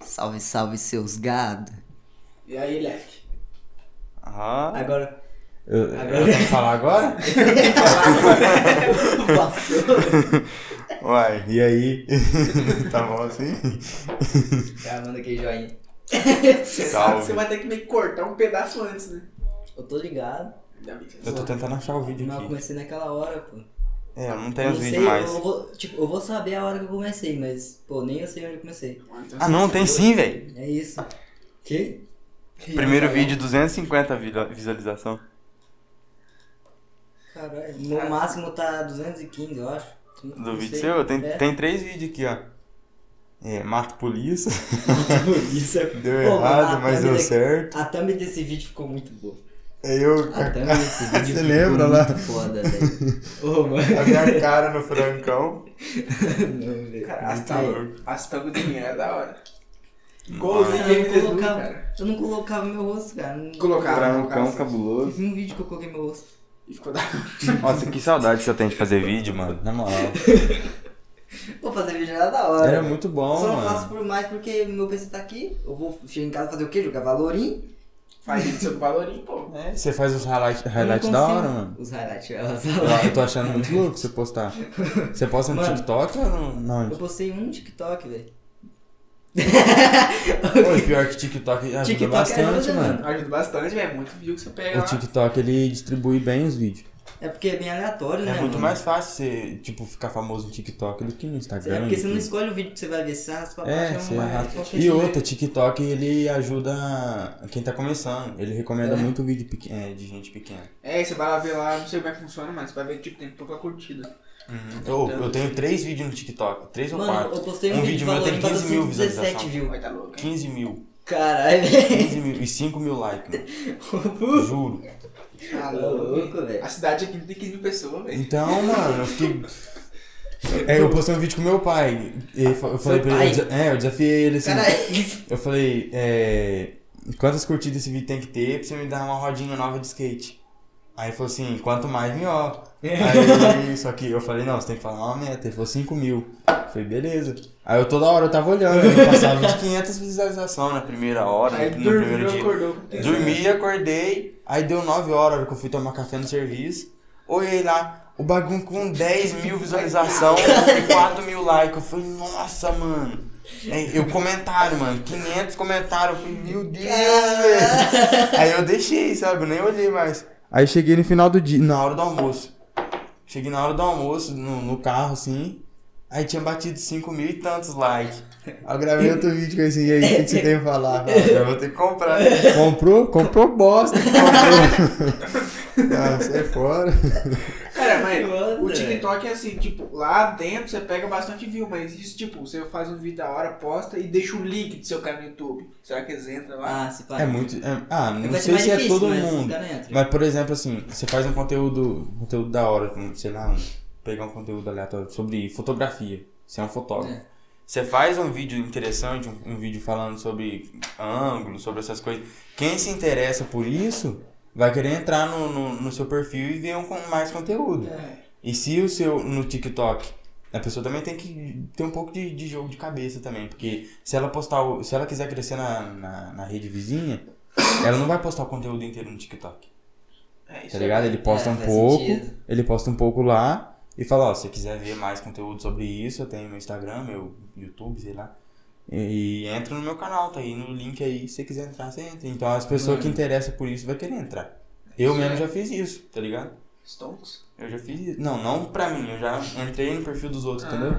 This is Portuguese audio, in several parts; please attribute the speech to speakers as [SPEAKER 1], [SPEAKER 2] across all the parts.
[SPEAKER 1] Salve, salve, seus gado.
[SPEAKER 2] E aí, Leque?
[SPEAKER 3] Ah,
[SPEAKER 2] Agora.
[SPEAKER 3] eu, eu
[SPEAKER 2] agora-
[SPEAKER 3] tenho que falar agora?
[SPEAKER 2] Passou.
[SPEAKER 3] Uai, e aí? tá bom assim?
[SPEAKER 1] Já manda aquele joinha.
[SPEAKER 2] Você sabe
[SPEAKER 3] Salve.
[SPEAKER 2] que você vai ter que meio que cortar um pedaço antes, né?
[SPEAKER 1] Eu tô ligado.
[SPEAKER 2] Ainda bem que você
[SPEAKER 3] Eu tô
[SPEAKER 2] sabe.
[SPEAKER 3] tentando achar o vídeo
[SPEAKER 1] Mas eu
[SPEAKER 3] aqui.
[SPEAKER 1] comecei naquela hora, pô.
[SPEAKER 3] É, eu não tenho os
[SPEAKER 1] não
[SPEAKER 3] vídeos
[SPEAKER 1] sei,
[SPEAKER 3] mais.
[SPEAKER 1] Eu vou, tipo, eu vou saber a hora que eu comecei, mas, pô, nem eu sei onde eu comecei.
[SPEAKER 2] Então,
[SPEAKER 3] Ah, não,
[SPEAKER 2] você
[SPEAKER 3] tem
[SPEAKER 2] sabe.
[SPEAKER 3] sim, velho.
[SPEAKER 1] É isso. Que?
[SPEAKER 3] Primeiro vídeo, 250 vila- visualização.
[SPEAKER 1] Caralho, no máximo tá 215, eu acho. Não
[SPEAKER 3] Do vídeo
[SPEAKER 1] sei.
[SPEAKER 3] seu, tem,
[SPEAKER 1] É.
[SPEAKER 3] tem três vídeos aqui, ó. É, mato polícia.
[SPEAKER 1] Isso é-
[SPEAKER 3] Deu
[SPEAKER 1] Pô, mas
[SPEAKER 3] errado,
[SPEAKER 1] a
[SPEAKER 3] mas
[SPEAKER 1] thumb
[SPEAKER 3] deu
[SPEAKER 1] da-
[SPEAKER 3] certo.
[SPEAKER 1] A thumb desse vídeo ficou muito boa.
[SPEAKER 3] Aí eu.
[SPEAKER 1] A thumb desse vídeo
[SPEAKER 3] Você
[SPEAKER 1] ficou
[SPEAKER 3] lembra lá?
[SPEAKER 1] muito foda, velho. Ô, mano.
[SPEAKER 3] A minha cara no francão.
[SPEAKER 1] Não, velho.
[SPEAKER 2] Cara, as
[SPEAKER 1] Muito bom.
[SPEAKER 2] tampos as tampos do dinheiro é da hora. Igualzinho
[SPEAKER 1] Cara, eu
[SPEAKER 2] James Edu,
[SPEAKER 1] colocava-
[SPEAKER 2] cara.
[SPEAKER 1] Eu não colocava meu rosto, cara. Não...
[SPEAKER 2] Colocava. colocava assim.
[SPEAKER 3] cabuloso.
[SPEAKER 1] Teve um vídeo que eu coloquei meu rosto.
[SPEAKER 2] E ficou da
[SPEAKER 3] Nossa, que saudade que eu tenho de fazer vídeo, mano. Na moral.
[SPEAKER 1] Vou fazer vídeo era da hora.
[SPEAKER 3] Era muito bom,
[SPEAKER 1] Só não
[SPEAKER 3] mano.
[SPEAKER 1] faço por mais porque meu PC tá aqui. Eu vou chegar em casa fazer o quê? Jogar Valorim?
[SPEAKER 2] Faz isso sobre Valorim, pô.
[SPEAKER 3] É, você faz os highlights
[SPEAKER 1] Eu não
[SPEAKER 3] highlight da
[SPEAKER 1] consigo.
[SPEAKER 3] hora, mano.
[SPEAKER 1] Os highlights. Eu,
[SPEAKER 3] Eu, eu tô achando muito louco você postar. Você posta no
[SPEAKER 1] Mano.
[SPEAKER 3] TikTok ou no. Não,
[SPEAKER 1] eu postei um TikTok, velho.
[SPEAKER 3] Pô, e pior que TikTok ajuda
[SPEAKER 1] TikTok
[SPEAKER 3] bastante,
[SPEAKER 1] ajuda, né?
[SPEAKER 3] mano.
[SPEAKER 2] Ajuda bastante, velho. É Muito view que você pega
[SPEAKER 3] O
[SPEAKER 2] lá.
[SPEAKER 3] TikTok ele distribui bem os vídeos.
[SPEAKER 1] É porque é bem aleatório, né?
[SPEAKER 3] É muito
[SPEAKER 1] mano?
[SPEAKER 3] mais fácil você, tipo, ficar famoso no TikTok do que no Instagram.
[SPEAKER 1] É porque você não
[SPEAKER 3] YouTube.
[SPEAKER 1] escolhe o vídeo que você vai ver, você raspa pra
[SPEAKER 3] né? É,
[SPEAKER 1] baixo,
[SPEAKER 3] você
[SPEAKER 1] uma-
[SPEAKER 3] arrasta.
[SPEAKER 1] qualquer
[SPEAKER 3] E
[SPEAKER 1] jeito.
[SPEAKER 3] outra, TikTok ele ajuda quem tá começando. Ele recomenda
[SPEAKER 1] É.
[SPEAKER 3] muito vídeo pequ- é, de gente pequena.
[SPEAKER 2] É, você vai lá ver lá, não sei como é que funciona, mas você vai ver que tipo, tem pouca curtida.
[SPEAKER 3] Eu, eu tenho três vídeos no TikTok, três ou
[SPEAKER 1] Mano,
[SPEAKER 3] quatro.
[SPEAKER 1] eu postei um,
[SPEAKER 3] Um
[SPEAKER 1] vídeo
[SPEAKER 3] vídeo
[SPEAKER 1] de
[SPEAKER 3] meu tem
[SPEAKER 1] Valorim
[SPEAKER 3] 15 mil
[SPEAKER 1] 17 views.
[SPEAKER 2] Vai tá louco, hein?
[SPEAKER 3] 15 mil,
[SPEAKER 1] Caralho, velho.
[SPEAKER 3] 15 mil e 5 mil likes, mano. Juro.
[SPEAKER 2] Tá
[SPEAKER 1] Tá louco, velho.
[SPEAKER 2] A cidade aqui não tem 15 mil pessoas, velho.
[SPEAKER 3] Então, mano, eu fiquei. É, eu postei um vídeo com meu pai. e Eu fa- eu falei pra
[SPEAKER 1] pai?
[SPEAKER 3] ele. eu desa- É, eu desafiei ele assim.
[SPEAKER 1] Caralho.
[SPEAKER 3] Eu falei, é. Quantas curtidas esse vídeo tem que ter pra você me dar uma rodinha nova de skate? Aí ele falou assim, quanto mais melhor. Aí, só que eu falei, não, você tem que falar uma meta. Ele falou 5 mil. Eu falei, beleza. Aí eu toda hora eu tava olhando, eu passava de 500 visualizações na primeira hora,
[SPEAKER 2] Aí
[SPEAKER 3] no
[SPEAKER 2] dormiu,
[SPEAKER 3] primeiro dia.
[SPEAKER 2] acordou. com 15 mil.
[SPEAKER 3] Dormi, acordei, aí deu 9 horas a hora que eu fui tomar café no serviço. Olhei lá, o bagulho com 10 mil visualização e 4 mil likes. Eu falei, nossa, mano. É, Eu comentário, mano, 500 comentários. Eu falei, meu Deus, velho. Aí eu deixei, sabe? Eu nem olhei mais. Aí cheguei no final do dia, na hora do almoço. Cheguei na hora do almoço, no, no carro, assim. Aí tinha batido 5 mil e tantos likes. Aí eu gravei outro vídeo com esse e aí, o que que você tem a falar? Ah, Eu vou ter que comprar. Comprou? Comprou bosta. Comprou. Ah, sai fora.
[SPEAKER 2] Cara, mas
[SPEAKER 1] Mano,
[SPEAKER 2] o TikTok é assim, tipo, lá dentro você pega bastante view, mas isso, tipo, você faz um vídeo da hora, posta e deixa o link do seu canal no YouTube. Será que eles entram lá?
[SPEAKER 1] Ah, se pá.
[SPEAKER 3] É muito. é- ah, não
[SPEAKER 1] Vai ser
[SPEAKER 3] sei
[SPEAKER 1] mais
[SPEAKER 3] se é
[SPEAKER 1] difícil,
[SPEAKER 3] todo
[SPEAKER 1] mas né,
[SPEAKER 3] mundo.
[SPEAKER 1] os caras entram.
[SPEAKER 3] Mas, por exemplo, assim, você faz um conteúdo, conteúdo da hora, um, sei lá, um- pegar um conteúdo aleatório sobre fotografia. Você é um fotógrafo.
[SPEAKER 1] É.
[SPEAKER 3] Você faz um vídeo interessante, um, um vídeo falando sobre ângulo, sobre essas coisas. Quem se interessa por isso vai querer entrar no, no, no seu perfil e ver um, con- mais conteúdo.
[SPEAKER 2] É.
[SPEAKER 3] E se o seu no TikTok, a pessoa também tem que ter um pouco de, de jogo de cabeça também, porque se ela postar, o- se ela quiser crescer na, na, na rede vizinha, ela não vai postar o conteúdo inteiro no TikTok.
[SPEAKER 2] É isso
[SPEAKER 3] Tá
[SPEAKER 2] aí.
[SPEAKER 3] ligado? Ele posta
[SPEAKER 1] É,
[SPEAKER 3] um
[SPEAKER 1] faz
[SPEAKER 3] pouco,
[SPEAKER 1] sentido.
[SPEAKER 3] ele posta um pouco lá e fala, ó, se você quiser ver mais conteúdo sobre isso, eu tenho meu Instagram, meu YouTube, sei lá. E, e entra no meu canal, tá aí no link aí, se você quiser entrar, você entra. Então as pessoas que interessam por isso vai querer entrar. Eu
[SPEAKER 2] Isso
[SPEAKER 3] mesmo
[SPEAKER 2] é.
[SPEAKER 3] já fiz isso, tá ligado?
[SPEAKER 2] Stonks?
[SPEAKER 3] Eu já fiz isso. Não, não pra mim, eu já entrei no perfil dos outros, entendeu?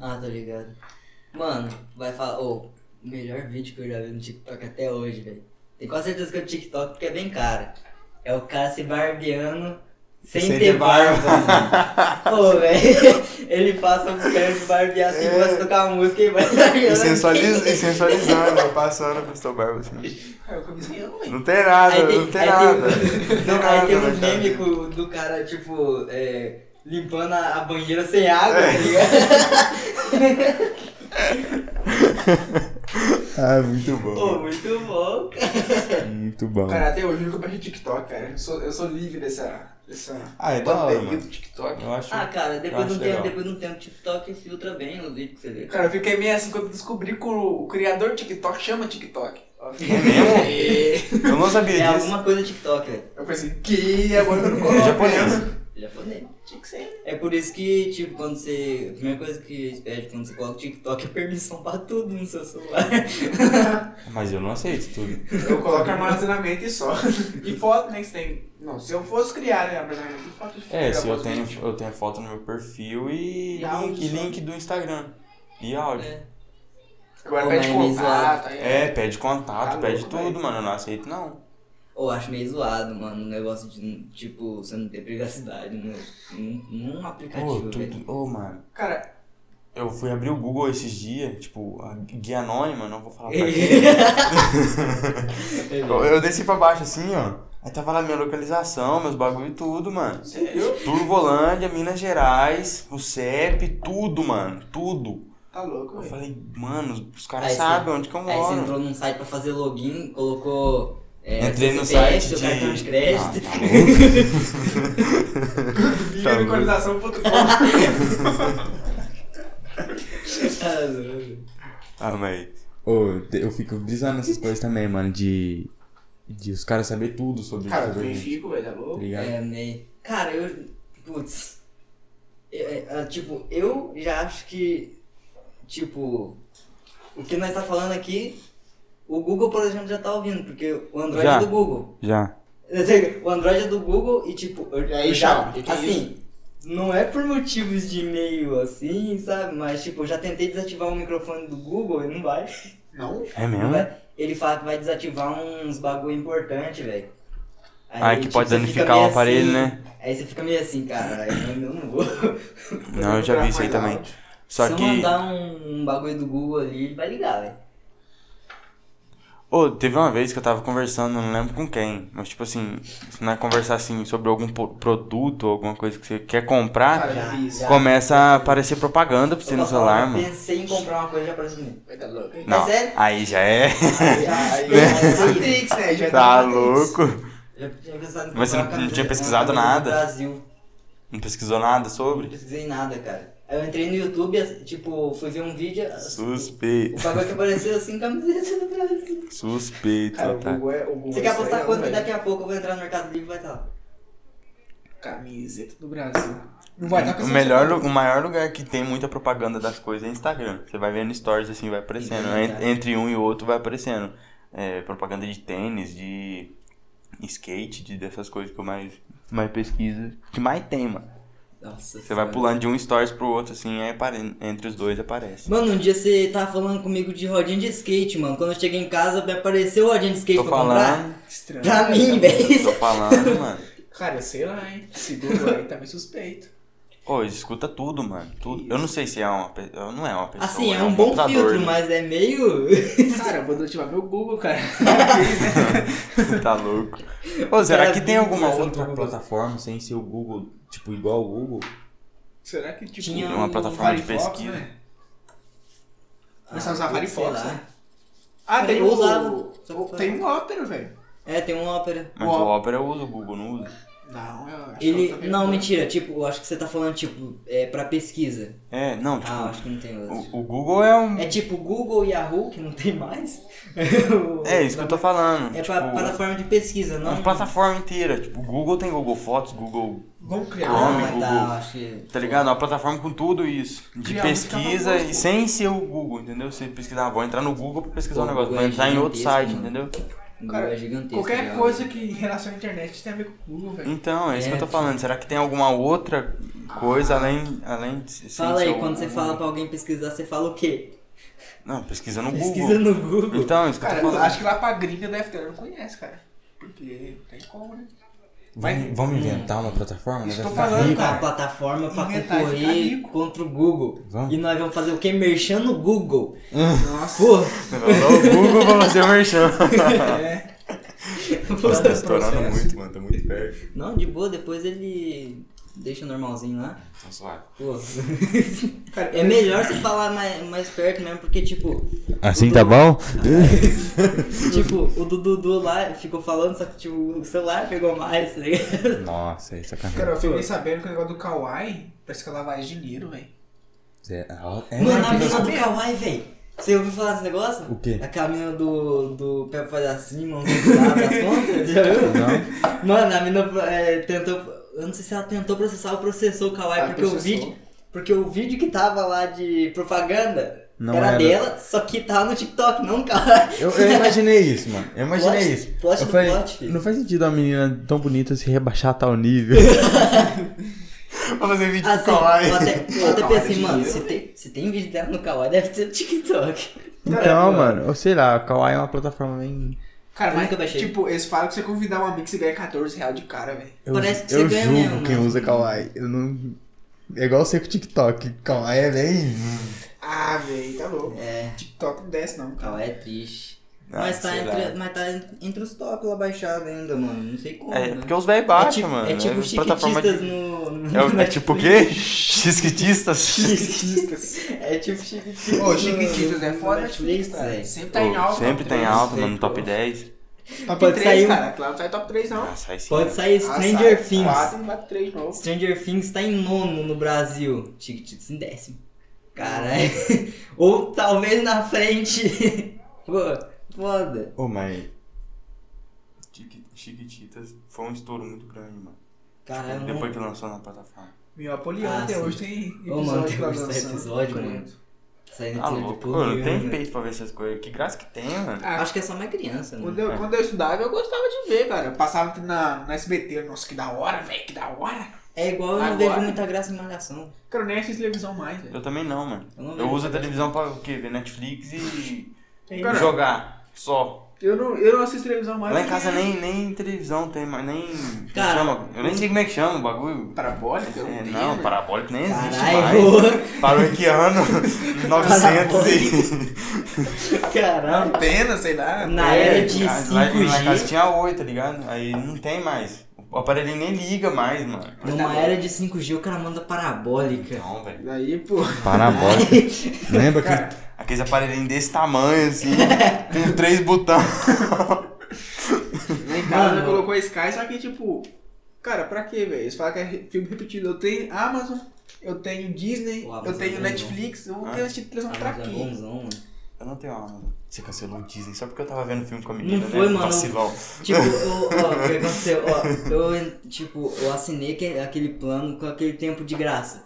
[SPEAKER 1] Ah, tô ligado. Mano, vai falar. Ô, o melhor vídeo que eu já vi no TikTok até hoje, velho. Tenho quase certeza que é o TikTok porque é bem cara. É o cara se barbeando sem,
[SPEAKER 3] Sem
[SPEAKER 1] ter
[SPEAKER 3] ter
[SPEAKER 1] barba.
[SPEAKER 3] barba.
[SPEAKER 1] mano. Ô, velho. Ele passa um cara se barbear assim,
[SPEAKER 3] É.
[SPEAKER 1] começa a tocar uma música e vai barbeando. assim.
[SPEAKER 3] sensualizando, passando pro seu barba assim.
[SPEAKER 2] Ah, eu comecei eu, hein?
[SPEAKER 3] Não tem nada,
[SPEAKER 1] Aí tem, aí
[SPEAKER 3] Não
[SPEAKER 1] tem, aí tem uns memes com- do cara, tipo, é, limpando a, a banheira sem
[SPEAKER 3] É.
[SPEAKER 1] água, tá ligado?
[SPEAKER 3] Ah, muito
[SPEAKER 1] Pô,
[SPEAKER 3] bom.
[SPEAKER 1] muito bom, cara.
[SPEAKER 3] Muito bom.
[SPEAKER 2] Cara, até hoje eu nunca baixei TikTok, cara. Eu sou, eu sou livre dessa. dessa
[SPEAKER 3] Ah, é da hora,
[SPEAKER 2] pandemia
[SPEAKER 3] mano.
[SPEAKER 2] do TikTok.
[SPEAKER 3] Eu acho.
[SPEAKER 1] Ah, cara,
[SPEAKER 3] Eu
[SPEAKER 1] depois de
[SPEAKER 3] acho
[SPEAKER 1] um tempo,
[SPEAKER 3] legal.
[SPEAKER 1] depois de um tempo, o TikTok filtra bem os vídeos que você vê.
[SPEAKER 2] Cara, eu fiquei meio assim quando descobri que o, o criador do TikTok chama TikTok. Eu fiquei-
[SPEAKER 3] É mesmo? Eu não sabia
[SPEAKER 1] É
[SPEAKER 3] disso.
[SPEAKER 1] alguma coisa TikTok, é. velho.
[SPEAKER 2] Eu pensei, que agora eu não
[SPEAKER 3] É
[SPEAKER 2] coloco. né?
[SPEAKER 3] japonês.
[SPEAKER 1] Japonês.
[SPEAKER 2] Tinha que ser.
[SPEAKER 1] É por isso que, tipo, quando você. A primeira coisa que eles pedem quando você coloca o TikTok é permissão pra tudo no seu celular.
[SPEAKER 3] Mas eu não aceito tudo.
[SPEAKER 2] Eu coloco armazenamento e só. E foto, né? Que você tem. Não, se eu fosse criar né, armazenamento e foto,
[SPEAKER 3] É, se
[SPEAKER 2] gravar
[SPEAKER 3] eu
[SPEAKER 2] os
[SPEAKER 3] tenho,
[SPEAKER 2] vídeos.
[SPEAKER 3] eu tenho foto no meu perfil e,
[SPEAKER 2] E áudio
[SPEAKER 3] link, e
[SPEAKER 2] só.
[SPEAKER 3] link do Instagram. E áudio.
[SPEAKER 1] É.
[SPEAKER 2] Agora
[SPEAKER 1] Ô,
[SPEAKER 2] pede
[SPEAKER 1] mas é
[SPEAKER 2] contato. aí- né?
[SPEAKER 3] É, pede contato,
[SPEAKER 2] Tá
[SPEAKER 3] pede
[SPEAKER 2] louco,
[SPEAKER 3] tudo,
[SPEAKER 2] velho.
[SPEAKER 3] mano. Eu não aceito, não.
[SPEAKER 1] Ou acho meio zoado, mano, o negócio de, tipo, você não ter privacidade no, num, num
[SPEAKER 3] Ô,
[SPEAKER 1] aplicativo, velho.
[SPEAKER 3] tudo. Ô, mano.
[SPEAKER 2] Cara,
[SPEAKER 3] Eu fui abrir o Google esses dias, tipo, a guia anônima, não vou falar Ah, pra quem.
[SPEAKER 1] É,
[SPEAKER 3] Eu,
[SPEAKER 1] velho.
[SPEAKER 3] eu desci pra baixo assim, ó. Aí tava lá minha localização, meus bagulho e tudo, mano.
[SPEAKER 2] sério?
[SPEAKER 3] Turvolândia, Minas Gerais, o CEP, tudo, mano. Tudo.
[SPEAKER 2] Tá louco,
[SPEAKER 3] Eu
[SPEAKER 2] velho.
[SPEAKER 3] falei, mano, os caras
[SPEAKER 1] Aí você-
[SPEAKER 3] sabem onde que eu
[SPEAKER 1] Aí você
[SPEAKER 3] moro.
[SPEAKER 1] entrou num site pra fazer login, colocou. É,
[SPEAKER 3] Entrei
[SPEAKER 1] seu
[SPEAKER 3] no
[SPEAKER 1] CPF,
[SPEAKER 3] site
[SPEAKER 1] seu
[SPEAKER 3] de.
[SPEAKER 1] cartão de crédito.
[SPEAKER 3] Ah, tá louco. Tá bom.
[SPEAKER 2] Minimicorização.com.
[SPEAKER 3] tá
[SPEAKER 1] Ah, não.
[SPEAKER 3] Ah, mas. Ô, te- eu fico brisando nessas coisas também, mano, de. De os caras saber tudo sobre
[SPEAKER 2] Cara, eu
[SPEAKER 3] jogador,
[SPEAKER 2] também
[SPEAKER 3] gente,
[SPEAKER 2] fico, velho. Tá
[SPEAKER 3] tá
[SPEAKER 2] louco?
[SPEAKER 3] ligado?
[SPEAKER 1] É, meio. Cara, eu. Putz. É, é, tipo, eu já acho que. Tipo. O que nós tá falando aqui. O Google, por exemplo, já tá ouvindo, porque o Android
[SPEAKER 3] Já.
[SPEAKER 1] é do Google.
[SPEAKER 3] Já.
[SPEAKER 1] O Android é do Google e, tipo, eu, eu
[SPEAKER 2] Aí
[SPEAKER 1] já.
[SPEAKER 2] já, e tem
[SPEAKER 1] Assim, não é por motivos de e-mail assim, sabe? Mas, tipo, eu já tentei desativar o microfone do Google e não vai.
[SPEAKER 2] Não?
[SPEAKER 3] É
[SPEAKER 1] Não
[SPEAKER 3] mesmo?
[SPEAKER 1] vai. Ele fala que vai desativar uns bagulho importante, velho. tipo,
[SPEAKER 3] Aí que pode
[SPEAKER 1] você
[SPEAKER 3] danificar
[SPEAKER 1] fica meio
[SPEAKER 3] o aparelho,
[SPEAKER 1] assim-
[SPEAKER 3] né?
[SPEAKER 1] Aí você fica meio assim, cara, aí eu não vou.
[SPEAKER 3] Não, eu já vi isso aí também. Só
[SPEAKER 1] Se
[SPEAKER 3] que.
[SPEAKER 1] eu mandar um, um bagulho do Google ali, ele vai ligar, velho.
[SPEAKER 3] Ô, teve uma vez que eu tava conversando, não lembro com quem, mas tipo assim, se não é conversar assim sobre algum po- produto ou alguma coisa que você quer comprar,
[SPEAKER 2] Cara, já vi isso.
[SPEAKER 1] já.
[SPEAKER 3] começa a aparecer propaganda pra você
[SPEAKER 1] Eu
[SPEAKER 3] no
[SPEAKER 1] posso falar,
[SPEAKER 3] celular,
[SPEAKER 1] eu
[SPEAKER 3] mano.
[SPEAKER 1] pensei em comprar uma coisa e já apareceu comigo.
[SPEAKER 2] Vai tá louco, hein?
[SPEAKER 3] Não,
[SPEAKER 1] sério?
[SPEAKER 3] aí já é.
[SPEAKER 2] Já, aí, Matrix, né?
[SPEAKER 1] é
[SPEAKER 2] Já
[SPEAKER 3] Tá
[SPEAKER 2] tem Matrix.
[SPEAKER 3] louco.
[SPEAKER 1] Já tinha pensado em
[SPEAKER 3] Mas
[SPEAKER 1] comprar
[SPEAKER 3] você
[SPEAKER 1] uma
[SPEAKER 3] não- não
[SPEAKER 1] camisa-
[SPEAKER 3] tinha pesquisado
[SPEAKER 1] uma camisa do
[SPEAKER 3] nada?
[SPEAKER 1] Brasil.
[SPEAKER 3] Não pesquisou nada
[SPEAKER 1] Não
[SPEAKER 3] sobre?
[SPEAKER 1] pesquisei nada, cara. Aí eu entrei no YouTube, tipo, fui ver um vídeo.
[SPEAKER 3] Suspeito.
[SPEAKER 1] O bagulho que apareceu assim, camiseta do Brasil.
[SPEAKER 3] Suspeito,
[SPEAKER 2] Cara, o
[SPEAKER 3] tá?
[SPEAKER 2] Google é. O Google
[SPEAKER 1] Você
[SPEAKER 2] é
[SPEAKER 1] quer
[SPEAKER 2] isso aí,
[SPEAKER 1] apostar quanto que
[SPEAKER 2] velho.
[SPEAKER 1] daqui a pouco eu vou entrar no Mercado Livre e vai estar lá.
[SPEAKER 2] Camiseta do Brasil. Não vai estar Tá com
[SPEAKER 3] O
[SPEAKER 2] essa
[SPEAKER 3] melhor,
[SPEAKER 2] roupa.
[SPEAKER 3] lu- o maior lugar que tem muita propaganda das coisas é Instagram. Você vai vendo stories assim, vai aparecendo.
[SPEAKER 1] Sim,
[SPEAKER 3] En-
[SPEAKER 1] cara.
[SPEAKER 3] Entre um e outro vai aparecendo. É, propaganda de tênis, de skate, de dessas coisas que eu mais, mais pesquiso. Que mais tem, mano.
[SPEAKER 1] Nossa
[SPEAKER 3] Você vai pulando de um stories pro outro, assim, aí apare- entre os dois aparece.
[SPEAKER 1] Mano, um dia você tava falando comigo de rodinha de skate, mano. Quando eu cheguei em casa, me apareceu rodinha de skate
[SPEAKER 3] Tô
[SPEAKER 1] pra comprar. É
[SPEAKER 3] falando,
[SPEAKER 2] Estranho.
[SPEAKER 1] Pra mim, velho.
[SPEAKER 3] tô falando, mano.
[SPEAKER 2] Cara, sei lá, hein? Esse Google aí tá meio suspeito.
[SPEAKER 3] Ô, escuta tudo, mano. Tudo. Eu não sei se é uma pessoa. Não é uma pessoa.
[SPEAKER 1] Assim, é
[SPEAKER 3] é
[SPEAKER 1] um bom
[SPEAKER 3] computador,
[SPEAKER 1] filtro,
[SPEAKER 3] né?
[SPEAKER 1] mas é meio.
[SPEAKER 2] Cara, eu vou desativar meu Google, cara.
[SPEAKER 3] tá louco. Ô, será
[SPEAKER 1] Cara,
[SPEAKER 3] que tem
[SPEAKER 1] vive
[SPEAKER 3] alguma
[SPEAKER 1] conversando
[SPEAKER 3] outra
[SPEAKER 1] com o Google.
[SPEAKER 3] plataforma sem ser o Google, tipo, igual o Google?
[SPEAKER 2] Será que tipo.
[SPEAKER 1] Tinha
[SPEAKER 2] o
[SPEAKER 3] uma plataforma de
[SPEAKER 2] Firefox,
[SPEAKER 3] pesquisa.
[SPEAKER 2] né? Começar a usar
[SPEAKER 1] putz,
[SPEAKER 2] Firefox,
[SPEAKER 1] Ah, sei lá.
[SPEAKER 2] um né? Ah, tem
[SPEAKER 1] Eu usava.
[SPEAKER 2] o. o- Tem o Opera, velho.
[SPEAKER 1] É, tem um ópera.
[SPEAKER 3] Mas
[SPEAKER 2] Ó.
[SPEAKER 3] o Opera eu uso, o Google não usa.
[SPEAKER 2] Não, eu acho que é eu
[SPEAKER 1] Ele.
[SPEAKER 2] também
[SPEAKER 1] Não,
[SPEAKER 2] vou.
[SPEAKER 1] mentira, tipo, eu acho que você tá falando, tipo, é pra pesquisa.
[SPEAKER 3] É, não, tipo,
[SPEAKER 1] Ah, acho que não tem outro.
[SPEAKER 3] o, o Google é um.
[SPEAKER 1] É tipo Google e Yahoo, que não tem mais.
[SPEAKER 3] É isso que eu tô falando.
[SPEAKER 1] É
[SPEAKER 3] tipo, é
[SPEAKER 1] pra plataforma de pesquisa, não.
[SPEAKER 3] uma plataforma inteira. Tipo, o Google tem Google Fotos, Google.
[SPEAKER 2] Vamos criar. um
[SPEAKER 1] Ah,
[SPEAKER 3] Chrome,
[SPEAKER 1] tá,
[SPEAKER 3] Google.
[SPEAKER 1] acho que.
[SPEAKER 3] Tá ligado? Uma plataforma com tudo isso. De
[SPEAKER 2] Criar um
[SPEAKER 3] pesquisa
[SPEAKER 2] escapamento.
[SPEAKER 3] e sem ser o Google, entendeu? Você pesquisar, vou entrar no Google pra pesquisar
[SPEAKER 1] Pô,
[SPEAKER 3] um negócio,
[SPEAKER 1] Google
[SPEAKER 3] vou
[SPEAKER 1] é
[SPEAKER 3] entrar em outro
[SPEAKER 1] gigantesco,
[SPEAKER 3] site,
[SPEAKER 1] mano.
[SPEAKER 3] entendeu?
[SPEAKER 1] Google
[SPEAKER 2] Cara,
[SPEAKER 1] é gigantesco.
[SPEAKER 2] Qualquer
[SPEAKER 1] né?
[SPEAKER 2] coisa que em relação à internet tem a ver com o Google, velho.
[SPEAKER 3] Então, é isso que
[SPEAKER 1] É,
[SPEAKER 3] eu tô
[SPEAKER 1] tipo- Ah.
[SPEAKER 3] falando. Será que tem alguma outra coisa além, além de. sem
[SPEAKER 1] Fala
[SPEAKER 3] ser
[SPEAKER 1] aí,
[SPEAKER 3] o
[SPEAKER 1] quando você
[SPEAKER 3] Google?
[SPEAKER 1] fala pra alguém pesquisar, você fala o quê?
[SPEAKER 3] Não, pesquisa no
[SPEAKER 1] Pesquisa no
[SPEAKER 3] Google.
[SPEAKER 1] Google.
[SPEAKER 3] Então, isso que eu tô
[SPEAKER 2] Cara, eu
[SPEAKER 3] falando.
[SPEAKER 2] acho que lá pra gringa deve ter, ela não conhece, cara. Porque não tem como, né?
[SPEAKER 3] Vamos, vamos inventar uma plataforma? né?
[SPEAKER 2] Estou
[SPEAKER 3] Vai ficar
[SPEAKER 2] falando,
[SPEAKER 3] rico.
[SPEAKER 2] cara.
[SPEAKER 1] Uma plataforma pra
[SPEAKER 2] Inventar, ficar
[SPEAKER 1] concorrer
[SPEAKER 2] rico.
[SPEAKER 1] contra o Google.
[SPEAKER 3] Vamos.
[SPEAKER 1] E nós vamos fazer o quê? Merchan no Google.
[SPEAKER 2] Nossa.
[SPEAKER 1] Pô,
[SPEAKER 3] O Google pra fazer o merchan.
[SPEAKER 2] É.
[SPEAKER 3] Nossa, tá
[SPEAKER 2] Processo.
[SPEAKER 3] estourando muito, mano. Tá muito perto.
[SPEAKER 1] não, de boa, depois ele deixa normalzinho lá.
[SPEAKER 3] Tá suave.
[SPEAKER 1] Pô,
[SPEAKER 2] Cara,
[SPEAKER 1] é melhor você falar mais, mais perto mesmo, porque, tipo,
[SPEAKER 4] Assim tá bom?
[SPEAKER 1] tipo, o do Dudu lá ficou falando, só que tipo, o celular pegou mais, tá ligado?
[SPEAKER 4] Nossa,
[SPEAKER 3] é
[SPEAKER 4] aí sacanagem.
[SPEAKER 2] Cara, eu fiquei sabendo que o negócio do Kawaii parece que é lavagem de dinheiro, velho.
[SPEAKER 3] É, ó, é,
[SPEAKER 1] Mano, a
[SPEAKER 3] fica-
[SPEAKER 1] mina do Kawaii, velho. Você ouviu falar desse negócio?
[SPEAKER 3] O quê?
[SPEAKER 1] A mina do, do Pé Palhacinho, não sei se abre as contas, já viu?
[SPEAKER 3] Não.
[SPEAKER 1] Mano, a mina é, tentou. Eu não sei se ela tentou processar ou processou o Kawaii,
[SPEAKER 2] Ah,
[SPEAKER 1] porque o
[SPEAKER 2] processou.
[SPEAKER 1] vídeo. Porque o vídeo que tava lá de propaganda
[SPEAKER 3] Não
[SPEAKER 1] era,
[SPEAKER 3] era.
[SPEAKER 1] dela, só que tava no TikTok, não Kawaii.
[SPEAKER 3] Eu, eu imaginei isso, mano. Eu imaginei
[SPEAKER 1] Plot-
[SPEAKER 3] isso.
[SPEAKER 1] plot
[SPEAKER 3] eu
[SPEAKER 1] do
[SPEAKER 3] falei,
[SPEAKER 1] plot, filho.
[SPEAKER 3] não faz sentido uma menina tão bonita se rebaixar a tal nível. Pra fazer vídeo
[SPEAKER 1] Assim, eu até, eu até
[SPEAKER 2] Kawaii
[SPEAKER 3] é
[SPEAKER 1] pensei,
[SPEAKER 2] de
[SPEAKER 1] mano,
[SPEAKER 2] dinheiro,
[SPEAKER 1] se tem, se tem vídeo dela no Kawaii, deve ter no TikTok.
[SPEAKER 3] Então,
[SPEAKER 2] Caramba.
[SPEAKER 3] mano, eu sei lá, o Kawaii é uma plataforma bem.
[SPEAKER 2] Cara,
[SPEAKER 1] Eu
[SPEAKER 2] mas,
[SPEAKER 1] nunca baixei.
[SPEAKER 2] tipo, eles falam que você convidar um amigo, você ganha 14 reais de cara, velho.
[SPEAKER 3] Eu,
[SPEAKER 1] Parece que
[SPEAKER 3] eu
[SPEAKER 1] você ganha
[SPEAKER 3] julgo
[SPEAKER 1] mesmo, né?
[SPEAKER 3] quem
[SPEAKER 1] mano.
[SPEAKER 3] usa Kawaii. Eu não. É igual você com o TikTok. Kawaii é bem.
[SPEAKER 2] Ah, velho, tá louco.
[SPEAKER 1] É,
[SPEAKER 2] TikTok não desce, não, cara.
[SPEAKER 1] Kawaii é triste.
[SPEAKER 3] Ah,
[SPEAKER 1] mas, tá
[SPEAKER 3] sei
[SPEAKER 1] entre,
[SPEAKER 3] lá.
[SPEAKER 1] mas tá entre os top lá baixado ainda, mano. Não sei como.
[SPEAKER 3] É,
[SPEAKER 1] né?
[SPEAKER 3] porque os velhos
[SPEAKER 1] É
[SPEAKER 3] baixam,
[SPEAKER 1] tipo,
[SPEAKER 3] mano.
[SPEAKER 1] é tipo
[SPEAKER 3] plataforma
[SPEAKER 1] chiquitistas né?
[SPEAKER 3] de...
[SPEAKER 1] no. no-
[SPEAKER 3] é, o- é tipo o quê? Chiquitistas?
[SPEAKER 2] Chiquitistas.
[SPEAKER 1] É tipo chiquitistas.
[SPEAKER 2] Ô, Chiquititas é
[SPEAKER 1] no- no
[SPEAKER 2] foda,
[SPEAKER 1] Netflix,
[SPEAKER 2] Netflix, cara.
[SPEAKER 1] velho.
[SPEAKER 2] Sempre tá em alta.
[SPEAKER 4] Sempre
[SPEAKER 2] top
[SPEAKER 4] tem
[SPEAKER 2] três.
[SPEAKER 4] alta, mano, no
[SPEAKER 2] Sempre,
[SPEAKER 4] top
[SPEAKER 2] pô.
[SPEAKER 4] 10.
[SPEAKER 2] Top
[SPEAKER 1] Pode
[SPEAKER 2] 3,
[SPEAKER 1] sair um-
[SPEAKER 2] cara. Claro, não sai top 3, não.
[SPEAKER 4] Ah, sai sim.
[SPEAKER 1] Pode sair Stranger Things.
[SPEAKER 2] 4 e bate 3 de novo.
[SPEAKER 1] Stranger Things tá em nono no Brasil. Chiquititas em décimo. Caralho. Ou talvez na frente. Pô, foda.
[SPEAKER 3] Ô, mas. Chiqui- Chiquititas foi um estouro muito grande, mano.
[SPEAKER 1] Caralho, Ah, não-
[SPEAKER 3] Depois que lançou na plataforma.
[SPEAKER 2] Meu Apoliano
[SPEAKER 1] Ah,
[SPEAKER 2] até
[SPEAKER 1] sim.
[SPEAKER 2] hoje tem
[SPEAKER 1] Ô, mano,
[SPEAKER 2] episódio
[SPEAKER 1] tem
[SPEAKER 2] lá
[SPEAKER 1] hoje esse
[SPEAKER 2] dançando.
[SPEAKER 1] episódio, mano. saindo tudo
[SPEAKER 3] Tá
[SPEAKER 1] É, de um-
[SPEAKER 3] louco.
[SPEAKER 1] porra
[SPEAKER 3] Pô, não tem
[SPEAKER 1] nenhuma.
[SPEAKER 3] peito pra ver essas coisas. Que graça que tem, mano.
[SPEAKER 2] Ah,
[SPEAKER 1] né? Acho que é só uma criança, né?
[SPEAKER 2] Quando eu, quando eu estudava, eu gostava de ver, cara. Eu passava na, na SBT. Nossa, que da hora, velho, que da hora.
[SPEAKER 1] É igual eu não
[SPEAKER 2] Agora-
[SPEAKER 1] vejo muita graça em malhação.
[SPEAKER 2] Cara, eu nem assisto televisão mais, velho.
[SPEAKER 3] Eu também não, mano.
[SPEAKER 1] Eu não
[SPEAKER 3] Eu
[SPEAKER 1] vejo
[SPEAKER 3] uso a
[SPEAKER 1] muita
[SPEAKER 3] televisão pra o quê? Ver Netflix e.
[SPEAKER 2] Cara,
[SPEAKER 3] jogar. Só.
[SPEAKER 2] Eu não, eu não assisto televisão mais.
[SPEAKER 3] Lá em casa
[SPEAKER 2] porque-
[SPEAKER 3] nem, nem televisão tem, mas nem. como
[SPEAKER 1] Cara,
[SPEAKER 3] chama? Eu nem sei como é que chama o bagulho.
[SPEAKER 2] Parabólica? eu
[SPEAKER 3] É,
[SPEAKER 2] odeio,
[SPEAKER 3] não,
[SPEAKER 2] velho.
[SPEAKER 3] parabólico nem existe
[SPEAKER 1] Caralho,
[SPEAKER 3] mais. Parou em que ano? 900 e...
[SPEAKER 1] caralho.
[SPEAKER 2] Antena, né? sei lá. É,
[SPEAKER 1] Na era de
[SPEAKER 3] Lá- Lá em casa
[SPEAKER 1] 5G,
[SPEAKER 3] tinha 8, tá ligado? Aí não tem mais. O aparelho nem liga mais, mano.
[SPEAKER 1] numa era de 5G, o cara manda parabólica.
[SPEAKER 3] Não, velho.
[SPEAKER 2] Daí, pô.
[SPEAKER 4] Parabólica.
[SPEAKER 3] Lembra
[SPEAKER 2] Cara.
[SPEAKER 3] que aqueles aparelhinhos desse tamanho, assim, com três botões.
[SPEAKER 2] Lá em casa
[SPEAKER 1] Mano.
[SPEAKER 2] colocou a Sky, só que tipo. Cara, pra quê, velho? Eles falam que é re- filme repetido. Eu tenho Amazon, eu tenho Disney,
[SPEAKER 1] O Amazon
[SPEAKER 2] eu tenho
[SPEAKER 1] é bom,
[SPEAKER 2] Netflix, eu vou
[SPEAKER 3] Ah.
[SPEAKER 2] ter assistir televisão pra
[SPEAKER 1] Amazon é
[SPEAKER 2] quê?
[SPEAKER 1] bonzão, mano.
[SPEAKER 3] Eu não tenho Amazon. Você cancelou o Disney só porque eu tava vendo filme com a menina,
[SPEAKER 1] Não foi,
[SPEAKER 3] né?
[SPEAKER 1] mano.
[SPEAKER 3] Vacilão.
[SPEAKER 1] Tipo, eu- ó, o que aconteceu? Ó, eu, tipo, eu assinei que- aquele plano com aquele tempo de graça.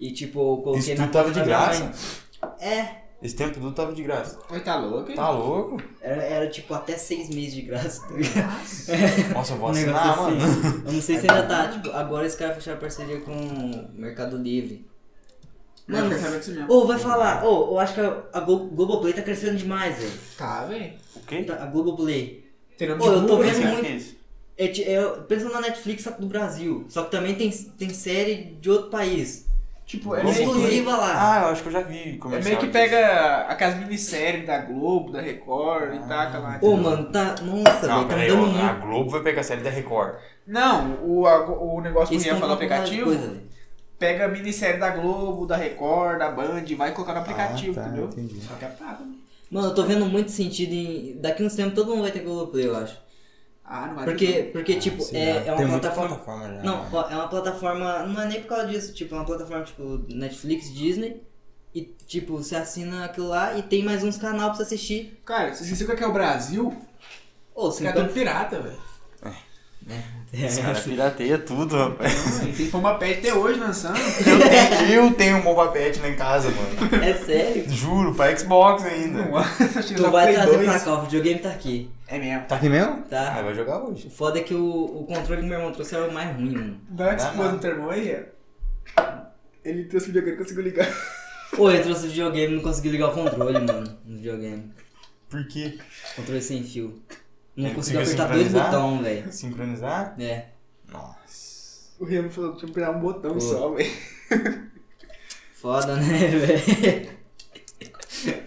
[SPEAKER 1] E, tipo, eu coloquei
[SPEAKER 3] Isso
[SPEAKER 1] na
[SPEAKER 3] tudo tava
[SPEAKER 1] conta
[SPEAKER 3] de
[SPEAKER 1] da minha
[SPEAKER 3] graça.
[SPEAKER 1] mãe. É,
[SPEAKER 3] Esse tempo tudo tava de graça.
[SPEAKER 2] Mas tá louco? hein?
[SPEAKER 3] Tá louco?
[SPEAKER 1] era, era, tipo até seis meses de graça. tá ligado?
[SPEAKER 3] Nossa, eu vou
[SPEAKER 1] Um
[SPEAKER 3] assinar,
[SPEAKER 1] negócio
[SPEAKER 3] mano.
[SPEAKER 1] assim. Eu não sei se ainda tá. Tipo, agora esse cara fechou a parceria com o Mercado Livre.
[SPEAKER 2] Mano,
[SPEAKER 1] Mano,
[SPEAKER 2] eu quero isso mesmo.
[SPEAKER 1] ou vai falar, ô, eu acho que a, a Glo- Globoplay tá crescendo demais, velho.
[SPEAKER 2] Tá, velho.
[SPEAKER 3] O quê?
[SPEAKER 1] Tá- A Globoplay.
[SPEAKER 2] Tem nome
[SPEAKER 1] Ô, eu
[SPEAKER 2] de
[SPEAKER 1] tô
[SPEAKER 2] rua,
[SPEAKER 3] né,
[SPEAKER 1] vendo
[SPEAKER 2] cara.
[SPEAKER 1] muito-
[SPEAKER 3] isso?
[SPEAKER 1] É, ti- é, pensa na Netflix só que do Brasil. Só que também tem, tem série de outro país.
[SPEAKER 2] Tipo, é
[SPEAKER 3] Vamos
[SPEAKER 2] meio que.
[SPEAKER 1] Exclusiva lá.
[SPEAKER 3] Ah, eu acho que eu já vi
[SPEAKER 2] É
[SPEAKER 3] comercial.
[SPEAKER 2] meio que
[SPEAKER 3] disso.
[SPEAKER 2] pega aquelas minisséries da Globo, da Record e taca lá.
[SPEAKER 1] Ô, mano, tá. Nossa, velho, tá
[SPEAKER 3] Não, peraí,
[SPEAKER 1] mudando
[SPEAKER 3] ó, a
[SPEAKER 1] muito.
[SPEAKER 3] Globo vai pegar a série da Record.
[SPEAKER 2] Não, o, a- o negócio que eu ia falar
[SPEAKER 1] tão mudando
[SPEAKER 2] aplicativo,
[SPEAKER 1] coisa, velho.
[SPEAKER 2] pega a minissérie da Globo, da Record, da Band e vai colocar no aplicativo,
[SPEAKER 3] Ah, tá,
[SPEAKER 2] entendeu?
[SPEAKER 3] entendi.
[SPEAKER 2] Só que é pago. né?
[SPEAKER 1] Mano, eu tô vendo muito sentido em. Daqui uns tempos todo mundo vai ter Globoplay, eu acho.
[SPEAKER 2] Ah, não vai
[SPEAKER 1] Porque, porque tipo,
[SPEAKER 3] Sei lá,
[SPEAKER 1] é, é
[SPEAKER 3] tem
[SPEAKER 1] uma
[SPEAKER 3] muita
[SPEAKER 1] plataforma.
[SPEAKER 3] plataforma né? já.
[SPEAKER 1] Não, ó, é uma plataforma. Não é nem por causa disso, tipo, é uma plataforma tipo Netflix, Disney. E, tipo, você assina aquilo lá e tem mais uns canal pra você assistir.
[SPEAKER 2] Cara, se você quer que é o Brasil,
[SPEAKER 1] Ou
[SPEAKER 2] os
[SPEAKER 1] você É,
[SPEAKER 2] caras estão pirata, velho.
[SPEAKER 3] Os caras
[SPEAKER 1] assim,
[SPEAKER 3] pirateia tudo, rapaz.
[SPEAKER 2] Não, Tem Pomba Pet até hoje lançando.
[SPEAKER 3] Eu tenho, eu tenho um bomba pet lá em casa, mano.
[SPEAKER 1] É sério?
[SPEAKER 3] Juro, pra Xbox ainda.
[SPEAKER 2] Não, acho que
[SPEAKER 1] Tu
[SPEAKER 2] só
[SPEAKER 1] vai
[SPEAKER 2] Play
[SPEAKER 1] trazer
[SPEAKER 2] 2.
[SPEAKER 1] pra cá, o videogame tá aqui,
[SPEAKER 2] É mesmo.
[SPEAKER 3] Tá aqui mesmo? Ah,
[SPEAKER 1] tá?
[SPEAKER 3] vai jogar
[SPEAKER 1] O
[SPEAKER 3] hoje.
[SPEAKER 1] foda é que o, o controle que meu irmão trouxe era o mais ruim, mano.
[SPEAKER 2] Meu
[SPEAKER 3] Dá
[SPEAKER 2] esposo
[SPEAKER 3] nada.
[SPEAKER 2] termo aí, ele trouxe o videogame que conseguiu ligar.
[SPEAKER 1] Pô, eu trouxe o videogame e não consegui ligar o controle, mano, no videogame.
[SPEAKER 3] Por quê?
[SPEAKER 1] Controle sem fio. Não
[SPEAKER 3] Ele
[SPEAKER 1] consegui
[SPEAKER 3] É, conseguiu
[SPEAKER 1] apertar dois
[SPEAKER 3] sincronizar?
[SPEAKER 1] botões, velho.
[SPEAKER 3] Sincronizar?
[SPEAKER 1] É.
[SPEAKER 3] Nossa.
[SPEAKER 2] O Remo falou que tinha que pegar um botão
[SPEAKER 1] Pô.
[SPEAKER 2] só, velho.
[SPEAKER 1] Foda, né, velho?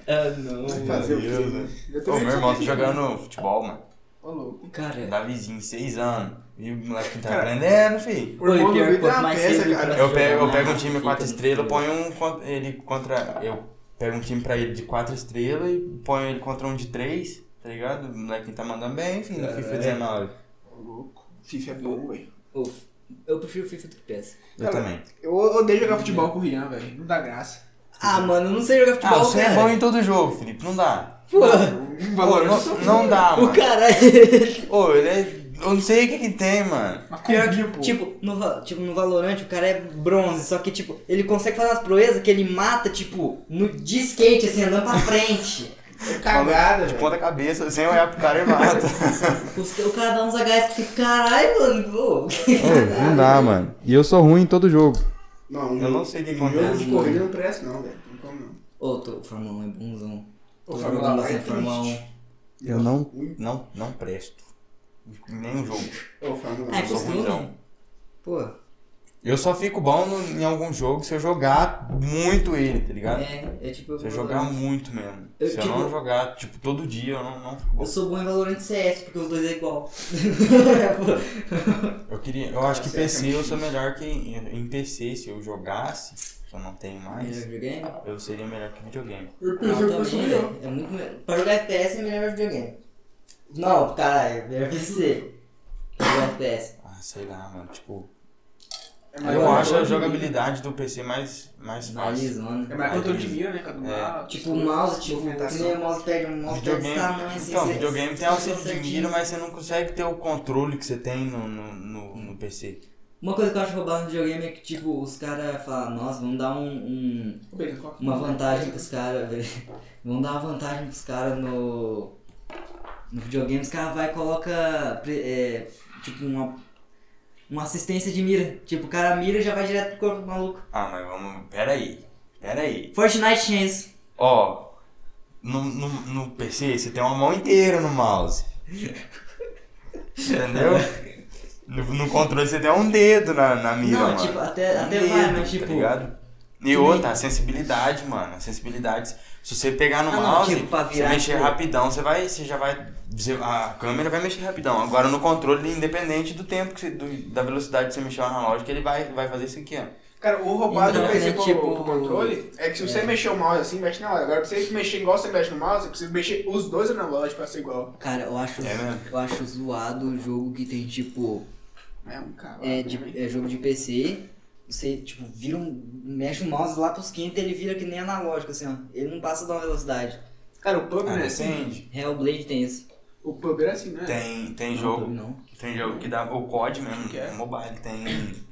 [SPEAKER 1] ah, não.
[SPEAKER 2] Fazer o
[SPEAKER 3] Deus, né?
[SPEAKER 2] quê? Eu
[SPEAKER 3] Ô,
[SPEAKER 2] também
[SPEAKER 3] meu
[SPEAKER 2] tinha
[SPEAKER 3] irmão tá
[SPEAKER 2] que-
[SPEAKER 3] jogando futebol, mano.
[SPEAKER 2] Ô, louco.
[SPEAKER 1] Cara,
[SPEAKER 3] Davizinho, 6 anos. E o moleque tá
[SPEAKER 2] Cara,
[SPEAKER 3] aprendendo, filho.
[SPEAKER 2] O irmão
[SPEAKER 1] Pô, e
[SPEAKER 2] do
[SPEAKER 1] pior,
[SPEAKER 2] Vitor é
[SPEAKER 1] quanto
[SPEAKER 2] uma
[SPEAKER 1] mais
[SPEAKER 2] peça,
[SPEAKER 1] cedo ele
[SPEAKER 2] cara.
[SPEAKER 1] começa-
[SPEAKER 3] Eu pego, eu
[SPEAKER 1] jogar,
[SPEAKER 3] pego um time
[SPEAKER 1] fica assim,
[SPEAKER 3] quatro
[SPEAKER 1] de-
[SPEAKER 3] estrelas, ponho um con- ele contra. Eu pego um time pra ele de quatro estrelas e ponho ele contra um de três, tá ligado? O moleque tá mandando bem, enfim, no FIFA
[SPEAKER 1] Caralho.
[SPEAKER 3] 19.
[SPEAKER 2] Ô, Louco. FIFA é bom, velho.
[SPEAKER 1] Pô, eu prefiro FIFA do que PES.
[SPEAKER 3] Eu
[SPEAKER 2] Cara,
[SPEAKER 3] também.
[SPEAKER 2] Eu odeio jogar futebol com o Rian, velho. Não dá graça.
[SPEAKER 1] Ah, mano, eu não sei jogar
[SPEAKER 3] Ah,
[SPEAKER 1] futebol, né?
[SPEAKER 3] você
[SPEAKER 1] cara.
[SPEAKER 3] é bom em todo jogo, Felipe. Não dá.
[SPEAKER 1] Pô,
[SPEAKER 2] Não Um
[SPEAKER 3] Pô,
[SPEAKER 2] valoriza
[SPEAKER 3] não, não
[SPEAKER 2] Ah,
[SPEAKER 3] dá,
[SPEAKER 1] o
[SPEAKER 3] mano.
[SPEAKER 1] cara...
[SPEAKER 3] Ô, ele é. Eu não sei o que que tem, mano.
[SPEAKER 2] Mas
[SPEAKER 1] Pior
[SPEAKER 2] comigo,
[SPEAKER 1] que,
[SPEAKER 2] pô.
[SPEAKER 1] tipo no, Va- tipo, no Valorant o cara é bronze, só que, tipo, ele consegue fazer umas proezas que ele mata, tipo, no, de skate, assim, andando pra frente.
[SPEAKER 2] É cagada,
[SPEAKER 3] De
[SPEAKER 2] velho.
[SPEAKER 3] ponta cabeça, sem olhar pro cara e mata.
[SPEAKER 1] Os- o cara dá uns HS que fica, caralho, mano, pô.
[SPEAKER 4] Ô, não dá, mano. E eu sou ruim em todo jogo.
[SPEAKER 2] Não, um
[SPEAKER 3] Eu não sei o que
[SPEAKER 2] jogo
[SPEAKER 3] acontece.
[SPEAKER 2] de corrida não presta, não, velho. Não como não.
[SPEAKER 1] Ô, tô, o Fórmula 1 é bonzão.
[SPEAKER 2] Ô,
[SPEAKER 1] Tô
[SPEAKER 2] Fórmula
[SPEAKER 3] um
[SPEAKER 1] jogando
[SPEAKER 2] 1 é
[SPEAKER 1] bastante Fórmula 1.
[SPEAKER 4] Eu não.
[SPEAKER 3] Não, não presto. Nenhum jogo.
[SPEAKER 2] Ô, Fórmula 1.
[SPEAKER 1] É,
[SPEAKER 3] Eu sou
[SPEAKER 1] costume.
[SPEAKER 3] ruimzão.
[SPEAKER 1] Pô,
[SPEAKER 3] Eu só fico bom no- em algum jogo se eu jogar muito ele, tá ligado?
[SPEAKER 1] é, é tipo... eu
[SPEAKER 3] Se eu
[SPEAKER 1] vou-
[SPEAKER 3] jogar muito mesmo.
[SPEAKER 1] Eu,
[SPEAKER 3] se eu
[SPEAKER 1] tipo-
[SPEAKER 3] não jogar, tipo, todo dia, eu não, não fico bom.
[SPEAKER 1] Eu sou bom em Valorant e CS, porque os dois é igual.
[SPEAKER 3] Eu queria. Eu acho que
[SPEAKER 2] Cara,
[SPEAKER 3] PC
[SPEAKER 2] sério,
[SPEAKER 3] eu sou melhor que em, em PC, se eu jogasse, que eu não tenho mais,
[SPEAKER 1] Melhor videogame?
[SPEAKER 3] eu seria melhor que videogame.
[SPEAKER 2] Eu
[SPEAKER 1] Não,
[SPEAKER 2] pensei que fosse
[SPEAKER 1] também,
[SPEAKER 2] melhor.
[SPEAKER 1] velho. É muito melhor. Pra jogar FPS é melhor videogame. Não, caralho, melhor PC. Pra jogar FPS.
[SPEAKER 3] Ah, sei lá, mano. Tipo,
[SPEAKER 2] É
[SPEAKER 3] eu
[SPEAKER 2] mais
[SPEAKER 3] acho a
[SPEAKER 2] controle de
[SPEAKER 3] jogabilidade do PC mais, mais fácil.
[SPEAKER 1] Analisando.
[SPEAKER 2] mira. É mais controle de mira, né? cara? Não dá-
[SPEAKER 1] Tipo, o mouse, tipo, que nem
[SPEAKER 2] movimentação.
[SPEAKER 1] o mouse pega um mouse pega
[SPEAKER 3] Videogame,
[SPEAKER 1] desse tamanho assim.
[SPEAKER 3] então,
[SPEAKER 1] você-
[SPEAKER 3] videogame tem auxílio
[SPEAKER 1] você
[SPEAKER 3] de
[SPEAKER 1] consegue-
[SPEAKER 3] mira, mas você não consegue ter o controle que você tem no, no, no, no PC.
[SPEAKER 1] Uma coisa que eu acho roubada no videogame é que, tipo, os caras falam, nossa, vamos dar um, um-
[SPEAKER 2] Ô, Pedro, qual que- é
[SPEAKER 1] uma vantagem pros caras, velho. Vamos dar uma vantagem pros caras no. No videogame, os caras vai e coloca. pre- é, tipo, uma. Uma assistência de mira. Tipo, o cara mira e já vai direto pro corpo do maluco.
[SPEAKER 3] Ah, mas vamos. Pera aí. Pera aí.
[SPEAKER 1] Fortnite tinha isso.
[SPEAKER 3] Ó, no, no, no PC você tem uma mão inteira no mouse. Entendeu? No, no controle você tem um dedo na, na mira,
[SPEAKER 1] Não,
[SPEAKER 3] mano.
[SPEAKER 1] tipo, até-
[SPEAKER 3] Um
[SPEAKER 1] até
[SPEAKER 3] dedo,
[SPEAKER 1] vai, mas, tipo,
[SPEAKER 3] Tá ligado? E
[SPEAKER 1] tudo
[SPEAKER 3] outra, a sensibilidade, mano. A sensibilidade. Se você pegar no
[SPEAKER 1] Ah, não,
[SPEAKER 3] mouse,
[SPEAKER 1] tipo, pra
[SPEAKER 3] você
[SPEAKER 1] virar,
[SPEAKER 3] mexer
[SPEAKER 1] tipo-
[SPEAKER 3] rapidão, você vai. Você já vai. você- A câmera vai mexer rapidão. Agora no controle, independente do tempo que você, do- da velocidade que você mexer o analógico, ele vai, vai fazer isso aqui, ó.
[SPEAKER 2] Cara, o roubado
[SPEAKER 1] Então,
[SPEAKER 2] do PC
[SPEAKER 1] né,
[SPEAKER 2] com
[SPEAKER 1] tipo-
[SPEAKER 2] com o controle é que se você mexer o mouse assim, mexe na hora. Agora, pra você mexer igual você mexe no mouse, você precisa mexer os dois analógicos pra ser igual.
[SPEAKER 1] Cara, eu acho,
[SPEAKER 3] É mesmo?
[SPEAKER 1] eu acho zoado o jogo que tem, tipo,
[SPEAKER 2] É um cara.
[SPEAKER 1] é, de- é jogo de PC, você, tipo, vira um, mexe o mouse lá pros 500 ele vira que nem analógico, assim, ó. Ele não passa de uma velocidade.
[SPEAKER 2] Cara, o PUBG
[SPEAKER 3] Ah,
[SPEAKER 2] não é assim.
[SPEAKER 3] depende.
[SPEAKER 1] Hellblade tem isso.
[SPEAKER 2] O PUBG era assim, né?
[SPEAKER 3] Tem, tem
[SPEAKER 1] Não,
[SPEAKER 3] jogo.
[SPEAKER 1] Não.
[SPEAKER 3] Tem jogo que dá o COD mesmo,
[SPEAKER 2] Que é?
[SPEAKER 3] mobile, tem.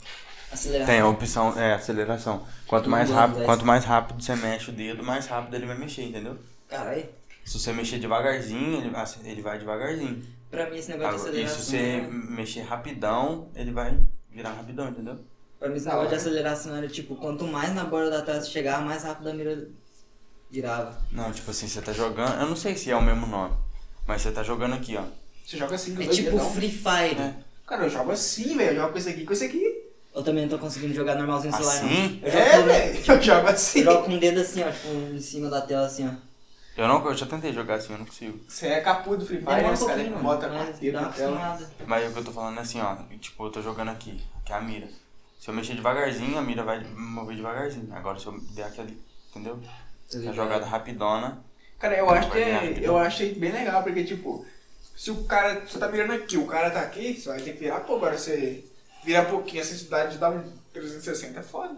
[SPEAKER 1] Aceleração.
[SPEAKER 3] Tem a opção, é, aceleração. Quanto mais
[SPEAKER 1] Não gosto
[SPEAKER 3] rápido,
[SPEAKER 1] dessa.
[SPEAKER 3] quanto mais rápido você mexe o dedo, mais rápido ele vai mexer, entendeu?
[SPEAKER 1] Caralho,
[SPEAKER 3] Se você mexer devagarzinho, ele, vai- ele vai devagarzinho.
[SPEAKER 1] pra mim esse negócio
[SPEAKER 3] Agora,
[SPEAKER 1] de
[SPEAKER 3] e se
[SPEAKER 1] aceleração...
[SPEAKER 3] você
[SPEAKER 1] né?
[SPEAKER 3] mexer rapidão, ele vai virar rapidão, entendeu?
[SPEAKER 1] Pra mim esse negócio de aceleração era, tipo, quanto mais na borda da trás você chegava, mais rápido a mira virava.
[SPEAKER 3] Não, tipo assim, você tá jogando. Eu não sei se é o mesmo nome, mas você tá jogando aqui, ó.
[SPEAKER 2] Você joga assim com
[SPEAKER 1] É
[SPEAKER 2] dois
[SPEAKER 1] tipo
[SPEAKER 2] dedão.
[SPEAKER 1] Free Fire.
[SPEAKER 3] É.
[SPEAKER 2] Cara, eu jogo assim, velho. Eu jogo com esse aqui com esse aqui.
[SPEAKER 1] Eu também não tô conseguindo jogar normalzinho no celular.
[SPEAKER 3] Assim?
[SPEAKER 1] não. Eu jogo
[SPEAKER 2] É,
[SPEAKER 1] pelo-
[SPEAKER 2] velho. Eu jogo
[SPEAKER 1] Eu
[SPEAKER 2] assim.
[SPEAKER 1] jogo com o dedo assim, ó, tipo, em cima da tela assim, ó.
[SPEAKER 3] Eu não eu já tentei jogar assim, eu não consigo.
[SPEAKER 2] Você é capu do Free Fire,
[SPEAKER 1] Demora
[SPEAKER 2] né?
[SPEAKER 1] um
[SPEAKER 2] Os caras
[SPEAKER 1] pouquinho,
[SPEAKER 2] bota
[SPEAKER 1] mas
[SPEAKER 2] quarteto
[SPEAKER 1] dá
[SPEAKER 2] na
[SPEAKER 1] uma
[SPEAKER 2] tela.
[SPEAKER 1] acostumada.
[SPEAKER 3] Mas o que eu tô falando é assim, ó. Tipo, eu tô jogando aqui, que é a mira. Se eu mexer devagarzinho, a mira vai mover devagarzinho. Agora se eu der aquele. Entendeu? A jogada rapidona.
[SPEAKER 2] Cara, eu acho que
[SPEAKER 3] Vai
[SPEAKER 2] é,
[SPEAKER 3] ganhar.
[SPEAKER 2] eu achei bem legal, porque tipo, se o cara. Você tá mirando aqui, o cara tá aqui, você vai ter que virar pô, agora você virar pouquinho a sensibilidade de dar um 360 é foda.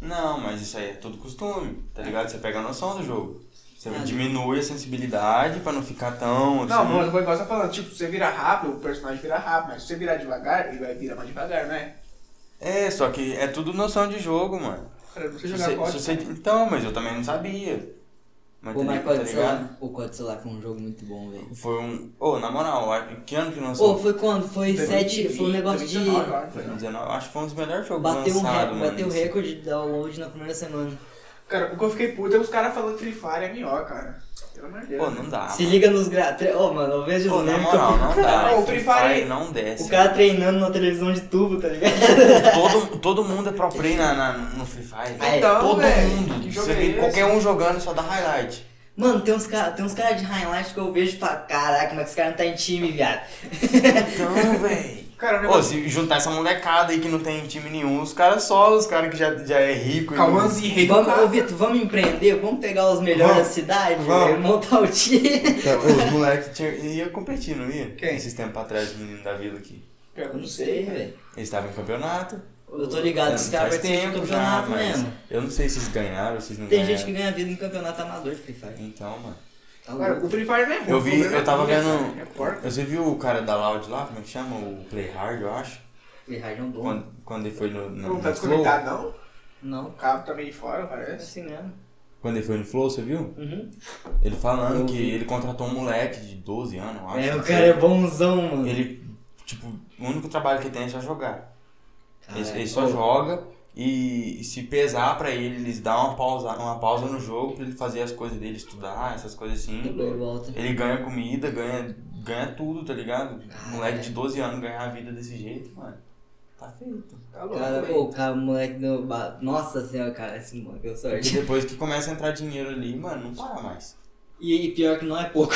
[SPEAKER 3] Não, mas isso aí é tudo costume, tá ligado? Você pega a noção do jogo. Você
[SPEAKER 1] Ah,
[SPEAKER 3] diminui a sensibilidade pra não ficar tão.
[SPEAKER 2] Não,
[SPEAKER 3] assim.
[SPEAKER 2] mas foi igual você tá falando, tipo, se você virar rápido, o personagem vira rápido, mas se você virar devagar, ele vai virar mais devagar, né?
[SPEAKER 3] É, só que é tudo noção de jogo, mano.
[SPEAKER 2] Cara, você
[SPEAKER 3] Se
[SPEAKER 2] jogar
[SPEAKER 3] você-
[SPEAKER 2] COD,
[SPEAKER 3] se você- Então, mas eu também não sabia. Mas,
[SPEAKER 1] Pô, mas
[SPEAKER 3] tá
[SPEAKER 1] COD
[SPEAKER 3] ligado?
[SPEAKER 1] celular, o COD celular foi um jogo muito bom, velho.
[SPEAKER 3] Foi um. Ô, na moral, que ano que lançou?
[SPEAKER 1] Pô, foi quando? Foi
[SPEAKER 2] teve
[SPEAKER 1] 7,
[SPEAKER 2] 20,
[SPEAKER 1] foi um negócio de...
[SPEAKER 2] 19, eu acho, né?
[SPEAKER 3] 19, acho que foi um dos melhores jogos
[SPEAKER 1] Bateu um
[SPEAKER 3] lançados,
[SPEAKER 1] recorde,
[SPEAKER 3] mano.
[SPEAKER 1] bateu o recorde de download na primeira semana.
[SPEAKER 2] Cara, o que eu fiquei puto é os caras falando Free Fire é melhor, cara. Pelo amor de Deus.
[SPEAKER 3] Pô, não dá.
[SPEAKER 1] né? Se
[SPEAKER 3] mano.
[SPEAKER 1] liga nos gra... tre- Ô, mano, eu vejo
[SPEAKER 3] Ah. Pô,
[SPEAKER 1] os
[SPEAKER 3] na
[SPEAKER 1] memes que
[SPEAKER 3] moral, né?
[SPEAKER 1] eu
[SPEAKER 3] não dá.
[SPEAKER 2] Ô,
[SPEAKER 3] O Free Fire não
[SPEAKER 1] fico- O
[SPEAKER 3] desce.
[SPEAKER 1] cara treinando na televisão de tubo, tá ligado?
[SPEAKER 3] Todo, todo mundo é pro play na, na- no Free Fire.
[SPEAKER 1] Aí,
[SPEAKER 2] Então,
[SPEAKER 3] todo
[SPEAKER 2] velho, que
[SPEAKER 3] mundo.
[SPEAKER 2] jogo
[SPEAKER 3] Você
[SPEAKER 2] é
[SPEAKER 3] vê
[SPEAKER 2] esse?
[SPEAKER 3] qualquer um jogando, só dá highlight.
[SPEAKER 1] Mano, tem uns caras cara de highlight que eu vejo e falo, caraca, como é que esse cara não tá em time, viado?
[SPEAKER 3] Então, velho.
[SPEAKER 2] Cara, o
[SPEAKER 3] Ô,
[SPEAKER 2] negócio.
[SPEAKER 3] se juntar essa molecada aí que não tem time nenhum, os caras só, os caras que já, já é rico. e-
[SPEAKER 2] Cauãzinho, rei do
[SPEAKER 1] Vamos, ô
[SPEAKER 2] carro.
[SPEAKER 1] Vitor, vamos empreender? Vamos pegar os melhores
[SPEAKER 3] Vamos.
[SPEAKER 1] da cidade?
[SPEAKER 3] Vamos.
[SPEAKER 1] e Montar o time?
[SPEAKER 3] Tá, ô, Os moleques tinha- ia competir, não ia?
[SPEAKER 2] Quem?
[SPEAKER 3] Esses tempos atrás, os meninos da vila aqui.
[SPEAKER 2] Cara,
[SPEAKER 1] Não sei, velho.
[SPEAKER 3] Eles estavam em campeonato.
[SPEAKER 1] Eu tô ligado,
[SPEAKER 3] Faz
[SPEAKER 1] esse cara vai ter
[SPEAKER 3] tempo já,
[SPEAKER 1] campeonato
[SPEAKER 3] mas
[SPEAKER 1] mesmo.
[SPEAKER 3] Eu não sei se eles ganharam, se eles não
[SPEAKER 1] Tem
[SPEAKER 3] ganharam.
[SPEAKER 1] gente que ganha vida em campeonato amador de Free Fire.
[SPEAKER 3] Então, mano.
[SPEAKER 1] Tá
[SPEAKER 2] Cara,
[SPEAKER 1] louco.
[SPEAKER 2] o Free Fire não é ruim.
[SPEAKER 3] Eu
[SPEAKER 2] o
[SPEAKER 3] vi,
[SPEAKER 2] problema
[SPEAKER 3] eu tava
[SPEAKER 2] é ruim,
[SPEAKER 3] vendo-
[SPEAKER 2] né, cara? É porca.
[SPEAKER 3] Você viu o cara da Loud lá, como é que chama? O Playhard, eu acho.
[SPEAKER 1] Free Fire é um bom.
[SPEAKER 3] Quando, quando ele foi no, no,
[SPEAKER 2] Não tá
[SPEAKER 3] no Flow.
[SPEAKER 2] desconectado, não?
[SPEAKER 1] Não,
[SPEAKER 2] O cabo tá meio fora,
[SPEAKER 1] é
[SPEAKER 2] parece.
[SPEAKER 1] assim mesmo.
[SPEAKER 3] Quando ele foi no Flow, você viu?
[SPEAKER 1] Uhum.
[SPEAKER 3] Ele falando
[SPEAKER 1] Eu
[SPEAKER 3] que
[SPEAKER 1] vi.
[SPEAKER 3] ele contratou um moleque de 12 anos, eu acho.
[SPEAKER 1] É, o
[SPEAKER 3] não
[SPEAKER 1] cara é
[SPEAKER 3] sei.
[SPEAKER 1] bonzão, mano.
[SPEAKER 3] Ele, tipo, o único trabalho que ele tem é só jogar. Ele,
[SPEAKER 1] Caralho.
[SPEAKER 3] ele só
[SPEAKER 1] Ô,
[SPEAKER 3] joga e, e se pesar pra ele, eles dão uma pausa, uma pausa no jogo pra ele fazer as coisas dele, estudar, essas coisas assim.
[SPEAKER 1] Dublou, volta.
[SPEAKER 3] Ele ganha comida, ganha, ganha tudo, tá ligado?
[SPEAKER 1] Ah,
[SPEAKER 3] Moleque
[SPEAKER 1] é.
[SPEAKER 3] de 12 anos ganhar a vida desse jeito, mano. Tá feito.
[SPEAKER 2] Tá louco.
[SPEAKER 1] Cara,
[SPEAKER 2] velho.
[SPEAKER 1] pô, o cara, o moleque do. ba- Nossa senhora, cara, esse moleque deu
[SPEAKER 3] E
[SPEAKER 1] sorte.
[SPEAKER 3] depois que começa a entrar dinheiro ali, mano, não para mais.
[SPEAKER 1] E, e pior que não é pouco.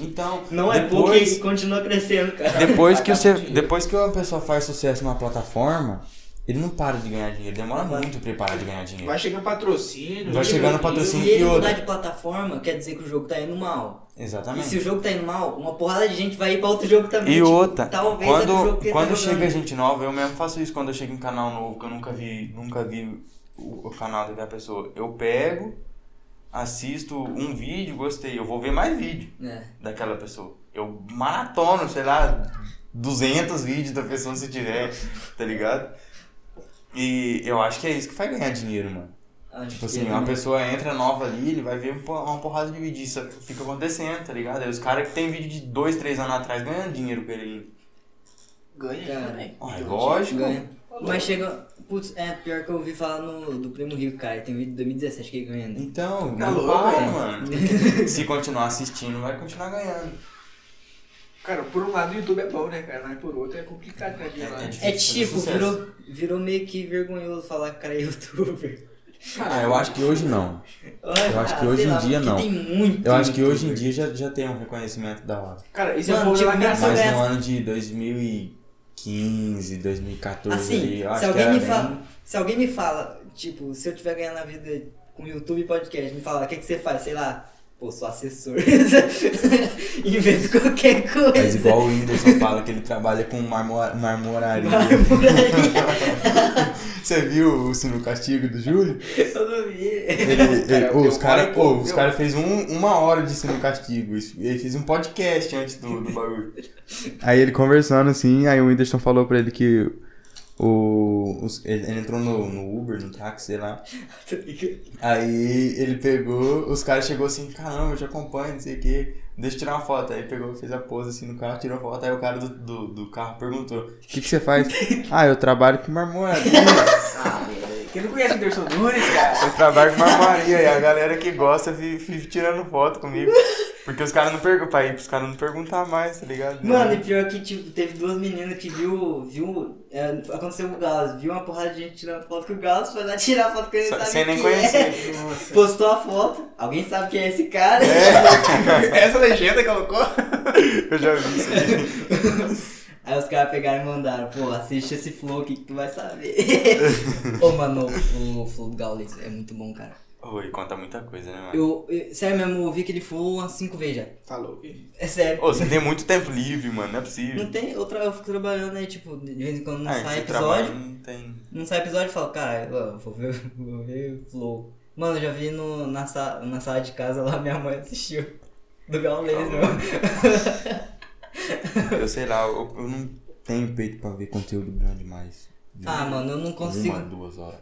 [SPEAKER 3] Então,
[SPEAKER 1] Não é pouco
[SPEAKER 3] depois,
[SPEAKER 1] e continua crescendo, cara.
[SPEAKER 3] depois que
[SPEAKER 2] Vai
[SPEAKER 3] você,
[SPEAKER 2] dar dinheiro.
[SPEAKER 3] depois que uma pessoa faz sucesso numa plataforma, ele não para de ganhar dinheiro, demora
[SPEAKER 1] Vai.
[SPEAKER 3] muito pra ele parar de ganhar dinheiro.
[SPEAKER 2] Vai chegando patrocínio.
[SPEAKER 3] Vai chegando
[SPEAKER 1] Se
[SPEAKER 3] patrocínio. Assim, e
[SPEAKER 1] ele
[SPEAKER 3] outra.
[SPEAKER 1] mudar de plataforma, quer dizer que o jogo tá indo mal. E se
[SPEAKER 3] Exatamente.
[SPEAKER 1] o jogo tá indo mal, uma porrada de gente vai ir pra outro jogo também.
[SPEAKER 3] E
[SPEAKER 1] Tipo,
[SPEAKER 3] outra,
[SPEAKER 1] talvez é do jogo
[SPEAKER 3] quando,
[SPEAKER 1] que ele
[SPEAKER 3] quando
[SPEAKER 1] tá
[SPEAKER 3] chega
[SPEAKER 1] jogando.
[SPEAKER 3] gente nova, eu mesmo faço isso quando eu chego em canal novo, que eu nunca vi, nunca vi o, o canal da pessoa. Eu pego, assisto um vídeo, gostei, eu vou ver mais vídeo.
[SPEAKER 1] É.
[SPEAKER 3] daquela pessoa. Eu maratono, sei lá, 200 vídeos da pessoa se tiver, tá ligado? E eu acho que é isso que vai ganhar dinheiro, mano.
[SPEAKER 1] Acho
[SPEAKER 3] Tipo
[SPEAKER 1] que é
[SPEAKER 3] assim, uma pessoa entra nova ali, ele vai ver um po- uma porrada de vídeo, isso é, fica acontecendo, tá ligado? Aí os caras que tem vídeo de 2, 3 anos atrás ganhando dinheiro com ele.
[SPEAKER 2] Ganha né?
[SPEAKER 1] Cara.
[SPEAKER 2] também.
[SPEAKER 3] Ah, é lógico.
[SPEAKER 1] ganha. Mas chega. Putz, é pior que eu ouvi falar no, do Primo Rico, cara. Tem um vídeo de 2017 que ele né? ganhando.
[SPEAKER 3] Então,
[SPEAKER 2] Tá
[SPEAKER 3] não
[SPEAKER 2] louco,
[SPEAKER 3] para,
[SPEAKER 2] né?
[SPEAKER 3] mano. Se continuar assistindo, vai continuar ganhando.
[SPEAKER 2] Cara, por um lado o YouTube é bom, né, cara? Mas por outro é complicado, né? de
[SPEAKER 3] É,
[SPEAKER 2] lá.
[SPEAKER 3] é difícil.
[SPEAKER 1] É
[SPEAKER 3] Fez
[SPEAKER 1] tipo,
[SPEAKER 3] sucesso.
[SPEAKER 1] virou, virou meio que vergonhoso falar que o cara é youtuber. Ah,
[SPEAKER 3] Ah, eu acho que hoje não.
[SPEAKER 1] Eu
[SPEAKER 3] acho que hoje em dia, não.
[SPEAKER 1] Tem muito
[SPEAKER 3] Eu acho que hoje em
[SPEAKER 1] youtuber.
[SPEAKER 3] dia já, já tem um reconhecimento da hora.
[SPEAKER 2] Cara, isso é
[SPEAKER 1] Mano,
[SPEAKER 2] bom
[SPEAKER 1] tipo,
[SPEAKER 2] lá
[SPEAKER 1] minha
[SPEAKER 2] graças
[SPEAKER 1] mãe-
[SPEAKER 3] Mas
[SPEAKER 1] Sobre
[SPEAKER 3] no
[SPEAKER 1] essa-
[SPEAKER 3] ano de 2015, 2014 ali,
[SPEAKER 1] Assim,
[SPEAKER 3] eu acho
[SPEAKER 1] se
[SPEAKER 3] que
[SPEAKER 1] alguém,
[SPEAKER 3] era
[SPEAKER 1] me
[SPEAKER 3] bem-
[SPEAKER 1] fala, se alguém me fala, tipo, se eu tiver ganhando a vida com YouTube e podcast, me fala, o que, que você faz? Sei lá, pô, sou assessor. Invento qualquer coisa.
[SPEAKER 3] Mas igual o Whindersson fala que ele trabalha com marmo- marmoraria.
[SPEAKER 1] Vai por aí.
[SPEAKER 3] Você viu o Sino Castigo do Júlio?
[SPEAKER 1] Eu não vi.
[SPEAKER 3] Ele, ele-
[SPEAKER 2] eu-
[SPEAKER 3] ô, os
[SPEAKER 2] eu-
[SPEAKER 3] caras
[SPEAKER 2] eu-
[SPEAKER 3] pô, os
[SPEAKER 2] eu-
[SPEAKER 3] cara fez um- uma hora de Sino Castigo. Isso- Ele fez um podcast antes do, do bagulho.
[SPEAKER 4] Aí ele conversando assim, aí o Whindersson falou pra ele que
[SPEAKER 3] O, os- ele, ele entrou no, no Uber, no táxi, sei lá. Aí ele pegou, os caras chegou assim, caramba, eu te acompanho, não sei o que, deixa eu tirar uma foto. Aí pegou, fez a pose assim no carro, tirou a foto, aí o cara do, do, do carro perguntou,
[SPEAKER 4] o que, que você faz? ah, eu trabalho com marmoraria.
[SPEAKER 2] Ah, velho.
[SPEAKER 3] é
[SPEAKER 2] Quem não conhece o Anderson Nunes, cara?
[SPEAKER 3] eu trabalho com marmaria, e a galera que gosta fica tirando foto comigo. Porque os caras não perguntam, aí pros caras não perguntar mais, tá ligado?
[SPEAKER 1] Mano, e pior que, tipo, teve duas meninas que viu, viu, é, aconteceu com o Galo, viu uma porrada de gente tirando foto com o Galo, foi lá tirar foto com ele,
[SPEAKER 3] Só-
[SPEAKER 1] sabe
[SPEAKER 3] sem nem
[SPEAKER 1] quem
[SPEAKER 3] conhecer. assim, né?
[SPEAKER 1] é. Postou a foto, alguém sabe quem é esse cara.
[SPEAKER 2] Essa legenda colocou?
[SPEAKER 3] Eu já vi isso. aí.
[SPEAKER 1] Aí os caras pegaram e mandaram, pô, assiste esse flow aqui que tu vai saber. Ô, mano, o, o flow do Gaules é muito bom, cara.
[SPEAKER 3] Oi, conta muita coisa, né, mano?
[SPEAKER 1] Eu, eu- sério mesmo, eu ouvi aquele flow umas 5 vezes já.
[SPEAKER 2] Tá louco.
[SPEAKER 1] É sério.
[SPEAKER 3] Ô, você tem muito tempo livre, mano, não é possível.
[SPEAKER 1] Não tem outra, eu fico trabalhando aí, tipo, de vez em quando não
[SPEAKER 3] Ah, você
[SPEAKER 1] sai
[SPEAKER 3] trabalha,
[SPEAKER 1] episódio.
[SPEAKER 3] não tem...
[SPEAKER 1] Não sai episódio e falo, cara, eu vou ver, vou ver o flow. Mano, eu já vi no, na, sa- na sala de casa lá, minha mãe assistiu. Do Gaules, meu.
[SPEAKER 3] Eu sei lá, eu, eu não tenho peito pra ver conteúdo grande mais. de
[SPEAKER 1] Ah, mano, eu não consigo.
[SPEAKER 3] Uma, duas horas.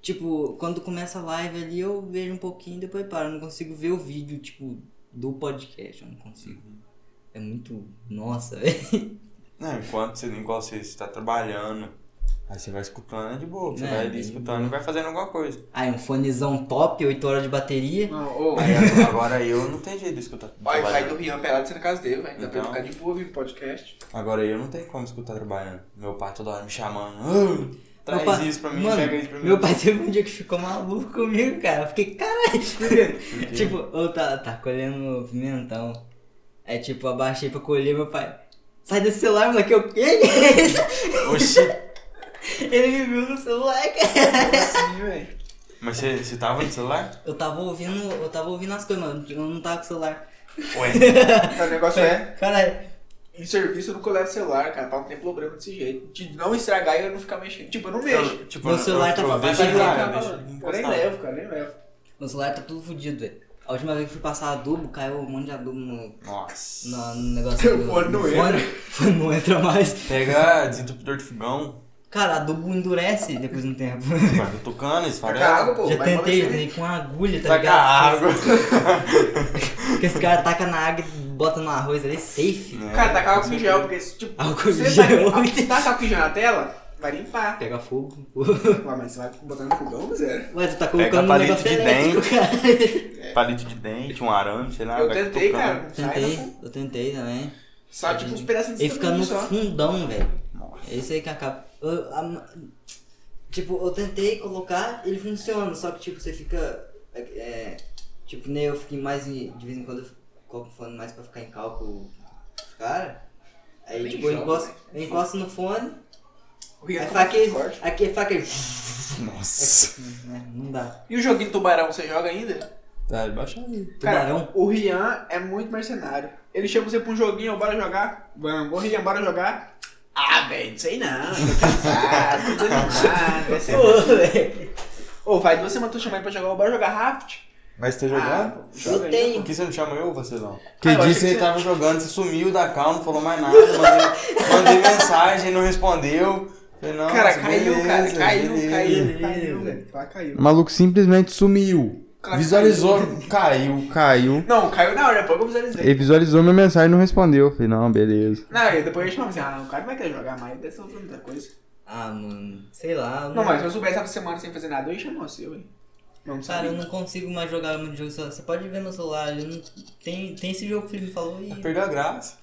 [SPEAKER 1] Tipo, quando começa a live ali, eu vejo um pouquinho e depois paro. Eu não consigo ver o vídeo, tipo, do podcast. Eu não consigo. É muito. Nossa, velho.
[SPEAKER 3] Não, enquanto você, igual você, você tá trabalhando, aí você vai escutando é de boa. Você
[SPEAKER 1] É,
[SPEAKER 3] vai
[SPEAKER 1] bem
[SPEAKER 3] ali escutando e vai fazendo alguma coisa.
[SPEAKER 1] Aí, um fonezão top, 8 horas de bateria.
[SPEAKER 2] Não, ô.
[SPEAKER 3] Aí a- É, agora eu não tenho jeito de escutar.
[SPEAKER 2] Olha, vai do
[SPEAKER 3] trabalhando.
[SPEAKER 2] Rian é pelado você na casa dele, velho. Dá pra ele
[SPEAKER 3] Então.
[SPEAKER 2] ficar de boa ouvindo podcast.
[SPEAKER 3] Agora eu não tenho como escutar trabalhando. Meu pai toda hora me chamando. "Ah, Traz
[SPEAKER 1] Meu pai-
[SPEAKER 3] isso pra mim,
[SPEAKER 1] Mano,
[SPEAKER 3] pega isso pra mim.
[SPEAKER 1] Meu pai teve um dia que ficou maluco comigo, cara. Eu fiquei, caralho. É, tipo, eu tá, tá colhendo pimentão. Aí, tipo, abaixei pra colher, meu pai. Sai desse celular, moleque. Eu, que que é isso?
[SPEAKER 3] Oxi.
[SPEAKER 1] Ele me viu no celular, cara.
[SPEAKER 2] Assim, velho.
[SPEAKER 3] Mas você, você tava no celular?
[SPEAKER 1] Eu tava ouvindo, eu tava ouvindo as coisas, mano. Eu não tava com o celular.
[SPEAKER 3] Ué.
[SPEAKER 2] O
[SPEAKER 3] Tá
[SPEAKER 2] negócio é,
[SPEAKER 1] Caralho.
[SPEAKER 2] em serviço eu nunca levo celular, cara, pra não ter problema desse jeito. De não estragar e eu não ficar mexendo. Tipo, eu não
[SPEAKER 1] Então,
[SPEAKER 2] mexo.
[SPEAKER 3] Eu, tipo,
[SPEAKER 1] Meu
[SPEAKER 3] eu-
[SPEAKER 1] celular
[SPEAKER 3] eu-
[SPEAKER 1] tá né?
[SPEAKER 3] eu-
[SPEAKER 1] pra-
[SPEAKER 3] Deixa
[SPEAKER 1] vai
[SPEAKER 3] eu lá,
[SPEAKER 1] ligar,
[SPEAKER 3] deixa
[SPEAKER 2] Eu
[SPEAKER 3] eu
[SPEAKER 2] nem
[SPEAKER 3] encostar.
[SPEAKER 2] levo, cara, nem levo.
[SPEAKER 1] Meu celular tá tudo fodido, velho. A última vez que fui passar adubo, caiu um monte de adubo no,
[SPEAKER 3] Nossa.
[SPEAKER 1] no, no negócio.
[SPEAKER 2] Teu
[SPEAKER 1] do-
[SPEAKER 2] fone
[SPEAKER 1] no
[SPEAKER 2] não entra.
[SPEAKER 1] Fone não entra mais.
[SPEAKER 3] Pega desentupidor de fogão.
[SPEAKER 1] Cara, adubo endurece depois de um tempo.
[SPEAKER 3] Vai cutucando, esfarela.
[SPEAKER 2] Taca água, pô.
[SPEAKER 1] Já
[SPEAKER 2] vai
[SPEAKER 1] tentei,
[SPEAKER 2] emagrecer.
[SPEAKER 1] né, com uma agulha, tá
[SPEAKER 3] Taca
[SPEAKER 1] ligado?
[SPEAKER 3] água.
[SPEAKER 1] Porque esse cara taca na água e bota no arroz ali, safe.
[SPEAKER 3] É,
[SPEAKER 2] Cara, tacar
[SPEAKER 3] com
[SPEAKER 2] álcool em gel, porque se tipo,
[SPEAKER 1] Álcool em
[SPEAKER 2] você
[SPEAKER 1] gel.
[SPEAKER 2] vai- se tacar álcool em gel na tela, vai limpar.
[SPEAKER 1] Pega fogo.
[SPEAKER 2] Ué, mas você vai botar no fogão, zero.
[SPEAKER 1] Ué, tu tá
[SPEAKER 3] Pega
[SPEAKER 1] colocando um
[SPEAKER 3] palito
[SPEAKER 1] negócio
[SPEAKER 3] de
[SPEAKER 1] elétrico, cara.
[SPEAKER 3] Palito de dente, um arame,
[SPEAKER 1] Ah,
[SPEAKER 3] sei lá.
[SPEAKER 2] eu
[SPEAKER 3] vai
[SPEAKER 2] tentei,
[SPEAKER 3] cutucando.
[SPEAKER 2] cara, não sai
[SPEAKER 1] Tentei,
[SPEAKER 2] não.
[SPEAKER 1] eu tentei também.
[SPEAKER 2] Só tipo uns pedacinhos de
[SPEAKER 1] Ele fica no
[SPEAKER 2] sanduíche só.
[SPEAKER 1] fundão, velho.
[SPEAKER 3] Nossa.
[SPEAKER 1] É isso aí que acaba. Eu- a- tipo, eu tentei colocar, ele funciona, só que tipo, você fica. é, tipo, nem eu fiquei mais em- de vez em quando eu coloco o fone mais pra ficar em cálculo os cara. Aí
[SPEAKER 2] Nem
[SPEAKER 1] tipo, eu
[SPEAKER 2] joga,
[SPEAKER 1] encosto,
[SPEAKER 2] velho.
[SPEAKER 1] eu encosto no fone,
[SPEAKER 2] O
[SPEAKER 1] aí
[SPEAKER 2] Rian tá
[SPEAKER 1] faz aquele.
[SPEAKER 2] forte.
[SPEAKER 1] É Aqui é faz aquele.
[SPEAKER 3] Nossa.
[SPEAKER 1] né, Não dá.
[SPEAKER 2] E o joguinho do tubarão, você joga ainda?
[SPEAKER 3] Tá, baixa aí.
[SPEAKER 1] Tubarão?
[SPEAKER 2] Cara, o Rian é muito mercenário. Ele chama você pra um joguinho, bora jogar? Vamos. Ô Rian, bora jogar? Ah, velho, não sei não. Tô cansado, tô desanimado. vai ser-
[SPEAKER 1] Ô, velho.
[SPEAKER 2] Ô, faz duas semanas que eu tô chamando pra jogar, bora jogar Raft?
[SPEAKER 3] Mas você tá jogando?
[SPEAKER 2] Ah, joga
[SPEAKER 1] Eu
[SPEAKER 2] aí.
[SPEAKER 1] tenho.
[SPEAKER 3] Por que você não chama eu, vacilão?
[SPEAKER 2] Ah,
[SPEAKER 3] Quem
[SPEAKER 2] eu achei
[SPEAKER 3] disse
[SPEAKER 2] que
[SPEAKER 3] ele
[SPEAKER 2] você-
[SPEAKER 3] tava jogando, você sumiu da calma, não falou mais nada, mandei, mandei mensagem, não respondeu. Falei, não,
[SPEAKER 2] Cara,
[SPEAKER 3] mas
[SPEAKER 2] caiu, cara,
[SPEAKER 3] beleza,
[SPEAKER 2] caiu,
[SPEAKER 3] beleza.
[SPEAKER 2] caiu,
[SPEAKER 1] beleza.
[SPEAKER 2] caiu, velho. Lá caiu.
[SPEAKER 4] O maluco simplesmente sumiu.
[SPEAKER 2] Cara,
[SPEAKER 4] visualizou, caiu, caiu.
[SPEAKER 2] Não, caiu na hora, depois eu visualizei.
[SPEAKER 4] Ele visualizou minha mensagem e não respondeu. Eu Falei, não, beleza.
[SPEAKER 2] Não, e depois eu chamava assim, ah, o cara não vai querer jogar mais, deve ser outra coisa.
[SPEAKER 1] Ah, mano. Sei lá.
[SPEAKER 2] Não, mas se eu soubesse essa semana sem fazer nada, eu ia chamar o seu, hein. Vamos
[SPEAKER 1] Cara, eu
[SPEAKER 2] saber.
[SPEAKER 1] não consigo mais jogar muito jogo. só- Você pode ver no celular. eu não- tem, tem esse jogo que ele me falou e.
[SPEAKER 3] Perdeu a graça.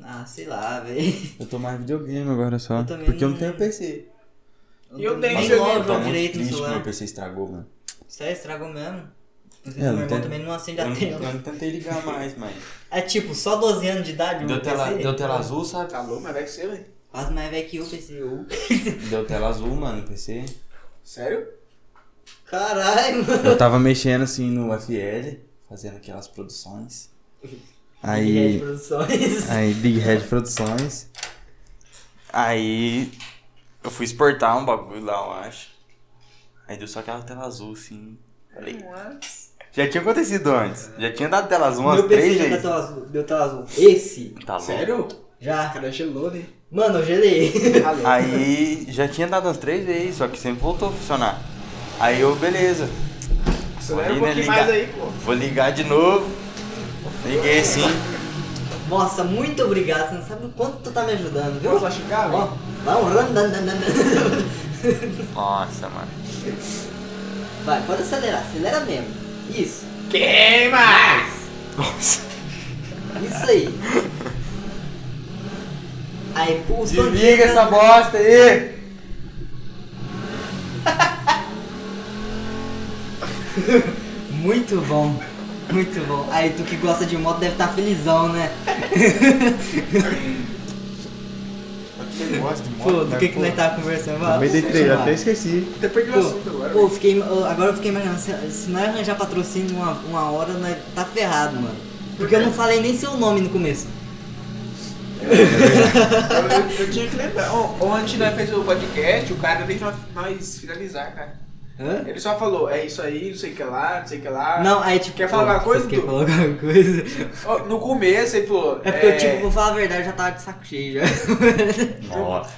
[SPEAKER 1] Ah, sei lá, velho.
[SPEAKER 4] Eu tô mais videogame agora só.
[SPEAKER 1] Eu também
[SPEAKER 4] Porque eu
[SPEAKER 1] não-
[SPEAKER 4] não tenho PC.
[SPEAKER 2] E eu então. tenho
[SPEAKER 1] nem
[SPEAKER 2] jogo,
[SPEAKER 1] logo
[SPEAKER 2] eu tô
[SPEAKER 1] jogo
[SPEAKER 2] muito
[SPEAKER 1] direito no
[SPEAKER 3] que meu
[SPEAKER 1] celular.
[SPEAKER 3] PC estragou, mano.
[SPEAKER 1] Sério, estragou mesmo. Porque
[SPEAKER 4] É,
[SPEAKER 1] meu
[SPEAKER 4] não
[SPEAKER 1] irmão
[SPEAKER 4] tem-
[SPEAKER 1] também não acende
[SPEAKER 3] Eu
[SPEAKER 1] a
[SPEAKER 3] não,
[SPEAKER 1] tela.
[SPEAKER 3] eu
[SPEAKER 2] um
[SPEAKER 3] não tentei ligar mais, mas...
[SPEAKER 1] É tipo, só 12 anos de
[SPEAKER 2] um
[SPEAKER 1] idade.
[SPEAKER 3] Deu
[SPEAKER 1] o
[SPEAKER 3] tela,
[SPEAKER 1] PC.
[SPEAKER 3] deu tela azul, sabe?
[SPEAKER 2] Tá louco, mas vai ser, velho.
[SPEAKER 1] Quase mais velho que eu, PC. eu.
[SPEAKER 3] Deu tela azul, mano, no PC.
[SPEAKER 2] Sério?
[SPEAKER 1] Caralho, mano.
[SPEAKER 4] Eu tava mexendo
[SPEAKER 3] Assim,
[SPEAKER 4] assim no.
[SPEAKER 3] no FL, fazendo aquelas produções.
[SPEAKER 1] Red
[SPEAKER 4] Aí.
[SPEAKER 1] Produções.
[SPEAKER 4] Aí, Big Head Produções.
[SPEAKER 3] Aí eu fui exportar um bagulho lá, eu acho. Aí deu só aquela tela azul, assim. Falei, Já tinha acontecido antes. Já tinha dado tela azul umas
[SPEAKER 1] Meu PC
[SPEAKER 3] três
[SPEAKER 1] já tá deu
[SPEAKER 3] vezes.
[SPEAKER 1] tela azul. Deu tela azul. Esse?
[SPEAKER 3] Tá louco.
[SPEAKER 2] Sério? O
[SPEAKER 1] Já.
[SPEAKER 2] cara gelou, né?
[SPEAKER 1] Mano, eu gelei.
[SPEAKER 2] Tá louco.
[SPEAKER 3] Aí já tinha dado umas três vezes, só que sempre voltou a funcionar. Aí eu, beleza.
[SPEAKER 2] Acelera um
[SPEAKER 3] Aí, né,
[SPEAKER 2] pouquinho
[SPEAKER 3] liga-
[SPEAKER 2] mais aí, pô.
[SPEAKER 3] Vou ligar de novo. Liguei assim.
[SPEAKER 1] Nossa, muito obrigado. Você não sabe o quanto tu tá me ajudando, viu?
[SPEAKER 2] Posso lá xingar,
[SPEAKER 1] Ó,
[SPEAKER 2] velho?
[SPEAKER 1] dá um run, dan, dan, dan, dan.
[SPEAKER 3] Nossa, mano.
[SPEAKER 1] Vai, pode acelerar, acelera mesmo. Isso,
[SPEAKER 2] Queima!
[SPEAKER 1] isso aí. Aí, pulso.
[SPEAKER 3] Desliga essa bosta aí!
[SPEAKER 1] Muito bom, muito bom. Aí, tu que gosta de moto deve estar felizão, né?
[SPEAKER 3] Você gosta de
[SPEAKER 1] Pô, do que que nós tava conversando?
[SPEAKER 4] Também dei três,
[SPEAKER 1] Vamos lá.
[SPEAKER 4] até esqueci.
[SPEAKER 2] Até É perdi o assunto
[SPEAKER 1] Pô,
[SPEAKER 2] agora.
[SPEAKER 1] pô,
[SPEAKER 2] velho.
[SPEAKER 1] fiquei, eu- agora eu fiquei imaginando, se, se nós arranjar patrocínio uma, uma hora, nós tá ferrado, mano. Porque eu não falei nem seu nome no começo.
[SPEAKER 2] Eu, eu- eu tinha que lembrar. Ó, Ontem nós fez o podcast, o cara deixou nós finalizar, cara.
[SPEAKER 1] Hã?
[SPEAKER 2] Ele só falou, é isso aí, não sei o que lá, não sei o que lá.
[SPEAKER 1] Não, aí tipo.
[SPEAKER 2] Quer falar
[SPEAKER 1] pô,
[SPEAKER 2] alguma coisa,
[SPEAKER 1] vocês Quer
[SPEAKER 2] Du?
[SPEAKER 1] falar alguma coisa?
[SPEAKER 2] Ó, No começo ele falou.
[SPEAKER 1] É porque eu, tipo, vou falar a verdade, eu já tava de saco cheio já.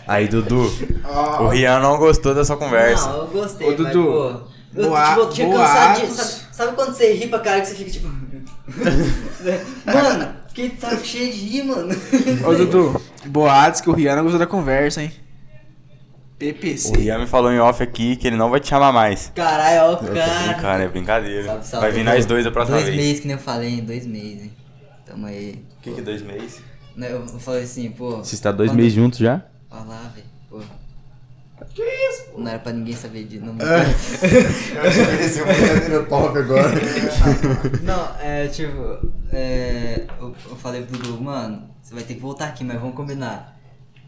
[SPEAKER 3] Aí, Dudu,
[SPEAKER 2] ó,
[SPEAKER 3] o Rian não gostou dessa conversa.
[SPEAKER 1] Não, eu gostei,
[SPEAKER 4] Ô,
[SPEAKER 1] mas,
[SPEAKER 4] Dudu,
[SPEAKER 1] pô... Eu,
[SPEAKER 2] boa-
[SPEAKER 1] tipo, eu tinha cansado de...
[SPEAKER 2] boatos.
[SPEAKER 1] Sabe, sabe quando você ri pra cara que você fica, tipo... mano, fiquei de saco cheio de rir, mano.
[SPEAKER 2] Ô Dudu, boatos que o Rihanna gostou da conversa, hein?
[SPEAKER 3] O
[SPEAKER 2] PPC.
[SPEAKER 3] Rian me falou em off aqui que ele não vai te chamar mais.
[SPEAKER 1] Caralho, ó o
[SPEAKER 3] Eu tô
[SPEAKER 1] cara.
[SPEAKER 3] brincando, é brincadeira.
[SPEAKER 1] Salve, salve,
[SPEAKER 3] vai vir
[SPEAKER 1] Dudu.
[SPEAKER 3] nós dois a próxima
[SPEAKER 1] dois
[SPEAKER 3] vez.
[SPEAKER 1] meses, que nem eu falei, hein? Dois meses, hein? Tamo aí.
[SPEAKER 3] O que, que dois meses?
[SPEAKER 1] Né, Eu eu falei assim, pô...
[SPEAKER 4] Vocês tá dois
[SPEAKER 1] quando-
[SPEAKER 4] meses juntos já?
[SPEAKER 1] Olha lá, velho. Pô. Que isso? Não era pra ninguém saber de... Não,
[SPEAKER 3] Eu achei
[SPEAKER 1] é
[SPEAKER 3] que ele ia ser um verdadeiro top agora.
[SPEAKER 1] não é, tipo... É, o, eu, eu falei pro Dudu, mano, você vai ter que voltar aqui, mas vamos combinar.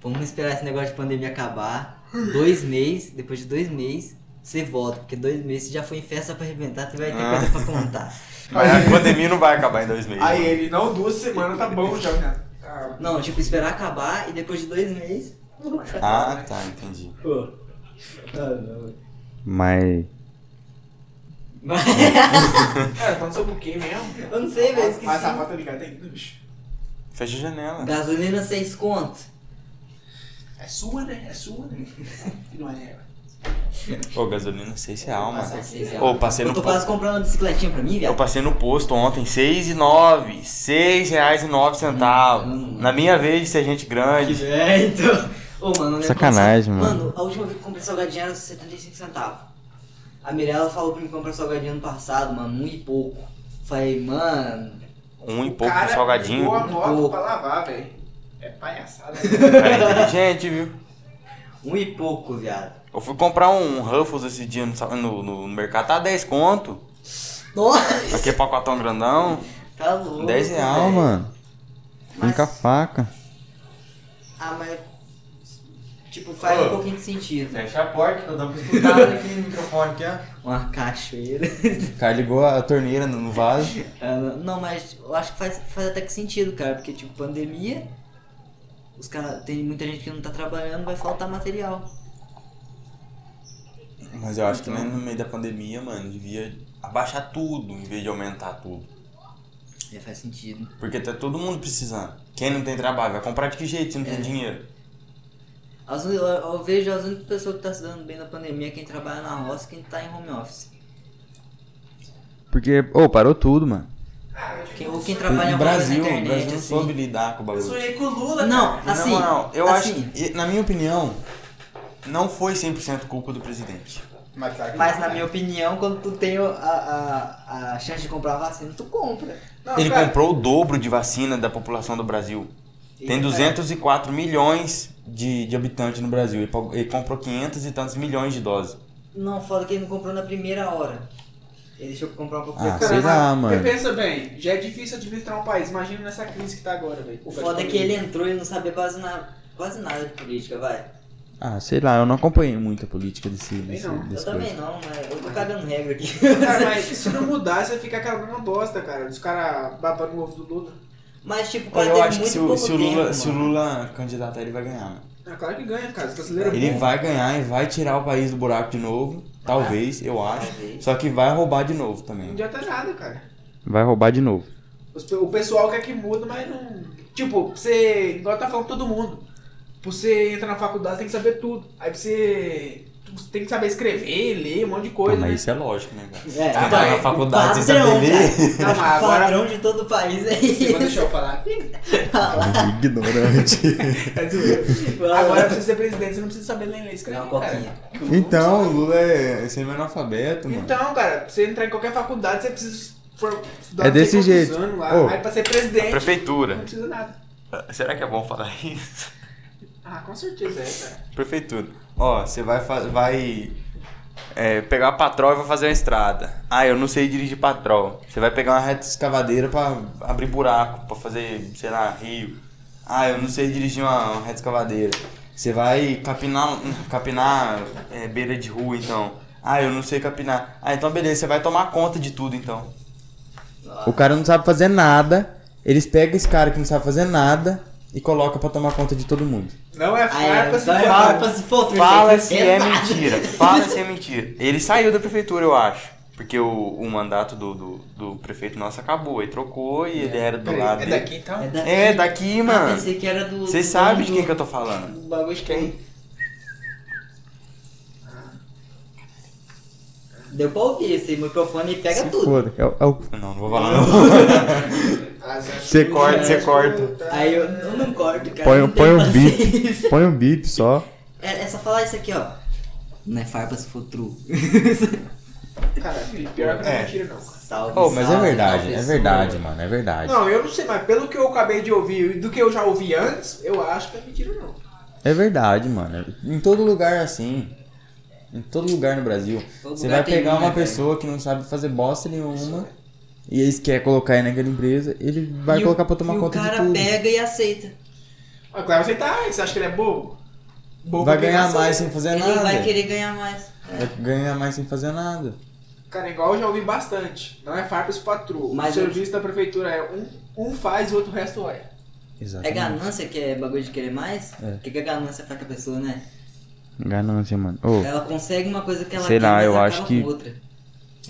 [SPEAKER 1] Vamos esperar esse negócio de pandemia acabar. Dois meses, depois de dois meses, você volta, porque dois meses você já foi em festa pra arrebentar, você vai ter coisa pra contar.
[SPEAKER 3] Mas a pandemia não vai acabar em dois meses.
[SPEAKER 2] Aí ele, não, duas semanas tá bom já, né? Ah,
[SPEAKER 1] Não, tipo, esperar acabar e depois de dois meses.
[SPEAKER 3] Ah, tá, entendi.
[SPEAKER 1] Pô. Ah, não.
[SPEAKER 4] Mas.
[SPEAKER 1] Mas,
[SPEAKER 2] Cara, falando sobre o quê mesmo?
[SPEAKER 1] eu não sei, velho, esqueci.
[SPEAKER 2] Mas a porta ligada ainda, é bicho.
[SPEAKER 3] Fecha a janela.
[SPEAKER 1] Gasolina seis conto.
[SPEAKER 2] É sua, né? É sua, né? Não é ela.
[SPEAKER 3] Ô, gasolina, seis real, mano.
[SPEAKER 1] Nossa, seis reais.
[SPEAKER 3] é Ô, passei
[SPEAKER 1] Eu
[SPEAKER 3] no
[SPEAKER 1] tô
[SPEAKER 3] posto.
[SPEAKER 1] quase comprando uma bicicletinha pra mim,
[SPEAKER 3] Eu
[SPEAKER 1] viado.
[SPEAKER 3] passei no posto ontem, seis e nove. Seis reais e nove centavos.
[SPEAKER 1] Hum.
[SPEAKER 3] Na minha vez de ser gente grande.
[SPEAKER 1] É, então. Ô, mano, eu lembro
[SPEAKER 4] Sacanagem,
[SPEAKER 1] quando-
[SPEAKER 4] mano.
[SPEAKER 1] Mano, a última vez que eu comprei salgadinho era 75 centavos. A Mirella falou pra mim comprar salgadinho ano passado, mano, um e pouco. Falei, mano.
[SPEAKER 3] Um e
[SPEAKER 2] O
[SPEAKER 3] pouco
[SPEAKER 2] cara
[SPEAKER 3] pro salgadinho.
[SPEAKER 2] pegou a moto
[SPEAKER 1] Pouco.
[SPEAKER 2] pra lavar, velho. É palhaçada.
[SPEAKER 3] Cara inteligente, viu?
[SPEAKER 1] Um e pouco, viado.
[SPEAKER 3] Eu fui comprar um Ruffles esse dia no, sal- no- no mercado, tá 10 conto.
[SPEAKER 1] Nossa!
[SPEAKER 3] Aqui é pacotão grandão.
[SPEAKER 1] Tá louco.
[SPEAKER 3] 10 real,
[SPEAKER 4] Não,
[SPEAKER 1] velho.
[SPEAKER 4] mano. Vem
[SPEAKER 1] Mas-
[SPEAKER 4] com a faca.
[SPEAKER 1] Ah, mas. Tipo, faz
[SPEAKER 3] Ô.
[SPEAKER 1] um pouquinho de sentido.
[SPEAKER 3] Fecha a porta, eu dou pra escutar aqui no microfone aqui, ó.
[SPEAKER 1] Uma cachoeira.
[SPEAKER 3] O cara ligou a torneira no no vaso.
[SPEAKER 1] Ah, não- não, mas eu acho que faz, faz até que sentido, cara, porque, tipo, pandemia. Os caras. Tem muita gente que não tá trabalhando, vai faltar material.
[SPEAKER 3] Mas eu acho que né, no meio da pandemia, mano, devia abaixar tudo em vez de aumentar tudo.
[SPEAKER 1] É, faz sentido.
[SPEAKER 3] Porque tá todo mundo precisando. Quem não tem trabalho vai comprar de que jeito se não
[SPEAKER 1] É.
[SPEAKER 3] tem dinheiro?
[SPEAKER 1] As un- eu, eu vejo as únicas pessoas que tá se dando bem na pandemia é quem trabalha na roça e quem tá em home office.
[SPEAKER 4] Porque, ô, parou tudo, mano.
[SPEAKER 1] Quem, ou quem trabalha mais
[SPEAKER 3] O Brasil,
[SPEAKER 1] na
[SPEAKER 3] o
[SPEAKER 1] internet,
[SPEAKER 3] Brasil não
[SPEAKER 1] assim.
[SPEAKER 3] soube lidar com o
[SPEAKER 2] Eu
[SPEAKER 3] bagulho.
[SPEAKER 2] sonhei com o Lula,
[SPEAKER 1] Não,
[SPEAKER 3] Na
[SPEAKER 1] assim.
[SPEAKER 3] moral, eu
[SPEAKER 1] assim,
[SPEAKER 3] acho que, na minha opinião, não foi 100% culpa do presidente.
[SPEAKER 1] Ah,
[SPEAKER 2] Mas, claro que
[SPEAKER 1] Mas
[SPEAKER 2] não,
[SPEAKER 1] na
[SPEAKER 2] né?
[SPEAKER 1] minha opinião, quando tu tem a, a, a chance de comprar a vacina, tu compra.
[SPEAKER 2] Não,
[SPEAKER 3] Ele
[SPEAKER 2] cara,
[SPEAKER 3] comprou o dobro de vacina da população do Brasil. Tem
[SPEAKER 1] Ele-
[SPEAKER 3] 204 milhões de, de habitantes no Brasil. Ele, pag- ele comprou 500 e tantos milhões de doses.
[SPEAKER 1] Não, fala que ele não comprou na primeira hora. Ele deixou pra comprar um pouco
[SPEAKER 4] Ah,
[SPEAKER 1] depois.
[SPEAKER 4] sei lá,
[SPEAKER 2] mas-
[SPEAKER 4] mano.
[SPEAKER 2] Porque pensa bem, já é difícil administrar um país. Imagina nessa crise que tá agora, velho.
[SPEAKER 1] O foda é que ele entrou e não sabia quase, na, quase nada de política, vai.
[SPEAKER 4] Ah, sei lá, eu não acompanhei muito a política desse. desse,
[SPEAKER 2] não.
[SPEAKER 1] Eu
[SPEAKER 4] desse
[SPEAKER 1] também não, mas eu tô cagando regra aqui.
[SPEAKER 2] Cara, mas se não mudar, você fica aquela mesma bosta, cara. Os caras babando o ovo do Lula.
[SPEAKER 1] Mas tipo, o cara
[SPEAKER 3] Eu
[SPEAKER 1] teve
[SPEAKER 3] acho que
[SPEAKER 1] muito
[SPEAKER 3] se, o-
[SPEAKER 1] pouco
[SPEAKER 3] se o Lula,
[SPEAKER 1] tempo,
[SPEAKER 3] se o
[SPEAKER 1] mano.
[SPEAKER 3] Lula candidatar, ele vai ganhar. mano.
[SPEAKER 2] É claro que ganha, cara. Os
[SPEAKER 1] Tá
[SPEAKER 2] brasileiros
[SPEAKER 3] Ele
[SPEAKER 2] bom.
[SPEAKER 3] vai ganhar e vai tirar o país do buraco de novo. Talvez, eu acho.
[SPEAKER 1] Talvez.
[SPEAKER 3] Só que vai roubar de novo
[SPEAKER 2] Não
[SPEAKER 3] também.
[SPEAKER 2] adianta nada, cara.
[SPEAKER 4] Vai roubar de novo.
[SPEAKER 2] Os pe- O pessoal quer que muda, mas não. Tipo, você. Igual tá falando todo mundo. Pra você entrar na faculdade, você tem que saber tudo. Aí pra você. Você tem que saber escrever, ler, um monte de
[SPEAKER 4] Pô,
[SPEAKER 2] coisa.
[SPEAKER 4] mas
[SPEAKER 2] né?
[SPEAKER 4] isso é lógico, né, cara?
[SPEAKER 1] É,
[SPEAKER 3] Tá
[SPEAKER 2] vai.
[SPEAKER 3] na faculdade tá sem
[SPEAKER 1] Padrão,
[SPEAKER 3] saber ler.
[SPEAKER 2] Não, mas
[SPEAKER 1] O
[SPEAKER 2] agora.
[SPEAKER 1] padrão de todo o país é
[SPEAKER 2] Você vai
[SPEAKER 1] isso.
[SPEAKER 2] deixar eu falar.
[SPEAKER 1] tá
[SPEAKER 4] Ignorante.
[SPEAKER 2] Agora,
[SPEAKER 1] Tipo,
[SPEAKER 2] pra você ser presidente, você não precisa saber nem ler e escrever.
[SPEAKER 1] Dá uma
[SPEAKER 2] cara.
[SPEAKER 1] copinha.
[SPEAKER 2] Que o Lula
[SPEAKER 3] Então, o Lula é semi-analfabeto, mano.
[SPEAKER 2] Então, cara, pra você entrar em qualquer faculdade, você precisa for- estudar
[SPEAKER 4] É
[SPEAKER 2] não sei
[SPEAKER 4] desse
[SPEAKER 2] quantos
[SPEAKER 4] jeito.
[SPEAKER 2] anos lá.
[SPEAKER 4] Ô,
[SPEAKER 2] Aí pra ser presidente, não
[SPEAKER 3] Prefeitura.
[SPEAKER 2] precisa nada.
[SPEAKER 3] Será que é bom falar isso?
[SPEAKER 2] Ah, com certeza é, cara.
[SPEAKER 3] Prefeitura. Ó, você vai, fa- vai é, pegar a patrol e vai fazer uma estrada. Ah, eu não sei dirigir patrol. Você vai pegar uma reta escavadeira pra abrir buraco, pra fazer, sei lá, rio. Ah, eu não sei dirigir uma, uma reta escavadeira. Você vai capinar, capinar é, beira de rua, então. Ah, eu não sei capinar. Ah, então beleza, você vai tomar conta de tudo, então.
[SPEAKER 4] o cara não sabe fazer nada. Eles pegam esse cara que não sabe fazer nada e colocam pra tomar conta de todo mundo.
[SPEAKER 2] Não é
[SPEAKER 1] Aí,
[SPEAKER 2] falar pra se
[SPEAKER 1] vai,
[SPEAKER 2] formar.
[SPEAKER 1] vai pra se foder.
[SPEAKER 3] Fala se é mentira. Fala se é mentira. Ele saiu da prefeitura, eu acho. Porque o, o mandato do, do, do prefeito nosso acabou. Ele trocou e ele era do
[SPEAKER 2] Peraí,
[SPEAKER 3] lado
[SPEAKER 2] É
[SPEAKER 3] dele.
[SPEAKER 2] daqui então?
[SPEAKER 1] É daqui.
[SPEAKER 3] É, daqui,
[SPEAKER 1] Eu
[SPEAKER 3] mano.
[SPEAKER 1] pensei que era do.
[SPEAKER 3] Você
[SPEAKER 1] do
[SPEAKER 3] sabe
[SPEAKER 1] dono
[SPEAKER 3] de
[SPEAKER 1] do-
[SPEAKER 3] quem que eu tô falando.
[SPEAKER 1] Do bagulho de quem? Deu pra ouvir esse microfone e pega tudo.
[SPEAKER 4] Foda. É, o- é o-
[SPEAKER 3] Não, não vou falar não.
[SPEAKER 2] Você
[SPEAKER 1] É.
[SPEAKER 3] corta, você corta.
[SPEAKER 1] Aí eu, eu não corto, cara.
[SPEAKER 4] põe,
[SPEAKER 1] não
[SPEAKER 4] põe
[SPEAKER 1] tem
[SPEAKER 4] um
[SPEAKER 1] paciência.
[SPEAKER 4] bip. Põe um bip só.
[SPEAKER 1] É, é só falar isso aqui, ó. Não é farpa se for true.
[SPEAKER 2] Cara, pior que não
[SPEAKER 3] É.
[SPEAKER 2] é mentira, não. cara.
[SPEAKER 1] salve,
[SPEAKER 3] Oh,
[SPEAKER 4] Mas é
[SPEAKER 1] salve,
[SPEAKER 4] verdade,
[SPEAKER 1] salve,
[SPEAKER 4] é
[SPEAKER 1] pessoa.
[SPEAKER 4] verdade, mano, é verdade.
[SPEAKER 2] Não, eu não sei, mas pelo que eu acabei de ouvir e do que eu já ouvi antes, eu acho que é mentira, não.
[SPEAKER 4] É verdade, mano. Em todo lugar é assim. Em todo lugar no Brasil.
[SPEAKER 1] Todo
[SPEAKER 4] Você
[SPEAKER 1] lugar
[SPEAKER 4] vai
[SPEAKER 1] tem
[SPEAKER 4] pegar
[SPEAKER 1] um, né,
[SPEAKER 4] uma
[SPEAKER 1] velho?
[SPEAKER 4] pessoa que não sabe fazer bosta nenhuma
[SPEAKER 3] E eles querem colocar ele naquela empresa, ele vai
[SPEAKER 1] E o-
[SPEAKER 3] colocar pra tomar
[SPEAKER 1] e
[SPEAKER 3] conta
[SPEAKER 1] o
[SPEAKER 3] de
[SPEAKER 1] cara
[SPEAKER 3] tudo.
[SPEAKER 1] pega e aceita.
[SPEAKER 2] Ah, claro, você tá. Você acha que ele é bobo? bobo
[SPEAKER 3] Vai
[SPEAKER 2] tem
[SPEAKER 3] ganhar
[SPEAKER 2] ação.
[SPEAKER 3] mais sem fazer
[SPEAKER 1] ele
[SPEAKER 3] nada.
[SPEAKER 1] vai querer ganhar mais. É.
[SPEAKER 3] Vai ganhar mais sem fazer nada.
[SPEAKER 2] Cara, igual eu já ouvi bastante. Não é farpas patrulha. O
[SPEAKER 1] Mas eu-
[SPEAKER 2] serviço da prefeitura é um, um faz e o outro resto olha.
[SPEAKER 1] É
[SPEAKER 3] Exatamente.
[SPEAKER 2] né?
[SPEAKER 1] ganância que é bagulho de querer mais?
[SPEAKER 3] É.
[SPEAKER 1] O que, que a ganância faz com a pessoa, né?
[SPEAKER 3] Ganância, mano. Ô,
[SPEAKER 1] Ela consegue uma coisa que ela
[SPEAKER 3] Sei
[SPEAKER 1] quer,
[SPEAKER 3] lá,
[SPEAKER 1] mas
[SPEAKER 3] eu
[SPEAKER 1] acaba
[SPEAKER 3] acho que-
[SPEAKER 1] com outra.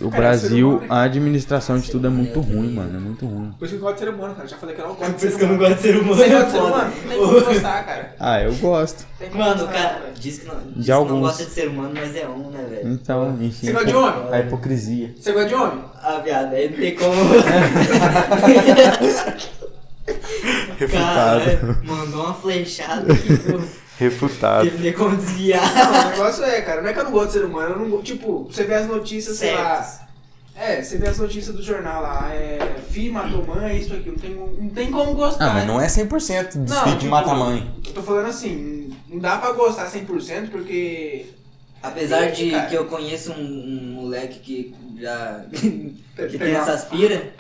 [SPEAKER 3] o
[SPEAKER 2] Cara, ser
[SPEAKER 3] Brasil,
[SPEAKER 2] humano, né?
[SPEAKER 3] a administração de tudo é muito ruim, mano. É muito ruim.
[SPEAKER 2] Por isso que eu gosto de ser humano, cara. Eu já falei que eu não gosto de
[SPEAKER 1] Por
[SPEAKER 2] ser
[SPEAKER 1] isso que eu não
[SPEAKER 2] humano.
[SPEAKER 1] gosto de ser humano. é
[SPEAKER 2] Você gosta de ser
[SPEAKER 1] foda.
[SPEAKER 2] humano? Tem como gostar, cara.
[SPEAKER 3] Ah, eu gosto.
[SPEAKER 2] Tem como
[SPEAKER 1] Mano, o
[SPEAKER 2] gostar,
[SPEAKER 1] cara
[SPEAKER 2] velho.
[SPEAKER 1] diz que não,
[SPEAKER 3] De
[SPEAKER 1] diz que não
[SPEAKER 3] alguns.
[SPEAKER 1] gosta de ser humano, mas é um, né, velho?
[SPEAKER 3] Então, enfim.
[SPEAKER 2] Você gosta de homem?
[SPEAKER 3] A hipocrisia.
[SPEAKER 2] Você gosta de homem?
[SPEAKER 1] Ah, viado, aí não tem como. Caralho, mandou uma flechada que pô,
[SPEAKER 5] Refutado.
[SPEAKER 3] Ah.
[SPEAKER 1] que não tem como desviar.
[SPEAKER 2] Não, o negócio é, cara, não é que eu não gosto de ser humano, eu não go- tipo, você vê as notícias, sei
[SPEAKER 1] Certos.
[SPEAKER 2] lá. É, você vê as notícias do jornal lá, é. Fi matou mãe, isso aqui, não tem, um, não tem como gostar.
[SPEAKER 3] Ah, mas não é 100% desfile de
[SPEAKER 2] tipo,
[SPEAKER 3] mata mãe.
[SPEAKER 2] Eu tô falando assim, não dá pra gostar 100% porque.
[SPEAKER 1] Apesar de
[SPEAKER 2] Cara.
[SPEAKER 1] que eu conheço um, um moleque que já. que tem
[SPEAKER 2] Pegar.
[SPEAKER 1] essas pira,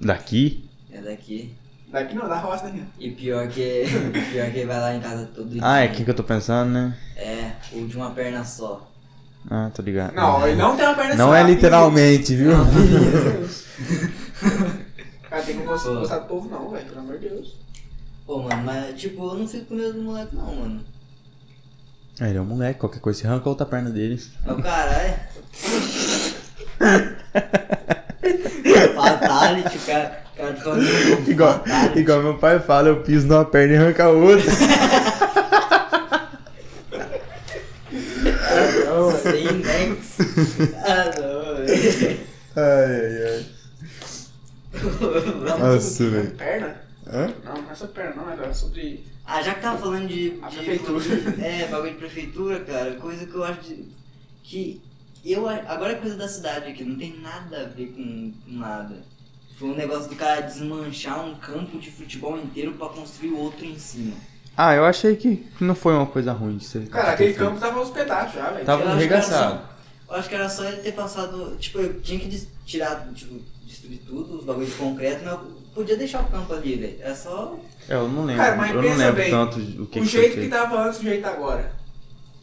[SPEAKER 3] Daqui?
[SPEAKER 1] é daqui.
[SPEAKER 2] Daqui não, da roça, né?
[SPEAKER 1] E pior que. pior que ele vai lá em casa todo dia.
[SPEAKER 3] Ah, é aqui que eu tô pensando, né?
[SPEAKER 1] É, o de uma perna só.
[SPEAKER 3] Ah, tô ligado.
[SPEAKER 2] Não, ele não tem uma perna assim,
[SPEAKER 3] Não
[SPEAKER 2] só,
[SPEAKER 3] é literalmente, viu?
[SPEAKER 2] Meu Deus. Cara, tem que gostar, gostar do povo, não, velho, pelo amor de Deus.
[SPEAKER 1] Pô, mano, mas tipo, eu não fico com medo do moleque não, mano.
[SPEAKER 3] Ah, Ele é um moleque, qualquer coisa, se arranca a outra perna dele.
[SPEAKER 1] É o caralho. Fatality, o cara. O cara ficou meio
[SPEAKER 3] Igual,
[SPEAKER 1] fatality.
[SPEAKER 3] igual meu pai fala, eu piso numa perna e arranca a outra.
[SPEAKER 1] Sem nex. Ah, não, velho.
[SPEAKER 3] Ai, ai, ai. Nossa, velho.
[SPEAKER 2] Perna?
[SPEAKER 3] Hã?
[SPEAKER 2] Não, não é só perna, não, é sobre.
[SPEAKER 1] Ah, já que tava falando de.
[SPEAKER 2] A
[SPEAKER 1] de-
[SPEAKER 2] prefeitura.
[SPEAKER 1] É, bagulho de prefeitura, cara. Coisa que eu acho de- que. Eu, a- agora é coisa da cidade aqui, não tem nada a ver com com nada. Foi um negócio do cara desmanchar um campo de futebol inteiro pra construir outro em cima.
[SPEAKER 3] Ah, eu achei que não foi uma coisa ruim de ser.
[SPEAKER 2] Cara, aquele campo tava uns pedaços já, velho.
[SPEAKER 3] Tava
[SPEAKER 1] Eu acho que era só-
[SPEAKER 3] arregaçado.
[SPEAKER 1] Eu acho que era só ele ter passado. Tipo, eu tinha que des- tirar, tipo, destruir tudo, os bagulhos de concreto, mas eu podia deixar o campo ali, velho. É só.
[SPEAKER 3] É, eu não lembro.
[SPEAKER 2] Cara, mas
[SPEAKER 3] eu não
[SPEAKER 2] pensa
[SPEAKER 3] lembro
[SPEAKER 2] bem,
[SPEAKER 3] tanto o que
[SPEAKER 2] o
[SPEAKER 3] que foi
[SPEAKER 2] jeito que tá-
[SPEAKER 3] feito.
[SPEAKER 2] tava antes, o jeito agora.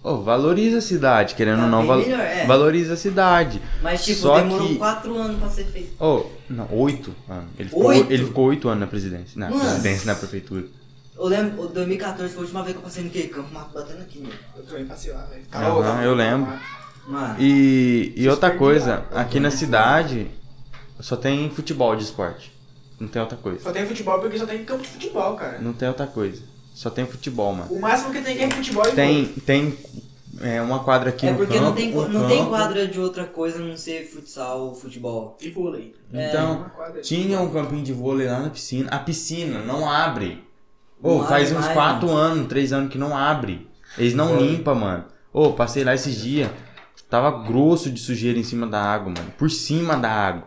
[SPEAKER 3] Ô, valoriza a cidade, querendo
[SPEAKER 1] Tá
[SPEAKER 3] ou não.
[SPEAKER 1] bem
[SPEAKER 3] val-
[SPEAKER 1] melhor, é.
[SPEAKER 3] Valoriza a cidade.
[SPEAKER 1] Mas, tipo,
[SPEAKER 3] Só
[SPEAKER 1] demorou
[SPEAKER 3] que-
[SPEAKER 1] quatro anos pra ser feito.
[SPEAKER 3] Ô, não, oito anos. Ele ficou
[SPEAKER 1] Oito?
[SPEAKER 3] ele ficou oito anos na presidência. Na
[SPEAKER 1] Mano.
[SPEAKER 3] presidência, na prefeitura.
[SPEAKER 1] Eu lembro, o 2014 foi a última vez que eu passei no que campo, mas batendo aqui, mano.
[SPEAKER 2] Eu também passei lá, velho. Tá
[SPEAKER 3] Aham, eu lembro.
[SPEAKER 1] Mano, é
[SPEAKER 3] E, e
[SPEAKER 2] Vocês
[SPEAKER 3] outra
[SPEAKER 2] perderam
[SPEAKER 3] coisa,
[SPEAKER 2] a-
[SPEAKER 3] aqui na cidade só tem futebol de esporte. Não tem outra coisa.
[SPEAKER 2] Só tem futebol porque só tem campo de futebol, cara.
[SPEAKER 3] Não tem outra coisa. Só tem futebol, mano.
[SPEAKER 2] O máximo que tem aqui é futebol e
[SPEAKER 3] Tem, tem é, uma quadra aqui
[SPEAKER 1] é
[SPEAKER 3] no
[SPEAKER 1] porque
[SPEAKER 3] campo.
[SPEAKER 1] não, tem,
[SPEAKER 3] um
[SPEAKER 1] co- não tem
[SPEAKER 3] campo.
[SPEAKER 1] quadra de outra coisa a não ser futsal ou futebol.
[SPEAKER 2] E vôlei.
[SPEAKER 1] É.
[SPEAKER 3] Então,
[SPEAKER 2] uma quadra.
[SPEAKER 3] tinha um campinho de vôlei lá na piscina. A piscina não abre. Ô,
[SPEAKER 1] Não
[SPEAKER 3] faz
[SPEAKER 1] abre
[SPEAKER 3] uns
[SPEAKER 1] mais,
[SPEAKER 3] 4 anos, 3 anos que não abre. Eles não limpam, mano. Ô, passei lá esses dias. Tava grosso de sujeira em cima da água, mano. Por cima da água.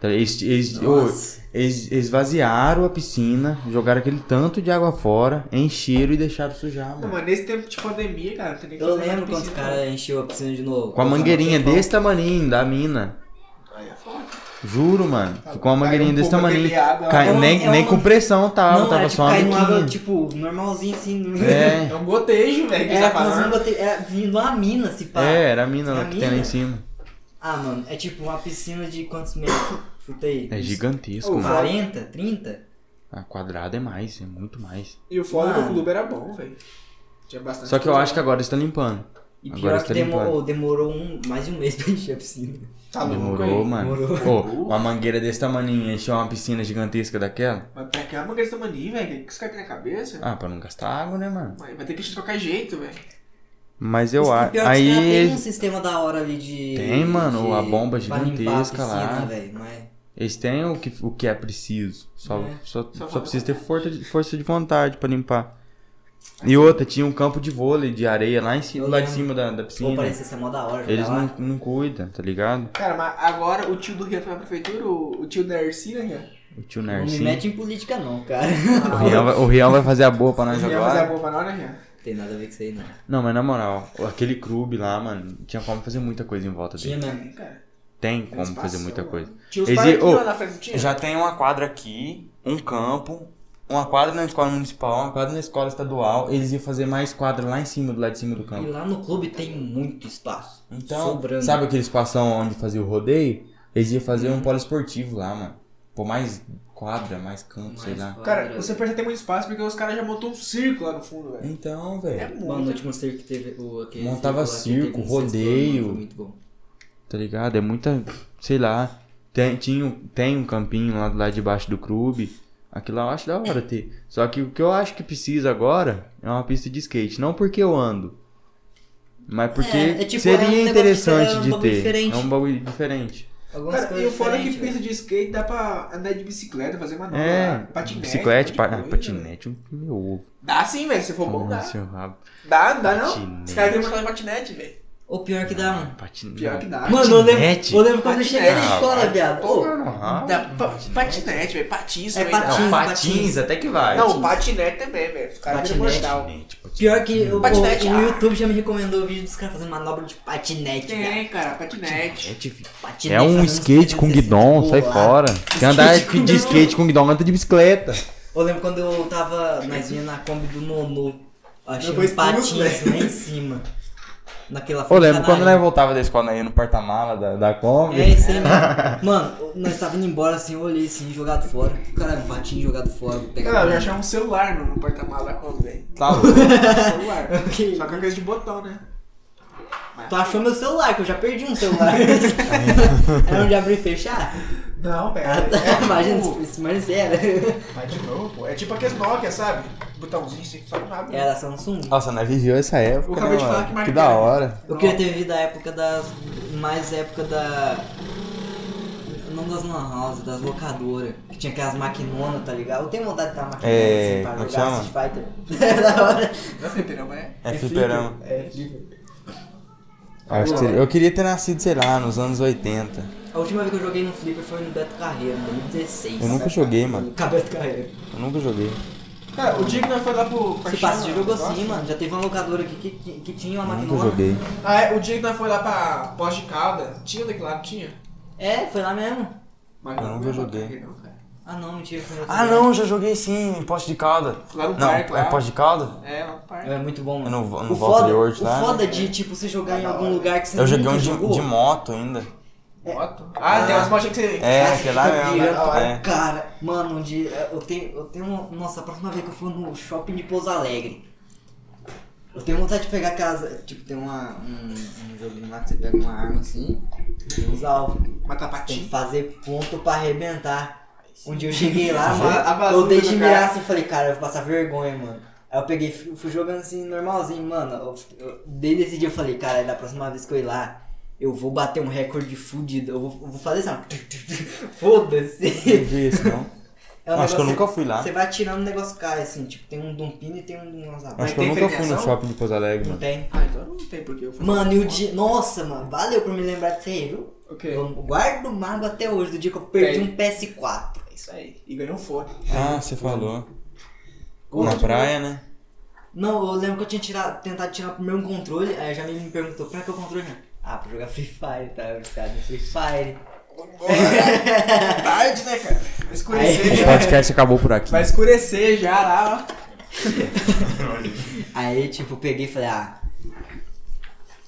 [SPEAKER 3] Tá, Eles, eles, ô,
[SPEAKER 1] Nossa.
[SPEAKER 3] eles esvaziaram a piscina, jogaram aquele tanto de água fora, encheram e deixaram sujar,
[SPEAKER 2] Não,
[SPEAKER 3] mano.
[SPEAKER 2] mano, nesse tempo de pandemia, cara, não tem nem que
[SPEAKER 1] Eu
[SPEAKER 2] fazer nada
[SPEAKER 1] lembro
[SPEAKER 2] na
[SPEAKER 1] quando os
[SPEAKER 2] piscina,
[SPEAKER 1] caras encheu a piscina de novo.
[SPEAKER 3] Com a mangueirinha
[SPEAKER 1] é
[SPEAKER 3] desse tamaninho da mina.
[SPEAKER 2] não. Aí é foda.
[SPEAKER 3] Juro, mano. Ficou uma
[SPEAKER 2] Caiu
[SPEAKER 3] mangueirinha
[SPEAKER 2] um
[SPEAKER 3] desse
[SPEAKER 2] pouco
[SPEAKER 3] tamanho.
[SPEAKER 2] aquele água lá.
[SPEAKER 3] Cai-
[SPEAKER 1] É uma-
[SPEAKER 3] nem
[SPEAKER 1] é
[SPEAKER 3] nem
[SPEAKER 1] uma-
[SPEAKER 3] com pressão tava,
[SPEAKER 1] Não,
[SPEAKER 3] tava
[SPEAKER 1] era tipo
[SPEAKER 3] só uma
[SPEAKER 1] caindo água,
[SPEAKER 3] biquinha.
[SPEAKER 1] tipo, normalzinho assim. no-
[SPEAKER 3] É,
[SPEAKER 2] É um gotejo, velho, que
[SPEAKER 1] Era
[SPEAKER 2] tá
[SPEAKER 3] um
[SPEAKER 1] como se não
[SPEAKER 2] falando.
[SPEAKER 1] bote- era vindo uma mina, se pá.
[SPEAKER 3] é, era a mina
[SPEAKER 1] É
[SPEAKER 3] lá
[SPEAKER 1] a
[SPEAKER 3] que tem lá em
[SPEAKER 1] mina?
[SPEAKER 3] cima.
[SPEAKER 1] Ah, mano, é tipo uma piscina de quantos metros? Chuta aí.
[SPEAKER 3] É gigantesco,
[SPEAKER 2] Ô,
[SPEAKER 3] mano.
[SPEAKER 2] vai.
[SPEAKER 1] 40, 30?
[SPEAKER 3] A quadrada é mais, é muito mais.
[SPEAKER 2] E o foda do
[SPEAKER 1] Mano.
[SPEAKER 2] clube era bom, velho. Tinha bastante.
[SPEAKER 3] Só que eu acho que agora está limpando.
[SPEAKER 1] E
[SPEAKER 3] Agora
[SPEAKER 1] pior
[SPEAKER 3] está
[SPEAKER 1] que
[SPEAKER 3] limpando.
[SPEAKER 1] demorou, demorou um, mais de um mês pra encher a piscina.
[SPEAKER 2] Tá louco,
[SPEAKER 3] Demorou,
[SPEAKER 2] aí.
[SPEAKER 3] mano. Ô, uma mangueira desse tamanho encher uma piscina gigantesca daquela?
[SPEAKER 2] Mas pra que é uma questão mania, velho? O que você cai na cabeça?
[SPEAKER 3] Ah, pra não gastar água, né, mano?
[SPEAKER 2] Mãe, vai ter que encher de qualquer jeito, velho.
[SPEAKER 3] Mas eu
[SPEAKER 1] Pior
[SPEAKER 3] acho.
[SPEAKER 1] que os
[SPEAKER 3] Aí.
[SPEAKER 1] caras Tem um
[SPEAKER 3] Eles,
[SPEAKER 1] sistema da hora ali de.
[SPEAKER 3] Tem, mano,
[SPEAKER 1] de-
[SPEAKER 3] a bomba
[SPEAKER 1] pra limpar a
[SPEAKER 3] gigantesca lá.
[SPEAKER 1] piscina, velho, mas-
[SPEAKER 3] eles têm o que, o que é preciso. Só,
[SPEAKER 1] É.
[SPEAKER 3] só,
[SPEAKER 2] Só
[SPEAKER 3] só,
[SPEAKER 2] falta
[SPEAKER 3] precisa ter força de, força de vontade pra limpar. E outra, tinha um campo de vôlei de areia lá, em cima,
[SPEAKER 1] Eu
[SPEAKER 3] lá de
[SPEAKER 1] lembro.
[SPEAKER 3] cima da, da
[SPEAKER 1] Pô,
[SPEAKER 3] piscina.
[SPEAKER 1] parece que isso é mó da hora.
[SPEAKER 3] Eles
[SPEAKER 1] jogar
[SPEAKER 3] não,
[SPEAKER 1] lá.
[SPEAKER 3] não cuidam, tá ligado?
[SPEAKER 2] Cara, mas agora o tio do Rio foi na prefeitura, o, o tio da Ercina, né?
[SPEAKER 3] O tio
[SPEAKER 1] Não me
[SPEAKER 3] Nercinho.
[SPEAKER 1] mete em política, não, cara.
[SPEAKER 3] O Rian, vai, o Rian vai fazer a boa pra nós
[SPEAKER 2] Não ia fazer a
[SPEAKER 3] agora.
[SPEAKER 2] bomba não, né, Rian?
[SPEAKER 1] Tem nada a ver com isso aí, não.
[SPEAKER 3] Não, mas na moral, aquele clube lá, mano, tinha como fazer muita coisa em volta
[SPEAKER 1] Tinha um
[SPEAKER 3] dele.
[SPEAKER 1] mesmo.
[SPEAKER 2] Cara,
[SPEAKER 4] tem como fazer muita coisa.
[SPEAKER 2] Tinha os
[SPEAKER 4] Exi-
[SPEAKER 2] parquinhos
[SPEAKER 4] ô,
[SPEAKER 2] lá na frente, não tinha?
[SPEAKER 3] Já tem uma quadra aqui, um campo, uma quadra na escola municipal, uma quadra na escola estadual. Eles iam fazer mais quadra lá em cima, do lado de cima do
[SPEAKER 1] E
[SPEAKER 3] campo.
[SPEAKER 1] lá no clube tem muito espaço.
[SPEAKER 3] Então,
[SPEAKER 1] sobrando.
[SPEAKER 3] sabe aquele espação onde fazia o rodeio? Eles iam fazer um polo esportivo lá, mano. Pô, mais quadra, mais campo, sei
[SPEAKER 1] Mais
[SPEAKER 3] lá.
[SPEAKER 2] Cara,
[SPEAKER 1] quadra.
[SPEAKER 2] você percebe que tem muito espaço porque os caras já montou um circo lá no fundo, velho.
[SPEAKER 3] Então,
[SPEAKER 2] É
[SPEAKER 3] velho.
[SPEAKER 1] Mano, no
[SPEAKER 2] muito.
[SPEAKER 1] último circo que teve o aquele
[SPEAKER 3] Montava
[SPEAKER 1] circo lá que teve no
[SPEAKER 3] circo,
[SPEAKER 1] sexto ano,
[SPEAKER 3] rodeio.
[SPEAKER 1] foi muito bom.
[SPEAKER 4] Tá ligado? É muita. Sei lá. Tem, tinha, um- tem um campinho lá do lado de baixo do clube. Aquilo lá eu acho da hora ter. Só que o que eu acho que precisa agora é uma pista de skate. Não porque eu ando. Mas porque
[SPEAKER 1] É, é tipo, é um
[SPEAKER 4] seria
[SPEAKER 1] negócio
[SPEAKER 4] interessante
[SPEAKER 1] diferente, é um
[SPEAKER 4] de
[SPEAKER 1] bagulho
[SPEAKER 4] ter.
[SPEAKER 1] diferente.
[SPEAKER 4] É um bagulho diferente.
[SPEAKER 1] Algumas
[SPEAKER 2] Cara, e
[SPEAKER 1] coisas
[SPEAKER 2] o fora que
[SPEAKER 1] diferentes, né?
[SPEAKER 2] pista de skate dá pra andar de bicicleta, fazer manobra,
[SPEAKER 4] É,
[SPEAKER 2] patinete.
[SPEAKER 4] biciclete,
[SPEAKER 2] um
[SPEAKER 4] pa-
[SPEAKER 2] monte de
[SPEAKER 4] ah,
[SPEAKER 2] coisa, velho.
[SPEAKER 4] patinete, um meu ovo.
[SPEAKER 2] Dá sim, velho, se for bom,
[SPEAKER 4] Porra,
[SPEAKER 2] dá.
[SPEAKER 4] seu rabo.
[SPEAKER 2] Dá, não dá não.
[SPEAKER 4] Patinete.
[SPEAKER 2] Os caras querem montar de patinete, velho.
[SPEAKER 1] O pior que dá, mano.
[SPEAKER 4] Patinete.
[SPEAKER 2] Pior que dá.
[SPEAKER 1] Mano, eu lembro,
[SPEAKER 4] Patinete?
[SPEAKER 1] eu lembro quando eu cheguei na
[SPEAKER 4] Ah,
[SPEAKER 1] escola,
[SPEAKER 4] vai.
[SPEAKER 1] viado. Ô,
[SPEAKER 4] Ah,
[SPEAKER 2] Dá pa- patinete, velho. Patins
[SPEAKER 1] É
[SPEAKER 2] também dá.
[SPEAKER 1] patins,
[SPEAKER 4] não, patins,
[SPEAKER 1] patins.
[SPEAKER 4] até que vai.
[SPEAKER 2] Não, patinete também, velho. Os caras viram
[SPEAKER 1] Patinete.
[SPEAKER 2] mortal.
[SPEAKER 4] Patinete, patinete.
[SPEAKER 1] pior que o,
[SPEAKER 2] Patinete,
[SPEAKER 1] o- o
[SPEAKER 2] ah.
[SPEAKER 1] YouTube já me recomendou o vídeo dos caras fazendo manobra de patinete, viado.
[SPEAKER 2] Tem, cara, patinete.
[SPEAKER 4] Patinete, filho.
[SPEAKER 1] Patinete
[SPEAKER 4] É um
[SPEAKER 1] fazendo uns assim.
[SPEAKER 4] skate com
[SPEAKER 1] 360
[SPEAKER 4] guidon,
[SPEAKER 1] pulo
[SPEAKER 4] sai
[SPEAKER 1] lá.
[SPEAKER 4] fora. Quer andar
[SPEAKER 1] Skate com
[SPEAKER 4] de assim, skate com guidon, anda de bicicleta.
[SPEAKER 1] Eu lembro quando eu tava mais vinha na Kombi do Nono. Achei
[SPEAKER 2] Eu fui
[SPEAKER 1] uns
[SPEAKER 2] expulso,
[SPEAKER 1] patins
[SPEAKER 2] né?
[SPEAKER 1] lá em cima. Naquela
[SPEAKER 4] Eu lembro quando nós
[SPEAKER 1] funcionária.
[SPEAKER 4] voltava da escola aí no porta-mala da, da Kombi.
[SPEAKER 1] É isso aí, mano. Mano, nós tava indo embora assim, eu olhei assim, jogado fora. Caralho, um patinho jogado fora. vou pegar.
[SPEAKER 2] Cara, eu já achei um celular no, no porta-mala quando, velho.
[SPEAKER 3] Tá louco.
[SPEAKER 2] Um celular.
[SPEAKER 1] Ok.
[SPEAKER 2] Só que é coisa de botão, né? Mas-
[SPEAKER 1] Tu achou meu celular, que eu já perdi um celular. Era
[SPEAKER 3] É.
[SPEAKER 1] onde abrir e fechar?
[SPEAKER 2] Não, velho.
[SPEAKER 1] Ah, tá.
[SPEAKER 2] É
[SPEAKER 1] Imagina
[SPEAKER 2] tipo-
[SPEAKER 1] se se mais era.
[SPEAKER 2] Vai de novo, pô. É tipo aqueles Nokia, sabe? Botãozinho, você só não abre.
[SPEAKER 1] Era um da Samsung.
[SPEAKER 4] Nossa, nós viveu essa
[SPEAKER 2] Eu
[SPEAKER 4] época,
[SPEAKER 2] acabei
[SPEAKER 4] né,
[SPEAKER 2] de falar
[SPEAKER 4] mano?
[SPEAKER 2] que
[SPEAKER 4] que
[SPEAKER 2] marcaram.
[SPEAKER 4] da hora.
[SPEAKER 1] Eu queria ter vivido a época das. Mais época da. Não das lan house, das locadoras. Que tinha aquelas maquinonas, tá ligado? Eu tenho vontade de ter uma maquinona
[SPEAKER 3] É,
[SPEAKER 1] assim pra
[SPEAKER 3] como
[SPEAKER 1] jogar
[SPEAKER 3] chama?
[SPEAKER 1] Street Fighter. É da hora.
[SPEAKER 2] Não é fliperama, é?
[SPEAKER 3] É fliperama.
[SPEAKER 1] É, flipper.
[SPEAKER 3] Eu acho que seria- eu queria ter nascido, sei lá, nos anos 80.
[SPEAKER 1] A última vez que eu joguei no flipper foi no Beto Carreiro, em 2016.
[SPEAKER 3] Eu nunca joguei, mano.
[SPEAKER 1] Nunca Beto Carreiro.
[SPEAKER 3] Eu nunca joguei.
[SPEAKER 2] Cara, o dia que nós foi lá pro pra
[SPEAKER 1] Se
[SPEAKER 2] China,
[SPEAKER 1] passa de jogo
[SPEAKER 2] negócio-
[SPEAKER 1] assim, mano. Já teve uma locadora aqui que, que, que tinha uma
[SPEAKER 3] Nunca
[SPEAKER 1] maquinona.
[SPEAKER 3] joguei.
[SPEAKER 2] Ah, é, o dia que nós foi lá pra Pós de Calda, tinha daquele lado, tinha?
[SPEAKER 1] É, foi lá mesmo.
[SPEAKER 2] Mas
[SPEAKER 3] Eu nunca
[SPEAKER 2] foi lá
[SPEAKER 3] joguei.
[SPEAKER 2] pra Não, cara.
[SPEAKER 1] Ah não, mentira, foi no outro
[SPEAKER 3] Ah,
[SPEAKER 1] lugar.
[SPEAKER 3] não, eu já joguei sim, em Poste de Calda.
[SPEAKER 2] Lá no
[SPEAKER 3] não,
[SPEAKER 2] parque, lá.
[SPEAKER 3] é Poste de Calda?
[SPEAKER 2] É, lá no parque.
[SPEAKER 1] É muito bom, mano.
[SPEAKER 3] Eu não, eu não
[SPEAKER 1] O
[SPEAKER 3] volto
[SPEAKER 1] foda,
[SPEAKER 3] de hoje
[SPEAKER 1] o
[SPEAKER 3] lá.
[SPEAKER 1] foda de, tipo, você jogar
[SPEAKER 3] É
[SPEAKER 1] em algum lugar que você
[SPEAKER 3] Eu joguei
[SPEAKER 1] nunca
[SPEAKER 3] um de,
[SPEAKER 1] jogou.
[SPEAKER 3] de moto ainda.
[SPEAKER 2] Moto. Ah, tem umas motinhas que você...
[SPEAKER 3] É,
[SPEAKER 1] Aí você
[SPEAKER 3] aquele lá
[SPEAKER 1] fica
[SPEAKER 3] mesmo.
[SPEAKER 1] virando,
[SPEAKER 3] né? É.
[SPEAKER 1] Cara, mano, um dia eu tenho, eu tenho uma, Nossa, a próxima vez que eu for no shopping de Pouso Alegre, eu tenho vontade de pegar casa. Tipo, tem uma, um, um joguinho lá que você pega uma arma assim, tem uns alvos.
[SPEAKER 2] Matar
[SPEAKER 1] Tem que
[SPEAKER 2] patinho.
[SPEAKER 1] fazer ponto pra arrebentar. Um dia eu cheguei lá,
[SPEAKER 2] A- a
[SPEAKER 1] mano, eu
[SPEAKER 2] bazuca
[SPEAKER 1] deixei
[SPEAKER 2] do
[SPEAKER 1] mirar
[SPEAKER 2] cara.
[SPEAKER 1] assim, falei, cara, eu vou passar vergonha, mano. Aí eu peguei, fui fui jogando assim, normalzinho, mano. Eu, eu, desde esse dia eu falei, cara, da próxima vez que eu ir lá, eu vou bater um recorde fudido. Eu vou, eu vou fazer assim, ó.
[SPEAKER 3] Não
[SPEAKER 1] Foda-se.
[SPEAKER 3] vi isso, não.
[SPEAKER 1] É um
[SPEAKER 3] Acho que
[SPEAKER 1] negócio-
[SPEAKER 3] eu nunca fui lá.
[SPEAKER 1] Você vai atirando o negócio cai, assim, tipo, tem um dumpino e tem um lançador.
[SPEAKER 3] Acho que eu
[SPEAKER 2] tem
[SPEAKER 3] nunca fui no
[SPEAKER 2] premiação?
[SPEAKER 3] shopping de Pouso Alegre,
[SPEAKER 1] Não
[SPEAKER 3] mano.
[SPEAKER 1] tem.
[SPEAKER 2] Ah, então não tem porque eu fui.
[SPEAKER 1] Mano, e o dia. Nossa, mano, valeu por me lembrar disso aí, viu?
[SPEAKER 2] O quê?
[SPEAKER 1] Eu guardo o mago até hoje, do dia que eu perdi
[SPEAKER 2] Tem.
[SPEAKER 1] um PS4.
[SPEAKER 2] É Isso aí. E ganhou um fone.
[SPEAKER 3] Ah, você falou.
[SPEAKER 1] Ô,
[SPEAKER 3] Na
[SPEAKER 1] tipo,
[SPEAKER 3] praia, né?
[SPEAKER 1] Não, eu lembro que eu tinha tirado, tentado tirar o primeiro controle, aí a Jamile me perguntou, pra que o controle? Ah, pra jogar Free Fire, tá? Eu viciado em Free Fire.
[SPEAKER 2] Tarde, né, cara? Vai escurecer
[SPEAKER 1] Aí.
[SPEAKER 2] já.
[SPEAKER 3] podcast acabou por aqui.
[SPEAKER 2] Vai escurecer já, lá. ó.
[SPEAKER 1] Aí, tipo, eu peguei e falei, ah.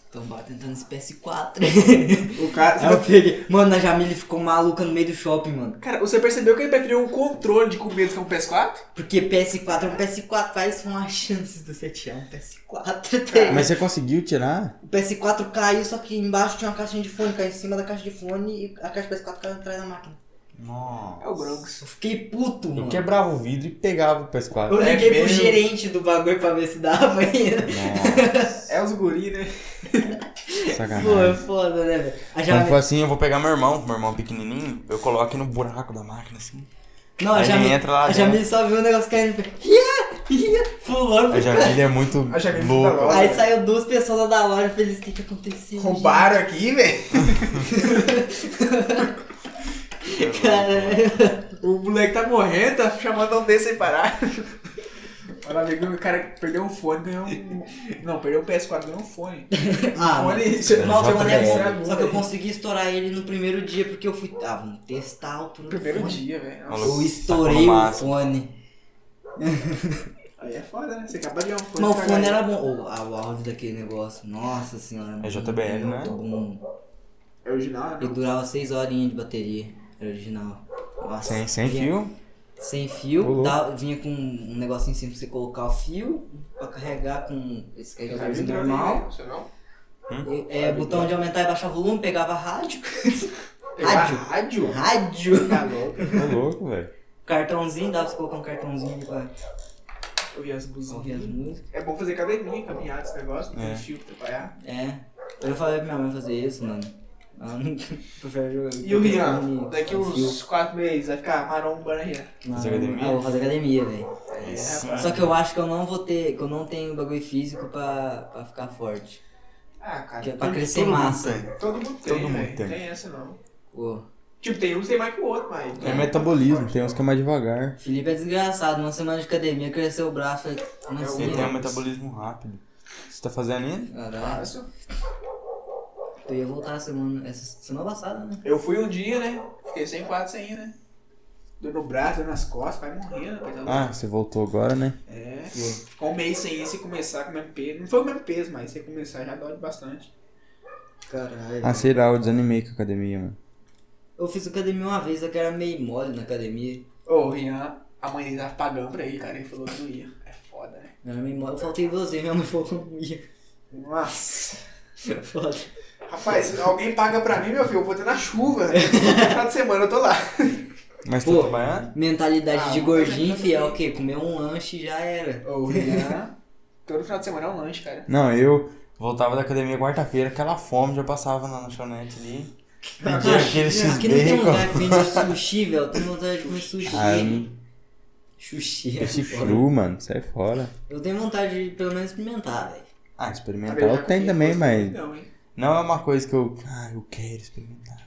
[SPEAKER 1] Então bora tentando esse PS4.
[SPEAKER 2] O cara...
[SPEAKER 1] aí eu peguei. Mano, a Jamile ficou maluca no meio do shopping, mano.
[SPEAKER 2] Cara, você percebeu que ele preferiu um controle de comer do que um PS4?
[SPEAKER 1] Porque PS4 é um PS4, quais são as chances de você tirar um PS4? Tem.
[SPEAKER 3] É, Mas você conseguiu tirar?
[SPEAKER 1] O PS4 caiu, só que embaixo tinha uma caixinha de fone, caiu em cima da caixa de fone e a caixa do PS4 caiu atrás da máquina.
[SPEAKER 3] Nossa.
[SPEAKER 2] É o Bronx.
[SPEAKER 1] Eu fiquei puto,
[SPEAKER 3] Eu
[SPEAKER 1] mano.
[SPEAKER 3] quebrava o vidro e pegava o
[SPEAKER 1] Eu
[SPEAKER 3] PS4.
[SPEAKER 2] É
[SPEAKER 1] liguei pro
[SPEAKER 2] mesmo?
[SPEAKER 1] gerente do bagulho pra ver se dava ainda.
[SPEAKER 3] Nossa,
[SPEAKER 2] É os guri, né?
[SPEAKER 1] Pô, é
[SPEAKER 3] sacanagem.
[SPEAKER 1] foda, né, velho? A
[SPEAKER 3] Quando for
[SPEAKER 1] Jamile...
[SPEAKER 3] assim, eu vou pegar meu irmão, meu irmão pequenininho, eu coloco aqui no buraco da máquina, assim.
[SPEAKER 1] Não, a
[SPEAKER 3] Aí ele
[SPEAKER 1] Jamile...
[SPEAKER 3] entra lá
[SPEAKER 1] a
[SPEAKER 3] dentro.
[SPEAKER 1] Jamile só viu o negócio caindo e falou... Ia! Ia! Fulano!
[SPEAKER 3] A Jamile é muito
[SPEAKER 2] A Jamile é muito da
[SPEAKER 3] louca.
[SPEAKER 2] loja.
[SPEAKER 1] Aí saiu duas pessoas lá da loja felizes. O que que aconteceu?
[SPEAKER 2] Roubaram aqui, velho.
[SPEAKER 1] gente?" Cara,
[SPEAKER 2] O moleque tá morrendo, tá chamando um desse sem parar. Olha lá, o cara perdeu um fone, ganhou um. Não, perdeu um PS4, ganhou um fone.
[SPEAKER 1] Ah, mano.
[SPEAKER 2] fone, você
[SPEAKER 4] Era
[SPEAKER 2] não tem uma
[SPEAKER 4] JBL.
[SPEAKER 2] negociadora.
[SPEAKER 1] Só que eu consegui estourar ele no primeiro dia, porque eu fui. Ah, vamos testar a altura do
[SPEAKER 2] Primeiro
[SPEAKER 1] fone.
[SPEAKER 2] dia, velho. Nossa,
[SPEAKER 1] Eu estourei
[SPEAKER 3] Sacou Tá no
[SPEAKER 1] o
[SPEAKER 3] máximo.
[SPEAKER 1] fone.
[SPEAKER 2] Aí é foda, né? Você acaba de ganhar um fone.
[SPEAKER 1] Mas o
[SPEAKER 2] cara.
[SPEAKER 1] fone era bom. Ou ah, o áudio daquele negócio. Nossa senhora.
[SPEAKER 3] É JBL, né?
[SPEAKER 1] muito Bom.
[SPEAKER 2] É original,
[SPEAKER 1] Ele
[SPEAKER 2] né?
[SPEAKER 1] um. durava 6 horinhas de bateria. Era original. Nossa,
[SPEAKER 3] Sem, sem
[SPEAKER 1] vinha-
[SPEAKER 3] fio?
[SPEAKER 1] Sem
[SPEAKER 3] Ô,
[SPEAKER 1] fio.
[SPEAKER 3] louco.
[SPEAKER 1] dá- vinha com um negocinho assim pra você colocar o fio. Pra carregar com esse
[SPEAKER 2] Tá
[SPEAKER 1] carregadorzinho normal.
[SPEAKER 6] Você não?
[SPEAKER 1] E- É, botão de aumentar e baixar volume. Pegava rádio.
[SPEAKER 2] Rádio.
[SPEAKER 1] Rádio. Rádio.
[SPEAKER 2] Rádio? Tá louco.
[SPEAKER 3] Tá louco, velho.
[SPEAKER 1] Cartãozinho. Dava pra você colocar um cartãozinho pra
[SPEAKER 2] Eu vi as
[SPEAKER 1] ouvir as
[SPEAKER 2] blusinhas.
[SPEAKER 1] músicas.
[SPEAKER 2] É bom fazer academia, caminhar esse negócio, não
[SPEAKER 3] É.
[SPEAKER 2] tem fio pra trabalhar.
[SPEAKER 1] É. Eu falei pra minha mãe fazer isso, mano. Ela não prefere jogar.
[SPEAKER 2] E o Rian? é Daqui uns 4 meses vai ficar maromba, né,
[SPEAKER 1] Fazer
[SPEAKER 2] Rian?
[SPEAKER 3] Fazer academia?
[SPEAKER 1] academia? Ah, eu vou fazer academia, velho.
[SPEAKER 2] É,
[SPEAKER 3] Isso.
[SPEAKER 2] rapaz.
[SPEAKER 1] Só que eu acho que eu não vou ter. Que eu não tenho bagulho físico pra, pra ficar forte.
[SPEAKER 2] Ah, cara.
[SPEAKER 1] Que é pra
[SPEAKER 2] todo-
[SPEAKER 1] crescer massa.
[SPEAKER 2] Todo mundo tem,
[SPEAKER 3] Todo mundo
[SPEAKER 2] velho.
[SPEAKER 3] tem.
[SPEAKER 2] Tem essa não.
[SPEAKER 1] Pô,
[SPEAKER 2] Tipo, tem um que tem mais que o outro, mas.
[SPEAKER 3] É metabolismo, tem uns que é mais devagar.
[SPEAKER 1] Felipe é desgraçado. Uma semana de academia, cresceu o braço. falei, Como
[SPEAKER 2] É,
[SPEAKER 1] assim?
[SPEAKER 3] Ele
[SPEAKER 2] Sim.
[SPEAKER 3] tem um
[SPEAKER 1] né?
[SPEAKER 3] metabolismo rápido. Você tá fazendo ainda?
[SPEAKER 1] Caralho.
[SPEAKER 2] É Fácil.
[SPEAKER 1] Eu ia voltar semana. Essa semana passada, né?
[SPEAKER 2] Eu fui um dia, né? Fiquei sem quatro sem né? Dor no braço, dor nas costas, vai morrer, né? coisa louca.
[SPEAKER 3] Ah, você voltou agora, né?
[SPEAKER 2] É. Ficou um mês sem ir, se começar com o mesmo peso. Não foi o mesmo peso, mas se começar já dói bastante.
[SPEAKER 1] Caralho.
[SPEAKER 3] Ah, sei lá, eu desanimei com a academia, mano.
[SPEAKER 1] Eu fiz academia uma vez, eu que era meio mole na academia.
[SPEAKER 2] Ô, o Rian, a mãe dele tava pagando pra ele, cara. Ele falou que não ia. É foda, né?
[SPEAKER 1] Eu era meio mole. Eu faltei duas vezes, minha mãe falou que eu não ia.
[SPEAKER 2] Nossa.
[SPEAKER 1] Foda.
[SPEAKER 2] Rapaz, se alguém paga pra mim, meu filho, eu vou ter na chuva. né? Final de semana eu tô lá.
[SPEAKER 3] Mas
[SPEAKER 1] Pô. é?
[SPEAKER 3] tá trabalhando?
[SPEAKER 1] Mentalidade
[SPEAKER 2] Ah,
[SPEAKER 1] de
[SPEAKER 2] mas
[SPEAKER 1] gordinho,
[SPEAKER 2] ainda
[SPEAKER 1] fi, é
[SPEAKER 2] bem.
[SPEAKER 1] o quê? Comer um lanche e já era.
[SPEAKER 2] Ô, Rian. Todo final de semana é um lanche, cara.
[SPEAKER 3] Não, eu voltava da academia quarta-feira, aquela fome, já passava na lanchonete ali. Pedia aquele
[SPEAKER 1] Aqui não tem um lugar que
[SPEAKER 3] x-bacon.
[SPEAKER 1] vende sushi, velho. Eu tenho vontade de comer sushi.
[SPEAKER 3] Ah, eu não-
[SPEAKER 1] Sushi. é
[SPEAKER 3] peixe
[SPEAKER 1] foda.
[SPEAKER 3] cru, mano, sai fora.
[SPEAKER 1] Eu tenho vontade de pelo menos experimentar, velho.
[SPEAKER 3] Ah,
[SPEAKER 2] Na
[SPEAKER 3] experimentar
[SPEAKER 2] verdade,
[SPEAKER 3] eu tenho também,
[SPEAKER 2] gosto
[SPEAKER 3] mas
[SPEAKER 2] Não, hein?
[SPEAKER 3] não é uma coisa que eu. Ah, eu quero experimentar.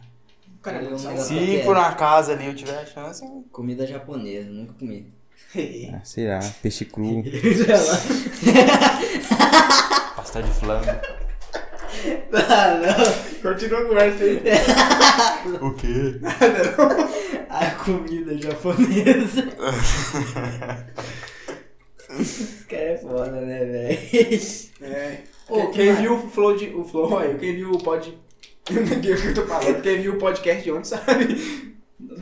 [SPEAKER 2] Cara, é
[SPEAKER 1] Eu
[SPEAKER 2] não
[SPEAKER 1] não-
[SPEAKER 2] sei.
[SPEAKER 3] Se por um acaso ali eu tiver a chance. eu-
[SPEAKER 1] Comida japonesa, nunca comi.
[SPEAKER 3] Ah, sei lá, peixe cru, pasta de flango.
[SPEAKER 1] ah, não.
[SPEAKER 2] Continua a conversa aí.
[SPEAKER 3] O quê?
[SPEAKER 1] A comida japonesa. Esse cara é foda, né, velho?
[SPEAKER 2] É.
[SPEAKER 1] Ô,
[SPEAKER 2] Quem-
[SPEAKER 1] que
[SPEAKER 2] quem
[SPEAKER 1] mais?
[SPEAKER 2] viu o flow de. O flow, olha, quem viu o pod. Quem viu o que eu tô falando? Quem viu o podcast de ontem sabe.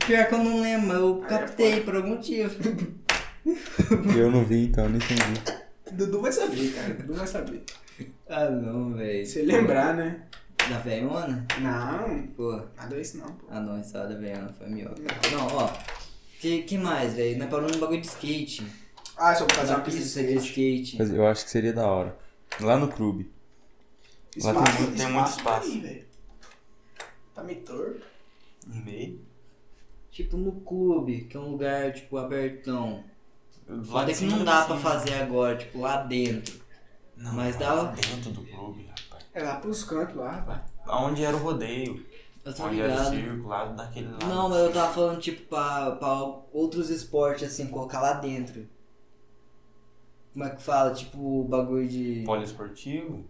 [SPEAKER 1] Pior que eu não lembro, eu
[SPEAKER 2] Aí é
[SPEAKER 1] captei por algum motivo.
[SPEAKER 3] Eu não vi, então, nem entendi.
[SPEAKER 2] Dudu vai saber, cara. Dudu vai saber.
[SPEAKER 1] Ah, não, velho.
[SPEAKER 2] Se lembrar, né?
[SPEAKER 1] Da velhona?
[SPEAKER 2] Não,
[SPEAKER 1] Pô.
[SPEAKER 2] nada disso não, pô.
[SPEAKER 1] Ah não, ensalada vegana foi melhor. Não, ó. Que, que mais, velho? Nós paramos no bagulho de skate.
[SPEAKER 2] Ah, só vou fazer
[SPEAKER 1] Na
[SPEAKER 2] uma pista de
[SPEAKER 1] pista de
[SPEAKER 2] skate.
[SPEAKER 1] skate.
[SPEAKER 3] Mas eu acho que seria da hora. Lá no clube. Lá tem muito- tem muito
[SPEAKER 2] tá
[SPEAKER 3] espaço.
[SPEAKER 2] aí, velho. Tá meio torto.
[SPEAKER 3] Meio.
[SPEAKER 1] Tipo no clube, que é um lugar, tipo, abertão.
[SPEAKER 3] Lá
[SPEAKER 1] Foda que não dá
[SPEAKER 3] assim.
[SPEAKER 1] pra fazer agora, tipo, lá dentro. Mas dá-
[SPEAKER 3] lá dentro do clube, rapaz.
[SPEAKER 2] É lá pros cantos lá, rapaz.
[SPEAKER 3] Aonde era o rodeio?
[SPEAKER 1] Eu tô
[SPEAKER 2] é assim.
[SPEAKER 3] Onde era o
[SPEAKER 1] ligado.
[SPEAKER 3] circo, lá daquele lado.
[SPEAKER 1] Não, mas eu tava falando, tipo, pra, pra outros esportes, assim, colocar lá dentro. Como é que fala? Tipo, bagulho de.
[SPEAKER 3] Poliesportivo?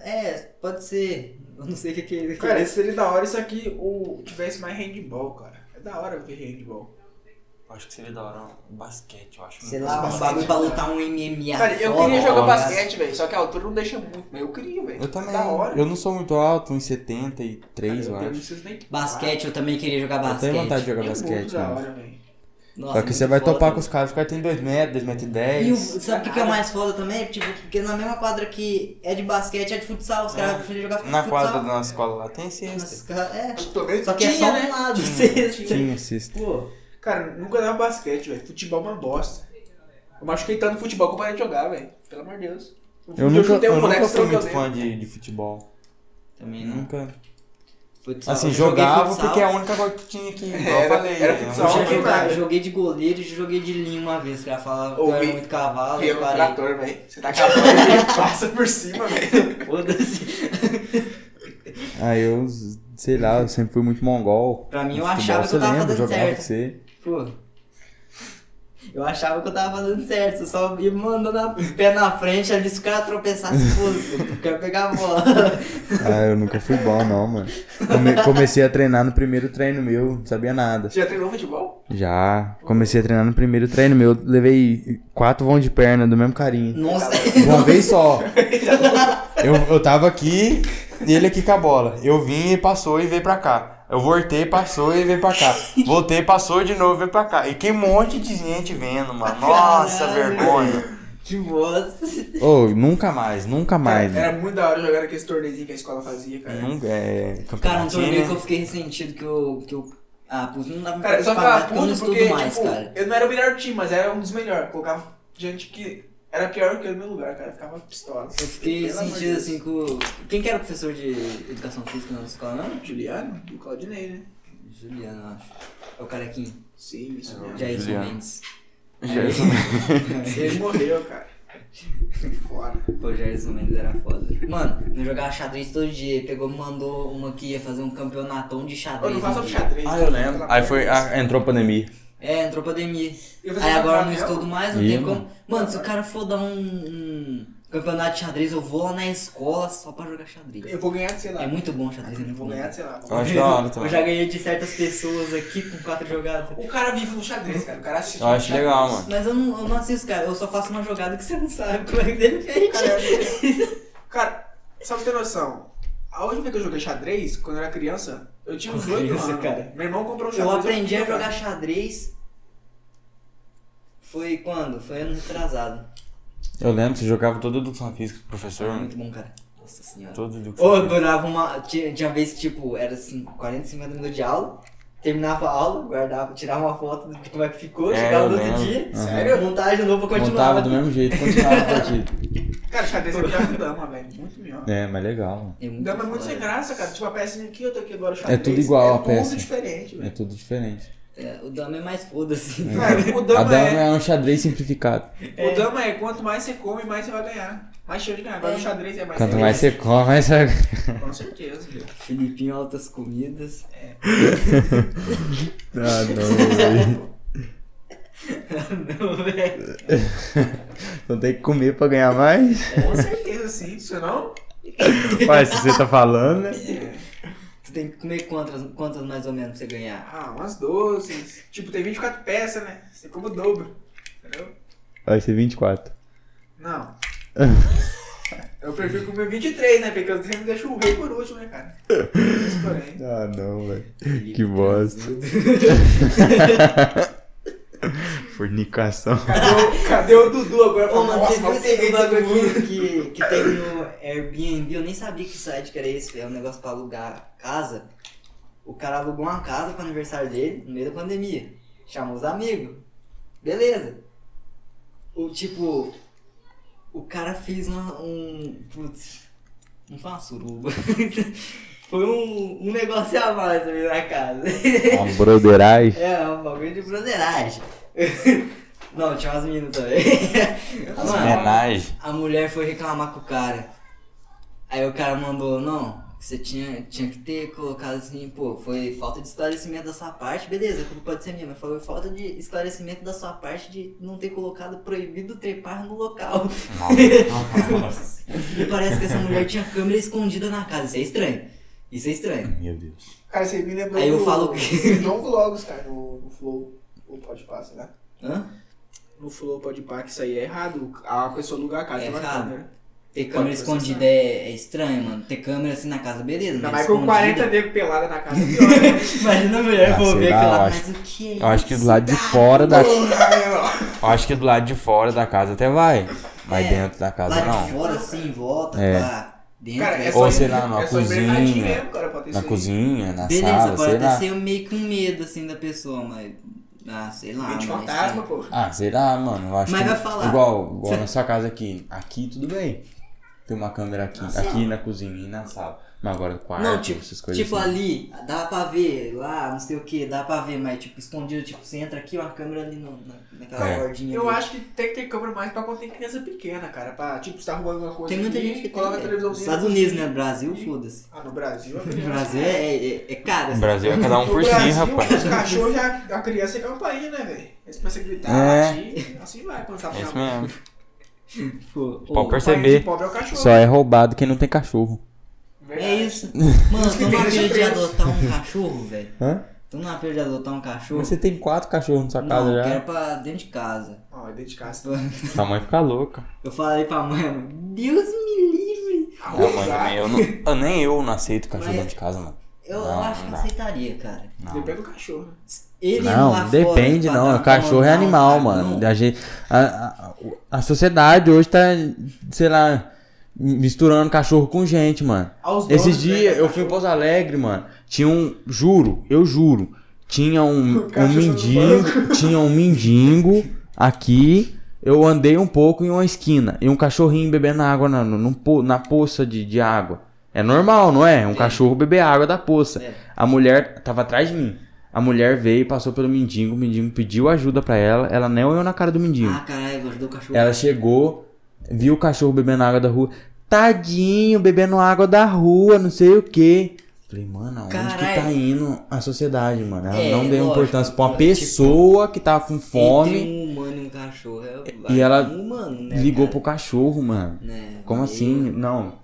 [SPEAKER 1] É, pode ser. Eu não sei o que que é aquele.
[SPEAKER 2] Cara, seria da hora isso aqui ou tivesse mais handball, cara. É da hora ver handball.
[SPEAKER 3] Eu acho que seria da hora um basquete, eu acho.
[SPEAKER 1] Sei
[SPEAKER 3] muito
[SPEAKER 1] lá, um
[SPEAKER 3] massa.
[SPEAKER 1] bagulho pra lutar um MMA.
[SPEAKER 2] Cara, eu
[SPEAKER 1] foda,
[SPEAKER 2] queria jogar
[SPEAKER 1] tá ligado?
[SPEAKER 2] basquete, velho. Só que a altura não deixa muito, mas eu queria, velho. É
[SPEAKER 3] Eu também.
[SPEAKER 2] Da hora.
[SPEAKER 3] Eu não sou muito alto, uns 73,
[SPEAKER 2] Cara,
[SPEAKER 3] eu
[SPEAKER 2] eu
[SPEAKER 3] acho.
[SPEAKER 2] não preciso nem-
[SPEAKER 1] Basquete, eu também queria jogar
[SPEAKER 3] Eu tenho
[SPEAKER 1] basquete.
[SPEAKER 3] vontade de
[SPEAKER 2] Ah,
[SPEAKER 3] jogar
[SPEAKER 2] nem
[SPEAKER 3] basquete, né?
[SPEAKER 2] muito da
[SPEAKER 3] mano.
[SPEAKER 2] hora, velho.
[SPEAKER 1] Nossa,
[SPEAKER 3] Só que você
[SPEAKER 1] muito
[SPEAKER 3] vai
[SPEAKER 1] foda.
[SPEAKER 3] topar com os caras, os caras têm 2 metros, 2 metros e
[SPEAKER 1] E o,
[SPEAKER 3] 10.
[SPEAKER 1] sabe o que, que é mais foda também? Tipo, porque na mesma quadra que é de basquete, é de futsal. Os caras preferem jogar
[SPEAKER 3] Na
[SPEAKER 1] futsal.
[SPEAKER 3] quadra da nossa escola lá tem
[SPEAKER 1] Nossa,
[SPEAKER 3] cesta.
[SPEAKER 1] cara, é.
[SPEAKER 2] Pelo menos
[SPEAKER 1] Só que é
[SPEAKER 2] né? tinha,
[SPEAKER 1] só
[SPEAKER 2] né?
[SPEAKER 1] um lado, sexta.
[SPEAKER 3] Tinha cesta.
[SPEAKER 1] Pô,
[SPEAKER 2] Cara, nunca dava basquete, velho. Futebol é uma bosta. Eu machuquei tanto no futebol que eu parei de jogar, velho. Pelo amor de Deus. um
[SPEAKER 3] Eu nunca,
[SPEAKER 2] chutei
[SPEAKER 1] um
[SPEAKER 3] eu nunca fui
[SPEAKER 2] estourou meu
[SPEAKER 3] muito
[SPEAKER 2] dedo.
[SPEAKER 3] fã de, de futebol.
[SPEAKER 1] também não.
[SPEAKER 3] Nunca.
[SPEAKER 1] Futsal,
[SPEAKER 3] Assim,
[SPEAKER 1] eu joguei
[SPEAKER 3] jogava
[SPEAKER 1] futsal,
[SPEAKER 3] porque é a única coisa que tinha aqui. Igual eu
[SPEAKER 2] Era-
[SPEAKER 3] falei.
[SPEAKER 2] era
[SPEAKER 3] né?
[SPEAKER 1] Eu
[SPEAKER 2] futsal.
[SPEAKER 1] já
[SPEAKER 2] Não,
[SPEAKER 1] jogava,
[SPEAKER 2] nada.
[SPEAKER 1] joguei de goleiro e joguei de linha uma vez. Os caras falavam que eu era
[SPEAKER 2] Ouvi.
[SPEAKER 1] muito cavalo.
[SPEAKER 2] Eu
[SPEAKER 1] Eu
[SPEAKER 2] um
[SPEAKER 1] parei.
[SPEAKER 2] trator, velho. Você tá acabando e passa por cima, velho.
[SPEAKER 1] Foda-se.
[SPEAKER 3] Ah, eu, sei lá, eu sempre fui muito mongol.
[SPEAKER 1] Pra mim, eu
[SPEAKER 3] Futebol,
[SPEAKER 1] achava que
[SPEAKER 3] você
[SPEAKER 1] eu tava
[SPEAKER 3] lembra,
[SPEAKER 1] fazendo
[SPEAKER 3] jogava
[SPEAKER 1] certo.
[SPEAKER 3] com você.
[SPEAKER 1] Pô. Eu achava que eu tava fazendo certo, eu só ia mandando a pé na frente ali se o cara tropeçasse fosse, eu quero pegar a bola.
[SPEAKER 3] Ah, eu nunca fui bom, não, mano. Come- comecei a treinar no primeiro treino meu, não sabia nada.
[SPEAKER 2] Você já treinou futebol?
[SPEAKER 3] Já. Comecei a treinar no primeiro treino meu, levei quatro vão de perna do mesmo carinho.
[SPEAKER 1] Nossa,
[SPEAKER 3] Uma vez só. Eu, eu tava aqui e ele aqui com a bola. Eu vim e passou e veio pra cá. Eu voltei, passou e veio pra cá. Voltei, passou de novo e veio pra cá. E que monte de gente vendo, mano. Nossa,
[SPEAKER 1] Caralho.
[SPEAKER 3] vergonha.
[SPEAKER 1] que bosta.
[SPEAKER 3] Ô, nunca mais, nunca mais. né?
[SPEAKER 2] Era, era muito da hora jogar aquele torneizinho que a escola fazia, cara.
[SPEAKER 3] Nunca, é,
[SPEAKER 1] Cara, um
[SPEAKER 3] campeonatinho,
[SPEAKER 1] torneio
[SPEAKER 3] né?
[SPEAKER 1] que eu fiquei ressentido que eu. Que eu ah, puto, não dava pra
[SPEAKER 2] Cara, eu só
[SPEAKER 1] participar
[SPEAKER 2] ficava
[SPEAKER 1] porque eu não
[SPEAKER 2] puto
[SPEAKER 1] estudo
[SPEAKER 2] porque,
[SPEAKER 1] mais,
[SPEAKER 2] tipo,
[SPEAKER 1] cara.
[SPEAKER 2] eu não era o melhor time, mas era um dos melhores. Colocava gente que era pior que eu no meu lugar, cara. Ficava pistola.
[SPEAKER 1] Eu fiquei sentido assim com. Quem que era o professor de educação física na escola, não?
[SPEAKER 2] Juliano e o Claudinei, né?
[SPEAKER 1] Juliano, acho. É o carequinho. É,
[SPEAKER 2] Sim, isso mesmo.
[SPEAKER 1] Jairson
[SPEAKER 3] Juliano.
[SPEAKER 1] Mendes.
[SPEAKER 3] Jairson
[SPEAKER 2] Ele morreu, cara. Fora.
[SPEAKER 1] Pô, Jairson Mendes era foda. Mano, eu jogava xadrez todo dia. Ele Pegou, me mandou uma que ia fazer um campeonatão de
[SPEAKER 2] Eu
[SPEAKER 1] xadrez.
[SPEAKER 2] não faço
[SPEAKER 1] um dia.
[SPEAKER 2] xadrez.
[SPEAKER 7] Ah, eu lembro.
[SPEAKER 2] Pela
[SPEAKER 3] Aí foi,
[SPEAKER 2] porta.
[SPEAKER 3] ah, entrou pandemia.
[SPEAKER 1] É, entrou pandemia.
[SPEAKER 2] Eu vou
[SPEAKER 1] Aí
[SPEAKER 2] fazer
[SPEAKER 1] agora eu
[SPEAKER 2] um
[SPEAKER 1] não
[SPEAKER 2] papel.
[SPEAKER 1] estudo mais, não
[SPEAKER 3] Ih,
[SPEAKER 1] tem
[SPEAKER 3] mano.
[SPEAKER 1] como. Mano, se o cara for dar um, um campeonato de xadrez, eu vou lá na escola só pra jogar xadrez.
[SPEAKER 2] Eu vou ganhar, de, sei lá.
[SPEAKER 1] É muito bom xadrez, é
[SPEAKER 2] Eu
[SPEAKER 1] muito
[SPEAKER 2] vou
[SPEAKER 1] bom.
[SPEAKER 2] ganhar, de, sei lá.
[SPEAKER 7] Eu acho da hora
[SPEAKER 1] Eu
[SPEAKER 7] também.
[SPEAKER 1] já ganhei de certas pessoas aqui com quatro jogadas.
[SPEAKER 2] O cara vive no xadrez, cara. O cara assiste.
[SPEAKER 7] Eu acho legal, mano.
[SPEAKER 1] Mas eu não, eu não assisto, cara. Eu só faço uma jogada que você não sabe como é que ele fez.
[SPEAKER 2] Cara, eu- cara, só pra ter noção. A última vez que eu joguei xadrez, quando eu era criança, eu tinha uns
[SPEAKER 1] Criança,
[SPEAKER 2] 8 anos.
[SPEAKER 1] cara.
[SPEAKER 2] Meu irmão comprou um
[SPEAKER 1] Eu
[SPEAKER 2] xadrez.
[SPEAKER 1] aprendi a
[SPEAKER 2] fui
[SPEAKER 1] jogar xadrez. Foi quando? Foi ano retrasado.
[SPEAKER 7] Eu lembro, você jogava toda educação física com o professor, mano.
[SPEAKER 1] Muito bom, cara. Nossa senhora.
[SPEAKER 7] Toda educação
[SPEAKER 1] Ou
[SPEAKER 7] física.
[SPEAKER 1] durava uma. Tinha, tinha vez que, tipo, era assim, 40, 50 minutos de aula. Terminava a aula, guardava, tirava uma foto de como é que ficou,
[SPEAKER 7] É,
[SPEAKER 1] chegava
[SPEAKER 7] eu
[SPEAKER 1] no outro
[SPEAKER 7] lembro.
[SPEAKER 1] dia.
[SPEAKER 7] Aham.
[SPEAKER 1] Sério? Montagem de novo, continuava.
[SPEAKER 7] Montava do mesmo jeito, continuava a partida.
[SPEAKER 2] Cara, xadrez é pior que dama, velho. Muito melhor.
[SPEAKER 3] É, mas legal, mano.
[SPEAKER 1] É muito
[SPEAKER 2] Dama é muito sem
[SPEAKER 1] foda.
[SPEAKER 2] graça, cara. Tipo, a peça aqui, eu tô aqui agora o xadrez.
[SPEAKER 3] tudo igual a
[SPEAKER 2] É
[SPEAKER 3] peça.
[SPEAKER 2] tudo diferente,
[SPEAKER 3] É
[SPEAKER 2] velho.
[SPEAKER 3] tudo diferente.
[SPEAKER 1] É, o Dama é mais foda-se.
[SPEAKER 2] Cara, o
[SPEAKER 3] A
[SPEAKER 2] dama
[SPEAKER 3] dama
[SPEAKER 2] é...
[SPEAKER 3] é um xadrez simplificado.
[SPEAKER 2] O dama é quanto mais você come, mais você vai ganhar. Mais chance de ganhar. Agora
[SPEAKER 1] É.
[SPEAKER 2] o xadrez é mais
[SPEAKER 3] Quanto
[SPEAKER 2] sem
[SPEAKER 3] mais você come, mais você...
[SPEAKER 2] graça. Com certeza.
[SPEAKER 1] Filipinho, altas comidas.
[SPEAKER 3] Ah, não,
[SPEAKER 1] Não, velho.
[SPEAKER 3] Então tem que comer pra ganhar mais.
[SPEAKER 2] Com certeza, sim. Se não... É.
[SPEAKER 3] Ué, se você tá falando, né?
[SPEAKER 1] Você tem que comer quantas, quantas mais ou menos pra você ganhar?
[SPEAKER 2] Ah, umas 12. Tipo, tem 24 peças, né? Você come o dobro. Entendeu?
[SPEAKER 3] Vai ser 24.
[SPEAKER 2] Não. eu prefiro comer 23, né? Porque eu sempre deixo o rei por último, né, cara? Mas, porém.
[SPEAKER 3] Ah, não, velho. Que bosta. Fornicação.
[SPEAKER 2] Cadê o, cadê o Dudu agora?
[SPEAKER 1] Ô, mano, você
[SPEAKER 2] Nossa,
[SPEAKER 1] viu
[SPEAKER 2] mas
[SPEAKER 1] esse
[SPEAKER 2] peguei todo
[SPEAKER 1] bagulho
[SPEAKER 2] mundo.
[SPEAKER 1] que, que tem no Airbnb? Eu nem sabia que site que era esse, velho. É um negócio pra alugar casa. O cara alugou uma casa pro aniversário dele, no meio da pandemia. Chamou os amigos. Beleza. O tipo. O cara fez uma, um. Putz. Não foi uma suruba. foi um, um negócio a mais ali na casa.
[SPEAKER 3] Uma Um broderagem.
[SPEAKER 1] É, é um bagulho de broderagem. Não, tinha umas meninas também. Mano,
[SPEAKER 7] Homenagem.
[SPEAKER 1] a mulher foi reclamar com o cara. Aí o cara mandou, não, você tinha, tinha que ter colocado assim, pô, foi falta de esclarecimento da sua parte, beleza, tudo pode ser minha, mas foi falta de esclarecimento da sua parte de não ter colocado proibido trepar no local.
[SPEAKER 7] Nossa.
[SPEAKER 1] E parece que essa mulher tinha câmera escondida na casa, isso é estranho. Isso é estranho.
[SPEAKER 3] Meu Deus.
[SPEAKER 2] Cara, é você me lembrou
[SPEAKER 1] Aí eu
[SPEAKER 2] do-
[SPEAKER 1] falo que-
[SPEAKER 2] do John Vlogs, cara, no, no Flow. Ou pode passar, né?
[SPEAKER 1] Hã?
[SPEAKER 2] No Flow pode pá, que isso aí é errado. A pessoa alugar a casa
[SPEAKER 1] É
[SPEAKER 2] tem uma
[SPEAKER 1] errado.
[SPEAKER 2] câmera.
[SPEAKER 1] Ter câmera
[SPEAKER 2] Pode processar.
[SPEAKER 1] escondida é, é estranho, mano. Ter câmera assim na casa, beleza.
[SPEAKER 2] Ainda
[SPEAKER 1] mas
[SPEAKER 2] mais com
[SPEAKER 1] escondida-
[SPEAKER 2] 40 negros pelada na casa. pior, né?
[SPEAKER 1] Imagina a mulher
[SPEAKER 3] Ah,
[SPEAKER 1] vou ver
[SPEAKER 3] será?
[SPEAKER 1] aquilo
[SPEAKER 3] Eu
[SPEAKER 1] lá.
[SPEAKER 3] acho-
[SPEAKER 1] Mas o que é
[SPEAKER 3] Eu acho que do
[SPEAKER 1] isso?
[SPEAKER 3] lado de fora da. Eu
[SPEAKER 2] Porra,
[SPEAKER 3] acho que do lado de fora da casa até vai. Mas
[SPEAKER 1] É,
[SPEAKER 3] dentro da casa
[SPEAKER 1] Lá de
[SPEAKER 3] não.
[SPEAKER 1] fora, assim, em volta,
[SPEAKER 3] É.
[SPEAKER 1] pra dentro.
[SPEAKER 2] Cara,
[SPEAKER 1] aí-
[SPEAKER 2] é
[SPEAKER 3] Ou
[SPEAKER 2] só
[SPEAKER 3] sei
[SPEAKER 2] em-
[SPEAKER 3] lá,
[SPEAKER 2] é só
[SPEAKER 3] na
[SPEAKER 2] em
[SPEAKER 3] cozinha.
[SPEAKER 2] mercadinho mesmo, cara, pode ter
[SPEAKER 3] Na
[SPEAKER 2] isso aí.
[SPEAKER 3] cozinha, na
[SPEAKER 1] Beleza,
[SPEAKER 3] sala,
[SPEAKER 1] pode
[SPEAKER 3] sei
[SPEAKER 1] até
[SPEAKER 3] lá.
[SPEAKER 1] ser um meio com medo, assim, da pessoa, mas... Ah, sei lá,
[SPEAKER 2] Gente
[SPEAKER 1] mas-
[SPEAKER 2] fantasma, pô.
[SPEAKER 3] Ah, sei lá, mano. Eu acho
[SPEAKER 1] Mas
[SPEAKER 3] que
[SPEAKER 1] vai falar.
[SPEAKER 3] Igual, igual na sua casa aqui. Aqui tudo bem. Tem uma câmera aqui. aqui na cozinha e na sala. Mas agora no quarto,
[SPEAKER 1] Assim, Não, tipo,
[SPEAKER 3] essas coisas.
[SPEAKER 1] tipo
[SPEAKER 3] assim.
[SPEAKER 1] ali, dá pra ver, lá, não sei o que, dá pra ver, mas tipo, escondido, tipo, você entra aqui, uma câmera ali no, na, naquela
[SPEAKER 3] É.
[SPEAKER 1] bordinha
[SPEAKER 2] Eu
[SPEAKER 1] ali.
[SPEAKER 2] acho que tem que ter câmera mais pra quando tem criança pequena, cara. Pra, tipo, você tá arrumando alguma coisa.
[SPEAKER 1] Tem muita
[SPEAKER 2] aqui,
[SPEAKER 1] gente que
[SPEAKER 2] coloca
[SPEAKER 1] tem,
[SPEAKER 2] a
[SPEAKER 1] velho.
[SPEAKER 2] televisãozinha.
[SPEAKER 1] Estados Unidos, né? Brasil, foda-se.
[SPEAKER 2] Ah, no Brasil. a
[SPEAKER 1] No
[SPEAKER 2] criança-
[SPEAKER 1] Brasil é, é, é- é caro.
[SPEAKER 7] O
[SPEAKER 1] assim.
[SPEAKER 7] Brasil é cada um
[SPEAKER 2] No
[SPEAKER 7] por si,
[SPEAKER 2] Brasil,
[SPEAKER 7] rapaz.
[SPEAKER 2] Os cachorros já. A criança é campainha, né, velho? Eles começam a gritar,
[SPEAKER 8] É.
[SPEAKER 2] latir, assim vai, quando sapo
[SPEAKER 8] É
[SPEAKER 2] na
[SPEAKER 8] isso
[SPEAKER 2] mão.
[SPEAKER 8] mesmo.
[SPEAKER 1] Tipo, ô,
[SPEAKER 8] Pode
[SPEAKER 2] O pai de
[SPEAKER 8] perceber.
[SPEAKER 2] pobre é o cachorro.
[SPEAKER 8] Só é roubado quem não tem cachorro.
[SPEAKER 1] É
[SPEAKER 2] Verdade.
[SPEAKER 1] isso. Mano,
[SPEAKER 2] que
[SPEAKER 1] tu não
[SPEAKER 2] tem
[SPEAKER 1] apelo de
[SPEAKER 2] preso.
[SPEAKER 1] adotar um cachorro, velho.
[SPEAKER 8] Hã?
[SPEAKER 1] Tu não apelo de adotar um cachorro.
[SPEAKER 8] Mas você tem quatro cachorros
[SPEAKER 3] tá
[SPEAKER 8] na sua casa
[SPEAKER 1] não, eu
[SPEAKER 8] já.
[SPEAKER 1] quero pra dentro de casa.
[SPEAKER 2] Ó, é dedicar-se.
[SPEAKER 8] Sua mãe fica louca.
[SPEAKER 1] Eu falei pra mãe, mano, Deus me livre.
[SPEAKER 8] Minha mãe também, eu não- eu- nem eu não aceito cachorro
[SPEAKER 1] Mas-
[SPEAKER 8] dentro de casa, mano.
[SPEAKER 1] Eu
[SPEAKER 8] Não,
[SPEAKER 1] acho que
[SPEAKER 8] não dá.
[SPEAKER 1] aceitaria, cara.
[SPEAKER 2] Depende do cachorro. né?
[SPEAKER 1] Ele
[SPEAKER 3] Não,
[SPEAKER 1] lá
[SPEAKER 3] depende
[SPEAKER 1] fora, pra
[SPEAKER 3] não.
[SPEAKER 1] dar
[SPEAKER 3] Cachorro é
[SPEAKER 1] comandar um
[SPEAKER 3] animal,
[SPEAKER 1] cara,
[SPEAKER 3] mano.
[SPEAKER 1] não.
[SPEAKER 3] A, gente, a, a, a sociedade hoje tá, sei lá, misturando cachorro com gente, mano.
[SPEAKER 2] Aos donos,
[SPEAKER 3] Esses
[SPEAKER 2] né,
[SPEAKER 3] dias
[SPEAKER 2] do
[SPEAKER 3] eu fui em
[SPEAKER 2] cachorro.
[SPEAKER 3] Pouso Alegre, mano. Tinha um. Juro, eu juro. Tinha um, um
[SPEAKER 2] cachorro no
[SPEAKER 3] mendigo. Tinha um mendigo aqui. Eu andei um pouco em uma esquina. E um cachorrinho bebendo água na, num po- na poça de, de água. É normal, não é? Um cachorro beber água da poça.
[SPEAKER 1] É.
[SPEAKER 3] A mulher tava atrás de mim. A mulher veio, passou pelo mendigo. O mendigo pediu ajuda pra ela. Ela nem olhou na cara do mendigo.
[SPEAKER 1] Ah, caralho, gostou do cachorro.
[SPEAKER 3] Ela chegou, viu o cachorro bebendo água da rua. Tadinho, bebendo água da rua, não sei o que. Falei, mano, aonde que
[SPEAKER 1] Caralho.
[SPEAKER 3] tá indo a sociedade, mano? Ela
[SPEAKER 1] É,
[SPEAKER 3] não deu
[SPEAKER 1] lógico,
[SPEAKER 3] importância pra uma
[SPEAKER 1] tipo,
[SPEAKER 3] pessoa que tava com
[SPEAKER 1] Entre
[SPEAKER 3] fome,
[SPEAKER 1] um humano e um cachorro. É,
[SPEAKER 3] E ela
[SPEAKER 1] um humano, né,
[SPEAKER 3] ligou pro
[SPEAKER 1] cara?
[SPEAKER 3] cachorro, mano.
[SPEAKER 1] Né,
[SPEAKER 3] Como
[SPEAKER 1] meio-
[SPEAKER 3] assim? Não.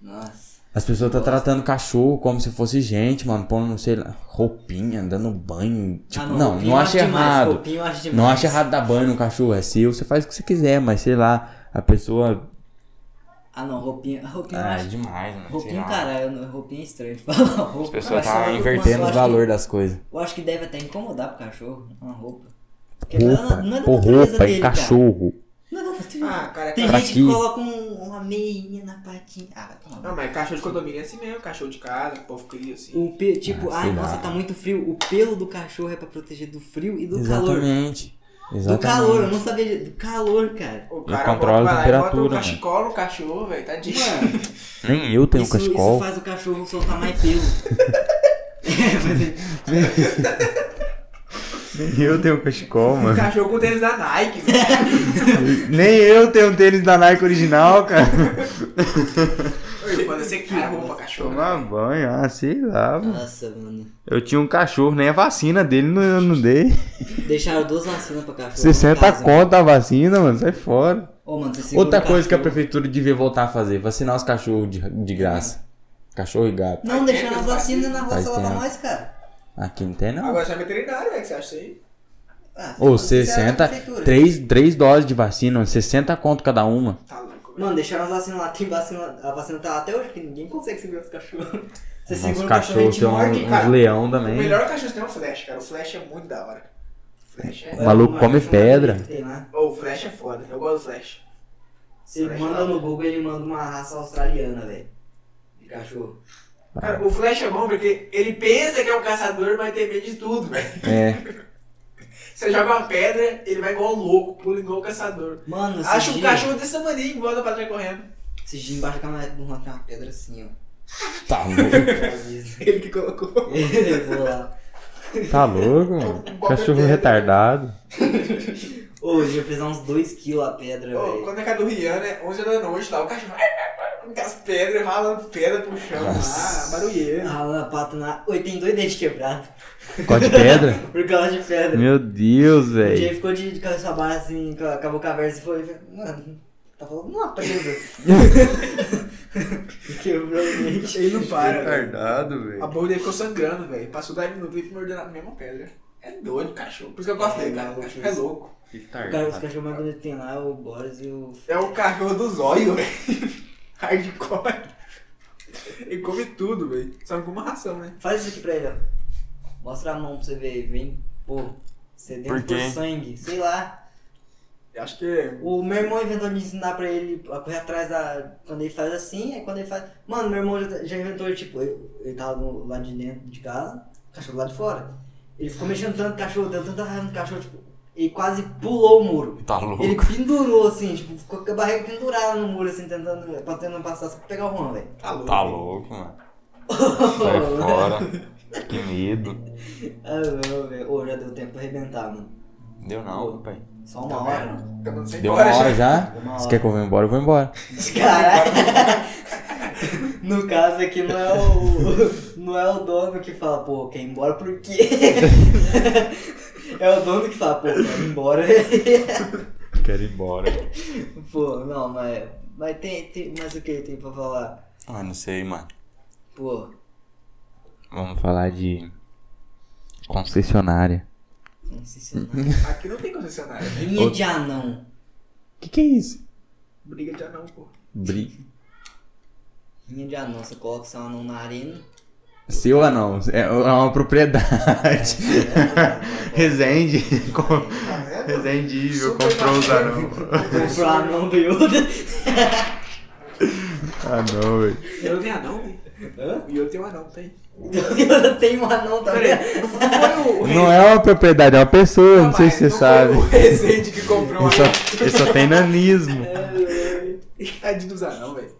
[SPEAKER 1] Nossa.
[SPEAKER 3] As pessoas tá tratando cachorro como se fosse gente, mano, pondo, não sei lá, roupinha, dando banho. Tipo,
[SPEAKER 1] Ah,
[SPEAKER 3] não,
[SPEAKER 1] roupinho
[SPEAKER 3] não
[SPEAKER 1] eu
[SPEAKER 3] acho
[SPEAKER 1] demais,
[SPEAKER 3] errado.
[SPEAKER 1] roupinho eu acho
[SPEAKER 3] Não
[SPEAKER 1] demais.
[SPEAKER 3] acho errado dar banho no cachorro, é seu, você faz o que você quiser, mas sei lá, a pessoa.
[SPEAKER 1] Ah, não, roupinha. Roupinha, eu
[SPEAKER 8] Ah, é
[SPEAKER 1] acho-
[SPEAKER 8] demais, mano.
[SPEAKER 1] roupinha caralho, não, roupinha é estranho. Falar roupa.
[SPEAKER 8] pessoas
[SPEAKER 1] Mas só
[SPEAKER 8] tá
[SPEAKER 1] eu-
[SPEAKER 8] invertendo
[SPEAKER 1] eu
[SPEAKER 3] Temos
[SPEAKER 1] acho
[SPEAKER 3] valor
[SPEAKER 1] que- é
[SPEAKER 3] das coisas.
[SPEAKER 1] Eu acho que deve até incomodar pro cachorro uma roupa. Porque não é da-
[SPEAKER 3] Roupa,
[SPEAKER 1] não é da
[SPEAKER 3] pô,
[SPEAKER 1] natureza
[SPEAKER 3] roupa
[SPEAKER 1] dele,
[SPEAKER 3] e
[SPEAKER 1] cara.
[SPEAKER 3] cachorro.
[SPEAKER 1] Não é da natureza.
[SPEAKER 2] Ah, cara,
[SPEAKER 1] Tem
[SPEAKER 3] Pra
[SPEAKER 1] gente
[SPEAKER 3] quê?
[SPEAKER 1] que coloca um- uma meinha na patinha. Ah, vai tomar.
[SPEAKER 2] Não, mas cachorro de condomínio é assim mesmo, cachorro de casa, o povo cria assim.
[SPEAKER 1] O pe... Tipo,
[SPEAKER 3] Ah,
[SPEAKER 1] ai,
[SPEAKER 3] sei lá.
[SPEAKER 1] nossa, tá muito frio. O pelo do cachorro é pra proteger do frio e do calor.
[SPEAKER 8] Exatamente.
[SPEAKER 1] Do
[SPEAKER 8] Exatamente.
[SPEAKER 1] calor, eu não sabia. de- Do calor, cara.
[SPEAKER 2] O
[SPEAKER 3] Ele
[SPEAKER 2] cara
[SPEAKER 3] controla a
[SPEAKER 2] bota, vai lá e bota um
[SPEAKER 3] temperatura,
[SPEAKER 2] cachecol no cachorro, velho, tá tadinho.
[SPEAKER 3] Nem eu tenho
[SPEAKER 1] isso, isso
[SPEAKER 3] cachecol.
[SPEAKER 1] faz o cachorro soltar mais pelo. É, mas é-
[SPEAKER 3] Nem eu tenho cachecol,
[SPEAKER 2] Um cachorro com tênis da Nike, velho.
[SPEAKER 3] Nem eu tenho tênis da Nike original, cara.
[SPEAKER 2] Oi, Mano, você queira roupa pra cachorro.
[SPEAKER 3] Tomar banho, ah, sei lá, mano.
[SPEAKER 1] Nossa, mano.
[SPEAKER 3] Eu tinha um cachorro, nem a vacina dele não, eu não dei.
[SPEAKER 1] Deixaram duas vacinas pra cachorro.
[SPEAKER 3] 60 conta a vacina, mano, sai fora.
[SPEAKER 1] Ô, mano, você segura
[SPEAKER 3] Outra
[SPEAKER 1] o
[SPEAKER 3] coisa que a
[SPEAKER 1] cachorro.
[SPEAKER 3] prefeitura devia voltar a fazer, vacinar os cachorros de, de graça. Cachorro e gato.
[SPEAKER 1] Não, deixaram as vacinas na
[SPEAKER 8] Faz
[SPEAKER 1] roça lá pra
[SPEAKER 8] tempo.
[SPEAKER 1] nós, cara.
[SPEAKER 3] Aqui não tem, não.
[SPEAKER 2] Agora você é veterinário, velho, que você acha isso aí?
[SPEAKER 1] Ah,
[SPEAKER 3] Ou
[SPEAKER 1] você era da
[SPEAKER 3] 60,
[SPEAKER 1] prefeitura.
[SPEAKER 3] 3, doses de vacina, 60 conto cada uma.
[SPEAKER 2] Tá louco, velho.
[SPEAKER 1] Mano, deixaram as vacinas lá. Tem vacina, a vacina tá lá até hoje, que ninguém consegue segurar os cachorros. Você
[SPEAKER 3] Os
[SPEAKER 1] segura um o cachorro, a
[SPEAKER 3] cachorros
[SPEAKER 1] gente
[SPEAKER 3] tem um-
[SPEAKER 1] morre.
[SPEAKER 3] uns,
[SPEAKER 2] morde, cara.
[SPEAKER 3] uns leão
[SPEAKER 2] O
[SPEAKER 3] também.
[SPEAKER 2] melhor cachorro que tem é o Flash, cara. O Flash é muito da hora. Flash é.
[SPEAKER 3] O maluco come pedra.
[SPEAKER 1] Tem lá.
[SPEAKER 2] Ô, o Flash é foda, eu gosto do Flash.
[SPEAKER 1] né? Você
[SPEAKER 3] é
[SPEAKER 1] manda no Google, ele manda uma raça australiana, velho. De cachorro.
[SPEAKER 2] Cara, o Flash é bom porque ele pensa que é um caçador, mas tem medo de tudo, velho.
[SPEAKER 3] É.
[SPEAKER 2] Você joga uma pedra, ele vai igual um louco, pula igual um caçador.
[SPEAKER 1] Mano, esse
[SPEAKER 2] Acha um
[SPEAKER 1] dia,
[SPEAKER 2] cachorro dessa maninha e volta pra trás correndo.
[SPEAKER 1] Esse dia embaixo da caminhonete do Juan tem uma pedra assim, ó.
[SPEAKER 3] Tá louco.
[SPEAKER 2] Ele que colocou.
[SPEAKER 1] Ele levou lá.
[SPEAKER 3] Tá louco, mano. Cachorro retardado.
[SPEAKER 1] Hoje eu pesar uns 2kg a pedra,
[SPEAKER 2] Ô,
[SPEAKER 1] velho.
[SPEAKER 2] quando é que a do Rihanna, é 11 da noite lá, o cachorro com as pedras, ralando pedra pro chão lá, barulheira.
[SPEAKER 1] Rala a pata Ah, na. Oi, tem dois dentes quebrados.
[SPEAKER 3] Có de pedra?
[SPEAKER 1] Por causa de pedra.
[SPEAKER 3] Meu Deus,
[SPEAKER 1] O
[SPEAKER 3] velho.
[SPEAKER 1] Jay ficou de, de cabeça baixa assim, com a- com a boca aberta e foi, mano, tá falando uma presa. Quebrou o dente.
[SPEAKER 2] Ele não para, velho.
[SPEAKER 3] Retardado,
[SPEAKER 1] Tá
[SPEAKER 2] A boca dele ficou sangrando, velho. Passou 10 minutos e mordendo a mesma pedra. É doido, cachorro. Por isso que eu gosto dele, cara. O cachorro é louco.
[SPEAKER 1] O cara, os cachorros mais bonitos que tem lá é o Boris e o.
[SPEAKER 2] É o cachorro dos olhos, velho. Hardcore. Ele come tudo, velho. Só não come ração, né?
[SPEAKER 1] Faz isso aqui pra ele, ó. Mostra a mão pra você ver, vem, pô, sedento
[SPEAKER 8] Por
[SPEAKER 1] por,
[SPEAKER 8] quê?
[SPEAKER 1] sangue, sei lá.
[SPEAKER 2] Eu acho que é.
[SPEAKER 1] O meu irmão inventou de ensinar pra ele a correr atrás da. Quando ele faz assim, aí quando ele faz. Mano, meu irmão já, já inventou, ele, tipo, ele, ele tava no- lá de dentro de casa, o cachorro lá de fora. Ele ficou mexendo tanto no cachorro, dando tanta raiva no cachorro, tipo, ele quase pulou o muro.
[SPEAKER 8] Tá louco.
[SPEAKER 1] Ele pendurou assim, tipo, ficou com a barriga pendurada no muro, assim, tentando, pra tentar passar, só pra pegar o Juan, velho.
[SPEAKER 2] Tá louco.
[SPEAKER 8] Tá
[SPEAKER 2] velho.
[SPEAKER 8] louco, mano. Sai fora. Que medo.
[SPEAKER 1] Ah, não, velho. Ô, já deu tempo pra arrebentar, mano.
[SPEAKER 8] Deu não, pai.
[SPEAKER 1] Só
[SPEAKER 2] Tá
[SPEAKER 1] uma hora.
[SPEAKER 2] vendo? Tá mandando você
[SPEAKER 8] Deu uma
[SPEAKER 2] embora,
[SPEAKER 8] hora
[SPEAKER 2] já.
[SPEAKER 8] já?
[SPEAKER 1] Deu uma hora.
[SPEAKER 8] Você quer que eu vá embora? Eu vou embora.
[SPEAKER 1] Caralho. No caso aqui não é o. Não é o dono que fala, pô, quer ir embora por quê? É o dono que fala, pô, quero ir embora.
[SPEAKER 4] Quero ir embora.
[SPEAKER 1] pô, não, mas. Mas tem, tem mais o que tem pra falar?
[SPEAKER 3] Ah, não sei, mano.
[SPEAKER 1] Pô,
[SPEAKER 4] Vamos falar de concessionária.
[SPEAKER 1] não sei se não.
[SPEAKER 2] Aqui não tem concessionária.
[SPEAKER 1] Linha de anão.
[SPEAKER 4] Que que é isso?
[SPEAKER 2] Briga de anão, pô.
[SPEAKER 4] Bri...
[SPEAKER 1] Linha de anão, você coloca seu anão na arena.
[SPEAKER 4] Seu anão, é uma propriedade.
[SPEAKER 1] né?
[SPEAKER 4] Resende, com...
[SPEAKER 2] Tá vendo?
[SPEAKER 4] Resende Evil
[SPEAKER 2] Super
[SPEAKER 4] comprou os
[SPEAKER 2] bacana.
[SPEAKER 4] anão.
[SPEAKER 1] Comprou anão do Yoda.
[SPEAKER 4] Ah não, velho.
[SPEAKER 2] Eu tenho anão, velho.
[SPEAKER 1] Hã?
[SPEAKER 2] E eu tenho anão, tem.
[SPEAKER 1] O Yoda tem um anão também.
[SPEAKER 2] Peraí, não foi o.
[SPEAKER 4] Não é uma propriedade, é uma pessoa, não sei se você
[SPEAKER 2] Não
[SPEAKER 4] sabe. é
[SPEAKER 2] Foi o Rezende que comprou
[SPEAKER 4] Ele
[SPEAKER 2] o
[SPEAKER 4] só,
[SPEAKER 2] anão.
[SPEAKER 4] ele só tem nanismo.
[SPEAKER 2] Tadinho dos anão, velho.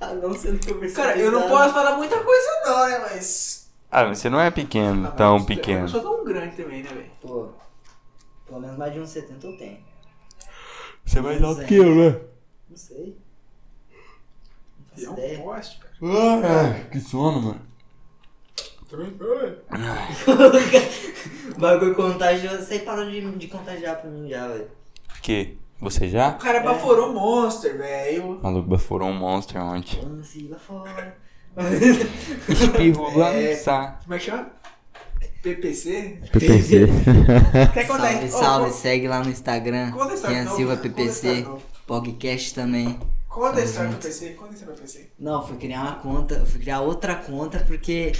[SPEAKER 1] Anão sendo comercializado.
[SPEAKER 2] Cara, eu não posso falar muita coisa, não, né, mas.
[SPEAKER 4] Ah, mas você não é pequeno,
[SPEAKER 2] Ah, mas eu- Eu sou tão grande também, né, velho?
[SPEAKER 1] Pô, pelo menos mais de uns 70 eu tenho.
[SPEAKER 4] Você é
[SPEAKER 1] mais alto que eu,
[SPEAKER 4] né?
[SPEAKER 1] Não sei. Não
[SPEAKER 2] E é
[SPEAKER 1] faço
[SPEAKER 2] um
[SPEAKER 1] ideia.
[SPEAKER 2] poste, cara.
[SPEAKER 4] Ah, é. que sono, mano.
[SPEAKER 1] O bagulho contagiou. Você parou de, de contagiar pra mim já, velho.
[SPEAKER 3] Por quê? Você
[SPEAKER 2] O
[SPEAKER 3] já?
[SPEAKER 2] cara baforou o monster, velho.
[SPEAKER 3] Maluco baforou um monster ontem.
[SPEAKER 1] Vamos ir lá fora.
[SPEAKER 3] Espirro
[SPEAKER 2] É.
[SPEAKER 3] lançar.
[SPEAKER 2] Como é que chama? PPC?
[SPEAKER 4] PPC.
[SPEAKER 2] Quer contar
[SPEAKER 1] salve,
[SPEAKER 2] Ô,
[SPEAKER 1] salve.
[SPEAKER 2] ô,
[SPEAKER 1] Segue lá no Instagram.
[SPEAKER 2] Conta a história,
[SPEAKER 4] é
[SPEAKER 1] Tem a
[SPEAKER 2] não,
[SPEAKER 1] Silva
[SPEAKER 2] conta a
[SPEAKER 1] PPC.
[SPEAKER 2] história, não.
[SPEAKER 1] Podcast também.
[SPEAKER 2] Conta a história do PPC, conta a história do PPC.
[SPEAKER 1] Não, fui criar uma conta, fui criar outra conta porque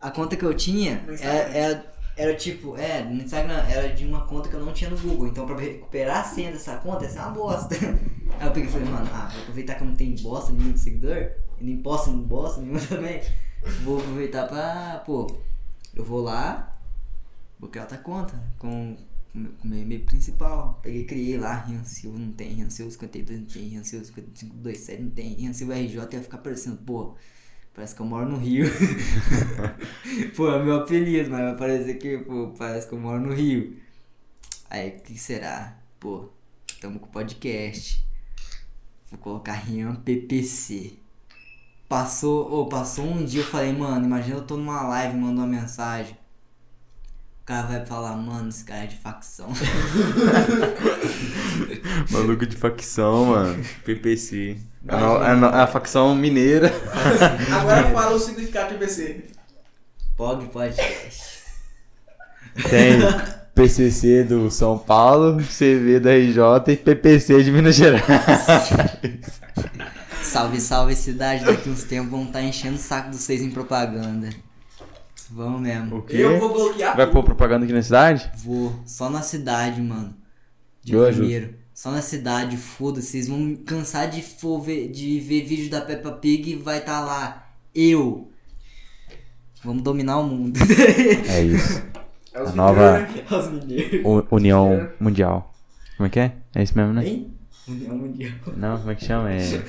[SPEAKER 1] a conta que eu tinha
[SPEAKER 2] No Instagram.
[SPEAKER 1] era, era, era tipo, é, no Instagram era de uma conta que eu não tinha no Google, então pra recuperar a senha dessa conta, essa é uma bosta. Aí eu peguei e falei, mano, ah, vou aproveitar que eu não tenho bosta nenhum de seguidor, e nem posso não bosta nenhuma também, vou aproveitar pra, pô, eu vou lá, vou criar outra conta com com meu- com meu e-mail principal. Peguei e criei lá, Rian Silva não tem, Rian Silva 52 não tem, Rian Silva 5527 não tem, Rian Silva RJ ia ficar parecendo, pô, parece que eu moro no Rio. pô, é meu apelido, mas vai parecer que, pô, parece que eu moro no Rio. Aí, o que será? Pô, tamo com podcast. Vou colocar Rian PPC. Passou, ô, passou um dia, eu falei, mano, imagina eu tô numa live, mando uma mensagem. O cara vai falar, mano, esse cara é de facção.
[SPEAKER 4] Maluco de facção, mano. PPC. A, no- a no- a facção mineira.
[SPEAKER 2] Agora fala o significado do PPC.
[SPEAKER 1] Pog Podcast.
[SPEAKER 4] Tem PCC do São Paulo, CV da RJ e PPC de Minas Gerais.
[SPEAKER 1] Salve, salve cidade. Daqui uns tempos vão estar enchendo o saco de vocês em propaganda. Vamos mesmo.
[SPEAKER 4] O
[SPEAKER 2] Eu vou bloquear
[SPEAKER 4] Vai pôr propaganda aqui na cidade?
[SPEAKER 1] Vou. Só na cidade, mano. De
[SPEAKER 4] Eu ajudo.
[SPEAKER 1] primeiro. Só na cidade, foda-se. Vocês vão cansar de, for ver, de ver vídeo da Peppa Pig e vai estar lá. Eu. Vamos dominar o mundo.
[SPEAKER 4] É isso.
[SPEAKER 2] É os
[SPEAKER 4] A nova-
[SPEAKER 2] mineiros, né?
[SPEAKER 1] Os mineiros.
[SPEAKER 4] União Mundial. Como é que é? É isso mesmo, né?
[SPEAKER 1] Hein? União Mundial.
[SPEAKER 4] Não, como é que chama? É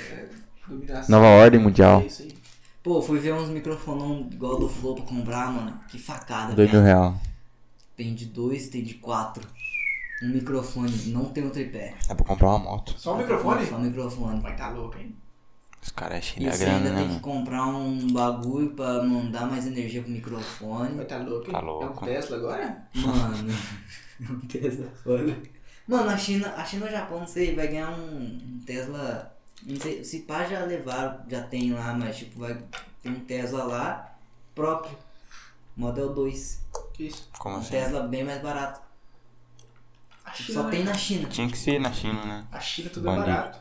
[SPEAKER 2] Dominação.
[SPEAKER 4] Nova Ordem Mundial.
[SPEAKER 2] É isso aí.
[SPEAKER 1] Pô, fui ver uns microfonão igual do Flow pra comprar, mano. Que facada,
[SPEAKER 4] Dois
[SPEAKER 1] velho.
[SPEAKER 4] mil real.
[SPEAKER 1] Tem de dois, tem de quatro. Um microfone, não tem um tripé.
[SPEAKER 3] É pra comprar uma moto.
[SPEAKER 2] Só o microfone?
[SPEAKER 1] Só um microfone.
[SPEAKER 2] Vai tá louco, hein?
[SPEAKER 3] Os caras é cheio
[SPEAKER 1] E
[SPEAKER 3] da
[SPEAKER 1] você
[SPEAKER 3] grana,
[SPEAKER 1] ainda
[SPEAKER 3] né,
[SPEAKER 1] tem que
[SPEAKER 3] mano?
[SPEAKER 1] comprar um bagulho pra mandar mais energia pro microfone.
[SPEAKER 2] Vai tá louco, hein?
[SPEAKER 3] Tá
[SPEAKER 2] É
[SPEAKER 3] louco.
[SPEAKER 2] um Tesla agora?
[SPEAKER 1] Mano, um Tesla foda. Mano, a China, a China e o Japão, não sei, vai ganhar um, um Tesla. Não sei, se pá já levaram, já tem lá, mas tipo, vai ter um Tesla lá próprio. Model 2.
[SPEAKER 2] Que isso?
[SPEAKER 3] Como
[SPEAKER 1] Um
[SPEAKER 3] assim?
[SPEAKER 1] Tesla bem mais barato.
[SPEAKER 2] A China,
[SPEAKER 1] Só tem
[SPEAKER 2] né?
[SPEAKER 1] na China. é.
[SPEAKER 3] Tinha que ser na China, né?
[SPEAKER 2] A China tudo é
[SPEAKER 4] Bandido.
[SPEAKER 2] barato.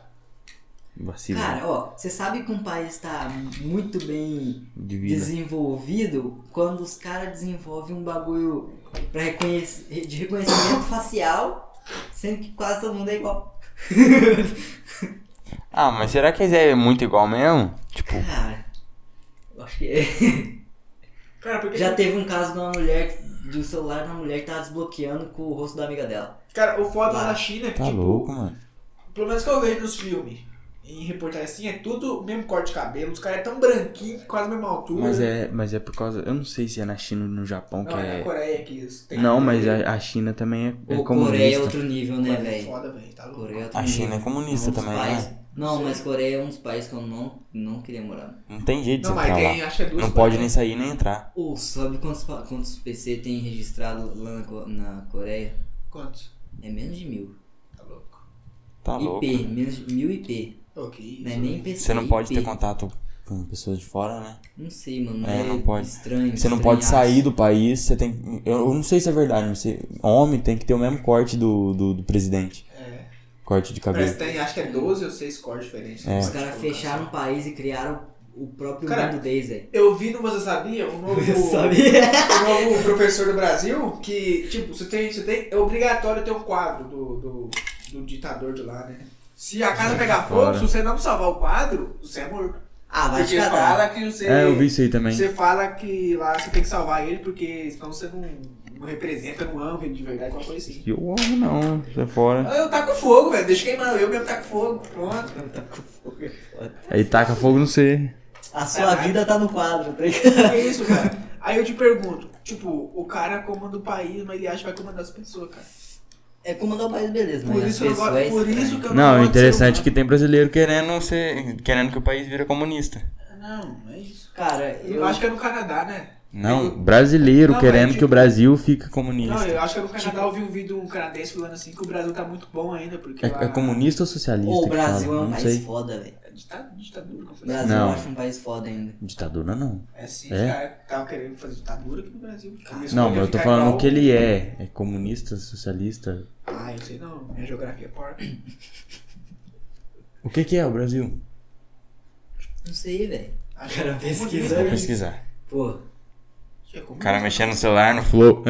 [SPEAKER 4] Vacilo.
[SPEAKER 1] Cara, ó, você sabe que um país tá muito bem
[SPEAKER 4] De vida.
[SPEAKER 1] desenvolvido quando os caras desenvolvem um bagulho pra reconhec- de reconhecimento facial, sendo que quase todo mundo é igual.
[SPEAKER 3] Ah, mas será que eles é muito igual mesmo? Tipo,
[SPEAKER 1] Cara, eu acho que é.
[SPEAKER 2] Cara, porque.
[SPEAKER 1] Já teve um caso de uma mulher, de um celular de uma mulher que tava desbloqueando com o rosto da amiga dela.
[SPEAKER 2] Cara, o foda lá
[SPEAKER 1] Lá.
[SPEAKER 2] na China é que,
[SPEAKER 4] Tá
[SPEAKER 2] tipo,
[SPEAKER 4] louco, mano.
[SPEAKER 2] pelo menos que eu vejo nos filmes, em reportagem assim, é tudo o mesmo corte de cabelo, os caras é tão branquinho, quase a mesma altura.
[SPEAKER 4] Mas é, mas é por causa. Eu não sei se é na China ou no Japão que
[SPEAKER 2] Não, é
[SPEAKER 4] é.
[SPEAKER 2] na Coreia que isso tem.
[SPEAKER 4] Não, mas a, a China também é, é
[SPEAKER 1] Ou Coreia é
[SPEAKER 4] comunista.
[SPEAKER 1] outro nível, né,
[SPEAKER 2] Mano, é
[SPEAKER 1] velho?
[SPEAKER 2] foda, velho, tá louco.
[SPEAKER 1] Coreia é outro
[SPEAKER 3] a China é
[SPEAKER 1] nível.
[SPEAKER 3] comunista
[SPEAKER 1] Um dos
[SPEAKER 3] também, né?
[SPEAKER 1] países- Não, mas Coreia é um dos países que eu não, não queria morar.
[SPEAKER 3] Não tem jeito de
[SPEAKER 2] Não,
[SPEAKER 3] você
[SPEAKER 2] mas
[SPEAKER 3] entrar
[SPEAKER 2] tem,
[SPEAKER 3] lá.
[SPEAKER 2] acho que é duas
[SPEAKER 3] Não pode nem
[SPEAKER 2] países.
[SPEAKER 3] sair nem entrar.
[SPEAKER 1] Ou sabe quantos, pa- quantos PC tem registrado lá na, Co- na Coreia?
[SPEAKER 2] Quantos?
[SPEAKER 1] É menos de mil.
[SPEAKER 2] Tá louco.
[SPEAKER 3] Tá louco.
[SPEAKER 1] IP, menos de mil IP.
[SPEAKER 2] Ô, que isso,
[SPEAKER 1] Não é nem
[SPEAKER 2] velho.
[SPEAKER 1] PC.
[SPEAKER 3] Você não pode
[SPEAKER 1] IP.
[SPEAKER 3] ter contato com pessoas de fora, né?
[SPEAKER 1] Não sei, mano.
[SPEAKER 3] É,
[SPEAKER 1] É,
[SPEAKER 3] não pode.
[SPEAKER 1] estranho.
[SPEAKER 3] Você não pode
[SPEAKER 1] estranhaço.
[SPEAKER 3] sair do país, você tem. Eu eu não sei se é verdade, mas você- homem tem que ter o mesmo corte do, do, do presidente.
[SPEAKER 2] É.
[SPEAKER 3] Corte de
[SPEAKER 2] Parece
[SPEAKER 3] cabelo.
[SPEAKER 2] que tem, acho que é 12 ou 6 cores diferentes. Tipo,
[SPEAKER 3] É.
[SPEAKER 1] Os caras fecharam o país e criaram o próprio
[SPEAKER 2] Cara,
[SPEAKER 1] mundo deles, velho.
[SPEAKER 2] Eu vi no Você Sabia, um novo,
[SPEAKER 1] Sabe?
[SPEAKER 2] um novo professor do Brasil, que, tipo, você tem, você tem, é obrigatório ter um quadro do, do, do ditador de lá, né? Se a casa pegar fogo,
[SPEAKER 4] fora.
[SPEAKER 2] se você não salvar o quadro, você é morto.
[SPEAKER 1] Ah, vai te
[SPEAKER 2] Porque
[SPEAKER 1] catar.
[SPEAKER 2] fala que você...
[SPEAKER 4] É, eu vi isso aí também.
[SPEAKER 2] Você fala que lá você tem que salvar ele, porque senão você não, não representa, não ama ele de verdade, qualquer coisa assim.
[SPEAKER 4] Eu amo não, você é fora.
[SPEAKER 2] Ah, Eu taco fogo, velho. Deixa queimar. Eu mesmo taco fogo. Pronto. Eu taco fogo.
[SPEAKER 4] Aí taca fogo no C.
[SPEAKER 1] A
[SPEAKER 2] É,
[SPEAKER 1] sua
[SPEAKER 2] né?
[SPEAKER 1] vida tá no quadro, tá ligado?
[SPEAKER 2] Que isso, cara? Aí eu te pergunto, tipo, o cara comanda o país, mas ele acha que vai comandar as pessoas, cara.
[SPEAKER 1] É comandar o país, beleza, mas
[SPEAKER 2] Por
[SPEAKER 1] as
[SPEAKER 2] isso, eu não
[SPEAKER 1] pessoas... é
[SPEAKER 2] gosto- por isso que eu não
[SPEAKER 4] Não, o
[SPEAKER 2] gosto de
[SPEAKER 4] interessante é
[SPEAKER 2] ser um
[SPEAKER 4] que tem brasileiro querendo ser. querendo que o país vira comunista.
[SPEAKER 2] humano. Não, é isso.
[SPEAKER 1] Cara,
[SPEAKER 2] Eu,
[SPEAKER 1] eu
[SPEAKER 2] acho que é no Canadá, né?
[SPEAKER 4] Não, brasileiro
[SPEAKER 2] Não,
[SPEAKER 4] querendo
[SPEAKER 2] mas,
[SPEAKER 4] que o Brasil fique comunista.
[SPEAKER 2] Não, eu acho que é no
[SPEAKER 4] Tipo-
[SPEAKER 2] Canadá. Eu vi um vídeo de um canadense falando assim que o Brasil tá muito bom ainda, porque lá...
[SPEAKER 4] É, é comunista ou socialista?
[SPEAKER 1] Pô, o
[SPEAKER 4] que
[SPEAKER 1] Brasil
[SPEAKER 4] fala?
[SPEAKER 1] é um
[SPEAKER 4] Não
[SPEAKER 1] país
[SPEAKER 4] sei.
[SPEAKER 1] foda, velho.
[SPEAKER 2] É ditado- ditadura. como
[SPEAKER 1] O
[SPEAKER 2] foi assim?
[SPEAKER 1] Brasil
[SPEAKER 4] Não.
[SPEAKER 1] eu acho um país foda ainda.
[SPEAKER 4] Ditadura não.
[SPEAKER 2] É assim,
[SPEAKER 4] É?
[SPEAKER 2] os caras tava querendo fazer ditadura aqui no Brasil. Começou
[SPEAKER 4] Não,
[SPEAKER 2] a
[SPEAKER 4] mas eu tô
[SPEAKER 2] ficar
[SPEAKER 4] falando
[SPEAKER 2] igual-
[SPEAKER 4] o que ele é. É comunista, socialista.
[SPEAKER 2] Ah, eu sei não. Minha geografia é porca.
[SPEAKER 4] O que que é o Brasil?
[SPEAKER 1] Não sei, velho.
[SPEAKER 2] A
[SPEAKER 1] Cara, pesquisa
[SPEAKER 4] Vou pesquisar.
[SPEAKER 1] Pô,
[SPEAKER 2] O
[SPEAKER 3] O cara mexendo no celular no flow.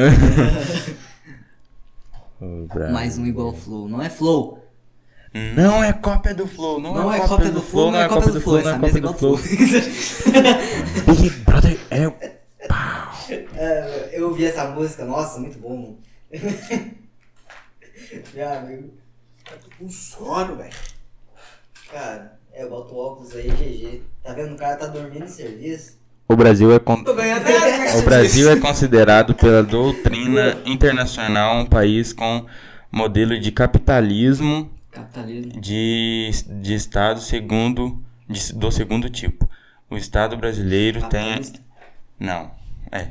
[SPEAKER 3] O Brasil.
[SPEAKER 1] mais um igual Flow. Não é Flow.
[SPEAKER 3] Não é cópia do flow, não,
[SPEAKER 1] Não é cópia do Flow, não é cópia do Flow. Essa mesa é igual Flow.
[SPEAKER 4] Big Brother é.
[SPEAKER 1] É, Eu ouvi essa música, nossa, muito bom, mano. Meu amigo,
[SPEAKER 2] Um sono, velho.
[SPEAKER 1] cara, é, eu boto óculos aí, GG. Tá vendo? O cara tá dormindo em serviço.
[SPEAKER 4] O Brasil é. con-
[SPEAKER 2] Tô ganhando nada,
[SPEAKER 4] O Brasil é considerado pela doutrina internacional um país com modelo de capitalismo
[SPEAKER 1] Capitalismo.
[SPEAKER 3] de, de estado segundo de- do segundo tipo. O estado brasileiro tem
[SPEAKER 1] Capitalista.
[SPEAKER 3] não é.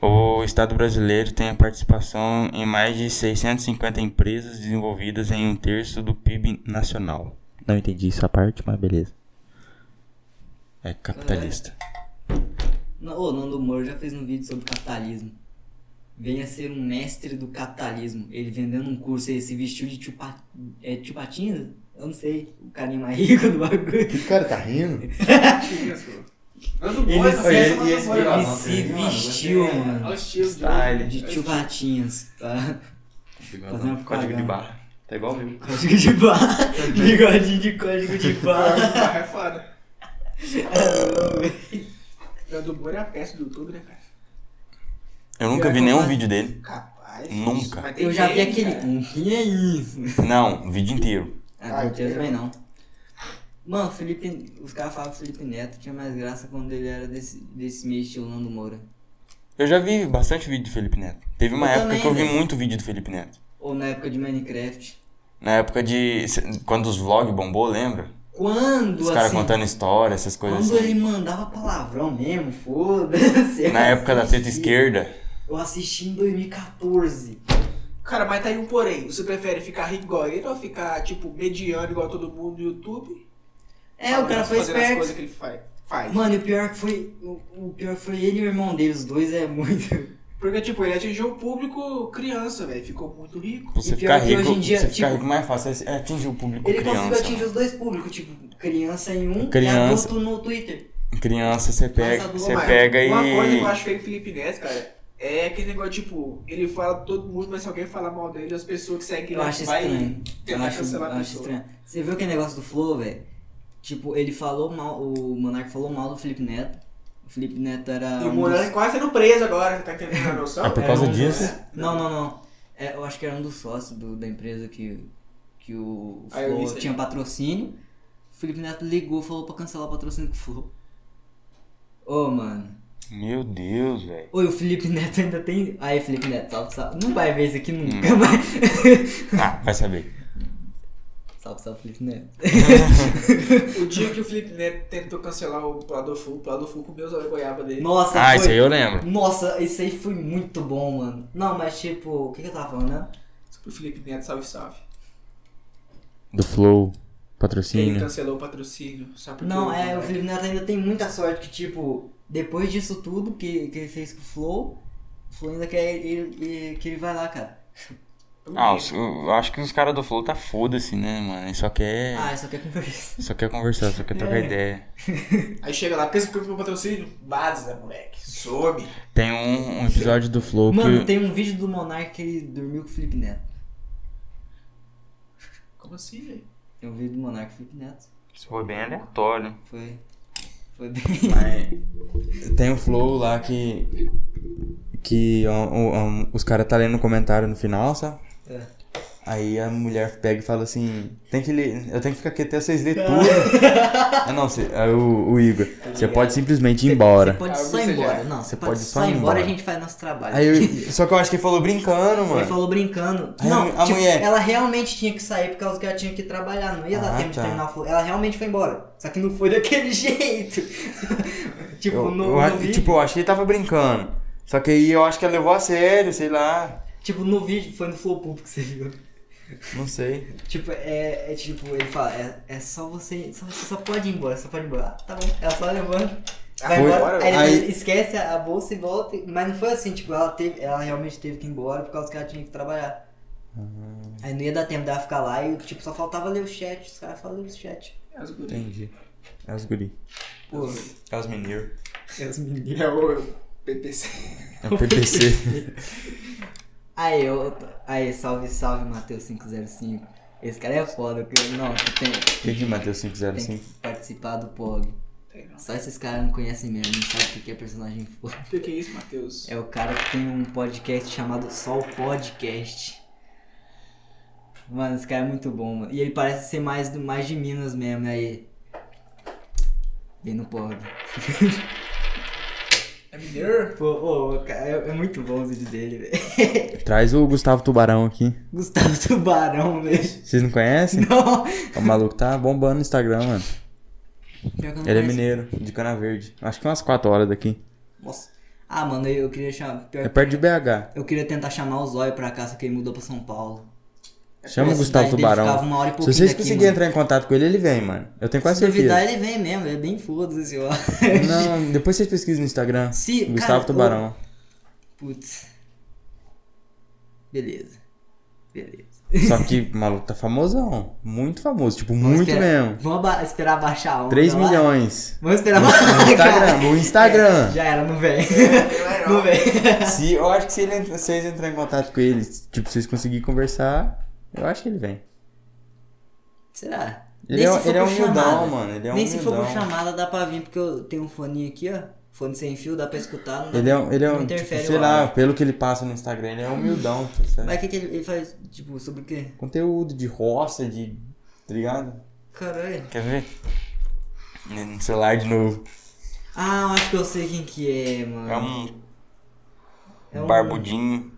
[SPEAKER 3] O estado brasileiro tem a participação em mais de 650 empresas desenvolvidas em um terço do PIB nacional. Não entendi essa parte, mas beleza. É capitalista.
[SPEAKER 1] Não, ô, o Nando Moro já fez um vídeo sobre capitalismo. Venha ser um mestre do capitalismo. Ele vendendo um curso, ele se vestiu de chupa, é, chupatinhas? Eu não sei, o carinha mais rico do bagulho.
[SPEAKER 4] O cara tá rindo?
[SPEAKER 2] Nando
[SPEAKER 1] Ele
[SPEAKER 2] Moura,
[SPEAKER 1] se-
[SPEAKER 2] não pensa no
[SPEAKER 4] ele-
[SPEAKER 2] Nando Moura,
[SPEAKER 4] ele-
[SPEAKER 2] não.
[SPEAKER 1] se vestiu, mano.
[SPEAKER 2] Olha o estilo de
[SPEAKER 3] Style.
[SPEAKER 2] hoje,
[SPEAKER 1] De
[SPEAKER 2] né?
[SPEAKER 1] chupatinhas, tá? Fazer uma
[SPEAKER 3] Código de
[SPEAKER 1] propaganda.
[SPEAKER 3] barra. Tá igual meu.
[SPEAKER 1] Código de barra. Bigodinho de código de barra.
[SPEAKER 2] Ah, É foda. Nando Moura é a peça do YouTube, né, cara?
[SPEAKER 3] Eu nunca vi nenhum vídeo dele.
[SPEAKER 2] Capaz.
[SPEAKER 3] Nunca.
[SPEAKER 2] isso, mas tem
[SPEAKER 1] Eu já vi
[SPEAKER 2] gente,
[SPEAKER 1] aquele.
[SPEAKER 2] cara.
[SPEAKER 1] Um que é isso?
[SPEAKER 3] Não, um vídeo inteiro.
[SPEAKER 1] Ah, não tinha também não. Mano, o Felipe. Os caras falavam que o Felipe Neto tinha mais graça quando ele era desse, desse meio estilo Nando Moura.
[SPEAKER 3] Eu já vi bastante vídeo do Felipe Neto. Teve uma
[SPEAKER 1] Eu
[SPEAKER 3] época
[SPEAKER 1] também,
[SPEAKER 3] que eu vi
[SPEAKER 1] velho.
[SPEAKER 3] muito vídeo do Felipe Neto.
[SPEAKER 1] Ou na época de Minecraft.
[SPEAKER 3] Na época de. cê- Quando os vlogs bombou, lembra?
[SPEAKER 1] Quando
[SPEAKER 3] Os caras
[SPEAKER 1] assim.
[SPEAKER 3] contando história, essas coisas
[SPEAKER 1] quando
[SPEAKER 3] assim.
[SPEAKER 1] ele mandava palavrão mesmo, foda-se. eu
[SPEAKER 3] Na época da teta
[SPEAKER 1] assisti.
[SPEAKER 3] esquerda.
[SPEAKER 1] Eu assisti em 2014.
[SPEAKER 2] Cara, mas tá aí um porém. Você prefere ficar rico igual ele ou ficar, tipo, mediano igual todo mundo no YouTube?
[SPEAKER 1] É, o cara foi
[SPEAKER 2] Fazendo as coisas
[SPEAKER 1] esperto.
[SPEAKER 2] que ele faz. faz.
[SPEAKER 1] Mano, e o pior que foi. O, o pior que foi ele e o irmão dele, os dois é muito.
[SPEAKER 2] Porque, tipo, ele atingiu o público criança, velho. Ficou muito rico.
[SPEAKER 3] Você
[SPEAKER 1] E pior
[SPEAKER 3] ficar
[SPEAKER 1] que hoje
[SPEAKER 3] rico,
[SPEAKER 1] em dia,
[SPEAKER 3] você ficar
[SPEAKER 1] tipo,
[SPEAKER 3] rico mais fácil é atingir o público
[SPEAKER 1] Ele conseguiu
[SPEAKER 3] criança.
[SPEAKER 1] atingir
[SPEAKER 2] né?
[SPEAKER 1] os dois públicos, tipo, criança em um
[SPEAKER 3] Criança.
[SPEAKER 1] e adulto no Twitter.
[SPEAKER 3] Criança, você pega,
[SPEAKER 1] Nossa,
[SPEAKER 3] você
[SPEAKER 2] Mas
[SPEAKER 3] pega
[SPEAKER 2] uma coisa
[SPEAKER 3] e.
[SPEAKER 2] que eu acho feio do Felipe Neto, cara, é aquele negócio, tipo, ele fala pra todo mundo, mas se alguém falar mal dele, as pessoas que seguem
[SPEAKER 1] Eu
[SPEAKER 2] ele
[SPEAKER 1] acho
[SPEAKER 2] É, vai
[SPEAKER 1] estranho. Eu
[SPEAKER 2] tentar
[SPEAKER 1] acho, eu
[SPEAKER 2] cancelar a
[SPEAKER 1] acho
[SPEAKER 2] pessoa.
[SPEAKER 1] estranho. Você viu aquele negócio do Flow, velho? Tipo, ele falou mal, o Monark falou mal do Felipe Neto. O Felipe Neto era.
[SPEAKER 2] E o
[SPEAKER 1] um
[SPEAKER 2] Morano
[SPEAKER 1] dos-
[SPEAKER 2] é quase sendo preso agora, tá entendendo a noção?
[SPEAKER 3] É por causa
[SPEAKER 2] um-
[SPEAKER 3] disso?
[SPEAKER 1] Não, não, não. É, eu acho que era um dos sócios do- da empresa que, que o
[SPEAKER 2] Ah, eu vi
[SPEAKER 1] Flow
[SPEAKER 2] isso aí.
[SPEAKER 1] tinha patrocínio. O Felipe Neto ligou, falou pra cancelar o patrocínio do Flow. Ô, mano.
[SPEAKER 3] Meu Deus, velho.
[SPEAKER 1] Oi, o Felipe Neto ainda tem. Aí, Felipe
[SPEAKER 3] Hum.
[SPEAKER 1] Neto, salve, salve. Não vai ver isso aqui nunca, mas.
[SPEAKER 3] Ah, vai saber.
[SPEAKER 1] Salve, salve, Felipe Neto.
[SPEAKER 2] O dia que o Felipe Neto tentou cancelar o Pladofu, o Pladofu comeu a goiaba dele.
[SPEAKER 1] Nossa,
[SPEAKER 3] Ah,
[SPEAKER 1] foi...
[SPEAKER 3] isso aí eu lembro.
[SPEAKER 1] Nossa, isso aí foi muito bom, mano. Não, mas tipo, o que, que eu tava falando, né?
[SPEAKER 2] O Felipe Neto, salve, salve.
[SPEAKER 3] Do Flow,
[SPEAKER 2] Ele
[SPEAKER 1] tá-
[SPEAKER 3] patrocínio.
[SPEAKER 2] cancelou o patrocínio, sabe por
[SPEAKER 1] Não,
[SPEAKER 2] quê?
[SPEAKER 1] é, o Felipe Neto ainda tem muita sorte que, tipo, depois disso tudo que, que ele fez com o Flow, o Flow ainda quer ele, ele- que ele vai lá, cara.
[SPEAKER 9] Ah, os- eu acho que os caras do Flow tá foda-se, né, mano? Ele só
[SPEAKER 3] é
[SPEAKER 9] quer.
[SPEAKER 1] Ah, ele só quer conversar.
[SPEAKER 9] Só quer conversar, só quer
[SPEAKER 1] É.
[SPEAKER 9] trocar ideia.
[SPEAKER 3] Ah,
[SPEAKER 2] Aí chega lá, pensa que eu o patrocínio, vaza, moleque, some.
[SPEAKER 9] Tem um, um episódio.
[SPEAKER 3] Episódio do Flow
[SPEAKER 1] Mano,
[SPEAKER 3] que.
[SPEAKER 1] tem um vídeo do Monark que ele dormiu com o Felipe Neto.
[SPEAKER 2] Como assim, velho?
[SPEAKER 1] Tem um vídeo do Monark e Felipe Neto.
[SPEAKER 9] Isso foi bem aleatório.
[SPEAKER 1] Foi. Foi bem.
[SPEAKER 3] Tem o Flow lá que. Que ó, ó, ó, os caras tá lendo um comentário no final, sabe?
[SPEAKER 1] É.
[SPEAKER 3] Aí a mulher pega e fala assim: tem que ler, eu tenho que ficar aqui até vocês lerem tudo. ah, não, você, aí o, o Igor, você pode simplesmente ir
[SPEAKER 1] Tá Você
[SPEAKER 3] embora.
[SPEAKER 1] pode
[SPEAKER 2] Ah,
[SPEAKER 1] só
[SPEAKER 2] você
[SPEAKER 1] ir
[SPEAKER 2] já-
[SPEAKER 1] embora. Não, você pode, só ir embora e a gente faz nosso trabalho.
[SPEAKER 3] Aí eu- só que eu acho que ele falou brincando,
[SPEAKER 1] Ele
[SPEAKER 3] mano.
[SPEAKER 1] falou brincando.
[SPEAKER 3] Aí
[SPEAKER 1] não,
[SPEAKER 3] a mu- a
[SPEAKER 1] tipo,
[SPEAKER 3] mulher-
[SPEAKER 1] ela realmente tinha que sair por causa que ela tinha que trabalhar. Não ia dar
[SPEAKER 3] Ah,
[SPEAKER 1] tempo de
[SPEAKER 3] tá.
[SPEAKER 1] terminar o flow. Ela realmente foi embora. Só que não foi daquele jeito. tipo,
[SPEAKER 3] Eu,
[SPEAKER 1] no,
[SPEAKER 3] eu
[SPEAKER 1] no
[SPEAKER 3] acho-
[SPEAKER 1] vídeo.
[SPEAKER 3] tipo, eu acho que ele tava brincando. Só que aí eu acho que ela levou a sério, sei lá.
[SPEAKER 1] Tipo, no vídeo, foi no Flow Pub que você viu.
[SPEAKER 3] Não sei.
[SPEAKER 1] Tipo, é, é tipo, ele fala, é, é só você, só, você só pode ir embora, só pode ir embora. Ah, tá bom. Ela só levanta, vai
[SPEAKER 3] Ah, Foi- né?
[SPEAKER 1] embora, aí,
[SPEAKER 3] aí-
[SPEAKER 1] ele esquece a a bolsa e volta. Mas não foi assim, tipo, ela, teve, ela realmente teve que ir embora por causa que ela tinha que trabalhar.
[SPEAKER 3] Uhum.
[SPEAKER 1] Aí não ia dar tempo dela ficar lá e, tipo, só faltava ler o chat, os caras só ler o chat.
[SPEAKER 2] É os guri.
[SPEAKER 3] Entendi. É os guri.
[SPEAKER 1] Pô,
[SPEAKER 3] É os mineiros.
[SPEAKER 1] Deus me livre.
[SPEAKER 2] É o PPC.
[SPEAKER 3] É o PPC.
[SPEAKER 1] Aí, eu, aí, salve, salve, Matheus 505. Esse cara é foda, porque, não, tu tem,
[SPEAKER 3] Quem que Matheus
[SPEAKER 1] tem
[SPEAKER 3] 505?
[SPEAKER 1] que participar do POG.
[SPEAKER 2] Tem não.
[SPEAKER 1] Só esses caras não conhecem mesmo, não sabem o que que é personagem foda.
[SPEAKER 2] O que que é isso, Matheus?
[SPEAKER 1] É o cara que tem um podcast chamado Só o Podcast. Mano, esse cara é muito bom, mano. E ele parece ser mais, do, mais de Minas mesmo, aí. Bem no porra.
[SPEAKER 2] É mineiro?
[SPEAKER 1] Pô, ô, o cara, é, é muito bom o vídeo dele, velho.
[SPEAKER 3] Traz o Gustavo Tubarão aqui.
[SPEAKER 1] Gustavo Tubarão, velho.
[SPEAKER 3] Vocês não conhecem?
[SPEAKER 1] Não.
[SPEAKER 3] O maluco tá bombando no Instagram, mano.
[SPEAKER 1] Pior que eu não
[SPEAKER 3] Ele é
[SPEAKER 1] conheço.
[SPEAKER 3] mineiro, de Cana Verde. Acho que umas 4 horas daqui.
[SPEAKER 1] Nossa. Ah, mano, eu, eu queria chamar. pior
[SPEAKER 3] É
[SPEAKER 1] que-
[SPEAKER 3] perto de BH.
[SPEAKER 1] eu queria tentar chamar o Zóio pra cá, só que ele mudou pra São Paulo.
[SPEAKER 3] Chama
[SPEAKER 1] Minha
[SPEAKER 3] o Gustavo
[SPEAKER 1] cidade dele ficava
[SPEAKER 3] Tubarão.
[SPEAKER 1] uma hora e
[SPEAKER 3] Se
[SPEAKER 1] pouquinho
[SPEAKER 3] vocês
[SPEAKER 1] daqui,
[SPEAKER 3] conseguirem
[SPEAKER 1] mano.
[SPEAKER 3] entrar em contato com ele, ele vem, mano. Eu tenho quase
[SPEAKER 1] Se duvidar,
[SPEAKER 3] certeza.
[SPEAKER 1] ele vem mesmo, ele é bem foda-se, ó.
[SPEAKER 3] Não, depois vocês pesquisam no Instagram.
[SPEAKER 1] Se-
[SPEAKER 3] Gustavo
[SPEAKER 1] cara,
[SPEAKER 3] Tubarão.
[SPEAKER 1] Putz. Beleza. Beleza.
[SPEAKER 3] Só que o maluco tá famosão. Muito famoso. Tipo, muito
[SPEAKER 1] Espera-
[SPEAKER 3] mesmo.
[SPEAKER 1] Vamos aba- esperar baixar a onda.
[SPEAKER 3] 3
[SPEAKER 1] é lá.
[SPEAKER 3] milhões.
[SPEAKER 1] Vamos esperar
[SPEAKER 3] No
[SPEAKER 1] baixar
[SPEAKER 3] Instagram, no Instagram.
[SPEAKER 1] É, Já era, não vem. Não vem.
[SPEAKER 3] Se, eu acho que se ele entra- vocês entrarem em contato com ele, tipo, vocês conseguirem conversar, eu acho que ele vem.
[SPEAKER 1] Será?
[SPEAKER 3] Ele
[SPEAKER 1] Nem
[SPEAKER 3] é-
[SPEAKER 1] se for
[SPEAKER 3] ele é
[SPEAKER 1] por
[SPEAKER 3] humildão,
[SPEAKER 1] chamada.
[SPEAKER 3] mano, ele é
[SPEAKER 1] Nem se for por
[SPEAKER 3] humildão.
[SPEAKER 1] chamada dá pra vir, porque eu tenho um fone aqui, ó. Fone sem fio, dá pra escutar. Não
[SPEAKER 3] Ele é, um- ele é
[SPEAKER 1] Não
[SPEAKER 3] um, tipo,
[SPEAKER 1] interfere
[SPEAKER 3] sei
[SPEAKER 1] o
[SPEAKER 3] lá,
[SPEAKER 1] áudio.
[SPEAKER 3] pelo que ele passa no Instagram, ele é humildão, tá certo?
[SPEAKER 1] Mas o que, que ele, ele faz, tipo, sobre o quê?
[SPEAKER 3] Conteúdo de roça, de. Tá ligado?
[SPEAKER 1] Caralho.
[SPEAKER 9] Quer ver?
[SPEAKER 3] No celular de novo.
[SPEAKER 1] Ah, eu acho que eu sei quem que é, mano.
[SPEAKER 9] É um
[SPEAKER 1] É um-
[SPEAKER 9] barbudinho.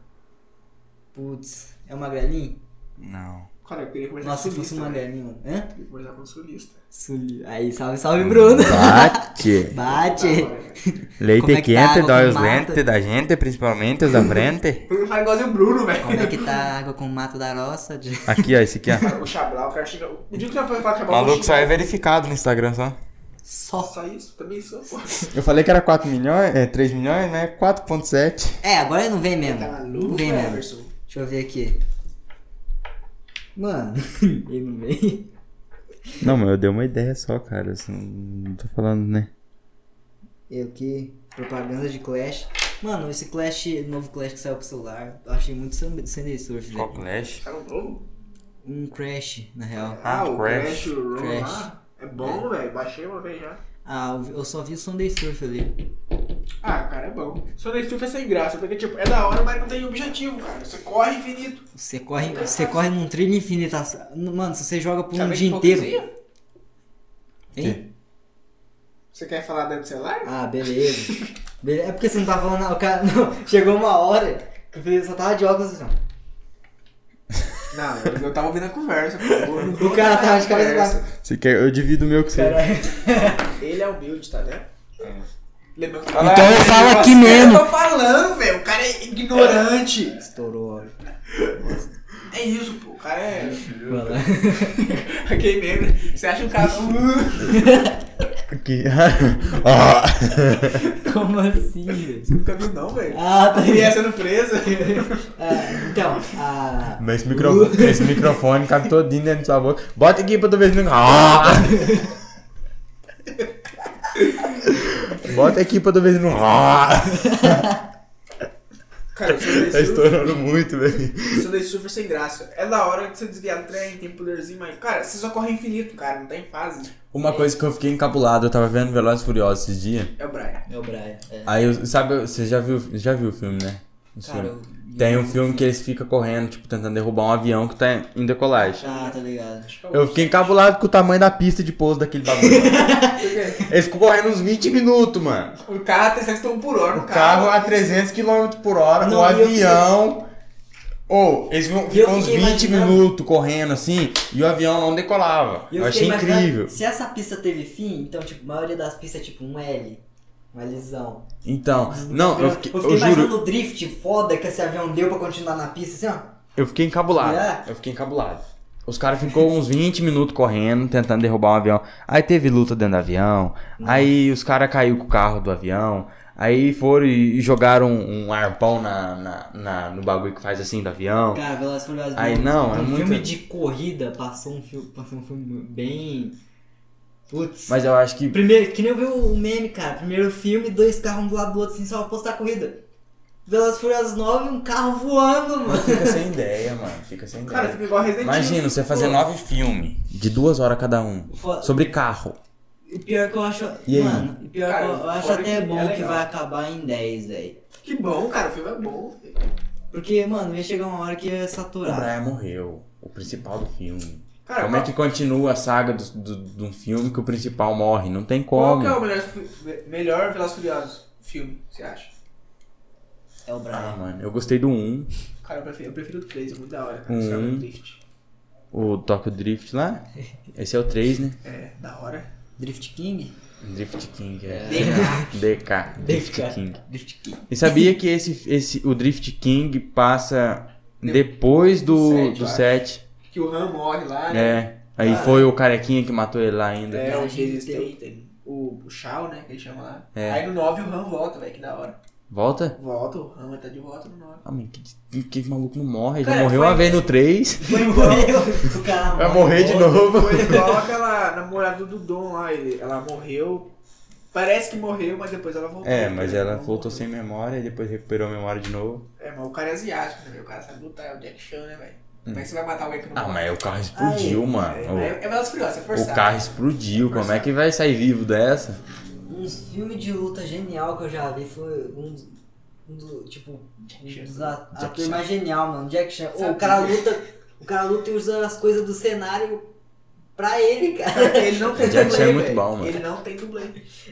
[SPEAKER 1] Putz, é uma galinha?
[SPEAKER 9] Não.
[SPEAKER 2] Cara, eu queria conversar
[SPEAKER 1] Nossa,
[SPEAKER 2] com
[SPEAKER 1] se
[SPEAKER 2] o
[SPEAKER 1] fosse uma
[SPEAKER 2] sulista.
[SPEAKER 1] galinha, mano. Hã?
[SPEAKER 2] Queria conversar com o sulista.
[SPEAKER 1] Suli- Aí, salve, salve, Bruno.
[SPEAKER 3] Bate!
[SPEAKER 1] Bate.
[SPEAKER 2] Da hora, velho.
[SPEAKER 1] Como é
[SPEAKER 3] Leite
[SPEAKER 1] que tá a
[SPEAKER 3] quente,
[SPEAKER 1] água
[SPEAKER 3] dói
[SPEAKER 1] com
[SPEAKER 3] os
[SPEAKER 1] mata?
[SPEAKER 3] dentes da gente, principalmente os da frente.
[SPEAKER 2] Foi um cara igualzinho o Bruno,
[SPEAKER 1] Como é
[SPEAKER 2] velho.
[SPEAKER 1] que tá a água com mato da roça? de-
[SPEAKER 3] Aqui, ó, esse aqui, ó.
[SPEAKER 2] O Xablau, o cara chega. O dia que eu fui falar com o Xablau,
[SPEAKER 3] Maluco
[SPEAKER 2] eu
[SPEAKER 3] só
[SPEAKER 2] xingo.
[SPEAKER 3] é verificado no Instagram só.
[SPEAKER 1] Só.
[SPEAKER 2] Só isso? Também sou, pô.
[SPEAKER 3] Eu falei que era 4 milhões, é 3 milhões, né? 4.7.
[SPEAKER 1] É, agora ele não vem mesmo.
[SPEAKER 2] Tá
[SPEAKER 1] Não
[SPEAKER 2] maluco,
[SPEAKER 1] vem né? mesmo.
[SPEAKER 2] velho, Everson.
[SPEAKER 1] Deixa eu ver aqui. Mano, ele não vem.
[SPEAKER 3] Não, mas eu dei uma ideia só, cara. assim, não tô falando, né?
[SPEAKER 1] Eu que propaganda de Clash. Mano, esse Clash, novo Clash que saiu pro celular, eu achei muito sam- Sunday Surf,
[SPEAKER 9] Qual
[SPEAKER 1] velho.
[SPEAKER 9] Clash?
[SPEAKER 2] Tá no novo?
[SPEAKER 1] Um Crash, na real.
[SPEAKER 9] Ah,
[SPEAKER 2] o
[SPEAKER 9] Crash.
[SPEAKER 2] Crash, o Run
[SPEAKER 1] Crash.
[SPEAKER 2] lá. É bom, velho. Baixei uma vez já.
[SPEAKER 1] Ah, eu vi- eu só vi o Sunday Surf ali.
[SPEAKER 2] Ah, cara, é bom. Só na Stuff é sem graça, porque, tipo, é da hora, mas não tem objetivo, cara. Você corre infinito.
[SPEAKER 1] Você corre, você corre num trilho infinito. ass- Mano, se você joga por um
[SPEAKER 2] Sabe
[SPEAKER 1] dia
[SPEAKER 2] que
[SPEAKER 1] inteiro.
[SPEAKER 2] hipocrisia?
[SPEAKER 1] Hein?
[SPEAKER 2] Você quer falar dentro do celular?
[SPEAKER 1] Ah, beleza. Bele- É porque você não tá falando. Não, o cara. Não, chegou uma hora que eu falei, só tava de óculos assim. ó.
[SPEAKER 2] Não, eu, eu tava ouvindo a conversa, pô.
[SPEAKER 1] O cara tava de cabeça pra
[SPEAKER 3] Você quer? Eu divido o meu com você.
[SPEAKER 2] Ele é humilde, tá vendo? é Lembra que
[SPEAKER 10] É. Então eu falo aqui mesmo.
[SPEAKER 2] assim, "É, Eu tô falando, velho. O cara é ignorante.
[SPEAKER 1] Estourou o óleo.
[SPEAKER 2] É isso, pô. O cara é.
[SPEAKER 1] Mano,
[SPEAKER 2] Aquele meme. Você acha um cara. Uh,
[SPEAKER 3] Aqui. Ah.
[SPEAKER 1] Como assim, velho?
[SPEAKER 2] Você nunca viu, não, velho. é
[SPEAKER 1] Ah, tá
[SPEAKER 2] Ele ia
[SPEAKER 1] ligado.
[SPEAKER 2] sendo presa.
[SPEAKER 1] Ah, então, ah,
[SPEAKER 3] Mas esse, micro... esse microfone cabe todinho dentro da sua boca. Bota aqui pra tu ver se não. Ah! Bota aqui pra tu ver se não. Ah!
[SPEAKER 2] Cara, eu sou
[SPEAKER 3] Tá estourando muito, velho.
[SPEAKER 2] Sunday Surfer sem graça. É da hora de você desviar do trem, tem poderzinho, mas. Cara, você só corre infinito, cara, não tem fase.
[SPEAKER 3] Uma coisa que eu fiquei encapulado, eu tava vendo Velozes e Furiosos esses dias.
[SPEAKER 2] É o Brian.
[SPEAKER 1] é o Brian. É.
[SPEAKER 3] Aí, eu- sabe, você já viu, já viu o filme, né? O
[SPEAKER 1] Cara,
[SPEAKER 3] filme.
[SPEAKER 1] eu-
[SPEAKER 3] Tem um filme que eles ficam correndo, tipo, tentando derrubar um avião que tá em decolagem.
[SPEAKER 1] Ah, tá ligado.
[SPEAKER 3] Eu fiquei encabulado com o tamanho da pista de pouso daquele bagulho. eles ficam correndo uns 20 minutos, mano.
[SPEAKER 2] O carro tem 300 km por hora,
[SPEAKER 3] O carro é a 300 km por hora, o
[SPEAKER 1] Não, e eu fiquei-
[SPEAKER 3] avião. Ou, eles ficam
[SPEAKER 1] E eu
[SPEAKER 3] ficam uns 20
[SPEAKER 1] fiquei imaginando-
[SPEAKER 3] minutos correndo assim, e o avião não decolava.
[SPEAKER 1] E
[SPEAKER 3] Eu,
[SPEAKER 1] fiquei
[SPEAKER 3] achei
[SPEAKER 1] imaginando,
[SPEAKER 3] incrível.
[SPEAKER 1] Se essa pista teve fim, então, tipo, a maioria das pistas é tipo um L. Um Lzão.
[SPEAKER 3] Então, não, eu fiquei, eu juro,
[SPEAKER 1] imaginando o drift foda que esse avião deu pra continuar na pista, assim, ó.
[SPEAKER 3] Eu fiquei encabulado.
[SPEAKER 1] É?
[SPEAKER 3] Eu fiquei encabulado. Os caras ficou uns 20 minutos correndo, tentando derrubar um avião. Aí teve luta dentro do avião. Aí os caras caiu com o carro do avião. Aí foram e e jogaram um um arpão na, na- na- no bagulho que faz assim do avião.
[SPEAKER 1] Cara, Velozes e Furiosos.
[SPEAKER 3] Aí
[SPEAKER 1] um-
[SPEAKER 3] não, é
[SPEAKER 1] um
[SPEAKER 3] muito-
[SPEAKER 1] filme de corrida passou um filme, passou um filme bem. Putz.
[SPEAKER 3] Mas eu acho que.
[SPEAKER 1] Primeiro, que nem eu vi o meme, cara. Primeiro filme, dois carros um do lado do outro, assim, só pra postar a corrida. Velozes e Furiosos 9, um carro voando, mano.
[SPEAKER 3] Fica sem ideia, mano. Fica sem
[SPEAKER 2] Cara,
[SPEAKER 3] ideia.
[SPEAKER 2] fica igual Resident Evil.
[SPEAKER 3] Imagina você fazer nove filmes de duas horas cada um.
[SPEAKER 1] Fo-
[SPEAKER 3] Sobre carro.
[SPEAKER 1] E pior que eu acho.
[SPEAKER 3] E aí?
[SPEAKER 1] Mano, e pior
[SPEAKER 2] Cara,
[SPEAKER 1] que eu, eu acho
[SPEAKER 2] fora
[SPEAKER 1] até
[SPEAKER 2] que
[SPEAKER 1] bom
[SPEAKER 2] é
[SPEAKER 1] que
[SPEAKER 2] legal.
[SPEAKER 1] vai acabar em 10, velho.
[SPEAKER 2] Que bom, cara, o filme é bom.
[SPEAKER 1] Porque, mano, ia chegar uma hora que ia
[SPEAKER 3] O
[SPEAKER 1] saturar.
[SPEAKER 3] Brian morreu. O principal do filme.
[SPEAKER 2] Cara,
[SPEAKER 3] como é
[SPEAKER 2] qual-
[SPEAKER 3] que continua a saga do- do- de um filme que o principal morre? Não tem
[SPEAKER 2] Qual
[SPEAKER 3] como.
[SPEAKER 2] que é o melhor, fi- melhor Velozes e Furiosos filme, você acha?
[SPEAKER 1] É o
[SPEAKER 3] Ah,
[SPEAKER 1] Brian.
[SPEAKER 3] mano, eu gostei do 1,
[SPEAKER 2] Cara, eu prefiro, eu prefiro o 3, é muito da hora, cara.
[SPEAKER 3] Hum.
[SPEAKER 2] Esse filme é triste.
[SPEAKER 3] o Tokyo Drift lá. Esse é o 3, né?
[SPEAKER 2] É, da hora.
[SPEAKER 1] Drift King?
[SPEAKER 3] Drift King, é.
[SPEAKER 1] DK.
[SPEAKER 3] DK. Drift
[SPEAKER 1] DK.
[SPEAKER 3] King.
[SPEAKER 1] Drift King.
[SPEAKER 3] E sabia que esse, esse, o Drift King passa depois do,
[SPEAKER 2] Sete,
[SPEAKER 3] do
[SPEAKER 2] eu acho.
[SPEAKER 3] 7.
[SPEAKER 2] Que o Han morre lá, né?
[SPEAKER 3] É. Aí foi o carequinha que matou ele lá ainda.
[SPEAKER 2] É, o
[SPEAKER 1] Cara,
[SPEAKER 2] Jason
[SPEAKER 1] tem-
[SPEAKER 2] Statham. O, o Shao, né, que ele chama lá.
[SPEAKER 3] É.
[SPEAKER 2] Aí no 9 o Han volta, velho, que da hora.
[SPEAKER 3] Volta?
[SPEAKER 2] Volta, o Han vai tá de volta no 9.
[SPEAKER 3] Ah, mano, que, que maluco não morre. Ele
[SPEAKER 2] Cara,
[SPEAKER 3] morreu
[SPEAKER 2] foi-
[SPEAKER 3] uma vez no 3.
[SPEAKER 1] Foi morreu. O cara
[SPEAKER 3] Vai morrer de novo.
[SPEAKER 2] Foi igual aquela namorada do Dom lá, ele- ela morreu. Parece que morreu, mas depois ela voltou.
[SPEAKER 3] É, mas
[SPEAKER 2] Ela
[SPEAKER 3] ela
[SPEAKER 2] não
[SPEAKER 3] voltou
[SPEAKER 2] morreu.
[SPEAKER 3] sem memória e depois recuperou a memória de novo.
[SPEAKER 2] É, mas o cara é asiático, né, velho? O cara sabe lutar, é o Jack Chan, né, velho? Como é que você vai matar alguém que não
[SPEAKER 3] Ah,
[SPEAKER 2] morre?
[SPEAKER 3] mas o carro explodiu, mano.
[SPEAKER 2] É,
[SPEAKER 3] O-
[SPEAKER 2] é, é Velas Furiosas, é forçado.
[SPEAKER 3] O carro explodiu, como é que vai sair vivo dessa?
[SPEAKER 1] Um filme de luta genial que eu já vi foi um dos. um do- tipo, um dos a-
[SPEAKER 3] Jack
[SPEAKER 1] ator
[SPEAKER 3] Chan.
[SPEAKER 1] mais genial, mano. Jack Chan. Ô,
[SPEAKER 2] Sabe
[SPEAKER 1] o cara luta. O cara luta e usa as coisas do cenário pra ele, cara.
[SPEAKER 2] Ele não tem
[SPEAKER 3] Jack
[SPEAKER 2] dublê,
[SPEAKER 3] Chan é muito
[SPEAKER 2] velho.
[SPEAKER 3] bom, mano.
[SPEAKER 2] Ele não tem dublê.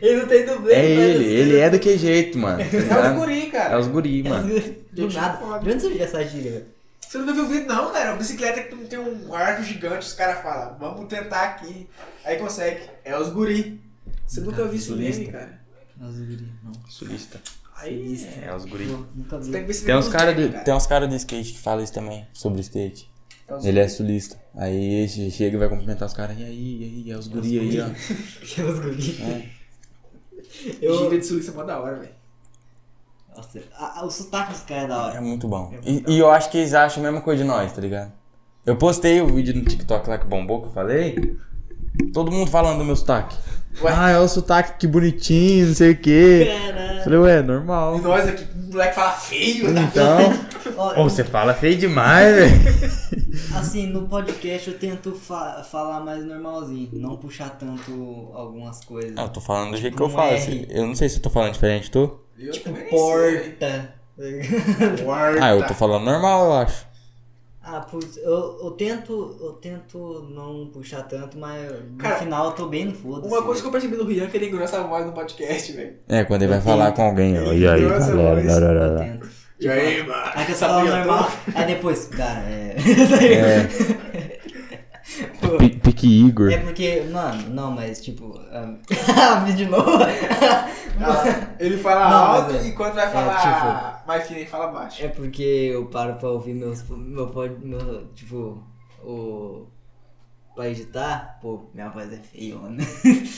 [SPEAKER 1] Ele não tem dublê.
[SPEAKER 3] É
[SPEAKER 1] mas
[SPEAKER 3] ele,
[SPEAKER 1] assim,
[SPEAKER 3] ele é daquele jeito, mano. tá
[SPEAKER 2] É o
[SPEAKER 3] ligado?
[SPEAKER 2] guri,
[SPEAKER 3] É
[SPEAKER 2] cara.
[SPEAKER 3] os guri, mano.
[SPEAKER 1] Do nada. De onde surgiu essa gíria, velho?
[SPEAKER 2] Você não viu o vídeo, não, cara. É Uma bicicleta que tem um arco gigante, os caras falam, vamos tentar aqui. Aí consegue. É os guri. Você nunca
[SPEAKER 3] Cara,
[SPEAKER 2] viu esse
[SPEAKER 3] turista.
[SPEAKER 2] meme, cara.
[SPEAKER 1] não.
[SPEAKER 3] Sulista.
[SPEAKER 2] Aí.
[SPEAKER 3] É, os guri.
[SPEAKER 1] Não, Nunca vi.
[SPEAKER 2] Você tem que ver esse
[SPEAKER 3] Tem
[SPEAKER 2] meme
[SPEAKER 3] uns
[SPEAKER 2] do
[SPEAKER 3] caras
[SPEAKER 2] Jack,
[SPEAKER 3] do, tem uns cara do skate que falam isso também, sobre skate.
[SPEAKER 2] É os
[SPEAKER 3] Ele é sulista. Aí esse chega e vai cumprimentar os caras. E aí, e aí, é os guri aí, ó.
[SPEAKER 1] Os guri.
[SPEAKER 2] Eu...
[SPEAKER 1] Eu...
[SPEAKER 2] Gíria de Suíça é mó da hora, velho.
[SPEAKER 1] Nossa, a- a- o sotaque dos caras é da
[SPEAKER 3] É
[SPEAKER 1] hora.
[SPEAKER 3] muito bom. E, e eu acho que eles acham a mesma coisa de nós, tá ligado? Eu postei o vídeo no TikTok lá que bombou, que eu falei. Todo mundo falando do meu sotaque.
[SPEAKER 2] Ué.
[SPEAKER 3] Ah, é o sotaque que bonitinho, não sei o quê.
[SPEAKER 1] Caralho.
[SPEAKER 3] Falei, ué,
[SPEAKER 2] E
[SPEAKER 3] normal.
[SPEAKER 2] nós aqui, o moleque fala feio, né?
[SPEAKER 3] Então.
[SPEAKER 1] Ó,
[SPEAKER 3] Ô, você fala feio demais, velho.
[SPEAKER 1] Assim, no podcast eu tento fa- falar mais normalzinho, não puxar tanto algumas coisas.
[SPEAKER 3] eu tô falando do jeito
[SPEAKER 1] que eu falo, assim.
[SPEAKER 3] Eu não é. sei se eu tô falando diferente, tu?
[SPEAKER 2] Eu
[SPEAKER 1] tipo,
[SPEAKER 2] também nem sei,
[SPEAKER 1] porta.
[SPEAKER 2] É velho. Porta.
[SPEAKER 3] falando normal, Ah, eu acho.
[SPEAKER 1] ah, putz, eu, eu tento. Eu tento não puxar tanto, mas no
[SPEAKER 2] Cara,
[SPEAKER 1] final eu tô bem no foda.
[SPEAKER 2] Uma coisa que eu percebi do Rian é que ele ignorou essa voz no podcast, velho.
[SPEAKER 3] É, quando ele vai
[SPEAKER 1] falar
[SPEAKER 3] com alguém.
[SPEAKER 2] ó, e aí, galera,
[SPEAKER 1] eu tento.
[SPEAKER 2] E E aí, mano?
[SPEAKER 1] Aí que eu
[SPEAKER 2] Essa
[SPEAKER 1] falo
[SPEAKER 2] punhetona.
[SPEAKER 1] normal, aí depois, cara, é.
[SPEAKER 3] É,
[SPEAKER 1] Pô,
[SPEAKER 3] Pi- pique Igor.
[SPEAKER 1] é porque, mano, não, mas tipo. ah, de novo.
[SPEAKER 2] Ah, Ele fala
[SPEAKER 1] Não,
[SPEAKER 2] alto
[SPEAKER 1] mas é-
[SPEAKER 2] e quando vai
[SPEAKER 1] é,
[SPEAKER 2] falar mais fino, ele fala baixo.
[SPEAKER 1] É porque eu paro pra ouvir meus, meu, pod- meu, tipo, o... pra editar, pô, minha voz é feia, mano.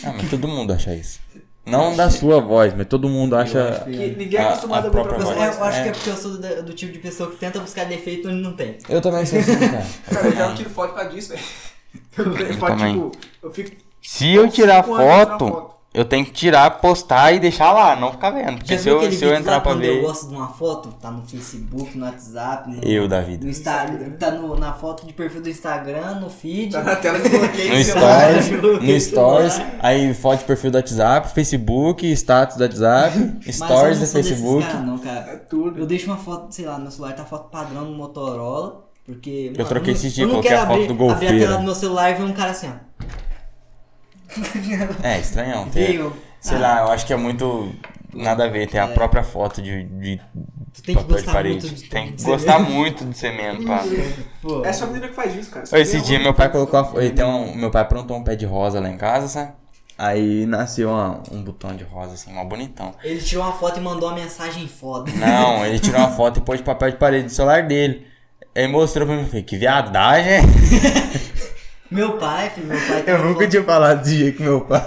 [SPEAKER 3] Ah, mas todo mundo acha isso. Não da sua voz, mas todo mundo acha.
[SPEAKER 2] Que ninguém
[SPEAKER 3] A-
[SPEAKER 2] é
[SPEAKER 3] a
[SPEAKER 2] acostumado a ouvir
[SPEAKER 3] própria
[SPEAKER 2] pra
[SPEAKER 1] Eu,
[SPEAKER 3] voz.
[SPEAKER 2] você.
[SPEAKER 1] eu acho que é porque eu sou da- do tipo de pessoa que tenta buscar defeito onde não tem.
[SPEAKER 3] Eu também sou assim, cara.
[SPEAKER 2] Cara, eu já não tiro foto pra disso, velho. É. Eu tenho foto,
[SPEAKER 3] também.
[SPEAKER 2] tipo, eu fico.
[SPEAKER 3] Se eu tirar
[SPEAKER 2] Cinco anos tirar
[SPEAKER 3] foto,
[SPEAKER 2] foto.
[SPEAKER 3] eu tenho que tirar, postar e deixar lá, não ficar vendo. Porque
[SPEAKER 1] Já
[SPEAKER 3] É, se
[SPEAKER 1] viu
[SPEAKER 3] eu,
[SPEAKER 1] aquele
[SPEAKER 3] se eu
[SPEAKER 1] vídeo lá
[SPEAKER 3] entrar pra
[SPEAKER 1] quando eu
[SPEAKER 3] ver.
[SPEAKER 1] gosto de uma foto, tá no Facebook, no WhatsApp, no,
[SPEAKER 3] Eu da vida.
[SPEAKER 1] no Instagram, tá no- na foto de perfil do Instagram, no feed.
[SPEAKER 2] Tá na tela de bloqueio
[SPEAKER 3] No
[SPEAKER 2] do
[SPEAKER 1] é
[SPEAKER 2] celular.
[SPEAKER 3] Stories,
[SPEAKER 1] celular.
[SPEAKER 3] no Stories, aí foto de perfil do WhatsApp, Facebook, status do WhatsApp,
[SPEAKER 1] Mas eu não
[SPEAKER 3] Stories do
[SPEAKER 1] sou um desses
[SPEAKER 3] Facebook.
[SPEAKER 1] Cara, não,
[SPEAKER 2] É
[SPEAKER 1] cara.
[SPEAKER 2] tudo.
[SPEAKER 1] Eu deixo uma foto, sei lá, no meu celular tá foto padrão no Motorola, porque. mano,
[SPEAKER 3] troquei
[SPEAKER 1] não-
[SPEAKER 3] esses dias,
[SPEAKER 1] eu não
[SPEAKER 3] coloquei
[SPEAKER 1] quero
[SPEAKER 3] a foto
[SPEAKER 1] abrir,
[SPEAKER 3] do
[SPEAKER 1] abrir a
[SPEAKER 3] golfeiro.
[SPEAKER 1] tela do meu celular e ver um cara assim, ó.
[SPEAKER 3] É, estranhão. Ter,
[SPEAKER 1] Veio.
[SPEAKER 3] Sei
[SPEAKER 1] Ah.
[SPEAKER 3] lá, eu acho que é muito nada a ver, tem a própria foto de, de
[SPEAKER 1] Tu tem que
[SPEAKER 3] papel de
[SPEAKER 1] gostar
[SPEAKER 3] parede.
[SPEAKER 1] muito de-
[SPEAKER 3] tem que
[SPEAKER 1] de
[SPEAKER 3] gostar muito de ser mesmo, pá.
[SPEAKER 1] Pô,
[SPEAKER 2] É só menina que faz isso, cara. Só
[SPEAKER 3] Esse
[SPEAKER 2] tem
[SPEAKER 3] dia
[SPEAKER 2] uma-
[SPEAKER 3] meu pai colocou a fo- ele tem um, Meu pai plantou um pé de rosa lá em casa, sabe? Aí nasceu uma- um botão de rosa, assim, uma bonitão.
[SPEAKER 1] ele tirou uma foto e mandou uma mensagem foda.
[SPEAKER 3] Não, ele tirou uma foto e pôs papel de parede do celular dele. Aí mostrou pra mim, eu falei, que viadagem, hein?"
[SPEAKER 1] Meu pai, filho, meu pai. tem
[SPEAKER 3] Eu
[SPEAKER 1] uma
[SPEAKER 3] nunca
[SPEAKER 1] foto-
[SPEAKER 3] tinha falado desse jeito com meu pai.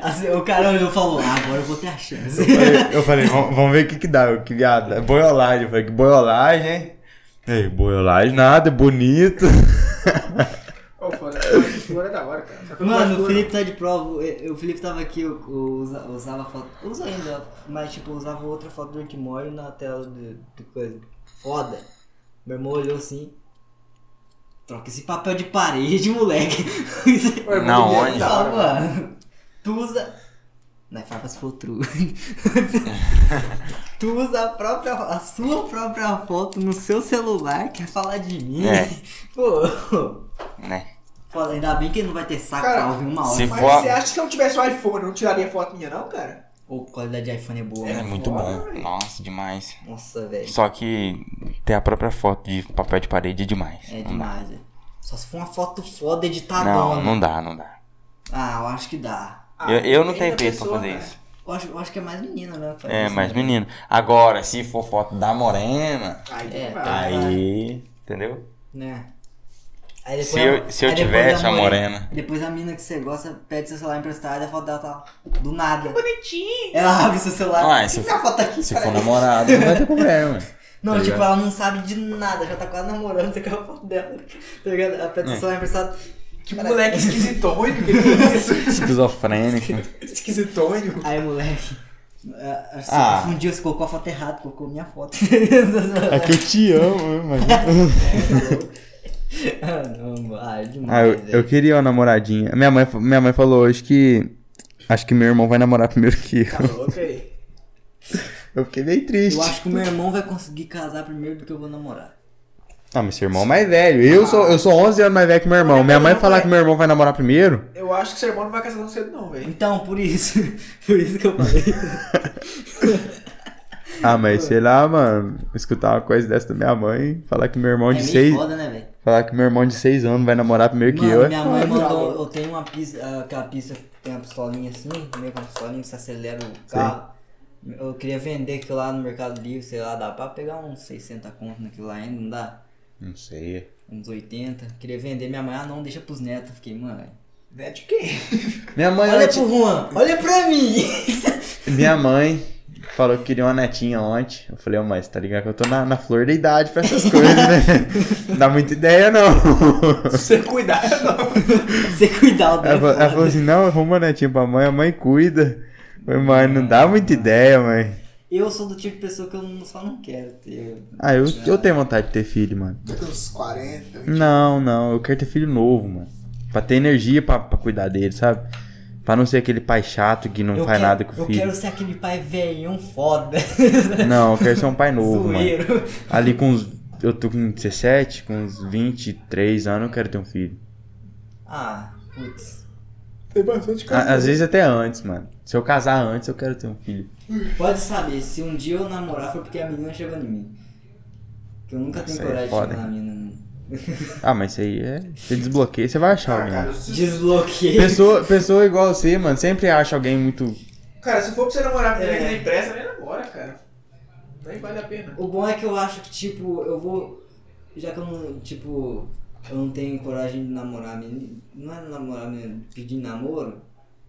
[SPEAKER 1] Assim, o cara olhou e falou: ah, agora eu vou ter a chance.
[SPEAKER 3] Eu falei- Eu falei, "Vamos- vamos ver o que que dá, que viado. é Boiolagem, eu falei, que boiolagem, hein? Ei, boiolagem nada, é bonito.
[SPEAKER 2] Ô, foda. Foto de flor é da hora, cara. Só que eu não gosto de
[SPEAKER 1] Mano, o
[SPEAKER 2] flor,
[SPEAKER 1] Felipe tá de prova. eh, O Felipe tava aqui, eu, eu usa- usava foto. Usa ainda, mas tipo, eu usava outra foto do Rick and Morty na tela de, de coisa. Foda. Meu irmão olhou assim. Troca esse papel de parede, moleque.
[SPEAKER 2] não. Ô, irmão,
[SPEAKER 3] Na
[SPEAKER 2] do Guilherme
[SPEAKER 3] onde?
[SPEAKER 2] é da
[SPEAKER 1] Fala,
[SPEAKER 2] hora, cara.
[SPEAKER 1] mano. Tu usa. Não é fala se for true. tu usa a, própria, a sua própria foto no seu celular, quer falar de mim.
[SPEAKER 3] É.
[SPEAKER 1] Pô.
[SPEAKER 3] Né?
[SPEAKER 1] Foda, ainda bem que ele não vai ter saco
[SPEAKER 2] Cara,
[SPEAKER 1] pra ouvir uma hora.
[SPEAKER 3] se
[SPEAKER 2] Mas
[SPEAKER 3] for a-
[SPEAKER 2] você acha que se eu tivesse um iPhone, eu não tiraria foto minha, não, cara?
[SPEAKER 1] Ou qualidade de iPhone é boa,
[SPEAKER 3] É
[SPEAKER 1] né?
[SPEAKER 3] muito
[SPEAKER 2] foda,
[SPEAKER 3] bom.
[SPEAKER 2] velho.
[SPEAKER 3] Nossa, demais.
[SPEAKER 1] Nossa, velho.
[SPEAKER 3] Só que ter a própria foto de papel de parede é demais. Ah,
[SPEAKER 1] É
[SPEAKER 3] não dá.
[SPEAKER 1] demais, velho. Só se for uma foto foda editadona.
[SPEAKER 3] Não, não dá, não dá.
[SPEAKER 1] Ah, eu acho que dá.
[SPEAKER 2] Ah,
[SPEAKER 3] eu, eu não
[SPEAKER 2] depende
[SPEAKER 3] tenho
[SPEAKER 2] da
[SPEAKER 3] peso pra
[SPEAKER 2] pessoa,
[SPEAKER 3] fazer
[SPEAKER 2] cara.
[SPEAKER 3] isso.
[SPEAKER 1] Eu acho, eu acho que é mais menina mesmo. que faz
[SPEAKER 3] É,
[SPEAKER 1] isso,
[SPEAKER 3] mas
[SPEAKER 1] né?
[SPEAKER 3] menino. Agora, se for foto da morena,
[SPEAKER 2] Aí,
[SPEAKER 1] É,
[SPEAKER 2] vai.
[SPEAKER 1] tá.
[SPEAKER 3] aí. Entendeu?
[SPEAKER 1] Né? Aí depois
[SPEAKER 3] Se
[SPEAKER 1] a-
[SPEAKER 3] eu, se eu
[SPEAKER 1] aí depois
[SPEAKER 3] tivesse a
[SPEAKER 1] morena-
[SPEAKER 3] morena.
[SPEAKER 1] Depois a mina que você gosta pede seu celular emprestado e a foto dela tá do nada.
[SPEAKER 2] Bonitinho.
[SPEAKER 1] Ela abre seu celular.
[SPEAKER 3] Ah,
[SPEAKER 1] "Que
[SPEAKER 3] se-
[SPEAKER 1] que é a foto aqui,
[SPEAKER 3] Se
[SPEAKER 1] cara?"
[SPEAKER 3] for namorado, não vai ter problema.
[SPEAKER 1] Não,
[SPEAKER 3] Tá
[SPEAKER 1] tipo,
[SPEAKER 3] ligado?
[SPEAKER 1] ela não sabe de nada, já tá quase namorando, você quer a foto dela. Tá ligado? Ela
[SPEAKER 3] É.
[SPEAKER 1] pede seu celular emprestado.
[SPEAKER 2] Que
[SPEAKER 1] Cara,
[SPEAKER 2] moleque esquisitônico, que que é isso?
[SPEAKER 3] Esquizofrênico.
[SPEAKER 2] Esquisitônico.
[SPEAKER 1] Aí, moleque. ah, Você
[SPEAKER 3] Ah.
[SPEAKER 1] confundiu, você colocou a foto errada, colocou minha foto.
[SPEAKER 3] É que eu te amo, mas.
[SPEAKER 1] ah, não, ah, é demais.
[SPEAKER 3] Ah, eu, eu
[SPEAKER 1] velho.
[SPEAKER 3] queria uma namoradinha. Minha mãe, fa- minha mãe falou hoje que. Acho que meu irmão vai namorar primeiro que
[SPEAKER 2] Tá
[SPEAKER 3] eu.
[SPEAKER 2] louco aí.
[SPEAKER 3] Eu fiquei meio triste.
[SPEAKER 1] Eu acho que o meu irmão vai conseguir casar primeiro do que eu vou namorar.
[SPEAKER 3] Ah, mas seu irmão é mais velho. Eu, sou, eu sou 11 anos mais velho que meu irmão.
[SPEAKER 2] Olha,
[SPEAKER 3] Minha mãe
[SPEAKER 2] meu
[SPEAKER 3] falar
[SPEAKER 1] é
[SPEAKER 2] pai.
[SPEAKER 3] que meu irmão vai namorar primeiro.
[SPEAKER 2] Eu acho que seu irmão não vai casar tão cedo, não, velho.
[SPEAKER 1] Então, por isso. Por isso que eu falei.
[SPEAKER 3] Ah, mas sei lá, mano. Escutar uma coisa dessa da minha mãe. Falar que meu irmão
[SPEAKER 1] é
[SPEAKER 3] de
[SPEAKER 1] meio
[SPEAKER 3] 6.
[SPEAKER 1] foda, né, velho?
[SPEAKER 3] Falar que meu irmão de 6 anos vai namorar primeiro que
[SPEAKER 1] Mano,
[SPEAKER 3] eu. é
[SPEAKER 1] minha mãe
[SPEAKER 3] foda.
[SPEAKER 1] mandou. Eu tenho uma pista, aquela pista que tem uma pistolinha assim, meio com uma pistolinha que você acelera o carro. Eu queria vender aquilo lá no Mercado Livre, sei lá, dá pra pegar uns 600 conto naquilo lá ainda, não dá?
[SPEAKER 3] Não sei.
[SPEAKER 1] Uns 80. Queria vender minha mãe, ah não, deixa pros netos. Eu Fiquei, mano.
[SPEAKER 2] Né, de quem?
[SPEAKER 3] Minha mãe,
[SPEAKER 1] Olha
[SPEAKER 3] ela ti-
[SPEAKER 1] pro Juan, olha pra mim!
[SPEAKER 3] minha mãe falou que queria uma netinha ontem. Eu falei, ô mãe, você tá ligado que eu tô na, na flor da idade pra essas coisas, né? Não dá muita ideia, não.
[SPEAKER 2] Se você cuidar, não.
[SPEAKER 1] Você cuidar o
[SPEAKER 3] Ela,
[SPEAKER 1] dela.
[SPEAKER 3] fa- ela falou assim, não, arruma uma netinha pra mãe, a mãe cuida. Eu Falei, mãe, não dá muita ideia, mãe.
[SPEAKER 1] Eu sou do tipo de pessoa que eu não- só não quero ter.
[SPEAKER 3] Ah, eu, eu tenho vontade de ter filho, mano.
[SPEAKER 2] Daqui uns 40.
[SPEAKER 3] Não, não, eu quero ter filho novo, mano. Pra ter energia pra, pra cuidar dele, sabe? Pra não ser aquele pai chato que não
[SPEAKER 1] eu
[SPEAKER 3] faz
[SPEAKER 1] quero,
[SPEAKER 3] nada com o
[SPEAKER 1] Eu
[SPEAKER 3] filho.
[SPEAKER 1] quero ser aquele pai velhão foda.
[SPEAKER 3] Não, eu quero ser um pai novo, mano.
[SPEAKER 1] Zoeiro.
[SPEAKER 3] Ali com uns. Eu tô com 17, com uns 23 anos eu quero ter um filho.
[SPEAKER 1] Ah, putz.
[SPEAKER 2] Tem bastante
[SPEAKER 3] A- Às vezes até antes, mano. Se eu casar antes, eu quero ter um filho.
[SPEAKER 1] Pode saber, se um dia eu namorar foi porque a menina chegou em mim. Que eu nunca tenho
[SPEAKER 3] Isso aí é
[SPEAKER 1] coragem de
[SPEAKER 3] foda,
[SPEAKER 1] chegar na menina. não.
[SPEAKER 3] Ah, mas isso aí é. Você desbloqueia, você vai achar
[SPEAKER 2] Cara,
[SPEAKER 3] alguém.
[SPEAKER 2] cara, se,
[SPEAKER 1] Desbloqueei.
[SPEAKER 3] Pessoa, pessoa igual você, mano, sempre acha alguém muito.
[SPEAKER 2] cara, se for pra você namorar com mulher que
[SPEAKER 1] É.
[SPEAKER 2] nem pressa, nem namora, cara. Nem vale a pena.
[SPEAKER 1] O bom é que eu acho que, tipo, eu vou. Já que eu não, tipo, eu não tenho coragem de namorar a menina. Não é namorar a menina, pedir namoro.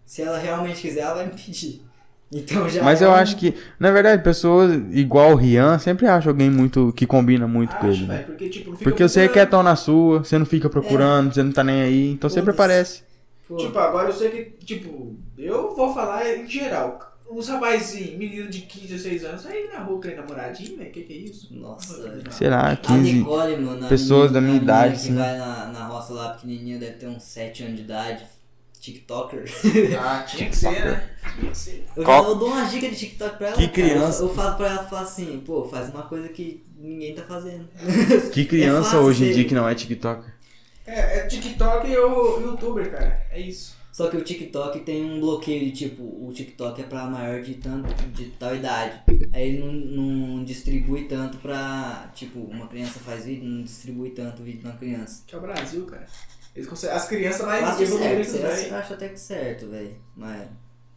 [SPEAKER 1] Se ela realmente quiser, ela vai me pedir. Então já.
[SPEAKER 3] Mas
[SPEAKER 1] é
[SPEAKER 3] eu
[SPEAKER 1] um-
[SPEAKER 3] acho que, na verdade, pessoas igual o Rian sempre acha alguém muito que combina muito com ele,
[SPEAKER 2] Acho,
[SPEAKER 3] né?
[SPEAKER 2] velho, porque, tipo, não fica
[SPEAKER 3] Porque você é
[SPEAKER 2] procurando. É.
[SPEAKER 3] quietão na sua, você não fica procurando, você não tá nem aí, então sempre
[SPEAKER 1] Foda-se.
[SPEAKER 3] aparece.
[SPEAKER 1] Pô,
[SPEAKER 3] é
[SPEAKER 2] Tipo, agora eu sei que, tipo, eu vou falar em geral. Uns rapazinhos, menino de 15, 16 anos, aí na rua querendo namoradinho, velho, que que é isso?
[SPEAKER 1] Nossa, velho.
[SPEAKER 3] Sei lá,
[SPEAKER 1] A
[SPEAKER 3] 15.
[SPEAKER 1] Nicole, mano. a
[SPEAKER 3] pessoas da
[SPEAKER 1] a
[SPEAKER 3] minha
[SPEAKER 1] menina
[SPEAKER 3] idade,
[SPEAKER 1] que
[SPEAKER 3] sim.
[SPEAKER 1] vai na, na roça lá, pequenininha, deve ter uns 7 anos de idade. TikToker.
[SPEAKER 3] é
[SPEAKER 2] Ah, tinha que ser, né? Tinha que ser.
[SPEAKER 1] Eu,
[SPEAKER 3] Qual-
[SPEAKER 1] já- eu dou uma dica de TikTok pra ela.
[SPEAKER 3] Que
[SPEAKER 1] cara. Eu-
[SPEAKER 3] criança-
[SPEAKER 1] Eu falo pra ela, falo assim, pô, faz uma coisa que ninguém tá fazendo.
[SPEAKER 3] Que criança
[SPEAKER 1] fácil
[SPEAKER 3] hoje em
[SPEAKER 1] ser-
[SPEAKER 3] dia que não é TikTok?
[SPEAKER 2] É, é TikTok e o youtuber, cara. É isso.
[SPEAKER 1] Só que o TikTok tem um bloqueio de tipo, o TikTok é pra maior de tanto, de tal idade. Aí ele não, não distribui tanto pra, tipo, uma criança faz vídeo, não distribui tanto vídeo na criança.
[SPEAKER 2] Que é o Brasil, cara. Eles conseguem. As crianças
[SPEAKER 1] Eu
[SPEAKER 2] mais
[SPEAKER 1] acho
[SPEAKER 2] evoluídas
[SPEAKER 1] certo, eu
[SPEAKER 2] também.
[SPEAKER 1] acho até que certo, velho. Mas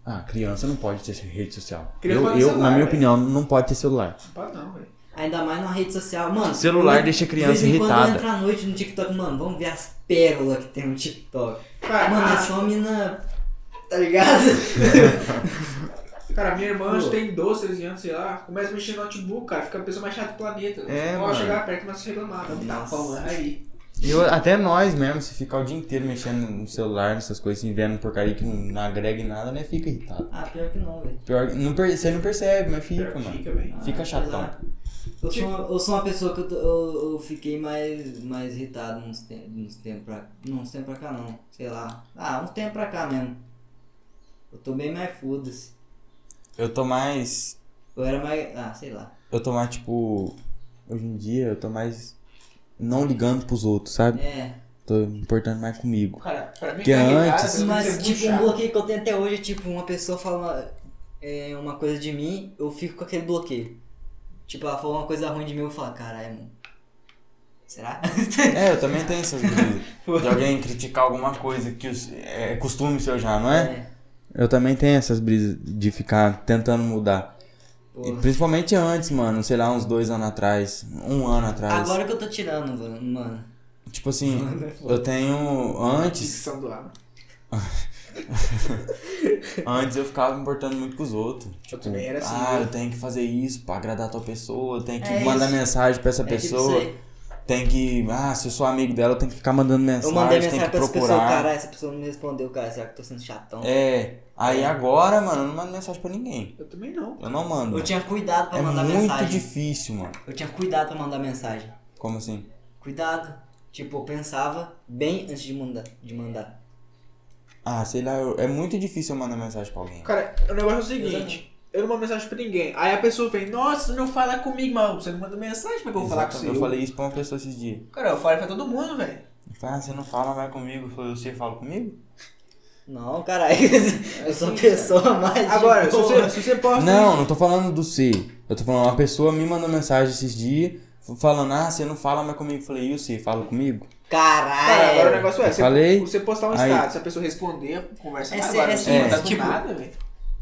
[SPEAKER 3] Ah, criança não pode ter rede social.
[SPEAKER 2] Criança
[SPEAKER 3] Eu,
[SPEAKER 2] pode
[SPEAKER 3] eu,
[SPEAKER 2] celular,
[SPEAKER 3] na minha
[SPEAKER 2] velho.
[SPEAKER 3] opinião, não pode ter celular.
[SPEAKER 2] Não pode Tipo, ah, não, velho.
[SPEAKER 1] ainda mais numa rede social, mano.
[SPEAKER 3] Celular
[SPEAKER 1] eu-
[SPEAKER 3] deixa a criança
[SPEAKER 1] de vez em Quando
[SPEAKER 3] irritada.
[SPEAKER 1] eu entro à noite no TikTok, mano, vamos ver as pérolas que tem no TikTok.
[SPEAKER 2] Cara, ah,
[SPEAKER 1] Mano, é
[SPEAKER 2] a-
[SPEAKER 1] só mina. Tá ligado?
[SPEAKER 2] cara, minha irmã acho
[SPEAKER 1] Pô.
[SPEAKER 2] que tem 12, 13 anos, sei lá. Começa a mexer no notebook, cara. Fica a pessoa mais chata do planeta.
[SPEAKER 3] É,
[SPEAKER 2] Ó,
[SPEAKER 3] mano.
[SPEAKER 2] chegar perto e começa a reclamar. Dá um tapão,
[SPEAKER 1] Nossa.
[SPEAKER 2] né? aí.
[SPEAKER 3] Eu, até nós mesmo, se ficar o dia inteiro mexendo no celular, nessas coisas, assim, vendo porcaria que não, não agrega em nada, né? Fica irritado.
[SPEAKER 1] Ah, pior que não, velho.
[SPEAKER 3] Pior, não per- você não percebe, mas fica,
[SPEAKER 2] Pior que
[SPEAKER 3] mano.
[SPEAKER 2] Fica, velho.
[SPEAKER 3] Fica
[SPEAKER 1] Ah,
[SPEAKER 3] chatão.
[SPEAKER 1] sei lá. Eu sou, uma, eu sou uma pessoa que eu, tô- eu, eu fiquei mais, mais irritado uns, tem, uns tempos pra Não, uns tempos pra cá não. Sei lá. Ah, uns tempos pra cá mesmo. Eu tô bem mais foda-se.
[SPEAKER 3] Eu tô mais.
[SPEAKER 1] Eu era mais. Ah, sei lá.
[SPEAKER 3] Eu tô mais, tipo. Hoje em dia, eu tô mais. Não ligando pros outros, sabe?
[SPEAKER 1] É.
[SPEAKER 3] Tô me importando mais comigo.
[SPEAKER 2] Cara, pra mim,
[SPEAKER 3] Que
[SPEAKER 2] carregada,
[SPEAKER 3] antes-
[SPEAKER 2] pra mim, é
[SPEAKER 1] Mas,
[SPEAKER 2] muito
[SPEAKER 1] tipo, um
[SPEAKER 2] chato.
[SPEAKER 1] bloqueio que eu tenho até hoje é tipo, uma pessoa fala é, uma coisa de mim, eu fico com aquele bloqueio. Tipo, ela fala uma coisa ruim de mim, eu falo, caralho, mano. Será?
[SPEAKER 3] É, eu também tenho essas dúvidas. De alguém criticar alguma coisa que os- é costume seu já, não é? Eu também tenho essas brisas de ficar tentando mudar. E
[SPEAKER 1] Pô.
[SPEAKER 3] principalmente antes, mano, sei lá, uns dois anos atrás, um ano atrás.
[SPEAKER 1] Agora que eu tô tirando, mano. É
[SPEAKER 3] Tipo assim, eu tenho. Antes.
[SPEAKER 2] Dicção do ar.
[SPEAKER 3] Antes eu ficava me importando muito com os outros. Tipo,
[SPEAKER 2] também era assim,
[SPEAKER 3] ah,
[SPEAKER 2] né?
[SPEAKER 3] eu tenho que fazer isso pra agradar tal pessoa, eu tenho que
[SPEAKER 1] É
[SPEAKER 3] mandar
[SPEAKER 1] isso.
[SPEAKER 3] mensagem pra essa
[SPEAKER 1] É tipo
[SPEAKER 3] pessoa.
[SPEAKER 1] isso aí.
[SPEAKER 3] tem que. Ah, se eu sou amigo dela, eu tenho que ficar mandando mensagem,
[SPEAKER 1] Eu mandei
[SPEAKER 3] tem
[SPEAKER 1] mensagem
[SPEAKER 3] que
[SPEAKER 1] pra essa
[SPEAKER 3] procurar.
[SPEAKER 1] pessoa, caralho, essa pessoa não me respondeu, cara, será que eu tô sendo chatão?
[SPEAKER 3] É. Aí agora, mano, eu não mando mensagem pra ninguém.
[SPEAKER 2] Eu também não.
[SPEAKER 3] Eu não mando.
[SPEAKER 1] Eu tinha cuidado pra
[SPEAKER 3] É
[SPEAKER 1] mandar
[SPEAKER 3] muito
[SPEAKER 1] mensagem.
[SPEAKER 3] difícil, mano.
[SPEAKER 1] Eu tinha cuidado pra mandar mensagem.
[SPEAKER 3] Como assim?
[SPEAKER 1] Cuidado. Tipo, eu pensava bem antes de mandar. De mandar.
[SPEAKER 3] Ah, sei lá, eu- é muito difícil eu mandar mensagem pra alguém.
[SPEAKER 2] Cara, o negócio é o seguinte. Eu não mando mensagem pra ninguém. Aí a pessoa vem, nossa, você não fala comigo, mano. Você não manda mensagem, como é que eu vou falar com você?
[SPEAKER 3] eu falei isso pra uma pessoa esses dias.
[SPEAKER 2] Cara, eu falei pra todo mundo, velho.
[SPEAKER 3] Eu falei, Ah, você não fala mais comigo, eu falei, você fala comigo?
[SPEAKER 1] Não, caralho. Eu sou uma pessoa mais. de
[SPEAKER 2] Agora, se
[SPEAKER 1] boa.
[SPEAKER 2] você, se você posta.
[SPEAKER 3] tipo, Não, não tô falando do você. Eu tô falando, uma pessoa me mandou mensagem esses dias, falando, ah, você não fala mais comigo. Eu falei, e você fala comigo?
[SPEAKER 2] Cara, agora o
[SPEAKER 1] Caralho.
[SPEAKER 2] negócio é,
[SPEAKER 3] Eu
[SPEAKER 2] você,
[SPEAKER 3] falei.
[SPEAKER 2] você postar um
[SPEAKER 3] Aí.
[SPEAKER 2] status, se a pessoa responder, conversa
[SPEAKER 1] É
[SPEAKER 2] com
[SPEAKER 1] sé-
[SPEAKER 2] agora.
[SPEAKER 1] é
[SPEAKER 2] Não
[SPEAKER 1] sério,
[SPEAKER 2] manda
[SPEAKER 1] tipo-
[SPEAKER 2] com nada, velho.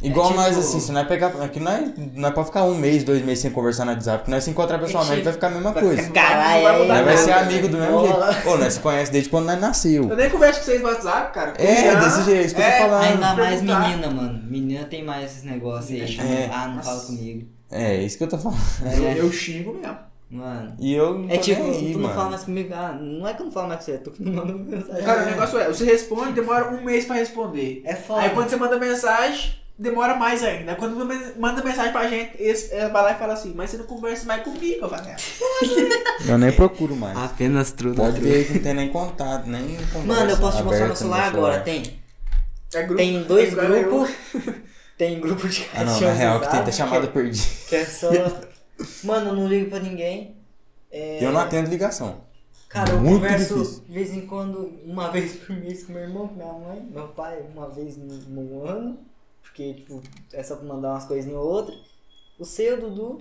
[SPEAKER 3] Igual
[SPEAKER 1] tipo-
[SPEAKER 3] nós, assim, se nós pegar. Aqui nós, nós pode ficar um mês, dois meses sem conversar no WhatsApp, porque nós se encontrar pessoalmente
[SPEAKER 1] tipo-
[SPEAKER 3] vai ficar a mesma
[SPEAKER 2] Vai
[SPEAKER 3] coisa.
[SPEAKER 2] ficar-
[SPEAKER 1] Caralho,
[SPEAKER 2] Não vai mudar
[SPEAKER 3] Nós vai
[SPEAKER 2] nada,
[SPEAKER 1] né?
[SPEAKER 3] ser
[SPEAKER 2] velho.
[SPEAKER 3] amigo do mesmo
[SPEAKER 1] Nola.
[SPEAKER 3] jeito. Ô, nós se conhece desde quando nós nasceu.
[SPEAKER 2] Eu nem converso com vocês no WhatsApp, cara.
[SPEAKER 3] É, desse jeito, isso que eu tô falando.
[SPEAKER 1] Ainda mais
[SPEAKER 2] é perguntar.
[SPEAKER 1] menina, mano. Menina tem mais esses negócios aí. tipo,
[SPEAKER 3] É.
[SPEAKER 1] Ah, não fala
[SPEAKER 2] Nossa.
[SPEAKER 1] comigo.
[SPEAKER 3] É, isso que eu tô falando.
[SPEAKER 2] Eu, eu xingo mesmo.
[SPEAKER 1] Mano.
[SPEAKER 3] E eu não tô
[SPEAKER 1] É tipo,
[SPEAKER 3] nem aí,
[SPEAKER 1] tu não
[SPEAKER 3] mano.
[SPEAKER 1] fala mais comigo. Ah, não é que eu não falo mais com você, tu que não manda mensagem.
[SPEAKER 2] Cara, o negócio é, você responde, demora um mês pra responder.
[SPEAKER 1] É foda.
[SPEAKER 2] Aí quando você manda mensagem, demora mais ainda. Aí Quando me- manda mensagem pra gente, esse- ela vai lá e fala assim, mas você não conversa mais comigo, eu falo, "É,
[SPEAKER 3] Eu
[SPEAKER 1] É.
[SPEAKER 3] nem procuro mais.
[SPEAKER 1] Ah, Apenas trudo.
[SPEAKER 3] Pode ver que não tem nem contato, nem conversa
[SPEAKER 1] Mano, eu posso te mostrar
[SPEAKER 3] aberta
[SPEAKER 1] meu celular agora, tem.
[SPEAKER 2] É grupo.
[SPEAKER 1] Tem dois
[SPEAKER 2] Agora eu-
[SPEAKER 1] grupos. Tem grupo de
[SPEAKER 3] Ah,
[SPEAKER 1] caixão.
[SPEAKER 3] não, na real, que tem até
[SPEAKER 1] usado,
[SPEAKER 3] chamada perdida.
[SPEAKER 1] que é só. Mano, eu não ligo pra ninguém.
[SPEAKER 3] Eu não atendo ligação.
[SPEAKER 1] Cara, eu
[SPEAKER 4] Muito
[SPEAKER 1] converso
[SPEAKER 4] difícil.
[SPEAKER 1] de vez em quando, uma vez por mês com meu irmão, com minha mãe, meu pai, uma vez no, no ano, porque tipo, é só pra mandar umas coisinhas ou outra. O seu, Dudu.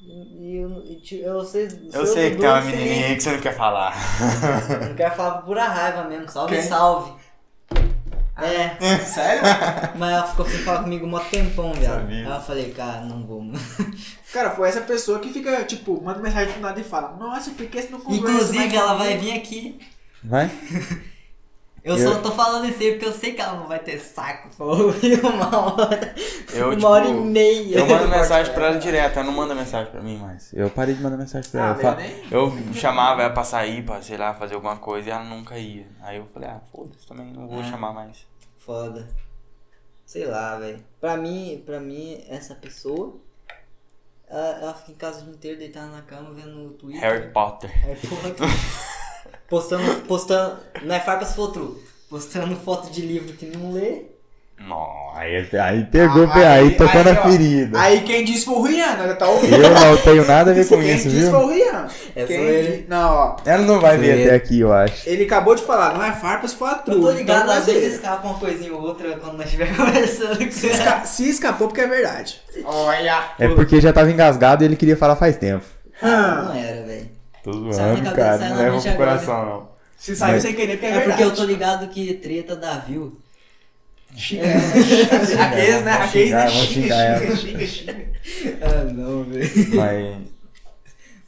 [SPEAKER 1] E, e, eu- e ti- eu sei, o seu,
[SPEAKER 3] Eu sei que
[SPEAKER 1] Dudu,
[SPEAKER 3] tem uma
[SPEAKER 1] e o Felipe.
[SPEAKER 3] menininha aí que você não quer falar.
[SPEAKER 1] Não quero falar por pura raiva mesmo. Salve,
[SPEAKER 3] Quem?
[SPEAKER 1] salve.
[SPEAKER 2] Ah,
[SPEAKER 1] É,
[SPEAKER 3] Sério?
[SPEAKER 1] mas ela ficou sem falar comigo um mó tempão, viado. Aí
[SPEAKER 3] Sabia.
[SPEAKER 1] eu falei, cara, não vou. mano.
[SPEAKER 2] Cara, foi essa pessoa que fica, tipo, manda mensagem do nada e fala, nossa, por que você não conversa mais
[SPEAKER 1] Inclusive, ela vai
[SPEAKER 2] comigo?"
[SPEAKER 1] vir aqui.
[SPEAKER 4] Vai?
[SPEAKER 1] Eu, só tô falando isso aí porque eu sei que ela não vai ter saco. pra ouvir uma hora.
[SPEAKER 3] Eu,
[SPEAKER 1] uma
[SPEAKER 3] tipo,
[SPEAKER 1] hora e meia.
[SPEAKER 3] Eu mando mensagem pra ela direto, ela não manda mensagem pra mim mais.
[SPEAKER 4] Eu parei de mandar mensagem pra
[SPEAKER 2] Ah,
[SPEAKER 4] ela. Eu,
[SPEAKER 2] velho,
[SPEAKER 4] falo-
[SPEAKER 2] nem-
[SPEAKER 3] Eu chamava ela pra sair, pra, sei lá, fazer alguma coisa e ela nunca ia. Aí eu falei, ah, foda-se também, não vou chamar mais.
[SPEAKER 1] Foda. Sei lá, velho. Pra mim, pra mim, essa pessoa. Ela, ela fica em casa o dia inteiro deitada na cama vendo o Twitter.
[SPEAKER 3] Harry Potter.
[SPEAKER 1] Aí, porra, postando, postando, não é farpas flotru, postando foto de livro que não lê.
[SPEAKER 3] Não, aí
[SPEAKER 4] Aí, aí pegou,
[SPEAKER 2] Ah,
[SPEAKER 4] aí,
[SPEAKER 2] aí-
[SPEAKER 4] aí tocando
[SPEAKER 2] aí,
[SPEAKER 4] a
[SPEAKER 2] ó.
[SPEAKER 4] ferida.
[SPEAKER 2] Aí quem disse foi o Rian, ela tá ouvindo.
[SPEAKER 4] Né? Eu não tenho nada a ver com
[SPEAKER 2] quem
[SPEAKER 4] isso,
[SPEAKER 2] disse
[SPEAKER 4] viu?
[SPEAKER 2] foi o Rian.
[SPEAKER 1] É
[SPEAKER 2] quem
[SPEAKER 1] zoeira,
[SPEAKER 2] di- Não, ó.
[SPEAKER 4] Ela não vai vir
[SPEAKER 2] Sim.
[SPEAKER 4] até aqui, eu acho.
[SPEAKER 2] Ele acabou de falar, não é farpas, foi a true.
[SPEAKER 1] Eu tô
[SPEAKER 2] Então,
[SPEAKER 1] ligado,
[SPEAKER 2] não é
[SPEAKER 1] às vezes
[SPEAKER 2] zoeira.
[SPEAKER 1] escapa uma coisinha ou outra quando nós estiver conversando com
[SPEAKER 2] Se,
[SPEAKER 1] ela.
[SPEAKER 2] esca- se escapou porque é verdade. Olha.
[SPEAKER 4] É porque já tava engasgado e ele queria falar faz tempo.
[SPEAKER 1] Ah, Não era, velho.
[SPEAKER 4] Tô
[SPEAKER 1] Só que a
[SPEAKER 4] zoando,
[SPEAKER 1] cabeça
[SPEAKER 4] cara.
[SPEAKER 1] sai
[SPEAKER 4] Não
[SPEAKER 1] na
[SPEAKER 4] leva
[SPEAKER 1] mente
[SPEAKER 4] pro
[SPEAKER 1] agora.
[SPEAKER 4] coração, não.
[SPEAKER 2] Se saiu
[SPEAKER 4] Mas-
[SPEAKER 2] sem querer porque é,
[SPEAKER 1] É porque
[SPEAKER 2] verdade.
[SPEAKER 1] eu tô ligado que treta da view.
[SPEAKER 2] Aqueles, né?
[SPEAKER 4] Vão
[SPEAKER 2] Aqueles, né?
[SPEAKER 4] xingar, vão
[SPEAKER 2] Xinga,
[SPEAKER 4] xingar
[SPEAKER 2] xinga, xinga, xinga.
[SPEAKER 1] Ah, não, velho.
[SPEAKER 4] Mas.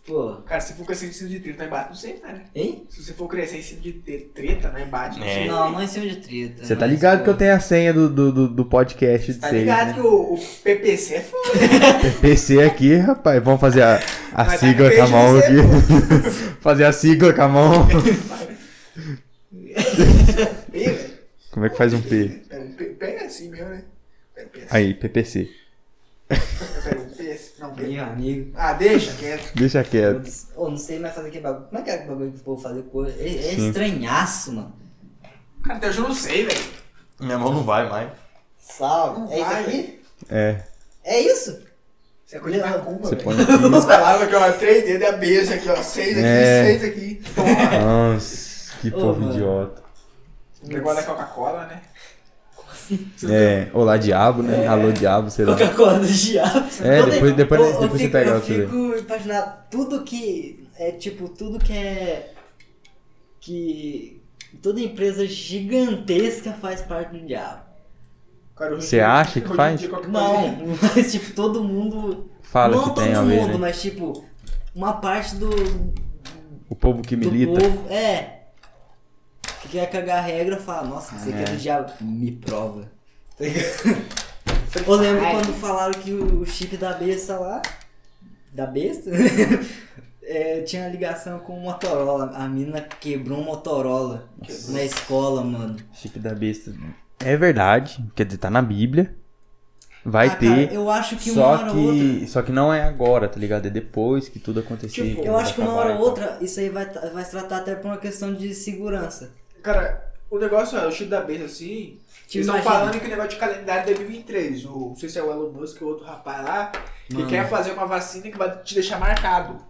[SPEAKER 1] Pô,
[SPEAKER 2] Cara, se for crescer em cima de treta, não embate, não sei, né?
[SPEAKER 1] hein?
[SPEAKER 2] Se você for crescer em cima de tre- treta, não embate, não
[SPEAKER 3] É.
[SPEAKER 2] sei.
[SPEAKER 1] Não, não em cima de treta.
[SPEAKER 4] Você tá
[SPEAKER 1] mas,
[SPEAKER 4] ligado
[SPEAKER 1] pô,
[SPEAKER 4] que eu tenho a senha do, do, do- do podcast de
[SPEAKER 2] Tá
[SPEAKER 4] vocês,
[SPEAKER 2] ligado
[SPEAKER 4] né?
[SPEAKER 2] que o, o PPC é foda.
[SPEAKER 4] PC aqui, rapaz. Vamos fazer a, a
[SPEAKER 2] Mas tá
[SPEAKER 4] sigla
[SPEAKER 2] com
[SPEAKER 4] com a mão
[SPEAKER 2] PGC,
[SPEAKER 4] aqui. fazer a sigla com a mão.
[SPEAKER 2] Ih, velho.
[SPEAKER 4] Como é que faz um P?
[SPEAKER 2] Pera, um P- Pega assim meu, né? Pera, PPC.
[SPEAKER 4] Aí, PPC.
[SPEAKER 2] Pera, um PPC. Não, pera.
[SPEAKER 1] Meu amigo.
[SPEAKER 2] Ah, deixa quieto.
[SPEAKER 4] Deixa quieto.
[SPEAKER 1] Putz, Eu não sei mais fazer que bagulho. Como é que é o bagulho que o povo fazer coisa? É, é
[SPEAKER 4] Sim.
[SPEAKER 1] estranhaço, mano.
[SPEAKER 2] Cara, até hoje eu não sei, velho.
[SPEAKER 3] minha mão não vai mais.
[SPEAKER 1] Salve. É isso
[SPEAKER 2] Vai.
[SPEAKER 1] aqui?
[SPEAKER 4] É.
[SPEAKER 1] É isso?
[SPEAKER 2] Isso é coisa de macumba,
[SPEAKER 4] Você
[SPEAKER 2] velho.
[SPEAKER 4] põe aqui.
[SPEAKER 2] As palavras aqui, ó, três dedos é beijo aqui, ó, seis aqui,
[SPEAKER 4] É.
[SPEAKER 2] seis aqui. Toma.
[SPEAKER 4] Nossa, que
[SPEAKER 1] Ô,
[SPEAKER 4] povo
[SPEAKER 1] mano.
[SPEAKER 4] idiota.
[SPEAKER 2] Negócio da Coca-Cola, né?
[SPEAKER 4] É. Olá, diabo, né? Alô, diabo, sei lá.
[SPEAKER 1] Coca-Cola do diabo.
[SPEAKER 4] É,
[SPEAKER 1] Eu
[SPEAKER 4] depois-
[SPEAKER 1] tenho-
[SPEAKER 4] depois-
[SPEAKER 1] eu- eu
[SPEAKER 4] depois você
[SPEAKER 1] fico-
[SPEAKER 4] pega
[SPEAKER 1] Eu
[SPEAKER 4] pra você ver.
[SPEAKER 1] fico imaginando tudo que. É tipo, tudo que é. Que. Toda empresa gigantesca faz parte do diabo.
[SPEAKER 2] Cara, um hoje
[SPEAKER 4] Você
[SPEAKER 2] em dia-
[SPEAKER 4] acha que
[SPEAKER 2] hoje em
[SPEAKER 4] faz?
[SPEAKER 2] dia qualquer coisa-
[SPEAKER 1] Não, mas tipo, todo mundo.
[SPEAKER 4] Fala
[SPEAKER 1] não
[SPEAKER 4] que tem,
[SPEAKER 1] todo
[SPEAKER 4] talvez,
[SPEAKER 1] mundo,
[SPEAKER 4] né?
[SPEAKER 1] mas tipo, uma parte do.
[SPEAKER 4] O povo que
[SPEAKER 1] Do
[SPEAKER 4] milita.
[SPEAKER 1] povo. É. Que quer cagar a regra fala, nossa, você
[SPEAKER 4] É.
[SPEAKER 1] quer do diabo. Me prova. Tá ligado? Eu lembro quando falaram que o chip da besta lá. Da besta? é, tinha ligação com o Motorola. A mina quebrou um Motorola na escola, mano.
[SPEAKER 4] Chip da besta. É verdade. Quer dizer, tá na Bíblia. Vai
[SPEAKER 1] Ah,
[SPEAKER 4] ter.
[SPEAKER 1] cara, eu acho que uma
[SPEAKER 4] só
[SPEAKER 1] hora
[SPEAKER 4] que.
[SPEAKER 1] ou outra.
[SPEAKER 4] Só que não é agora, tá ligado? É depois que tudo acontecer.
[SPEAKER 2] Tipo,
[SPEAKER 1] Eu acho que uma
[SPEAKER 4] acabar
[SPEAKER 1] hora
[SPEAKER 4] então. e
[SPEAKER 1] ou
[SPEAKER 4] tal.
[SPEAKER 1] outra isso aí vai, tra- vai se tratar até por uma questão de segurança.
[SPEAKER 2] Cara, o negócio é, o chip da besta assim.
[SPEAKER 1] Tipo,
[SPEAKER 2] eles estão
[SPEAKER 1] imagina.
[SPEAKER 2] falando que o negócio de calendário é de 2023. O, não sei se é o Elon Musk ou outro rapaz lá,
[SPEAKER 1] Mano.
[SPEAKER 2] que quer fazer uma vacina que vai te deixar marcado.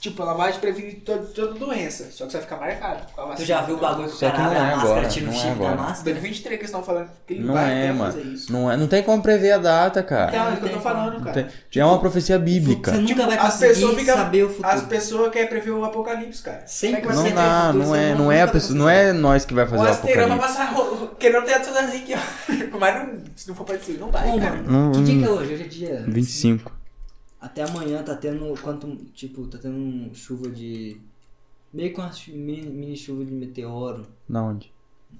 [SPEAKER 2] Tipo, ela vai te prevenir toda, toda doença. Só que você vai ficar marcado. Com a
[SPEAKER 1] Tu
[SPEAKER 2] vacina.
[SPEAKER 1] já viu o bagulho que o
[SPEAKER 4] Só que
[SPEAKER 1] cara abre
[SPEAKER 4] não é
[SPEAKER 1] a máscara,
[SPEAKER 4] agora,
[SPEAKER 1] tira o
[SPEAKER 4] não é
[SPEAKER 1] chip da
[SPEAKER 4] agora.
[SPEAKER 1] máscara?
[SPEAKER 2] 2023 que eles estão falando que ele
[SPEAKER 4] Não
[SPEAKER 2] vai
[SPEAKER 4] é,
[SPEAKER 2] até
[SPEAKER 4] mano.
[SPEAKER 2] fazer isso.
[SPEAKER 4] Não, é, não tem como prever a data, cara.
[SPEAKER 2] Então, é isso que eu tô falando,
[SPEAKER 4] Não
[SPEAKER 2] cara.
[SPEAKER 4] tem- é uma profecia bíblica.
[SPEAKER 1] Você nunca
[SPEAKER 2] Tipo,
[SPEAKER 1] vai
[SPEAKER 2] as
[SPEAKER 1] conseguir
[SPEAKER 2] pessoas ficam-
[SPEAKER 1] saber o futuro.
[SPEAKER 2] As pessoas querem prever o apocalipse, cara.
[SPEAKER 1] Sempre
[SPEAKER 2] Como é que vai
[SPEAKER 4] Não
[SPEAKER 1] você
[SPEAKER 2] ser?
[SPEAKER 4] dá,
[SPEAKER 1] futuro,
[SPEAKER 4] não
[SPEAKER 1] você
[SPEAKER 4] é,
[SPEAKER 1] não
[SPEAKER 4] não é a
[SPEAKER 1] nunca
[SPEAKER 4] pessoa,
[SPEAKER 1] vai
[SPEAKER 4] não é nós que vai
[SPEAKER 2] O
[SPEAKER 4] fazer o
[SPEAKER 2] asteirão vai
[SPEAKER 4] apocalipse.
[SPEAKER 2] passar ro- ro- querendo ter a sozinho aqui, ó. Mas não, se não for pra destruir, não vai,
[SPEAKER 1] Ô,
[SPEAKER 2] cara.
[SPEAKER 1] mano, que
[SPEAKER 4] Não,
[SPEAKER 1] dia
[SPEAKER 4] não.
[SPEAKER 1] que é hoje? Hoje é dia...
[SPEAKER 4] 25.
[SPEAKER 1] Até amanhã tá tendo, quanto, tipo, tá tendo um chuva de... Meio com uma chu- mini, mini chuva de meteoro.
[SPEAKER 4] Da onde?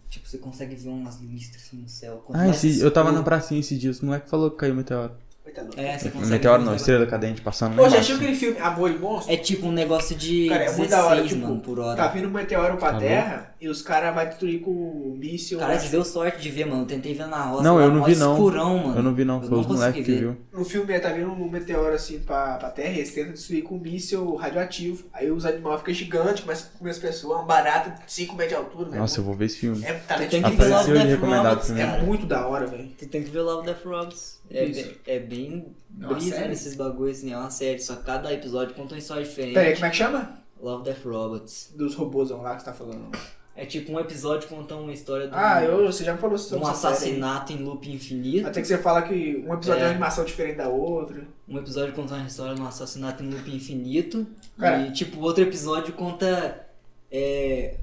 [SPEAKER 1] Tipo, você consegue ver umas listras assim no céu. Quanto
[SPEAKER 4] Ah,
[SPEAKER 1] mais
[SPEAKER 4] esse, eu tava na
[SPEAKER 1] escuro-
[SPEAKER 4] pracinha esse dia, os moleques falou que caiu um meteoro.
[SPEAKER 2] Coitado.
[SPEAKER 1] É, você consegue
[SPEAKER 4] Meteoro
[SPEAKER 1] ver
[SPEAKER 4] não,
[SPEAKER 1] uns
[SPEAKER 4] estrela cadente passando lá
[SPEAKER 2] Pô, já
[SPEAKER 4] embaixo.
[SPEAKER 2] assistiu aquele filme Amor e Monstro?
[SPEAKER 1] É tipo um negócio de
[SPEAKER 2] Cara, é
[SPEAKER 1] 16,
[SPEAKER 2] muito da hora, tipo,
[SPEAKER 1] mano, por hora.
[SPEAKER 2] Tá vindo um meteoro pra
[SPEAKER 4] É, Tá bom. Tá,
[SPEAKER 2] Terra e os caras vão destruir com o míssil. né?
[SPEAKER 1] Cara, você deu sorte de ver, mano. Eu tentei ver na roça.
[SPEAKER 4] Não,
[SPEAKER 1] lá,
[SPEAKER 4] eu não
[SPEAKER 1] mó
[SPEAKER 4] vi, não.
[SPEAKER 1] escurão, mano.
[SPEAKER 4] Eu não vi não,
[SPEAKER 1] um Eu
[SPEAKER 4] foi
[SPEAKER 1] não
[SPEAKER 4] os moleques que
[SPEAKER 1] consegui
[SPEAKER 4] viu.
[SPEAKER 2] No filme tá vindo um meteoro assim pra, pra Terra e eles tentam destruir com um míssil radioativo. Aí os animais ficam gigantes, começa a comer as pessoas, uma barata de 5 metros de altura, velho.
[SPEAKER 4] Nossa, eu vou ver esse filme.
[SPEAKER 2] É, tá,
[SPEAKER 1] Tem
[SPEAKER 2] tipo,
[SPEAKER 1] que ver lá
[SPEAKER 4] Apareceu
[SPEAKER 1] o
[SPEAKER 4] de
[SPEAKER 1] Death
[SPEAKER 4] recomendado
[SPEAKER 1] Robots,
[SPEAKER 4] também.
[SPEAKER 2] é
[SPEAKER 1] cara.
[SPEAKER 2] muito da hora, velho.
[SPEAKER 1] Tu tem que ver lá o Death Robots. É,
[SPEAKER 2] Isso.
[SPEAKER 1] bem- é bem
[SPEAKER 2] É uma
[SPEAKER 1] brisa
[SPEAKER 2] série?
[SPEAKER 1] nesses bagulhos, assim. É uma série, só cada episódio conta uma história diferente.
[SPEAKER 2] Pera aí, como é que chama?
[SPEAKER 1] Love Death Robots.
[SPEAKER 2] Dos robôzão lá que você tá falando.
[SPEAKER 1] É tipo um episódio contando uma história de um,
[SPEAKER 2] Ah, eu, você já me falou
[SPEAKER 1] de
[SPEAKER 2] sobre
[SPEAKER 1] um
[SPEAKER 2] essa série.
[SPEAKER 1] assassinato em loop infinito.
[SPEAKER 2] Até que você fala que um episódio é,
[SPEAKER 1] É.
[SPEAKER 2] uma animação diferente da outra.
[SPEAKER 1] Um episódio conta uma história de um assassinato em loop infinito.
[SPEAKER 2] Cara.
[SPEAKER 1] E, tipo, outro episódio conta. É,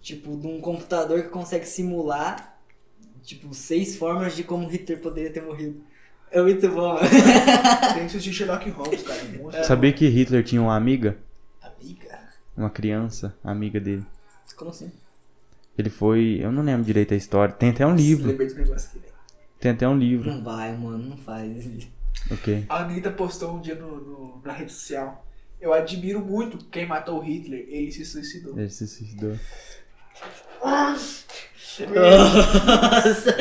[SPEAKER 1] tipo, de um computador que consegue simular. Tipo, seis formas de como Hitler poderia ter morrido. É muito bom, mano.
[SPEAKER 2] Tem que assistir Sherlock Holmes, cara. é monstro.
[SPEAKER 4] Sabia que Hitler tinha uma amiga?
[SPEAKER 2] Amiga.
[SPEAKER 4] Uma criança, amiga dele.
[SPEAKER 1] Como assim?
[SPEAKER 4] Ele foi. Eu não lembro direito a história. Tem até um livro.
[SPEAKER 2] Lembrei desse negócio aqui, velho.
[SPEAKER 4] Tem até um livro.
[SPEAKER 1] Não vai, mano, não faz. isso.
[SPEAKER 4] Ok.
[SPEAKER 2] A Anitta postou um dia no, no- na rede social. Eu admiro muito quem matou o Hitler. Ele se suicidou.
[SPEAKER 4] Ele se suicidou.
[SPEAKER 1] Nossa.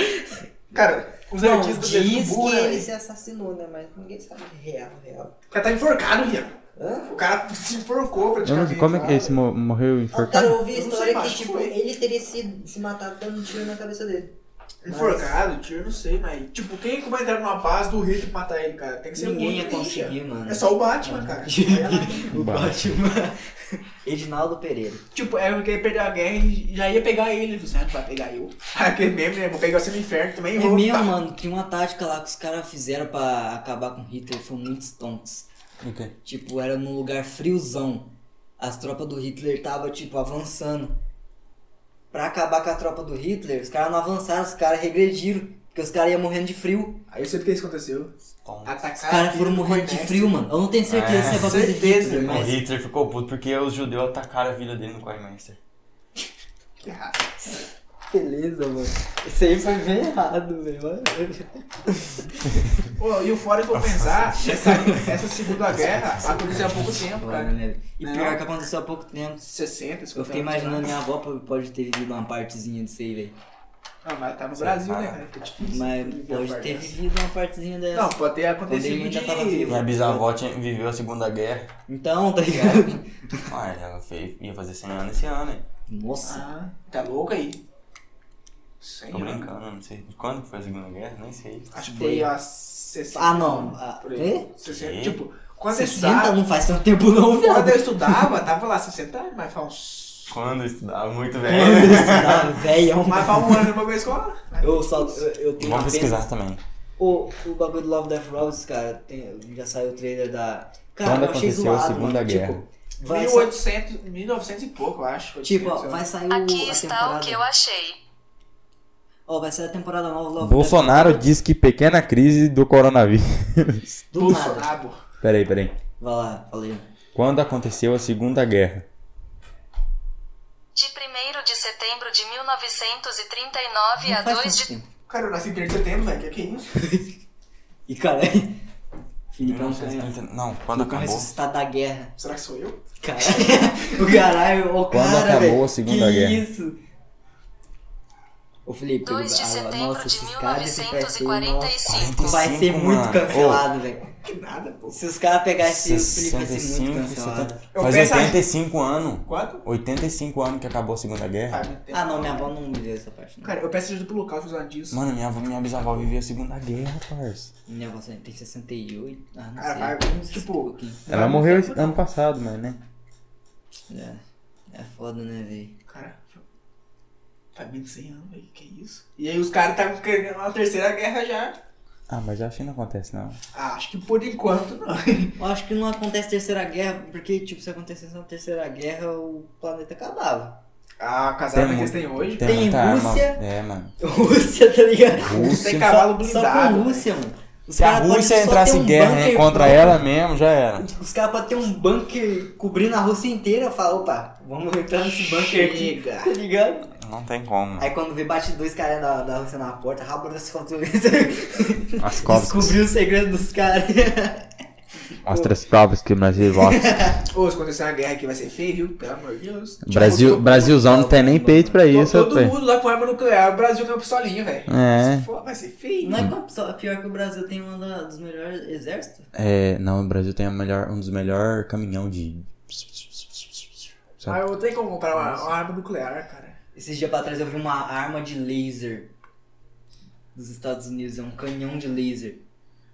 [SPEAKER 2] Cara, os
[SPEAKER 1] É. Não,
[SPEAKER 2] artistas do
[SPEAKER 1] diz
[SPEAKER 2] Facebook,
[SPEAKER 1] que
[SPEAKER 2] né,
[SPEAKER 1] ele
[SPEAKER 2] velho?
[SPEAKER 1] se assassinou, né? Mas ninguém sabe real, real.
[SPEAKER 2] O cara tá enforcado, Rian.
[SPEAKER 1] Hã?
[SPEAKER 2] O cara se enforcou
[SPEAKER 4] Eu não
[SPEAKER 2] praticamente.
[SPEAKER 4] sei como é que
[SPEAKER 2] lá,
[SPEAKER 4] esse mo- morreu
[SPEAKER 1] Cara,
[SPEAKER 4] enforcado.
[SPEAKER 1] eu ouvi a
[SPEAKER 2] Eu não
[SPEAKER 1] história
[SPEAKER 2] sei,
[SPEAKER 1] que,
[SPEAKER 2] mas acho que
[SPEAKER 1] tipo,
[SPEAKER 2] foi.
[SPEAKER 1] ele teria se, se matado dando um tiro na cabeça dele.
[SPEAKER 2] Enforcado, tio, eu não sei, mas. Tipo, quem que vai entrar numa base do Hitler pra matar ele, cara? Tem que ser um
[SPEAKER 1] Ninguém ia
[SPEAKER 2] muito ninja.
[SPEAKER 1] conseguir, mano.
[SPEAKER 2] É só o Batman, cara. Vai lá.
[SPEAKER 1] O Batman. Edinaldo Pereira.
[SPEAKER 2] Tipo, é porque ele perdeu a guerra e já ia pegar ele. Você ah, tu vai pegar eu? Aquele mesmo, né? Vou pegar você no inferno também.
[SPEAKER 1] É
[SPEAKER 2] vou-
[SPEAKER 1] mesmo,
[SPEAKER 2] pá.
[SPEAKER 1] mano. Tem uma tática lá que os caras fizeram pra acabar com Hitler. Foi muito stonks.
[SPEAKER 3] Ok.
[SPEAKER 1] Tipo, era num lugar friozão. As tropas do Hitler tava, tipo, avançando. Pra acabar com a tropa do Hitler, os caras não avançaram, os caras regrediram. Porque os caras iam morrendo de frio.
[SPEAKER 2] Aí eu sei porque isso aconteceu.
[SPEAKER 3] Então,
[SPEAKER 2] Atacar.
[SPEAKER 1] Os caras foram morrendo de frio, mano. Eu não tenho certeza se é bagulho de
[SPEAKER 2] certeza,
[SPEAKER 1] Hitler,
[SPEAKER 3] O
[SPEAKER 1] mas.
[SPEAKER 3] Hitler ficou puto porque os judeus atacaram a vila dele no Quarrymaster.
[SPEAKER 1] Beleza, mano. Isso aí foi bem errado, velho.
[SPEAKER 2] Pô, e o fora que eu pensar, essa, essa segunda guerra aconteceu há pouco tempo, cara.
[SPEAKER 1] né, E
[SPEAKER 2] Não. Tá,
[SPEAKER 1] pior que aconteceu há pouco tempo.
[SPEAKER 2] 60, 50
[SPEAKER 1] Eu fiquei
[SPEAKER 2] anos, sei lá.
[SPEAKER 1] imaginando minha avó pode- pode ter vivido uma partezinha disso aí, velho.
[SPEAKER 2] Não, mas tá no Brasil, né, cara? Fica difícil.
[SPEAKER 1] Ah, Mas
[SPEAKER 2] viver
[SPEAKER 1] pode
[SPEAKER 2] uma
[SPEAKER 1] ter
[SPEAKER 2] guerra.
[SPEAKER 1] vivido uma partezinha dessa.
[SPEAKER 2] Não, pode
[SPEAKER 1] Quando
[SPEAKER 2] ter
[SPEAKER 1] ele
[SPEAKER 2] acontecido
[SPEAKER 1] ainda
[SPEAKER 2] de...
[SPEAKER 1] tava vivo.
[SPEAKER 3] Minha bisavó tinha- viveu a Segunda Guerra.
[SPEAKER 1] Então, tá ligado?
[SPEAKER 3] Ah, ela fe- ia fazer 100 anos esse ano, hein?
[SPEAKER 1] Nossa.
[SPEAKER 2] Ah, tá louco aí? Sei
[SPEAKER 3] Tô
[SPEAKER 2] lá.
[SPEAKER 3] brincando, não sei. Quando que foi a Segunda Guerra? Nem sei.
[SPEAKER 2] Acho que foi a 60.
[SPEAKER 1] Ah, não. Ah,
[SPEAKER 2] Por aí.
[SPEAKER 1] quê?
[SPEAKER 2] 60,
[SPEAKER 3] Quê?
[SPEAKER 2] tipo, quando eu
[SPEAKER 1] 60
[SPEAKER 2] estudava,
[SPEAKER 1] não faz tanto tempo não,
[SPEAKER 2] quando
[SPEAKER 1] viado.
[SPEAKER 2] eu estudava, tava lá 60 anos, mas faz uns...
[SPEAKER 3] Quando eu estudava, muito
[SPEAKER 1] Quando
[SPEAKER 3] velho.
[SPEAKER 1] eu estudava, velho, é um-
[SPEAKER 2] Mas faz um ano numa minha escola. né?
[SPEAKER 1] Eu só. Eu, eu tenho
[SPEAKER 3] Vamos
[SPEAKER 1] apenas-
[SPEAKER 3] pesquisar também.
[SPEAKER 1] O, o bagulho do Love Death Robots, cara, tem- já saiu o trailer da. Cara,
[SPEAKER 4] Quando
[SPEAKER 1] eu achei
[SPEAKER 4] aconteceu
[SPEAKER 1] zoado,
[SPEAKER 4] a Segunda
[SPEAKER 1] mano.
[SPEAKER 4] Guerra?
[SPEAKER 1] Tipo, vai, sa-
[SPEAKER 2] 1800, 1900 e pouco, eu acho.
[SPEAKER 1] tipo,
[SPEAKER 2] 800,
[SPEAKER 1] ó,
[SPEAKER 2] sei lá.
[SPEAKER 1] vai sair o,
[SPEAKER 11] Aqui
[SPEAKER 1] a
[SPEAKER 11] está o
[SPEAKER 1] temporada.
[SPEAKER 11] que eu achei.
[SPEAKER 1] Ó, vai sair a temporada nova do Love
[SPEAKER 4] Bolsonaro
[SPEAKER 1] Death Robots.
[SPEAKER 4] diz que pequena crise do coronavírus.
[SPEAKER 1] Do nada.
[SPEAKER 2] Bolsonaro.
[SPEAKER 4] peraí, peraí.
[SPEAKER 1] Vai lá, falei.
[SPEAKER 4] Quando aconteceu a Segunda Guerra?
[SPEAKER 11] De 1 de setembro de 1939 a
[SPEAKER 1] Não faz
[SPEAKER 11] 2 de
[SPEAKER 1] tanto tempo.
[SPEAKER 2] Cara, eu nasci em 3 de setembro, velho. Que que é isso?
[SPEAKER 1] E cara, Filipão ganha.
[SPEAKER 3] 1930 Não,
[SPEAKER 4] tá-
[SPEAKER 3] quando
[SPEAKER 1] Filipão
[SPEAKER 3] acabou.
[SPEAKER 1] ressuscitado da guerra.
[SPEAKER 2] Será que sou eu?
[SPEAKER 1] Caralho, o caralho, o
[SPEAKER 4] Quando
[SPEAKER 1] cara,
[SPEAKER 4] acabou
[SPEAKER 1] velho,
[SPEAKER 4] a Segunda
[SPEAKER 1] que
[SPEAKER 4] Guerra?
[SPEAKER 1] isso? Ô Felipe,
[SPEAKER 11] 2 de
[SPEAKER 1] ah,
[SPEAKER 11] setembro
[SPEAKER 1] nossa,
[SPEAKER 11] de
[SPEAKER 1] esses caras desse PSU, nossa,
[SPEAKER 11] 1945.
[SPEAKER 1] vai ser
[SPEAKER 3] 45,
[SPEAKER 1] muito
[SPEAKER 3] mano.
[SPEAKER 1] cancelado, velho.
[SPEAKER 2] Que nada, pô.
[SPEAKER 1] Se os caras pegassem o Felipe, vai ser muito
[SPEAKER 3] 65,
[SPEAKER 1] cancelado. assim-
[SPEAKER 3] 70.
[SPEAKER 2] Eu
[SPEAKER 3] Faz
[SPEAKER 2] penso-
[SPEAKER 3] 85 anos.
[SPEAKER 2] Quanto?
[SPEAKER 3] 85 anos que acabou a Segunda
[SPEAKER 4] É.
[SPEAKER 3] Guerra.
[SPEAKER 2] Faz muito tempo.
[SPEAKER 1] Ah não, minha avó não me deu essa parte. Não.
[SPEAKER 2] Cara, eu peço ajuda pro Lucas usando disso.
[SPEAKER 3] Mano, minha, avó- minha bisavó viveu a Segunda Guerra, parça.
[SPEAKER 1] Minha avó tem 68. Ah, não
[SPEAKER 2] Cara,
[SPEAKER 1] sei.
[SPEAKER 2] vai,
[SPEAKER 1] não sei
[SPEAKER 2] tipo,
[SPEAKER 1] se pouquinho.
[SPEAKER 4] Ela morreu esse- ano passado, mas né?
[SPEAKER 1] É, é foda, né, velho?
[SPEAKER 2] Cara, faz bem de 100 anos, velho. Que é isso? E aí os caras tá querendo uma terceira guerra já.
[SPEAKER 4] Ah, mas eu acho que não acontece, não.
[SPEAKER 2] Ah, acho que por enquanto não.
[SPEAKER 1] Eu acho que não acontece terceira guerra, porque, tipo, se acontecesse uma terceira guerra, o planeta acabava.
[SPEAKER 2] Ah, casada que
[SPEAKER 3] muito-
[SPEAKER 2] eles têm hoje.
[SPEAKER 1] Tem
[SPEAKER 3] arma.
[SPEAKER 1] Rússia.
[SPEAKER 3] É, mano.
[SPEAKER 1] Rússia, tá ligado?
[SPEAKER 3] Rússia.
[SPEAKER 2] Tem cavalo
[SPEAKER 1] Só com
[SPEAKER 2] blindado.
[SPEAKER 1] Rússia, mano. Os
[SPEAKER 3] Se a
[SPEAKER 1] cara pode
[SPEAKER 3] Rússia
[SPEAKER 1] só
[SPEAKER 3] entrasse
[SPEAKER 1] ter
[SPEAKER 3] em
[SPEAKER 1] um
[SPEAKER 3] guerra
[SPEAKER 1] bunker
[SPEAKER 3] né, contra
[SPEAKER 1] pronto.
[SPEAKER 3] ela mesmo, já era.
[SPEAKER 1] Os caras podem ter um bunker cobrindo a Rússia inteira. Fala, opa, vamos entrar nesse bunker aqui.
[SPEAKER 2] Chega.
[SPEAKER 1] Tá ligado?
[SPEAKER 3] Não tem como.
[SPEAKER 1] Aí quando vê, bate dois caras da, da Rússia na porta, rabo das controles.
[SPEAKER 4] As
[SPEAKER 1] Descobriu o segredo dos caras.
[SPEAKER 4] Mostra as provas que o Brasil gosta.
[SPEAKER 2] Ô, se acontecer uma guerra aqui vai ser feio, viu? Pelo amor de Deus.
[SPEAKER 4] Brasil, Brasilzão não tem nem peito pra
[SPEAKER 2] Tô-
[SPEAKER 4] isso,
[SPEAKER 2] Todo
[SPEAKER 4] rapaz.
[SPEAKER 2] mundo lá com arma nuclear, o Brasil ganhou pistolinha, velho.
[SPEAKER 4] É.
[SPEAKER 2] Se for, vai ser feio.
[SPEAKER 1] Não é como- só- pior que o Brasil tem um da- dos melhores exércitos?
[SPEAKER 4] É, não, o Brasil tem a melhor, um dos melhores caminhão de.
[SPEAKER 2] Ah, eu tenho como comprar uma, uma arma nuclear, cara.
[SPEAKER 1] Esses dias pra trás eu vi uma arma de laser dos Estados Unidos. É um canhão de laser.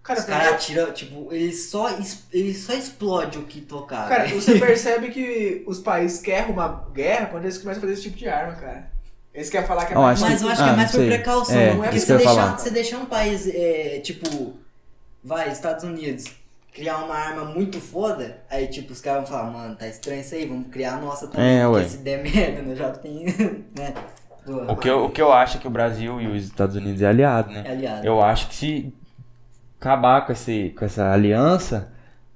[SPEAKER 2] Cara,
[SPEAKER 1] Os caras atiram, tipo, eles só, es- eles só explode o que tocar.
[SPEAKER 2] Cara,
[SPEAKER 1] velho.
[SPEAKER 2] você percebe que os países querem uma guerra quando eles começam a fazer esse tipo de arma, cara. Eles querem falar que é
[SPEAKER 4] Eu
[SPEAKER 2] mais
[SPEAKER 4] acho
[SPEAKER 1] Mas eu acho que
[SPEAKER 4] ah,
[SPEAKER 1] é mais por
[SPEAKER 4] sei.
[SPEAKER 1] precaução,
[SPEAKER 4] É,
[SPEAKER 1] porque
[SPEAKER 4] isso
[SPEAKER 1] se
[SPEAKER 4] que eu ia
[SPEAKER 1] deixar,
[SPEAKER 4] falar.
[SPEAKER 1] se deixar um país, é, tipo, vai, Estados Unidos, criar uma arma muito foda, aí, tipo, os caras vão falar, mano, tá estranho isso aí, vamos criar a nossa também,
[SPEAKER 4] É,
[SPEAKER 1] porque
[SPEAKER 4] ué.
[SPEAKER 1] se der merda, nós já tem, né,
[SPEAKER 4] O
[SPEAKER 1] do,
[SPEAKER 4] que, eu, o que eu acho é que o Brasil e os Estados Unidos é aliado, né?
[SPEAKER 1] é aliado.
[SPEAKER 4] Eu acho que se acabar com, esse, com essa aliança,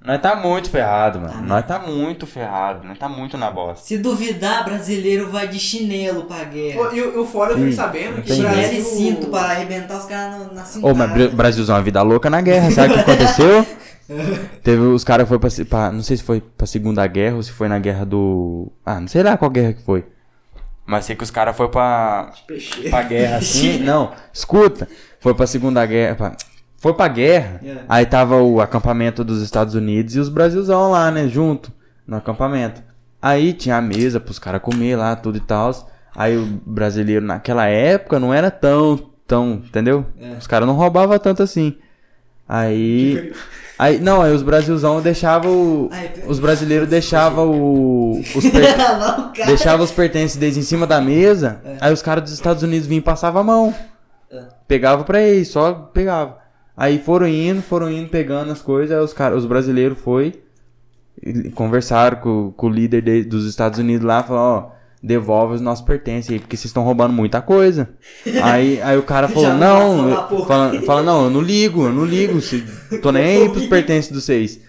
[SPEAKER 4] nós tá muito ferrado, mano.
[SPEAKER 1] Tá, né?
[SPEAKER 4] nós tá muito ferrado, nós tá muito na bosta.
[SPEAKER 1] Se duvidar, brasileiro vai de chinelo pra guerra.
[SPEAKER 2] Pô, E o e o fora eu fiquei
[SPEAKER 4] Sim,
[SPEAKER 2] sabendo que o
[SPEAKER 4] entendi.
[SPEAKER 1] Chinelo e
[SPEAKER 2] Brasil...
[SPEAKER 1] cinto pra arrebentar os caras na- na cintura.
[SPEAKER 4] Ô, mas Bra- Brasilzão, a vida louca na guerra, sabe o que aconteceu? Teve os caras foi pra, se- pra- Não sei se foi pra Segunda Guerra ou se foi na guerra do. Ah, não sei lá qual guerra que foi. Mas sei que os caras foi pra.
[SPEAKER 2] Peixe.
[SPEAKER 4] pra guerra assim. não, escuta. Foi pra Segunda Guerra. pra- foi pra guerra. Aí tava o acampamento dos Estados Unidos e os Brasilzão lá, né? Junto, no acampamento. Aí tinha a mesa pros caras comer lá, tudo e tal. Aí o brasileiro naquela época não era tão, tão, entendeu? Os caras não roubavam tanto assim. Aí. Aí, não, aí os brasilzão deixavam. o-
[SPEAKER 1] Ai, pe-
[SPEAKER 4] Os brasileiros deixavam o. Os per-
[SPEAKER 1] Não, cara. É.
[SPEAKER 4] deixava os pertences deles em cima da mesa, aí os caras dos Estados Unidos vinham e passavam a mão. Pegava pra eles, só pegava. Aí foram indo, foram indo, pegando as coisas, aí os, cara, os brasileiros foi, e conversaram com, com o líder de- dos Estados Unidos lá, falaram, ó, devolve os nossos pertences aí, porque vocês estão roubando muita coisa. aí, aí o cara falou,
[SPEAKER 1] Já não passou
[SPEAKER 4] não,
[SPEAKER 1] lá,
[SPEAKER 4] eu-
[SPEAKER 1] porra."
[SPEAKER 4] fala, fala, não, eu não ligo, eu não ligo, se, tô nem aí pros pertences dos seis.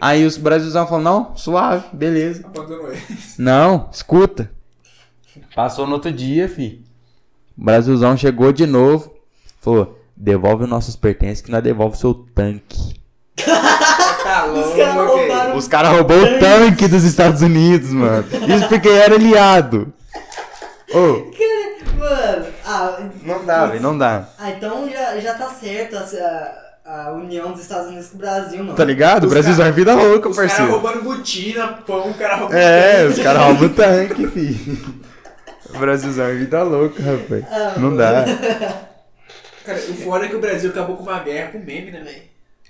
[SPEAKER 4] Aí os brasileiros falaram, não, suave, beleza.
[SPEAKER 2] Abandonou ele.
[SPEAKER 4] Não, escuta. Passou no outro dia, fi. O Brasilzão chegou de novo. Falou: devolve os nossos pertences que nós devolve o seu tanque.
[SPEAKER 2] Tá louco,
[SPEAKER 1] caras
[SPEAKER 2] ok.
[SPEAKER 1] roubaram
[SPEAKER 4] Os caras roubou o tanque dos Estados Unidos, mano. Isso porque era aliado. Ô,
[SPEAKER 1] Mano, ah,
[SPEAKER 4] não dá, velho, não dá.
[SPEAKER 1] Ah, então já, já tá certo a, a- a união dos Estados Unidos com o Brasil, mano.
[SPEAKER 4] Tá ligado? O
[SPEAKER 2] Os
[SPEAKER 4] Brasilzão é vida louca,
[SPEAKER 2] Os caras
[SPEAKER 4] parceiro.
[SPEAKER 2] roubando botina, pão, o cara roubando...
[SPEAKER 4] É, os caras roubam o tanque, fi. O Brasilzão é vida louca, rapaz.
[SPEAKER 1] Ah,
[SPEAKER 4] Não dá.
[SPEAKER 2] Cara, o fora é que o Brasil acabou com uma guerra com meme, né, velho?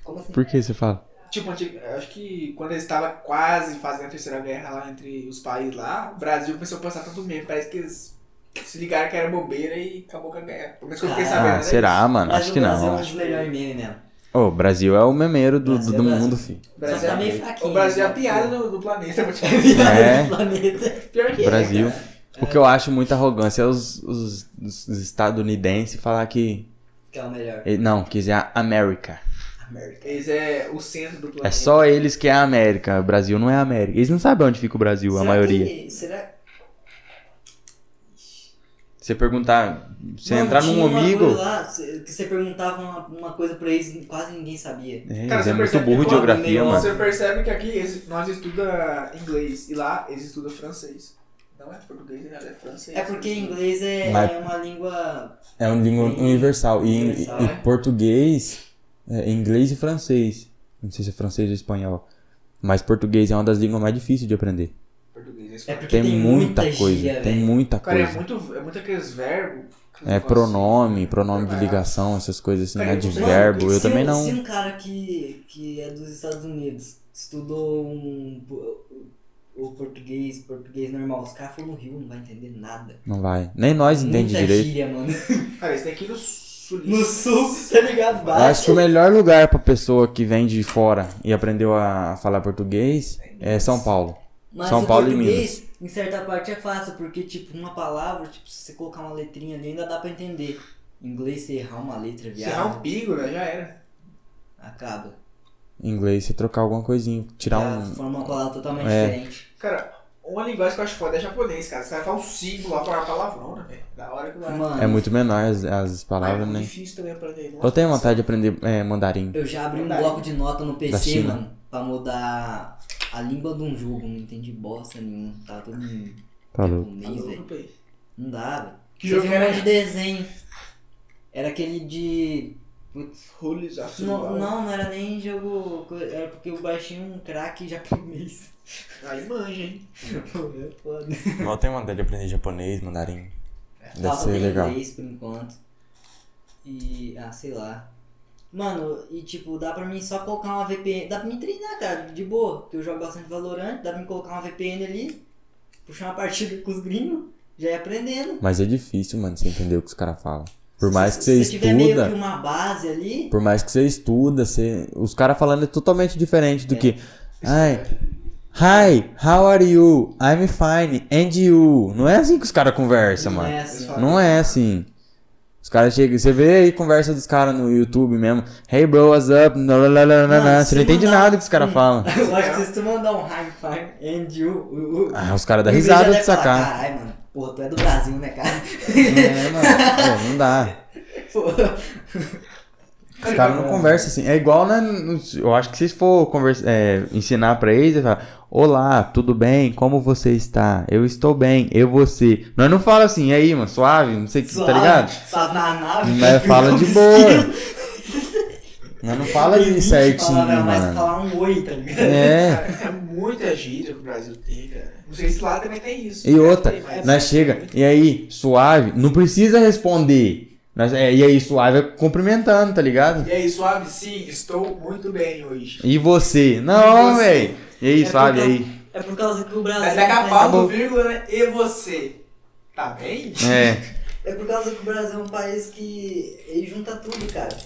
[SPEAKER 1] Como assim?
[SPEAKER 4] Por que você fala?
[SPEAKER 2] Tipo, antigo- acho que quando eles estavam quase fazendo a terceira guerra lá entre os países lá, o Brasil começou a passar tanto meme. Parece que eles se ligaram que era bobeira e acabou com a guerra. Pelo menos que eu fiquei
[SPEAKER 1] Ah,
[SPEAKER 2] sabendo.
[SPEAKER 4] Ah,
[SPEAKER 2] né?
[SPEAKER 4] será, mano?
[SPEAKER 1] Mas
[SPEAKER 4] Acho
[SPEAKER 1] o
[SPEAKER 4] que
[SPEAKER 1] Brasil
[SPEAKER 4] não.
[SPEAKER 1] é um dos melhores memes mesmo.
[SPEAKER 4] Ô, o Brasil é o memeiro do,
[SPEAKER 1] Brasil
[SPEAKER 4] do,
[SPEAKER 1] é
[SPEAKER 4] do
[SPEAKER 1] Brasil.
[SPEAKER 4] mundo, filho.
[SPEAKER 2] O Brasil,
[SPEAKER 1] Só tá meio
[SPEAKER 2] é-
[SPEAKER 1] fraquinho,
[SPEAKER 2] o Brasil é a
[SPEAKER 1] né?
[SPEAKER 2] piada do, do planeta. mas-
[SPEAKER 4] É.
[SPEAKER 1] Do planeta.
[SPEAKER 2] Pior que é,
[SPEAKER 4] Brasil.
[SPEAKER 2] cara.
[SPEAKER 4] O que eu acho muita arrogância é os, os, os estadunidenses falar que.
[SPEAKER 1] Que é o melhor.
[SPEAKER 4] eh, Não, quiser a América.
[SPEAKER 1] América.
[SPEAKER 2] Eles é o centro do planeta.
[SPEAKER 4] É só eles que é a América. O Brasil não é a América. Eles não sabem onde fica o Brasil, a maioria.
[SPEAKER 1] Que, será
[SPEAKER 4] Você perguntar. Você
[SPEAKER 1] Mano,
[SPEAKER 4] entrar
[SPEAKER 1] tinha
[SPEAKER 4] num
[SPEAKER 1] uma
[SPEAKER 4] amigo.
[SPEAKER 1] coisa lá, cê- que você perguntava uma, uma coisa pra eles quase ninguém sabia.
[SPEAKER 4] É,
[SPEAKER 2] Cara,
[SPEAKER 4] eles
[SPEAKER 2] você
[SPEAKER 4] é muito
[SPEAKER 2] percebe
[SPEAKER 4] burro de
[SPEAKER 2] que quando
[SPEAKER 4] geografia,
[SPEAKER 2] Então,
[SPEAKER 1] assim.
[SPEAKER 4] mano.
[SPEAKER 2] Você percebe que aqui eles- nós estuda inglês e lá eles estudam francês. Não é português, né? é francês.
[SPEAKER 1] É porque inglês é,
[SPEAKER 4] Mas-
[SPEAKER 1] é uma língua.
[SPEAKER 4] É uma língua
[SPEAKER 1] Sim.
[SPEAKER 4] universal. E,
[SPEAKER 1] Universal,
[SPEAKER 4] e
[SPEAKER 1] é.
[SPEAKER 4] português, é, inglês e francês. Não sei se é francês ou espanhol. Mas português é uma das línguas mais difíceis de aprender.
[SPEAKER 2] Português, eles
[SPEAKER 1] É
[SPEAKER 2] falam.
[SPEAKER 1] porque
[SPEAKER 4] Tem,
[SPEAKER 1] tem,
[SPEAKER 4] muita, coisa.
[SPEAKER 1] gíria,
[SPEAKER 4] tem
[SPEAKER 1] velho.
[SPEAKER 4] muita
[SPEAKER 2] Cara, é
[SPEAKER 4] coisa.
[SPEAKER 2] muito, é muito aqueles verbos. que
[SPEAKER 4] É
[SPEAKER 2] eu faço.
[SPEAKER 4] pronome, pronome de
[SPEAKER 1] É.
[SPEAKER 2] Ah,
[SPEAKER 4] ligação, essas coisas assim,
[SPEAKER 2] Cara,
[SPEAKER 4] advérbio. Eu
[SPEAKER 1] se, um-
[SPEAKER 4] também
[SPEAKER 1] Se
[SPEAKER 4] não.
[SPEAKER 1] um cara que, que é dos Estados Unidos estudou um, po- o português, português normal, os caras foram no Rio, não vai entender nada.
[SPEAKER 4] Não vai. Nem nós entende
[SPEAKER 1] Muita
[SPEAKER 4] direito.
[SPEAKER 1] gíria, mano.
[SPEAKER 2] Cara, isso daqui no sul.
[SPEAKER 1] No sul, tá ligado?
[SPEAKER 4] Eu acho que o melhor lugar pra pessoa que vem de fora e aprendeu a falar português é São Paulo.
[SPEAKER 1] Mas
[SPEAKER 4] São
[SPEAKER 1] o
[SPEAKER 4] Paulo e
[SPEAKER 1] português, em certa parte, é fácil, porque, tipo, uma palavra, tipo, se você colocar uma letrinha ali, ainda dá pra entender. Em inglês, você errar uma letra,
[SPEAKER 2] Se é um
[SPEAKER 1] viado,
[SPEAKER 2] pigo, velho, já era.
[SPEAKER 1] acaba.
[SPEAKER 4] Em inglês, você trocar alguma coisinha, tirar
[SPEAKER 1] Já
[SPEAKER 4] um.
[SPEAKER 1] forma uma palavra totalmente
[SPEAKER 4] É.
[SPEAKER 1] diferente.
[SPEAKER 2] Cara, uma linguagem que eu acho foda é japonês, cara. Você vai falar um símbolo lá pra uma palavrona, velho. Da hora que vai.
[SPEAKER 1] Mano,
[SPEAKER 4] É muito menor as, as
[SPEAKER 2] Mas é
[SPEAKER 4] palavras,
[SPEAKER 2] muito
[SPEAKER 4] né?
[SPEAKER 2] difícil também aprender.
[SPEAKER 4] Eu tenho vontade de aprender é, mandarim.
[SPEAKER 1] eu já abri um
[SPEAKER 2] Verdade.
[SPEAKER 1] bloco de nota no PC,
[SPEAKER 4] China.
[SPEAKER 1] mano, pra mudar a língua de um jogo. Não entendi bosta nenhuma. Tá tudo em
[SPEAKER 4] Tá louco.
[SPEAKER 2] Tá
[SPEAKER 1] japonês,
[SPEAKER 2] louco,
[SPEAKER 1] velho.
[SPEAKER 2] velho.
[SPEAKER 1] Não dá, velho.
[SPEAKER 2] Que
[SPEAKER 1] Você
[SPEAKER 2] jogo
[SPEAKER 1] viu um
[SPEAKER 2] era?
[SPEAKER 1] monte de desenho. Era aquele de...
[SPEAKER 2] Rules of
[SPEAKER 1] Não,
[SPEAKER 2] Football.
[SPEAKER 1] não, não era nem jogo... co- Era porque o baixinho é um craque japonês.
[SPEAKER 2] Aí manja, hein?
[SPEAKER 1] É foda.
[SPEAKER 4] Eu tenho vontade de aprender japonês, mandarim. Deve
[SPEAKER 1] Falta
[SPEAKER 4] ser
[SPEAKER 1] de
[SPEAKER 4] legal.
[SPEAKER 1] inglês por enquanto. E. Ah, sei lá. Mano, e tipo, dá pra mim só colocar uma VPN. Dá pra mim treinar, cara, de boa, porque eu jogo bastante Valorant. Dá pra mim colocar uma VPN ali, puxar uma partida com os gringos, já ir aprendendo.
[SPEAKER 4] Mas é difícil, mano, você entender o que os caras falam. Por
[SPEAKER 1] Se-
[SPEAKER 4] mais que você
[SPEAKER 1] Se tiver meio que um
[SPEAKER 4] estuda,
[SPEAKER 1] uma base ali,
[SPEAKER 4] por mais que você estuda, você... os caras falando é totalmente diferente
[SPEAKER 1] É.
[SPEAKER 4] do que. Ai. Hi, how are you? I'm fine. And you? Não é assim que os caras conversam,
[SPEAKER 1] não
[SPEAKER 4] mano.
[SPEAKER 1] é assim.
[SPEAKER 4] Não é assim. Os caras chegam, você vê aí conversa dos caras no YouTube mesmo. Hey bro, what's up? Lá, lá, lá, lá, lá, lá.
[SPEAKER 1] Mano,
[SPEAKER 4] Você
[SPEAKER 1] se
[SPEAKER 4] não entende
[SPEAKER 1] mandar-
[SPEAKER 4] nada que os caras falam.
[SPEAKER 1] Eu acho que se tu mandar um high five and you, o- o-
[SPEAKER 4] Ah, os caras
[SPEAKER 1] o
[SPEAKER 4] dão
[SPEAKER 1] gringo já
[SPEAKER 4] risada
[SPEAKER 1] deve
[SPEAKER 4] de
[SPEAKER 1] falar, tá.
[SPEAKER 4] sacar.
[SPEAKER 1] Caralho, mano, porra, tu é do Brasil, né, cara?
[SPEAKER 4] É, mano. Pô, não dá.
[SPEAKER 1] Porra.
[SPEAKER 4] Tá Os caras não conversam assim. É igual, né? nos- Eu acho que se for conversa, é, ensinar pra eles, vai falar: Olá, tudo bem? Como você está? Eu estou bem, eu você. Nós não fala assim, e aí, mano, suave, não sei o que, tá ligado?
[SPEAKER 1] Só na nave.
[SPEAKER 4] Mas fala de boa. Nós não fala de certinho,
[SPEAKER 1] Fala, né, mas
[SPEAKER 4] mano.
[SPEAKER 1] falar um oi, tá ligado?
[SPEAKER 4] É.
[SPEAKER 2] Cara, é muita gíria que o Brasil tem, cara. Não sei se lá também tem isso.
[SPEAKER 4] E
[SPEAKER 2] Deve
[SPEAKER 4] outra,
[SPEAKER 2] ter, mas-
[SPEAKER 4] nós chega, e aí, suave, não precisa responder. Nós, é, e aí, suave é cumprimentando, tá ligado?
[SPEAKER 2] E aí, suave? Sim, estou muito bem hoje.
[SPEAKER 4] E você? Não,
[SPEAKER 2] E você?
[SPEAKER 4] velho. E aí,
[SPEAKER 1] É
[SPEAKER 4] suave, e
[SPEAKER 1] porque-
[SPEAKER 4] aí?
[SPEAKER 1] É por causa que o Brasil.
[SPEAKER 2] Mas daqui a
[SPEAKER 1] né?
[SPEAKER 2] pau,
[SPEAKER 4] bom.
[SPEAKER 2] vírgula, né? E você? Tá bem?
[SPEAKER 4] É,
[SPEAKER 1] É por causa que o Brasil é um país que. Ele junta tudo, cara.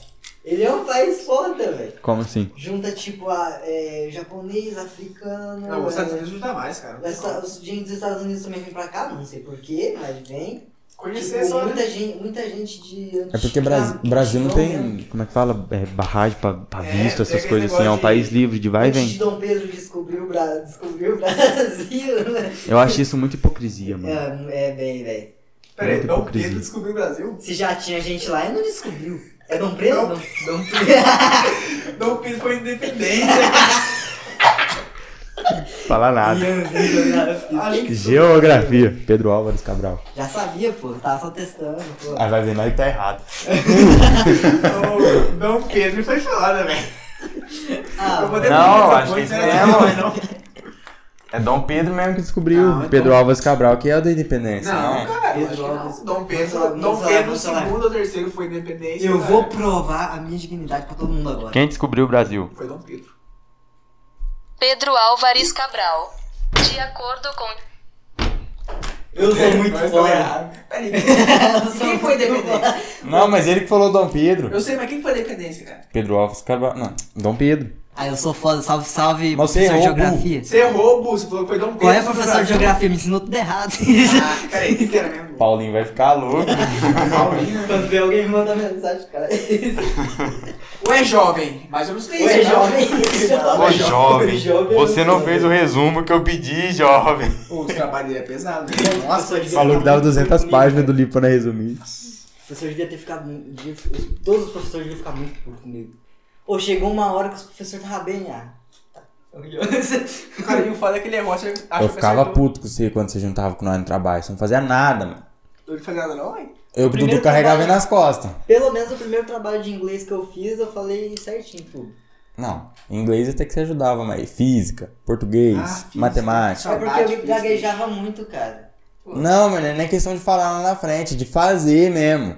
[SPEAKER 1] Ele é um país foda, velho.
[SPEAKER 4] como assim?
[SPEAKER 1] Junta tipo a, é, japonês, africano.
[SPEAKER 2] Não, os Estados
[SPEAKER 1] é,
[SPEAKER 2] Unidos não tá mais, cara.
[SPEAKER 1] os Esta- os gente dos Estados Unidos também vem pra cá, não sei porquê, mas vem.
[SPEAKER 2] Conhecer
[SPEAKER 1] Tipo,
[SPEAKER 2] só, né?
[SPEAKER 1] muita, gente, muita gente de.
[SPEAKER 4] É porque o
[SPEAKER 1] Bras-
[SPEAKER 4] Brasil, Brasil não
[SPEAKER 1] mesmo.
[SPEAKER 4] tem, como é que fala, É, barragem pra, pra
[SPEAKER 2] É,
[SPEAKER 4] visto,
[SPEAKER 2] tem
[SPEAKER 4] essas
[SPEAKER 2] aquele
[SPEAKER 4] coisas assim. É um
[SPEAKER 2] negócio de-
[SPEAKER 4] país livre de vai e
[SPEAKER 1] Antes
[SPEAKER 4] vem.
[SPEAKER 1] de Dom Pedro descobriu o, Bra... descobriu o Brasil, né?
[SPEAKER 4] Eu acho isso muito hipocrisia, mano.
[SPEAKER 1] É, é bem, velho.
[SPEAKER 2] Peraí,
[SPEAKER 4] Muita
[SPEAKER 2] Dom
[SPEAKER 4] hipocrisia.
[SPEAKER 2] Pedro descobriu o Brasil?
[SPEAKER 1] Se já tinha gente lá, ele não descobriu. É Dom Pedro?
[SPEAKER 2] Não.
[SPEAKER 1] Dom-
[SPEAKER 2] Dom Pedro. Dom Pedro foi independente. É.
[SPEAKER 4] Falar
[SPEAKER 1] Ah,
[SPEAKER 4] nada.
[SPEAKER 2] Acho que
[SPEAKER 4] Geografia, Pedro Álvares Cabral.
[SPEAKER 1] Já sabia, pô. Tava só testando, pô.
[SPEAKER 4] Aí vai ver, nós que tá errado.
[SPEAKER 2] Dom- Dom Pedro foi foda, velho.
[SPEAKER 1] Ah,
[SPEAKER 2] Eu vou ter
[SPEAKER 4] Não,
[SPEAKER 2] muita
[SPEAKER 4] acho que
[SPEAKER 2] coisa,
[SPEAKER 4] isso
[SPEAKER 2] né?
[SPEAKER 4] é, mano.
[SPEAKER 2] Não,
[SPEAKER 4] É Dom Pedro mesmo que descobriu.
[SPEAKER 2] Não, então-
[SPEAKER 4] Pedro Álvares Cabral, que é o da independência.
[SPEAKER 2] Não, cara,
[SPEAKER 1] Pedro
[SPEAKER 2] eu acho que não.
[SPEAKER 1] Alves.
[SPEAKER 2] Dom Pedro,
[SPEAKER 1] Vamos lá,
[SPEAKER 2] Dom
[SPEAKER 1] vamos
[SPEAKER 2] Pedro,
[SPEAKER 1] lá,
[SPEAKER 2] o
[SPEAKER 1] vamos lá.
[SPEAKER 2] segundo ou terceiro foi independente.
[SPEAKER 1] eu
[SPEAKER 2] cara.
[SPEAKER 1] vou provar a minha dignidade pra todo mundo agora.
[SPEAKER 4] Quem descobriu o Brasil?
[SPEAKER 2] Foi Dom Pedro.
[SPEAKER 11] Pedro Álvares Cabral. De acordo com
[SPEAKER 1] Eu sou muito
[SPEAKER 2] Nós tamo
[SPEAKER 1] foda.
[SPEAKER 2] errado. Peraí. Quem foi independência?
[SPEAKER 4] Não, mas ele que falou Dom Pedro.
[SPEAKER 2] Eu sei, mas quem foi independência, cara?
[SPEAKER 4] Pedro Álvares Cabral. Não, Dom Pedro.
[SPEAKER 1] Ah, eu sou foda. Salve, salve,
[SPEAKER 4] Mas você
[SPEAKER 1] professor de
[SPEAKER 4] errou, burro.
[SPEAKER 1] geografia.
[SPEAKER 2] Você errou, Bu, você falou que foi Dom Pedro.
[SPEAKER 1] Qual é,
[SPEAKER 2] foi
[SPEAKER 1] professor de
[SPEAKER 2] Brasil.
[SPEAKER 1] geografia? Me ensinou tudo errado.
[SPEAKER 2] Ah, peraí, que era mesmo?
[SPEAKER 4] Paulinho vai ficar louco.
[SPEAKER 1] Quando vê alguém me manda mensagem, cara.
[SPEAKER 2] Ué, jovem, mais ou menos tem
[SPEAKER 1] Ué,
[SPEAKER 2] isso, né?
[SPEAKER 1] jovem.
[SPEAKER 2] Ué,
[SPEAKER 4] Ô jovem,
[SPEAKER 1] Jovem, é
[SPEAKER 4] você não
[SPEAKER 1] jovem.
[SPEAKER 4] fez o resumo que eu pedi, jovem.
[SPEAKER 2] O trabalho dele é pesado.
[SPEAKER 1] Nossa, eu devia
[SPEAKER 4] Falou que dava
[SPEAKER 1] ficar muito
[SPEAKER 4] 200
[SPEAKER 1] comigo,
[SPEAKER 4] páginas
[SPEAKER 1] velho.
[SPEAKER 4] do livro pra resumir.
[SPEAKER 1] Os professores deviam ter ficado. mu- devia- os- todos os professores deviam ficar muito putos comigo. Ou chegou uma hora que os professores estavam bem, ah. tá.
[SPEAKER 2] O cara viu foda que ele errou, acha acha que
[SPEAKER 4] Eu ficava
[SPEAKER 2] acertou.
[SPEAKER 4] puto com você quando você juntava com nós no trabalho. Você não fazia nada, mano.
[SPEAKER 2] Não fazia nada, não, hein?
[SPEAKER 4] Eu que o Dudu
[SPEAKER 1] Primeiro
[SPEAKER 4] carregava
[SPEAKER 1] trabalho-
[SPEAKER 4] ele nas costas.
[SPEAKER 1] Pelo menos o primeiro trabalho de inglês que eu fiz, eu falei certinho tudo. É
[SPEAKER 4] Não, em inglês até que você ajudava, mas física, português,
[SPEAKER 2] Ah, física.
[SPEAKER 4] matemática.
[SPEAKER 1] É porque eu
[SPEAKER 2] Saudade,
[SPEAKER 1] gaguejava muito, cara.
[SPEAKER 4] Não, mano, não é questão de falar lá na frente, de fazer mesmo.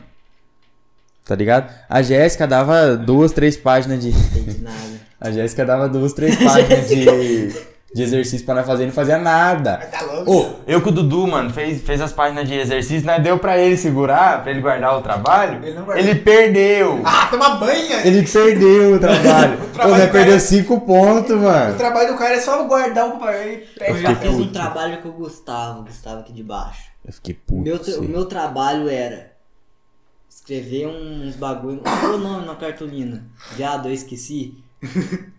[SPEAKER 4] Tá ligado? A Jéssica dava duas, três páginas de.
[SPEAKER 1] Sei de nada.
[SPEAKER 4] A Jéssica dava duas, três páginas de, de exercício pra nós fazer e não fazia nada.
[SPEAKER 2] Mas tá louco.
[SPEAKER 4] Ô, eu que o Dudu, mano, fez, fez as páginas de exercício, nós deu pra ele segurar, pra ele guardar o trabalho.
[SPEAKER 2] Ele
[SPEAKER 4] Ele,
[SPEAKER 2] não guardou.
[SPEAKER 4] perdeu!
[SPEAKER 2] Ah, toma banha!
[SPEAKER 4] Ele perdeu o trabalho.
[SPEAKER 2] O
[SPEAKER 4] Ô,
[SPEAKER 2] trabalho
[SPEAKER 4] nós
[SPEAKER 2] do
[SPEAKER 4] perdeu
[SPEAKER 2] cara-
[SPEAKER 4] cinco pontos,
[SPEAKER 2] O
[SPEAKER 4] mano.
[SPEAKER 2] trabalho do cara é só guardar o papel e
[SPEAKER 4] Eu
[SPEAKER 1] Eu
[SPEAKER 2] pega.
[SPEAKER 1] já
[SPEAKER 4] fiquei
[SPEAKER 1] fiz um
[SPEAKER 4] puto.
[SPEAKER 1] trabalho que eu gostava, Gustavo aqui de baixo.
[SPEAKER 4] Eu fiquei puto.
[SPEAKER 1] Meu
[SPEAKER 4] com
[SPEAKER 1] tra-
[SPEAKER 4] você.
[SPEAKER 1] o meu trabalho era escrever um, uns bagulho. Qual o nome na cartolina? Viado, eu esqueci.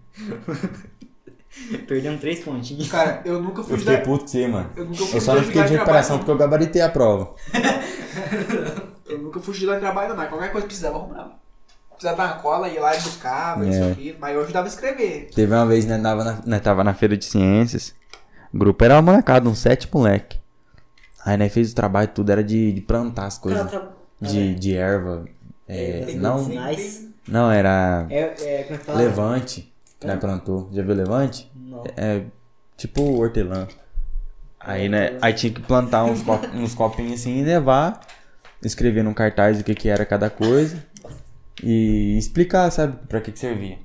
[SPEAKER 1] Perdemos três pontinhos.
[SPEAKER 2] Cara, eu nunca
[SPEAKER 4] Eu
[SPEAKER 2] fui
[SPEAKER 4] fiquei
[SPEAKER 2] da-
[SPEAKER 4] puto com você, mano.
[SPEAKER 2] Eu nunca fui
[SPEAKER 4] Eu só não
[SPEAKER 2] de
[SPEAKER 4] fiquei de
[SPEAKER 2] trabalho,
[SPEAKER 4] recuperação
[SPEAKER 2] não.
[SPEAKER 4] porque eu gabaritei a prova.
[SPEAKER 2] Eu nunca fugi lá em trabalho, não, mas qualquer coisa que precisava, arrumava. Precisava dar uma cola, ia lá e buscava, isso
[SPEAKER 4] É.
[SPEAKER 2] aqui. Mas eu ajudava a escrever.
[SPEAKER 4] Teve uma vez, né, tava na, nós tava na feira de ciências. O grupo era uma molecada, uns sete moleque. Aí nós fez o trabalho tudo, era de, de plantar as
[SPEAKER 1] Tá.
[SPEAKER 4] coisas. De, de erva. É,
[SPEAKER 1] Ervas
[SPEAKER 4] não,
[SPEAKER 1] medicinais.
[SPEAKER 4] não, era
[SPEAKER 1] É, é, como é que fala?
[SPEAKER 4] levante. Nós plantou. Já viu levante?
[SPEAKER 1] Não.
[SPEAKER 4] É tipo hortelã. Aí, né, aí tinha que plantar uns, cop- uns copinhos assim e levar, escrever num cartaz o que, que era cada coisa. e explicar, sabe, pra que que servia.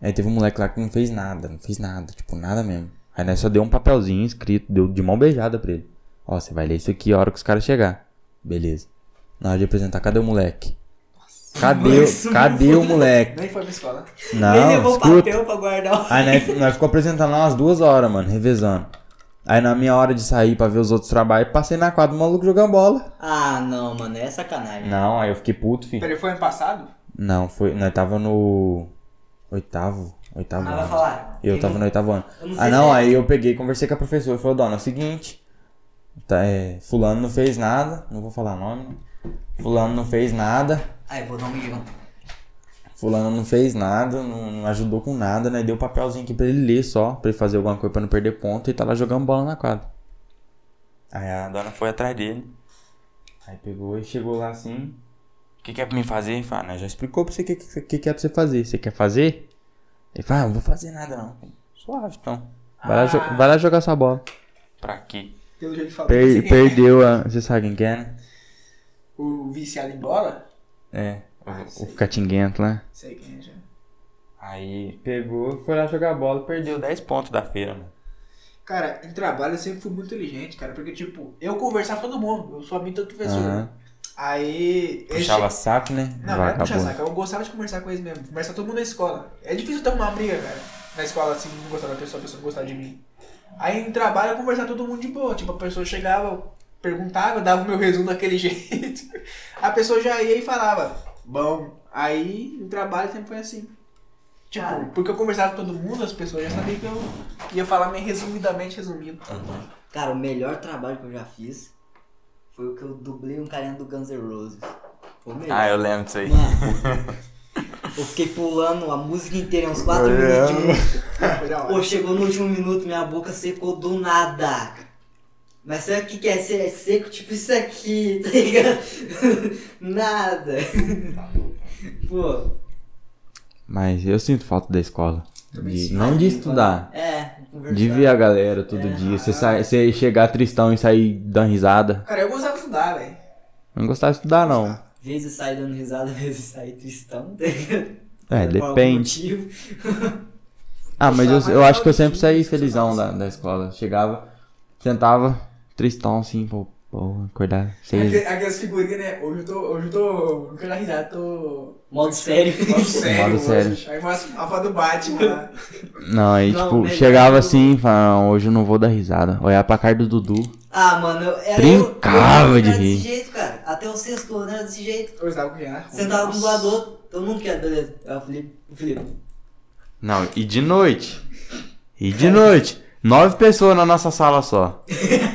[SPEAKER 4] Aí teve um moleque lá que não fez nada, não fez nada, tipo, nada mesmo. Aí nós só deu um papelzinho escrito, deu de mão beijada pra ele. Ó, você vai ler isso aqui a hora que os caras chegar. Beleza. Na hora de apresentar, cadê o moleque? Cadê, o- cadê o moleque?
[SPEAKER 2] Nem foi pra escola.
[SPEAKER 4] Não,
[SPEAKER 1] Ele levou o
[SPEAKER 4] escuta.
[SPEAKER 1] papel pra guardar o.
[SPEAKER 4] Aí nós, nós ficou apresentando lá umas duas horas, mano, revezando. Aí na minha hora de sair pra ver os outros trabalhos, passei na quadra do maluco jogando bola.
[SPEAKER 1] Ah, não, mano, é sacanagem.
[SPEAKER 4] Não, aí eu fiquei puto, filho.
[SPEAKER 2] Peraí, foi ano passado?
[SPEAKER 4] Não, foi. Nós tava no. Oitavo. Oitavo
[SPEAKER 1] Ah,
[SPEAKER 4] ano.
[SPEAKER 1] vai falar. um-
[SPEAKER 4] Eu tava no oitavo ano.
[SPEAKER 1] Eu não sei
[SPEAKER 4] Ah
[SPEAKER 1] se
[SPEAKER 4] não,
[SPEAKER 1] é-
[SPEAKER 4] aí eu peguei e conversei com a professora. Eu falei, dona, é o seguinte. Tá, é, fulano não fez nada. Não vou falar nome. né? Fulano não fez nada.
[SPEAKER 1] Ah, eu vou dar um milhão.
[SPEAKER 4] Fulano não fez nada, não, não ajudou com nada, né? Deu papelzinho aqui pra ele ler só, pra ele fazer alguma coisa pra não perder ponto e tá lá jogando bola na quadra. Aí a dona foi atrás dele. Aí pegou e chegou lá assim. O que, que é pra mim fazer? Fala, "Ah, né, já explicou pra você o que, que, que que é pra você fazer. Você quer fazer? Ele fala, ah, não vou fazer nada não. Suave então. Vai, lá, jo-
[SPEAKER 2] Ah.
[SPEAKER 4] vai lá jogar sua bola. Pra quê?
[SPEAKER 2] Pelo jeito que falou.
[SPEAKER 4] Per-
[SPEAKER 2] Você quer-
[SPEAKER 4] perdeu a. Você sabe quem que é, né?
[SPEAKER 2] O viciado em bola?
[SPEAKER 4] É. o-
[SPEAKER 2] Ah,
[SPEAKER 4] O
[SPEAKER 2] sei.
[SPEAKER 4] catinguento né? lá.
[SPEAKER 2] Sei quem é já.
[SPEAKER 4] Aí pegou, foi lá jogar bola, perdeu 10 pontos da feira, mano.
[SPEAKER 2] Cara, em trabalho eu sempre fui muito inteligente, cara. Porque, tipo, eu conversava com todo mundo. Eu sou amigo do professor.
[SPEAKER 4] Aham.
[SPEAKER 2] Aí. eu
[SPEAKER 4] Puxava saco, né?
[SPEAKER 2] Não, não era puxar saco, eu gostava de conversar com eles mesmo. Conversar todo mundo na escola. É difícil ter uma briga, cara. Na escola, assim, não gostar da pessoa, a pessoa não gostar de mim. Aí em trabalho eu conversava todo mundo de boa. Tipo, a pessoa chegava, eu perguntava, eu dava o meu resumo daquele jeito. A pessoa já ia e falava, bom. Aí em trabalho sempre foi assim. Tipo, porque eu conversava com todo mundo, as pessoas já sabiam que eu ia falar meio resumidamente resumido.
[SPEAKER 1] Cara, o melhor trabalho que eu já fiz foi o que eu dublei um carinha do Guns N' Roses. Foi o melhor.
[SPEAKER 4] Ah, eu lembro disso aí.
[SPEAKER 1] Mano, eu fiquei pulando a música inteira, uns 4
[SPEAKER 4] É.
[SPEAKER 1] minutos de música.
[SPEAKER 2] Foi da hora.
[SPEAKER 1] Pô, chegou no último minuto, minha boca secou do nada. Mas sabe o que, que é ser é seco? Tipo isso aqui, tá ligado? nada. Pô,
[SPEAKER 4] Mas eu sinto falta da escola.
[SPEAKER 2] Também
[SPEAKER 4] De-
[SPEAKER 2] sinto.
[SPEAKER 4] não de estudar.
[SPEAKER 1] é, conversar.
[SPEAKER 4] De ver a galera todo
[SPEAKER 1] É.
[SPEAKER 4] dia. Você, sai, você chegar tristão e sair dando risada.
[SPEAKER 2] Cara, eu gostava de estudar, velho.
[SPEAKER 4] Não gostava de estudar, não.
[SPEAKER 1] Vezes sai dando risada, vezes sai tristão, tá ligado?
[SPEAKER 4] É,
[SPEAKER 1] Por algum
[SPEAKER 4] depende.
[SPEAKER 1] motivo.
[SPEAKER 4] Ah, mas eu, eu acho que eu sempre saí
[SPEAKER 2] Gostava, mas
[SPEAKER 4] felizão
[SPEAKER 2] não
[SPEAKER 4] da, da escola. Chegava, sentava, tristão assim, pô, pô acordar
[SPEAKER 2] Aquele-
[SPEAKER 4] seis.
[SPEAKER 2] Aquelas figurinhas, né? Hoje eu tô. Hoje eu tô. Não quero risada, tô.
[SPEAKER 1] Modo sério.
[SPEAKER 2] Modo sério,
[SPEAKER 4] Modo sério.
[SPEAKER 2] hoje. Aí mostra a foto do Batman lá.
[SPEAKER 4] Não, aí
[SPEAKER 1] Não,
[SPEAKER 4] tipo,
[SPEAKER 1] melhor
[SPEAKER 4] chegava
[SPEAKER 1] eu-
[SPEAKER 4] assim, falava, "Não, hoje eu não vou dar risada. Olhar pra cara do Dudu.
[SPEAKER 1] Ah, mano, eu era
[SPEAKER 4] Trincava
[SPEAKER 1] eu, eu
[SPEAKER 4] de
[SPEAKER 1] era desse
[SPEAKER 4] rir.
[SPEAKER 1] jeito, cara. Até o sexto ano era desse jeito.
[SPEAKER 2] Eu estava com ela.
[SPEAKER 1] Sentava do lado do outro, eu não quero, beleza. Aí o Felipe, o Felipe.
[SPEAKER 3] Não, e de noite. E de noite. Nove pessoas na nossa sala só.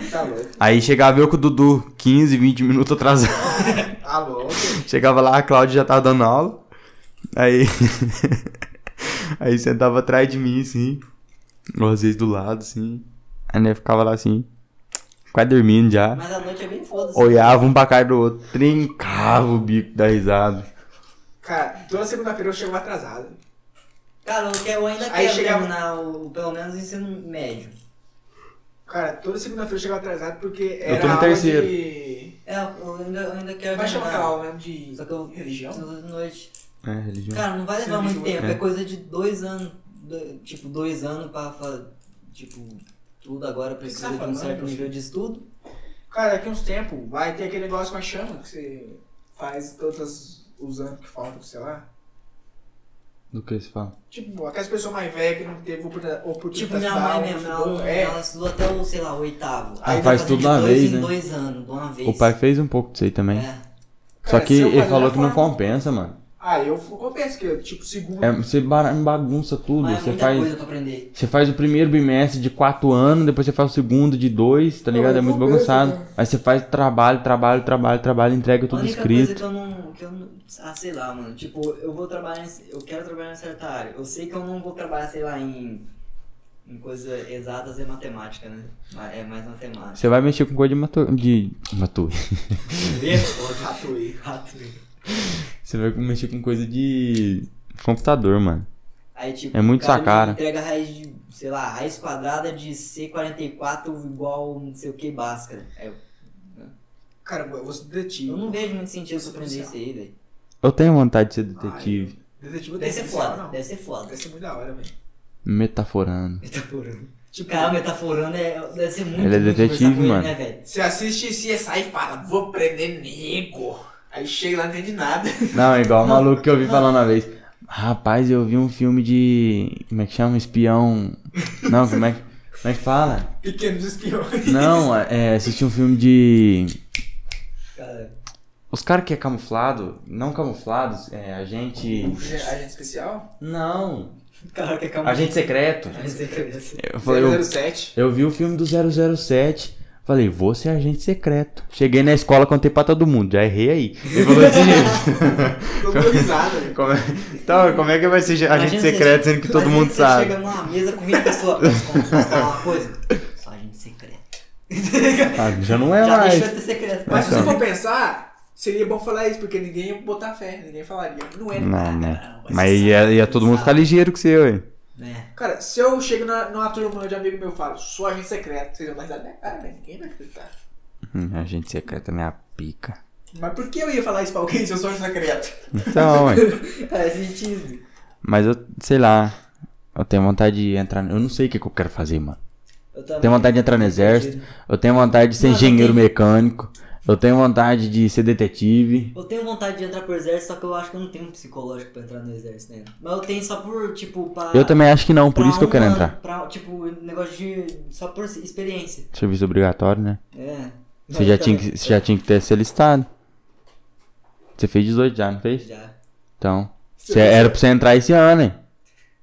[SPEAKER 2] Tá louco.
[SPEAKER 3] Aí chegava eu com o Dudu, 15, 20 minutos atrasado.
[SPEAKER 2] Tá louco.
[SPEAKER 3] Chegava lá, a Cláudia já tava dando aula. Aí. aí sentava atrás de mim, assim. Ou às vezes do lado, assim. Aí né, ficava lá assim. Quase dormindo já.
[SPEAKER 1] Mas a noite é bem foda-se.
[SPEAKER 3] Olhava um pra cara do outro, trincava o bico da risada.
[SPEAKER 2] Cara, toda segunda-feira eu chego atrasado.
[SPEAKER 1] Cara, eu, quero, eu ainda
[SPEAKER 2] Aí
[SPEAKER 1] quero
[SPEAKER 2] chegava-
[SPEAKER 1] terminar o, pelo menos o ensino médio.
[SPEAKER 2] Cara, toda segunda-feira eu chego atrasado porque era.
[SPEAKER 3] tô no
[SPEAKER 2] aula
[SPEAKER 3] terceiro.
[SPEAKER 2] de-
[SPEAKER 1] É, eu ainda, eu ainda quero
[SPEAKER 2] Vai chamar aquela
[SPEAKER 1] terminar.
[SPEAKER 2] aula né, de
[SPEAKER 1] Só que eu...
[SPEAKER 2] religião?
[SPEAKER 1] de Noite.
[SPEAKER 3] É, religião.
[SPEAKER 1] Cara, não vai levar
[SPEAKER 2] Sim,
[SPEAKER 1] muito
[SPEAKER 2] religião.
[SPEAKER 1] tempo. É coisa de dois anos. do- tipo, dois anos pra... fa- Tipo, tudo agora precisa
[SPEAKER 2] tá
[SPEAKER 1] de um
[SPEAKER 2] falando,
[SPEAKER 1] certo
[SPEAKER 2] meu
[SPEAKER 1] nível de estudo.
[SPEAKER 2] Cara, daqui uns tempos vai ter aquele negócio com a chama que você faz todos os anos que faltam, sei lá.
[SPEAKER 3] Do que você fala?
[SPEAKER 2] Tipo, aquelas pessoas mais velhas que não teve oportun- oportunidade.
[SPEAKER 1] Tipo, minha
[SPEAKER 2] de
[SPEAKER 1] mãe
[SPEAKER 2] estudar,
[SPEAKER 1] mesmo, ela,
[SPEAKER 2] não estudou. tá É,
[SPEAKER 1] ela estudou até o, sei lá, o oitavo.
[SPEAKER 4] Ah,
[SPEAKER 1] tá
[SPEAKER 4] faz
[SPEAKER 1] fazendo
[SPEAKER 4] tudo
[SPEAKER 1] de
[SPEAKER 4] uma
[SPEAKER 1] dois
[SPEAKER 4] vez,
[SPEAKER 1] em
[SPEAKER 4] né?
[SPEAKER 1] dois anos, de uma vez.
[SPEAKER 3] O pai fez um pouco disso aí também.
[SPEAKER 1] É.
[SPEAKER 3] Só
[SPEAKER 2] Cara,
[SPEAKER 3] que
[SPEAKER 2] seu
[SPEAKER 3] ele
[SPEAKER 2] pai é
[SPEAKER 3] falou
[SPEAKER 2] já
[SPEAKER 3] que não
[SPEAKER 2] fala-
[SPEAKER 3] compensa, mano.
[SPEAKER 2] Ah, eu fu- compenso que, tipo, segundo.
[SPEAKER 3] É, você ba- bagunça tudo.
[SPEAKER 1] Mas é
[SPEAKER 3] Você
[SPEAKER 1] muita
[SPEAKER 3] faz,
[SPEAKER 1] coisa pra aprender.
[SPEAKER 3] você faz o primeiro bimestre de quatro anos, depois você faz o segundo de dois, tá
[SPEAKER 2] Não,
[SPEAKER 3] ligado?
[SPEAKER 2] eu
[SPEAKER 3] É muito
[SPEAKER 2] compensa,
[SPEAKER 3] bagunçado.
[SPEAKER 2] cara.
[SPEAKER 3] Aí você faz trabalho, trabalho, trabalho, trabalho, entrega
[SPEAKER 1] a
[SPEAKER 3] tudo
[SPEAKER 1] única
[SPEAKER 3] escrito.
[SPEAKER 1] coisa que eu não, que eu não. Ah, sei lá, mano. Tipo, eu vou trabalhar em, Eu quero trabalhar em certa área. Eu sei que eu não vou trabalhar, sei lá, em. Em coisas exatas e matemática, né? Ma- É mais matemática.
[SPEAKER 3] Você vai mexer com coisa de matu... de matu.
[SPEAKER 2] Tatuí.
[SPEAKER 1] Rato.
[SPEAKER 3] Você vai mexer com coisa de computador, mano.
[SPEAKER 1] Aí, tipo,
[SPEAKER 3] É muito
[SPEAKER 1] o cara
[SPEAKER 3] sua cara.
[SPEAKER 1] Entrega raiz de, sei lá, raiz quadrada de C44 igual não sei o que báscara. Aí eu-
[SPEAKER 2] Cara, eu vou ser detetive.
[SPEAKER 1] Eu não vejo muito sentido pra aprender isso aí, velho.
[SPEAKER 4] Eu tenho vontade de ser detetive.
[SPEAKER 2] Detetive
[SPEAKER 1] Deve ser
[SPEAKER 2] policial,
[SPEAKER 1] foda,
[SPEAKER 2] não.
[SPEAKER 1] deve ser foda.
[SPEAKER 2] Deve ser muito da hora, velho.
[SPEAKER 4] Metaforando.
[SPEAKER 1] Metaforando. Tipo, cara, metaforando é, deve ser muito
[SPEAKER 4] Ele é
[SPEAKER 1] ruim
[SPEAKER 4] detetive,
[SPEAKER 1] conversar com ele,
[SPEAKER 4] mano.
[SPEAKER 1] né, velho?
[SPEAKER 2] Você assiste CSI e fala, vou prender nego. Aí chega lá, não entende nada.
[SPEAKER 4] Não, é igual o maluco que eu vi falando uma vez. Rapaz, eu vi um filme de. Como é que chama? Espião. Não, como é que, como é que fala?
[SPEAKER 2] Pequenos espiões.
[SPEAKER 4] Não, é, assisti um filme de.
[SPEAKER 1] Cara,
[SPEAKER 4] Os caras que é camuflado, não camuflados, é agente.
[SPEAKER 2] Agente especial?
[SPEAKER 4] Não,
[SPEAKER 1] cara que é calma.
[SPEAKER 4] agente secreto. Eu, falei, eu,
[SPEAKER 2] 007.
[SPEAKER 4] eu vi o filme do 007. Falei, vou ser agente secreto. Cheguei na escola, contei pra todo mundo. Já errei aí. Ele falou assim.
[SPEAKER 2] Tô dando risada, velho.
[SPEAKER 4] como é- então, como é que vai ser agente
[SPEAKER 1] Imagina você-
[SPEAKER 4] secreto sendo que todo
[SPEAKER 1] imagina
[SPEAKER 4] mundo
[SPEAKER 1] você
[SPEAKER 4] sabe?
[SPEAKER 1] chega numa mesa com 20 pessoas. Posso falar- posso falar uma coisa? Só agente secreto.
[SPEAKER 4] Ah, já não é
[SPEAKER 1] Já
[SPEAKER 4] mais.
[SPEAKER 1] deixou de ser secreto.
[SPEAKER 2] Mas se você
[SPEAKER 4] Então.
[SPEAKER 2] for pensar, seria bom falar isso, porque ninguém ia botar fé, ninguém falaria. Não
[SPEAKER 1] um
[SPEAKER 2] é nada,
[SPEAKER 4] Não, né?
[SPEAKER 2] não, vai
[SPEAKER 4] Mas
[SPEAKER 2] ser
[SPEAKER 4] ia,
[SPEAKER 2] só-
[SPEAKER 4] ia todo mundo ficar ligeiro com você, ué.
[SPEAKER 1] É.
[SPEAKER 2] Cara, se eu chego na, numa turma de um amigo meu e falo, sou agente secreto, vocês vão dar risada. né? Ah, mas ninguém vai acreditar.
[SPEAKER 4] Hum, agente secreto é minha pica.
[SPEAKER 2] Mas por que eu ia falar isso pra alguém se eu sou agente secreto?
[SPEAKER 4] Então, ué.
[SPEAKER 1] Faz sentido.
[SPEAKER 4] Mas eu, sei lá. Eu tenho vontade de entrar. Eu não sei o que, que eu quero fazer, mano.
[SPEAKER 1] Eu
[SPEAKER 4] Eu
[SPEAKER 1] também.
[SPEAKER 4] tenho vontade de entrar no exército. Eu tenho vontade de ser
[SPEAKER 1] Mano, eu
[SPEAKER 4] engenheiro
[SPEAKER 1] tenho-
[SPEAKER 4] mecânico. Eu tenho vontade de ser detetive.
[SPEAKER 1] Eu tenho vontade de entrar pro exército, só que eu acho que eu não tenho um psicológico pra entrar no exército ainda. Mas eu tenho só por, tipo, pra.
[SPEAKER 4] Eu também acho que não, por
[SPEAKER 1] pra
[SPEAKER 4] isso que eu
[SPEAKER 1] um
[SPEAKER 4] quero
[SPEAKER 1] ano,
[SPEAKER 4] entrar.
[SPEAKER 1] Pra, tipo, negócio de. Só por experiência.
[SPEAKER 4] Serviço obrigatório, né?
[SPEAKER 1] É.
[SPEAKER 4] Você já tinha que, você já tinha que ter se listado. Você fez 18 já, não fez?
[SPEAKER 1] Já.
[SPEAKER 4] Então. você- era pra você entrar esse ano, hein?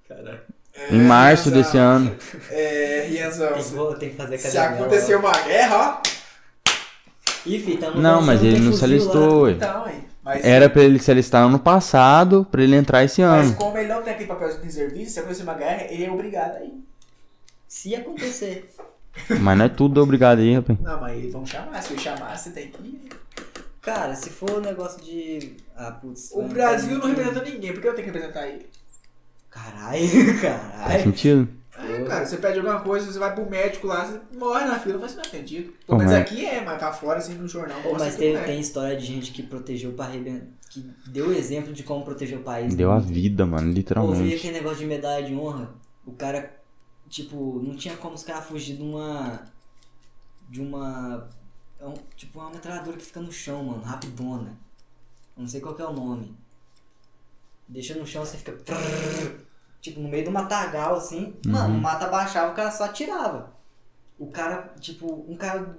[SPEAKER 1] Caraca.
[SPEAKER 4] Em março desse ano.
[SPEAKER 2] É, Rianzão.
[SPEAKER 1] Tem que, vou- tem que fazer
[SPEAKER 2] Se
[SPEAKER 1] academia,
[SPEAKER 2] acontecer uma guerra, ó.
[SPEAKER 1] ó. Ih, fi, tamo
[SPEAKER 4] Não,
[SPEAKER 1] pensando
[SPEAKER 4] mas
[SPEAKER 1] em
[SPEAKER 4] ele
[SPEAKER 1] ter
[SPEAKER 4] não se
[SPEAKER 1] fuzil lá.
[SPEAKER 4] alistou, ué.
[SPEAKER 2] Então, aí. Mas,
[SPEAKER 4] Era pra ele se alistar ano passado, pra ele entrar esse
[SPEAKER 2] mas
[SPEAKER 4] ano.
[SPEAKER 2] como ele não tem aquele papel de serviço, se acontecer uma guerra, ele é obrigado aí.
[SPEAKER 1] Se acontecer.
[SPEAKER 4] Mas não é tudo obrigado aí, rapaz.
[SPEAKER 2] Não, mas vão chamar. Se eu chamar, você tem que ir.
[SPEAKER 1] Cara, se for um negócio de. Ah, putz.
[SPEAKER 2] O
[SPEAKER 1] vai-
[SPEAKER 2] Brasil não representa ninguém, por que eu tenho que representar ele?
[SPEAKER 1] Caralho,
[SPEAKER 4] Faz um-
[SPEAKER 1] caralho.
[SPEAKER 4] sentido?
[SPEAKER 2] É, cara, você pede alguma coisa, você vai pro médico lá, você morre na fila, mas você não é atendido.
[SPEAKER 4] Ô,
[SPEAKER 2] Pelo menos
[SPEAKER 4] mas-
[SPEAKER 2] aqui é, mas pra fora, assim, no jornal.
[SPEAKER 1] Pô,
[SPEAKER 2] mostra
[SPEAKER 1] mas
[SPEAKER 2] que
[SPEAKER 1] tem,
[SPEAKER 2] não é.
[SPEAKER 1] tem história de gente que protegeu pra arrebentar. Que deu exemplo de como proteger o país. né?
[SPEAKER 4] Deu a vida, mano,
[SPEAKER 1] Ouvi
[SPEAKER 4] literalmente.
[SPEAKER 1] aquele negócio de medalha de honra. O cara, tipo, não tinha como os caras fugir de uma. De uma. é um- tipo, uma metralhadora que fica no chão, mano, rapidona. Eu Não sei qual que é o nome. Deixa no chão, você fica. Tipo, no meio de uma tagal assim.
[SPEAKER 4] Uhum.
[SPEAKER 1] Mano, o mata baixava, o cara só atirava. O cara, tipo, um cara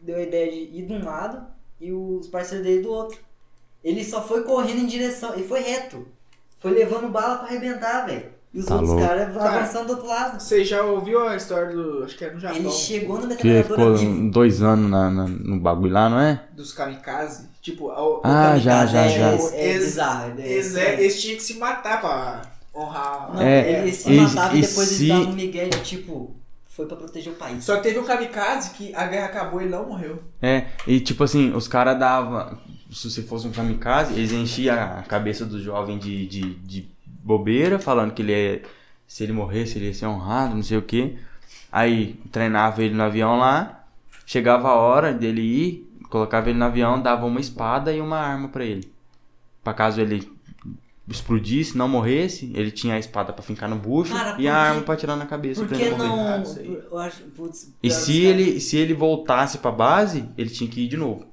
[SPEAKER 1] deu a ideia de ir de um lado e os parceiros dele do outro. Ele só foi correndo em direção, ele foi reto. Foi levando bala pra arrebentar, velho. E os
[SPEAKER 4] Tá
[SPEAKER 1] outros
[SPEAKER 4] louco.
[SPEAKER 1] caras
[SPEAKER 2] Cara.
[SPEAKER 1] avançando do outro lado.
[SPEAKER 2] Você já ouviu a história do. Acho que era no Japão.
[SPEAKER 1] Ele chegou na
[SPEAKER 4] Que
[SPEAKER 1] metralhadora
[SPEAKER 4] ficou
[SPEAKER 1] vivo.
[SPEAKER 4] dois anos na- na- no bagulho lá, não é?
[SPEAKER 2] Dos kamikaze? Tipo, ao,
[SPEAKER 4] Ah, já, já,
[SPEAKER 1] Kamikaze
[SPEAKER 4] já.
[SPEAKER 1] É, é
[SPEAKER 2] Ex-
[SPEAKER 1] bizarro. É,
[SPEAKER 2] eles, é, eles tinham que se matar pra honrar.
[SPEAKER 1] Não,
[SPEAKER 4] É,
[SPEAKER 1] ele se
[SPEAKER 4] e-
[SPEAKER 1] matava e
[SPEAKER 4] e
[SPEAKER 1] depois
[SPEAKER 4] se-
[SPEAKER 1] ele dava um migué de tipo, foi pra proteger o país.
[SPEAKER 2] Só que teve um kamikaze que a guerra acabou e ele não morreu.
[SPEAKER 4] É, e tipo assim, os caras davam. Se você fosse um kamikaze, eles enchiam a cabeça do jovem de, de, de bobeira, falando que ele é. Se ele morresse, ele ia ser honrado, não sei o quê. Aí treinava ele no avião lá, chegava a hora dele ir, colocava ele no avião, dava uma espada e uma arma pra ele. Pra caso ele explodisse, não morresse, ele tinha a espada pra fincar no bucho
[SPEAKER 1] Cara, por
[SPEAKER 4] e a
[SPEAKER 1] que-
[SPEAKER 4] arma pra atirar na cabeça
[SPEAKER 1] Por
[SPEAKER 4] pra
[SPEAKER 1] que
[SPEAKER 4] ele não morrer.
[SPEAKER 1] não.
[SPEAKER 2] isso aí.
[SPEAKER 1] Eu acho, putz,
[SPEAKER 4] E
[SPEAKER 1] cara,
[SPEAKER 4] se
[SPEAKER 1] os caras-
[SPEAKER 4] ele, se ele voltasse pra base, ele tinha que ir de novo.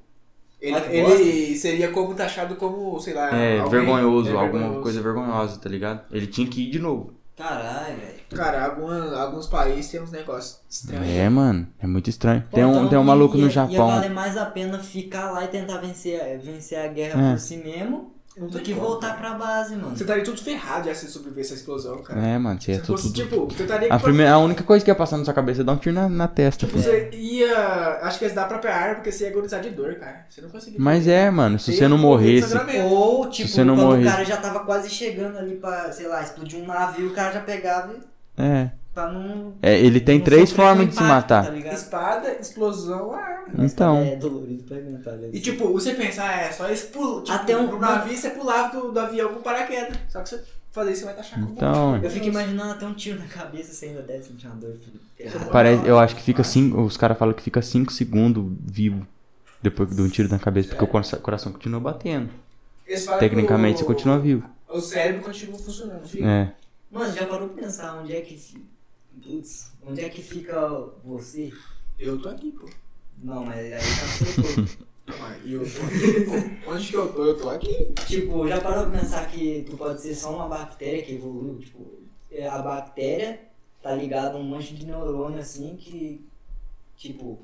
[SPEAKER 2] Ele,
[SPEAKER 1] Ah, que
[SPEAKER 2] ele seria como taxado como, sei lá.
[SPEAKER 4] É,
[SPEAKER 2] alguém-
[SPEAKER 4] vergonhoso,
[SPEAKER 2] é,
[SPEAKER 4] alguma
[SPEAKER 2] vergonhoso.
[SPEAKER 4] coisa vergonhosa, tá ligado? Ele tinha que ir de novo.
[SPEAKER 1] Caralho, velho.
[SPEAKER 2] Cara, alguma- alguns países têm uns negócios estranhos.
[SPEAKER 4] É, mano, é muito estranho. Tem
[SPEAKER 1] Então,
[SPEAKER 4] um, tem um maluco
[SPEAKER 2] é,
[SPEAKER 1] ia-
[SPEAKER 4] no
[SPEAKER 1] Ia
[SPEAKER 4] Japão.
[SPEAKER 1] valer mais a pena ficar lá e tentar vencer, a- vencer a guerra
[SPEAKER 4] É.
[SPEAKER 1] por si mesmo
[SPEAKER 2] Não
[SPEAKER 1] do
[SPEAKER 2] tem
[SPEAKER 1] que
[SPEAKER 2] como.
[SPEAKER 1] voltar pra base, mano.
[SPEAKER 2] Você estaria tudo ferrado já se sobreviver essa explosão, cara.
[SPEAKER 4] É, mano, você é
[SPEAKER 2] Se
[SPEAKER 4] tudo.
[SPEAKER 2] fosse, tipo, você estaria.
[SPEAKER 4] A, primeira, a única coisa que ia passar na sua cabeça é dar um tiro na, na testa,
[SPEAKER 2] Tipo,
[SPEAKER 4] filho.
[SPEAKER 2] você ia. Acho que ia se dar a própria arma porque você ia agonizar de dor, cara. Você não conseguia.
[SPEAKER 4] Mas é, mano, se
[SPEAKER 2] Ia
[SPEAKER 4] você não
[SPEAKER 2] morrer de
[SPEAKER 4] morresse.
[SPEAKER 2] sangramento.
[SPEAKER 1] Ou, tipo,
[SPEAKER 4] você não
[SPEAKER 1] quando
[SPEAKER 4] morrer-
[SPEAKER 1] o cara já tava quase chegando ali pra, sei lá, explodir um navio, o cara já pegava e-
[SPEAKER 4] É.
[SPEAKER 1] pra não.
[SPEAKER 4] É, ele tem
[SPEAKER 1] não
[SPEAKER 4] três
[SPEAKER 1] sofrer
[SPEAKER 4] formas
[SPEAKER 1] um
[SPEAKER 4] de se
[SPEAKER 1] impacto,
[SPEAKER 4] matar.
[SPEAKER 1] Tá ligado?
[SPEAKER 2] Espada, explosão, ah, arma.
[SPEAKER 4] Então.
[SPEAKER 1] É dolorido pra inventar,
[SPEAKER 2] E tipo, você pensar, é só esse pulo. Tipo,
[SPEAKER 1] Até um-
[SPEAKER 2] No navio você pulava do, do avião com paraquedas. Só que você fazer isso você vai taxar como.
[SPEAKER 4] Então.
[SPEAKER 1] Eu fico imaginando até um tiro na cabeça você ainda desce no tirador.
[SPEAKER 4] Parece, eu acho que fica cinco. Os caras falam que fica cinco segundos vivo depois de um tiro na cabeça, porque o cora- coração continua batendo.
[SPEAKER 2] Eles falam que
[SPEAKER 4] Tecnicamente
[SPEAKER 2] o-
[SPEAKER 4] você continua vivo.
[SPEAKER 2] O cérebro continua funcionando. fica.
[SPEAKER 4] É.
[SPEAKER 1] Mano, já parou pra pensar onde é que. fi- Putz, onde é que fica você?
[SPEAKER 2] Eu tô aqui, pô.
[SPEAKER 1] Não, mas aí tá
[SPEAKER 2] Mas eu tô aqui, pô. Onde que eu tô? Eu tô aqui.
[SPEAKER 1] Tipo, já parou pra pensar que tu pode ser só uma bactéria que evoluiu? Tipo, é, a bactéria tá ligada a um monte de neurônio assim que. Tipo,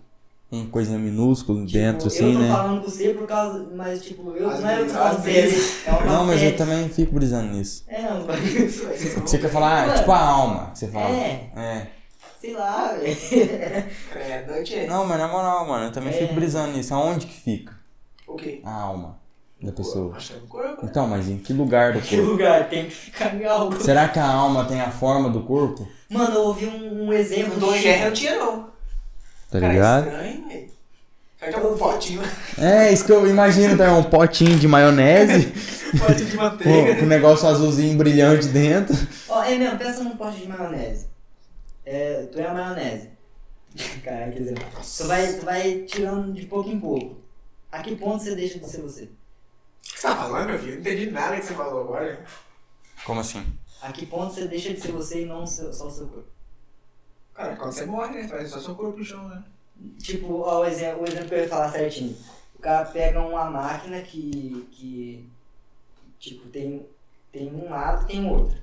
[SPEAKER 4] Uma coisinha minúscula
[SPEAKER 1] tipo,
[SPEAKER 4] dentro,
[SPEAKER 1] eu
[SPEAKER 4] assim,
[SPEAKER 1] tô
[SPEAKER 4] né?
[SPEAKER 1] falando com você por causa. Mas tipo, eu
[SPEAKER 2] Às
[SPEAKER 1] não é eu que
[SPEAKER 2] vezes-
[SPEAKER 1] tô falando
[SPEAKER 2] às
[SPEAKER 1] com você, é uma
[SPEAKER 4] Não, mas eu
[SPEAKER 1] bactéria.
[SPEAKER 4] também fico brisando nisso.
[SPEAKER 1] É, não, mas-
[SPEAKER 4] Você quer falar, ah, tipo a alma, que você fala.
[SPEAKER 1] É,
[SPEAKER 4] É.
[SPEAKER 1] sei lá, velho.
[SPEAKER 2] Credo, gente.
[SPEAKER 4] Não, mas na moral, mano, eu
[SPEAKER 1] É.
[SPEAKER 4] também fico brisando nisso. Aonde que fica
[SPEAKER 2] O quê?
[SPEAKER 4] a alma da pessoa?
[SPEAKER 2] Acho que é no corpo, né?
[SPEAKER 4] Então, mas em que lugar do
[SPEAKER 1] Que
[SPEAKER 4] corpo?
[SPEAKER 1] lugar tem que ficar em algo.
[SPEAKER 4] Será que a alma tem a forma do corpo?
[SPEAKER 1] Mano, eu ouvi um, um exemplo
[SPEAKER 2] O Dom Guerra não tinha, não.
[SPEAKER 4] Tá
[SPEAKER 2] Cara, é
[SPEAKER 4] ligado?
[SPEAKER 2] estranho, velho. Será que é um potinho?
[SPEAKER 4] É, isso que eu imagino, tá? Um potinho de maionese,
[SPEAKER 2] Potinho de
[SPEAKER 4] com
[SPEAKER 2] manteiga.
[SPEAKER 4] com um negócio azulzinho brilhante dentro.
[SPEAKER 1] Ó, é mesmo, pensa num pote de maionese. É, tu é a maionese. Caralho, quer dizer. Tu vai, tu vai tirando de pouco em pouco. A que ponto você deixa de ser você?
[SPEAKER 2] O que você tá falando, meu filho? Eu Não entendi nada que você falou agora.
[SPEAKER 3] Como assim?
[SPEAKER 1] A que ponto você deixa de ser você e não o seu- só o seu corpo?
[SPEAKER 2] Cara, quando você morre, né? Parece só seu corpo no chão, né?
[SPEAKER 1] Tipo, ó, o exemplo, o exemplo que eu ia falar certinho. O cara pega uma máquina que. que. Tipo, tem, tem um lado e tem outro.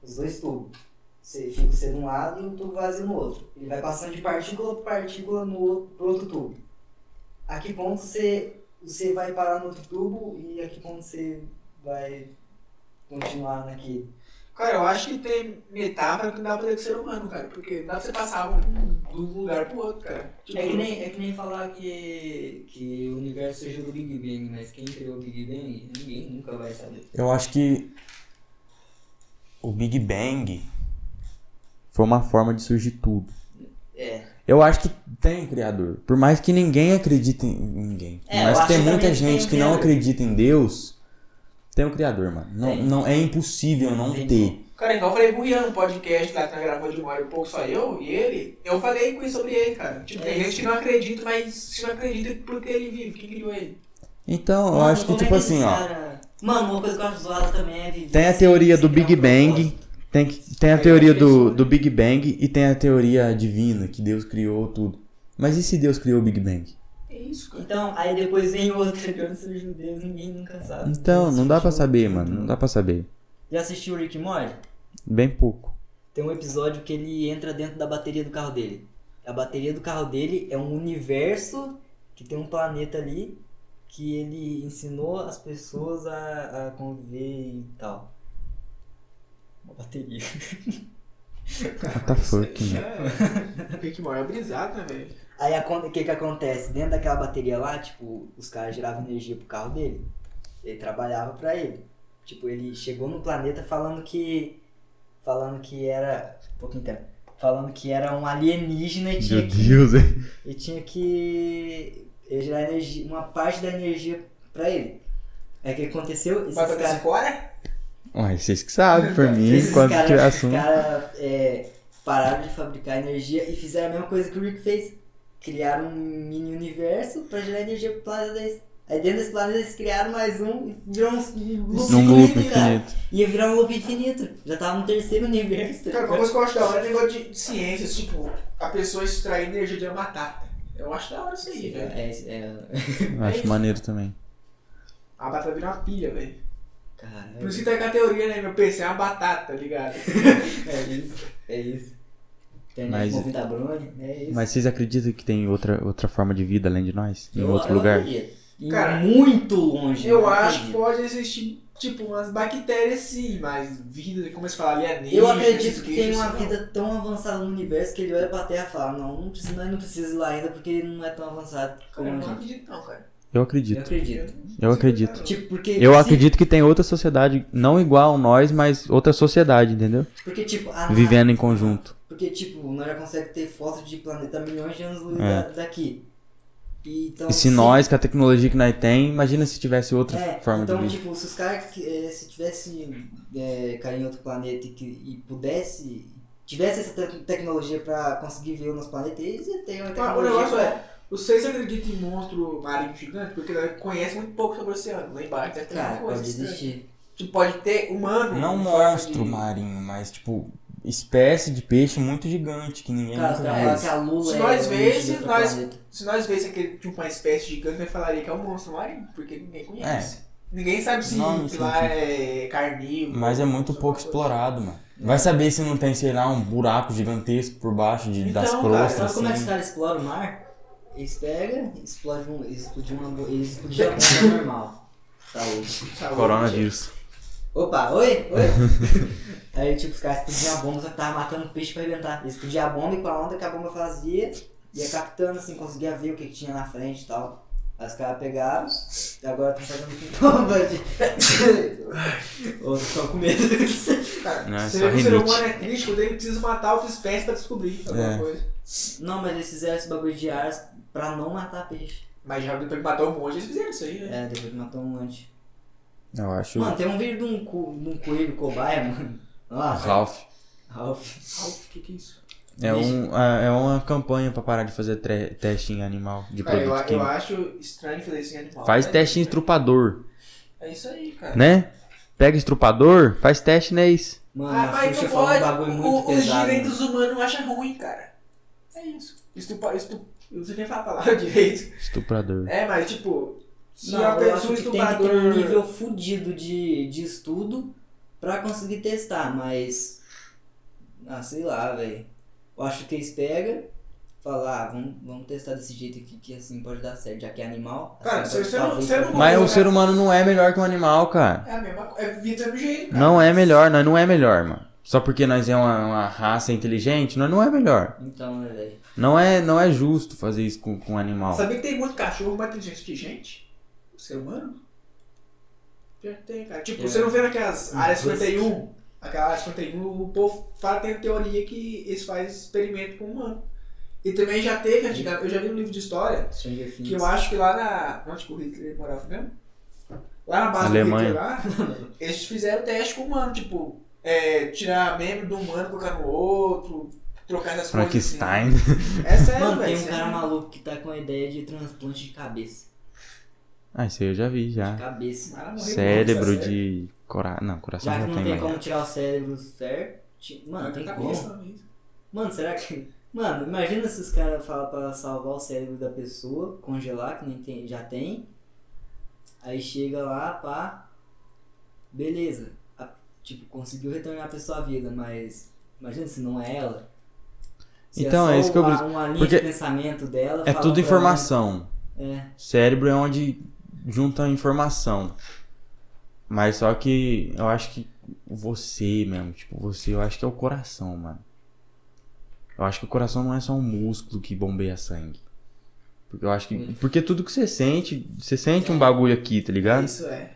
[SPEAKER 1] Os dois tubos. Você fica você num lado e o tubo vazio no outro. Ele vai passando de partícula por partícula no outro, pro outro tubo. A que ponto você, você vai parar no outro tubo e a que ponto você vai continuar naquele.
[SPEAKER 2] Cara, eu acho que tem metáfora é que não dá pra ter com ser humano, cara. Porque não dá pra você passar um, de um lugar pro outro, cara. Tipo,
[SPEAKER 1] É que nem, é que nem falar que, que o universo surgiu do Big Bang, mas quem criou o Big Bang, ninguém nunca vai saber.
[SPEAKER 3] Eu acho que o Big Bang
[SPEAKER 4] Foi uma forma de surgir tudo.
[SPEAKER 1] É.
[SPEAKER 4] Eu acho que tem um criador. Por mais que ninguém acredite em em ninguém. Por
[SPEAKER 1] É, eu
[SPEAKER 4] mais que
[SPEAKER 1] acho
[SPEAKER 4] tem
[SPEAKER 1] que
[SPEAKER 4] muita
[SPEAKER 1] também
[SPEAKER 4] gente
[SPEAKER 1] tem um
[SPEAKER 4] que não
[SPEAKER 1] criador.
[SPEAKER 4] acredita em Deus, tem um criador, mano. Não,
[SPEAKER 1] Tem.
[SPEAKER 4] não é impossível não
[SPEAKER 1] Tem.
[SPEAKER 4] ter.
[SPEAKER 2] Cara, igual eu falei com o Ian no podcast lá que nós gravamos de uma hora e pouco, só eu e ele. Eu falei com ele sobre ele, cara. Tipo, tem gente que não acredita, mas se não acredita porque ele vive, quem criou ele?
[SPEAKER 4] Então, eu
[SPEAKER 1] Mano,
[SPEAKER 4] acho que
[SPEAKER 1] como é
[SPEAKER 4] tipo assim,
[SPEAKER 1] esses
[SPEAKER 4] ó,
[SPEAKER 1] cara- Mano, uma coisa que eu acho zoada também é viver
[SPEAKER 4] tem a
[SPEAKER 1] sem-
[SPEAKER 4] teoria
[SPEAKER 1] sem
[SPEAKER 4] do
[SPEAKER 1] ter
[SPEAKER 4] Big
[SPEAKER 1] um
[SPEAKER 4] Bang,
[SPEAKER 1] propósito.
[SPEAKER 4] tem, que- tem a
[SPEAKER 2] Aí
[SPEAKER 4] teoria
[SPEAKER 2] é uma pessoa,
[SPEAKER 4] do,
[SPEAKER 2] né?
[SPEAKER 4] do Big Bang e tem a teoria divina, que Deus criou tudo. Mas e se Deus criou o Big Bang?
[SPEAKER 2] É isso, cara.
[SPEAKER 1] Então, aí depois vem outra de onde surgiu Deus, ninguém nunca sabe.
[SPEAKER 4] Então, não dá pra
[SPEAKER 1] Surgiu
[SPEAKER 4] saber,
[SPEAKER 1] tudo.
[SPEAKER 4] mano. Não dá pra saber.
[SPEAKER 1] Já assistiu o Rick and Morty?
[SPEAKER 4] Bem pouco.
[SPEAKER 1] Tem um episódio que ele entra dentro da bateria do carro dele. A bateria do carro dele é um universo que tem um planeta ali que ele ensinou as pessoas a, a conviver e tal. Uma bateria.
[SPEAKER 4] What the fuck, mano?
[SPEAKER 2] É. Rick Moore é brisado, né, velho?
[SPEAKER 1] Aí acon- o que que acontece? Dentro daquela bateria lá, tipo, os caras geravam energia pro carro dele. Ele trabalhava pra ele. Tipo, ele chegou no planeta falando que. Falando que era. Um pouquinho tempo. Falando que era um alienígena e tinha
[SPEAKER 4] Meu
[SPEAKER 1] que.
[SPEAKER 4] Deus, hein?
[SPEAKER 1] E tinha que. ele gerar energia, uma parte da energia pra ele. Aí o que aconteceu? Esses
[SPEAKER 2] Bota dessa
[SPEAKER 1] caras.
[SPEAKER 2] fora?
[SPEAKER 4] Ué, vocês que sabem, por mim,
[SPEAKER 1] Esses
[SPEAKER 4] quando
[SPEAKER 1] caras
[SPEAKER 4] tiver
[SPEAKER 1] esses
[SPEAKER 4] assunto.
[SPEAKER 1] caras, é, pararam de fabricar energia e fizeram a mesma coisa que o Rick fez. Criaram um mini universo pra gerar energia pro planeta deles. Aí dentro desse planeta eles criaram mais um e virou um loop
[SPEAKER 4] Num loop
[SPEAKER 1] infinito, cara.
[SPEAKER 4] infinito.
[SPEAKER 1] Ia virar um loop infinito. Já tava no terceiro universo.
[SPEAKER 2] Cara, uma coisa que eu acho da hora é o negócio de, de ciências, tipo, a pessoa extrair energia de uma batata. Eu acho da hora isso aí, velho.
[SPEAKER 1] É, é,
[SPEAKER 4] Eu acho maneiro também.
[SPEAKER 2] A batata vira uma pilha, velho. Por
[SPEAKER 1] caralho.
[SPEAKER 2] isso que tá com a teoria, né? Meu PC é uma batata, tá ligado?
[SPEAKER 1] É isso. É isso. Internet
[SPEAKER 4] Mas-
[SPEAKER 1] movida a Brony, é isso.
[SPEAKER 4] Mas vocês acreditam que tem outra, outra forma de vida além de nós? Em
[SPEAKER 1] Eu-
[SPEAKER 4] outro
[SPEAKER 1] eu
[SPEAKER 4] lugar?
[SPEAKER 1] acredito. Em
[SPEAKER 2] Cara,
[SPEAKER 1] muito longe. né?
[SPEAKER 2] Eu
[SPEAKER 1] não
[SPEAKER 2] acho que
[SPEAKER 1] acredito.
[SPEAKER 2] pode existir, tipo, umas bactérias sim, mas vida, como eles falam, alienígenas.
[SPEAKER 1] Eu acredito
[SPEAKER 2] esses
[SPEAKER 1] que
[SPEAKER 2] bichos,
[SPEAKER 1] tem uma
[SPEAKER 2] não.
[SPEAKER 1] vida tão avançada no universo que ele olha pra Terra e fala, não, não precisa, nós não precisa ir lá ainda porque não é tão avançado
[SPEAKER 2] Cara,
[SPEAKER 1] como
[SPEAKER 2] eu
[SPEAKER 1] a
[SPEAKER 2] não
[SPEAKER 1] gente.
[SPEAKER 2] acredito não, cara.
[SPEAKER 4] Eu
[SPEAKER 1] Eu
[SPEAKER 4] acredito.
[SPEAKER 1] acredito.
[SPEAKER 4] Eu acredito.
[SPEAKER 1] Tipo, porque.
[SPEAKER 4] Eu
[SPEAKER 1] se-
[SPEAKER 4] acredito que tem outra sociedade, não igual a nós, mas outra sociedade, entendeu?
[SPEAKER 1] Porque, tipo, a nave,
[SPEAKER 4] Vivendo em conjunto.
[SPEAKER 1] porque, tipo, nós já conseguimos ter fotos de planeta milhões de anos luz
[SPEAKER 4] É.
[SPEAKER 1] da- daqui. E, então,
[SPEAKER 4] E se nós, com a tecnologia que nós tem, imagina se tivesse outra
[SPEAKER 1] É,
[SPEAKER 4] forma
[SPEAKER 1] então,
[SPEAKER 4] de vida.
[SPEAKER 1] tipo, se os caras, que- eh, se tivesse é, cair em outro planeta e, que- e pudesse, tivesse essa te- tecnologia pra conseguir ver o nosso planeta, eles iam ter uma
[SPEAKER 2] Ah, o
[SPEAKER 1] tecnologia
[SPEAKER 2] negócio
[SPEAKER 1] pra
[SPEAKER 2] é, Vocês acreditam em monstro marinho gigante? Porque ela conhece muito pouco sobre o oceano. Lá embaixo deve ter
[SPEAKER 1] Cara,
[SPEAKER 2] alguma coisa
[SPEAKER 1] pode
[SPEAKER 2] estranha.
[SPEAKER 1] desistir.
[SPEAKER 2] Tipo, pode ter humano.
[SPEAKER 3] Não
[SPEAKER 2] em forma
[SPEAKER 3] monstro
[SPEAKER 2] de-
[SPEAKER 3] marinho, mas tipo, espécie de peixe muito gigante que ninguém
[SPEAKER 1] Cara,
[SPEAKER 3] nunca
[SPEAKER 1] tá
[SPEAKER 3] viu.
[SPEAKER 1] falando que a Lula
[SPEAKER 2] Se
[SPEAKER 1] é
[SPEAKER 2] nós
[SPEAKER 1] o
[SPEAKER 2] vêssemos,
[SPEAKER 1] do
[SPEAKER 2] nós-
[SPEAKER 1] planeta.
[SPEAKER 2] Se nós vêssemos aquele tipo uma espécie gigante, nós falaria que é um monstro marinho, porque ninguém conhece. Ninguém sabe se
[SPEAKER 3] É. Não,
[SPEAKER 2] que
[SPEAKER 3] sim,
[SPEAKER 2] lá
[SPEAKER 3] sim.
[SPEAKER 2] é carnívoro.
[SPEAKER 3] Mas é muito pouco explorado, mano. Vai saber se não tem, sei lá, um buraco gigantesco por baixo de, das
[SPEAKER 2] Então, cara,
[SPEAKER 3] crostas,
[SPEAKER 2] sabe
[SPEAKER 1] Sabe como é que os
[SPEAKER 3] assim.
[SPEAKER 1] caras exploram o mar? Eles pegam, explodem um, eles explodem uma, bo- eles explodem uma bomba normal. Saúde.
[SPEAKER 2] Sabe?
[SPEAKER 4] Coronavírus.
[SPEAKER 1] Opa, oi, oi. Aí, tipo, os caras explodiam a bomba, só que tava matando peixe pra arrebentar. Eles explodiam a bomba e com a onda que a bomba fazia, ia captando, assim, conseguia ver o que, que tinha na frente e tal. Aí os caras pegaram, e agora estão fazendo com bomba de... Ou estão com medo.
[SPEAKER 2] Cara,
[SPEAKER 4] Não, é
[SPEAKER 2] se
[SPEAKER 4] só
[SPEAKER 2] o ser
[SPEAKER 4] rinite.
[SPEAKER 2] humano é crítico, ele precisa matar outra espécie pra descobrir alguma
[SPEAKER 3] É.
[SPEAKER 2] coisa.
[SPEAKER 1] Não, mas eles fizeram esse bagulho de ar pra não matar peixe.
[SPEAKER 2] Mas já depois que matou um monte, eles fizeram isso aí, né?
[SPEAKER 1] É, depois que matou um monte.
[SPEAKER 3] Eu acho.
[SPEAKER 1] Mano, tem um vídeo de um, co- de um coelho cobaia, mano. Nossa,
[SPEAKER 4] Ralph.
[SPEAKER 1] Ralph.
[SPEAKER 2] Ah, O que, que é isso?
[SPEAKER 4] É, um, é é uma campanha pra parar de fazer tre- teste em animal de
[SPEAKER 2] Cara, É, eu,
[SPEAKER 4] produto
[SPEAKER 2] eu
[SPEAKER 4] químico.
[SPEAKER 2] acho estranho fazer isso em animal.
[SPEAKER 4] Faz
[SPEAKER 2] né?
[SPEAKER 4] teste em estrupador,
[SPEAKER 2] É isso aí, cara.
[SPEAKER 4] né? Pega estrupador, faz teste né, nesse.
[SPEAKER 1] Mano,
[SPEAKER 2] Ah,
[SPEAKER 1] a
[SPEAKER 2] mas
[SPEAKER 1] Xuxa
[SPEAKER 2] não
[SPEAKER 1] falou um
[SPEAKER 2] pode.
[SPEAKER 1] bagulho
[SPEAKER 2] o-
[SPEAKER 1] muito
[SPEAKER 2] os
[SPEAKER 1] pesado.
[SPEAKER 3] né?
[SPEAKER 1] mano.
[SPEAKER 2] direitos humanos acham ruim, cara. É isso. Estupa, estup... Eu não sei nem falar a palavra direito.
[SPEAKER 4] Estuprador.
[SPEAKER 2] É, mas tipo, se
[SPEAKER 1] Não,
[SPEAKER 2] a
[SPEAKER 1] eu
[SPEAKER 2] pessoa
[SPEAKER 1] acho que tem que ter
[SPEAKER 2] estupradora.
[SPEAKER 1] um nível fudido de, de estudo pra conseguir testar, mas... Ah, sei lá, velho. Eu acho que eles pegam, falam, ah, vamos, vamos testar desse jeito aqui, que assim pode dar certo, já que é animal.
[SPEAKER 2] Cara,
[SPEAKER 1] assim
[SPEAKER 2] se
[SPEAKER 1] pode
[SPEAKER 2] você não-
[SPEAKER 1] talvez-
[SPEAKER 2] você não-
[SPEAKER 4] Mas o ser humano não é melhor que um animal, cara.
[SPEAKER 2] É a mesma coisa. É vida do mesmo jeito. cara.
[SPEAKER 4] Não é melhor, nós não é melhor, mano. Só porque nós é uma, uma raça inteligente, nós não é melhor.
[SPEAKER 1] Então, né, velho.
[SPEAKER 4] Não é, não é justo fazer isso com, com um animal.
[SPEAKER 2] Sabia que tem muito cachorro mais inteligente que gente? O ser humano? Já tem, cara. Tipo,
[SPEAKER 1] É.
[SPEAKER 2] você não vê naquelas áreas
[SPEAKER 1] Uhum.
[SPEAKER 2] 51? Aquela área 51, o povo fala, tem a teoria que eles fazem experimento com humano. E também já teve, antiga- eu já li um livro de história
[SPEAKER 1] Stranger Things.
[SPEAKER 2] Que eu acho que lá na. Onde que o Hitler morava mesmo? Lá na base
[SPEAKER 4] Alemanha.
[SPEAKER 2] do Hitler lá, eles fizeram teste com o humano, tipo, é, tirar membro do humano, colocar no outro, trocar essas coisas.
[SPEAKER 4] Frankenstein.
[SPEAKER 2] Assim. É sério,
[SPEAKER 1] Mano,
[SPEAKER 2] velho.
[SPEAKER 1] tem um
[SPEAKER 2] sério.
[SPEAKER 1] cara maluco que tá com a ideia de transplante de cabeça.
[SPEAKER 4] Ah, isso aí eu já vi já.
[SPEAKER 1] Cabeça.
[SPEAKER 2] Cara morreu,
[SPEAKER 4] Cérebro
[SPEAKER 2] tá certo.
[SPEAKER 4] de. Cora... Não, coração
[SPEAKER 1] Já que
[SPEAKER 4] não
[SPEAKER 1] não
[SPEAKER 4] tem
[SPEAKER 1] tem
[SPEAKER 4] mais.
[SPEAKER 1] como tirar o cérebro certo. Mano,
[SPEAKER 2] Mano,
[SPEAKER 1] tem
[SPEAKER 2] tá
[SPEAKER 1] como. Mano, será que. Mano, imagina se os caras falam pra salvar o cérebro da pessoa, congelar, que nem tem, já tem. Aí chega lá, pá. Beleza. A- tipo, conseguiu retornar a pessoa à vida, mas. Imagina se não é ela.
[SPEAKER 4] Então, é
[SPEAKER 1] só
[SPEAKER 4] isso que eu
[SPEAKER 1] uma-
[SPEAKER 4] bris-
[SPEAKER 1] uma linha
[SPEAKER 4] porque
[SPEAKER 1] de pensamento dela.
[SPEAKER 4] É
[SPEAKER 1] fala
[SPEAKER 4] tudo
[SPEAKER 1] pra
[SPEAKER 4] informação.
[SPEAKER 1] ela- É.
[SPEAKER 4] Cérebro é onde junta informação. Mas só que eu acho que você mesmo, tipo, você, eu acho que é o coração, mano. Eu acho que o coração não é só um músculo que bombeia sangue. Porque eu acho que. Porque tudo que você sente, você sente um bagulho aqui, tá ligado?
[SPEAKER 2] Isso é.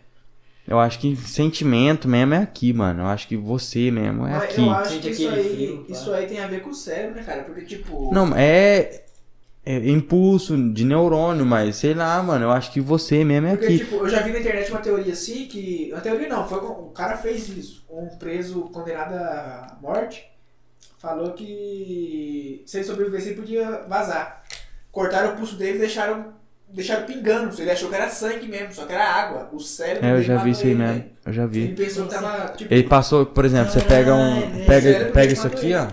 [SPEAKER 4] Eu acho que sentimento mesmo é aqui, mano. Eu acho que você mesmo é
[SPEAKER 2] Mas
[SPEAKER 4] aqui.
[SPEAKER 2] eu acho que
[SPEAKER 1] Sente
[SPEAKER 2] isso
[SPEAKER 1] aquele
[SPEAKER 2] aí,
[SPEAKER 1] frio, pá.
[SPEAKER 2] isso aí tem a ver com o cérebro, né, cara? Porque, tipo.
[SPEAKER 4] Não, é, é impulso de neurônio, mas sei lá, mano. Eu acho que você mesmo é
[SPEAKER 2] Porque,
[SPEAKER 4] aqui.
[SPEAKER 2] tipo, eu já vi na internet uma teoria assim que. Uma teoria não, foi um um cara fez isso. Um preso condenado à morte falou que se ele sobrevivesse ele podia vazar. Cortaram o pulso dele e deixaram, deixaram pingando. Ele achou que era sangue mesmo, só que era água. O cérebro
[SPEAKER 4] É, eu
[SPEAKER 2] dele
[SPEAKER 4] já vi
[SPEAKER 2] matou
[SPEAKER 4] isso aí
[SPEAKER 2] ele,
[SPEAKER 4] mesmo.
[SPEAKER 2] né?
[SPEAKER 4] Eu já vi.
[SPEAKER 2] Ele pensou que tava. Tipo,
[SPEAKER 4] Ele passou, por exemplo, você pega um.
[SPEAKER 1] Caralho,
[SPEAKER 4] Pega,
[SPEAKER 2] velho.
[SPEAKER 4] pega isso aqui, ó.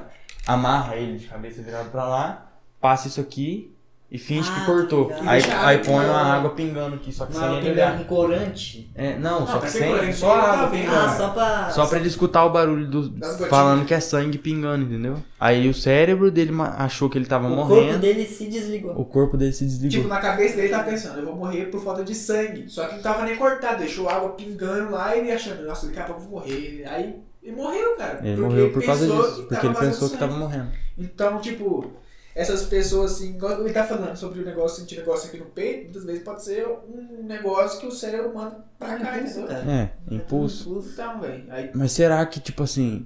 [SPEAKER 4] Amarra ele de cabeça virada pra lá. Passa isso aqui e finge
[SPEAKER 1] Ah,
[SPEAKER 4] que cortou.
[SPEAKER 1] tá ligado.
[SPEAKER 4] Aí,
[SPEAKER 2] Deixa a
[SPEAKER 4] aí
[SPEAKER 2] água
[SPEAKER 4] põe uma
[SPEAKER 2] pingando.
[SPEAKER 4] água pingando aqui, só que
[SPEAKER 1] Mas
[SPEAKER 4] sem
[SPEAKER 1] ela tem
[SPEAKER 4] ele olhar.
[SPEAKER 1] um corante.
[SPEAKER 4] É, não,
[SPEAKER 2] Não,
[SPEAKER 4] só que
[SPEAKER 2] pra
[SPEAKER 4] sem.
[SPEAKER 2] segurança,
[SPEAKER 4] Só a
[SPEAKER 2] tá
[SPEAKER 4] água
[SPEAKER 2] vendo? Tá
[SPEAKER 1] Ah,
[SPEAKER 4] pingando.
[SPEAKER 1] só pra.
[SPEAKER 4] Só pra ele escutar o barulho do.
[SPEAKER 2] Das gotinhas.
[SPEAKER 4] Falando que é sangue pingando, entendeu? Aí o cérebro dele ma- achou que ele tava
[SPEAKER 1] O corpo
[SPEAKER 4] morrendo.
[SPEAKER 1] dele se desligou.
[SPEAKER 4] O corpo dele se desligou.
[SPEAKER 2] tipo, na cabeça dele tava pensando, eu vou morrer por falta de sangue. Só que não tava nem cortado, deixou água pingando lá e ele achando, nossa, daqui a pouco eu vou morrer. Aí ele morreu, cara.
[SPEAKER 4] Ele
[SPEAKER 2] porque
[SPEAKER 4] morreu por causa
[SPEAKER 2] pensou
[SPEAKER 4] disso,
[SPEAKER 2] que
[SPEAKER 4] porque ele
[SPEAKER 2] vazando
[SPEAKER 4] pensou que
[SPEAKER 2] sangue.
[SPEAKER 4] tava morrendo.
[SPEAKER 2] Então, tipo, essas pessoas assim, igual ele tá falando sobre o negócio, sentir negócio aqui no peito, muitas vezes pode ser um negócio que o cérebro manda pra né? cá, entendeu?
[SPEAKER 1] Tá cara.
[SPEAKER 4] É, impulso.
[SPEAKER 2] Então, velho, aí
[SPEAKER 4] Mas será que, tipo assim.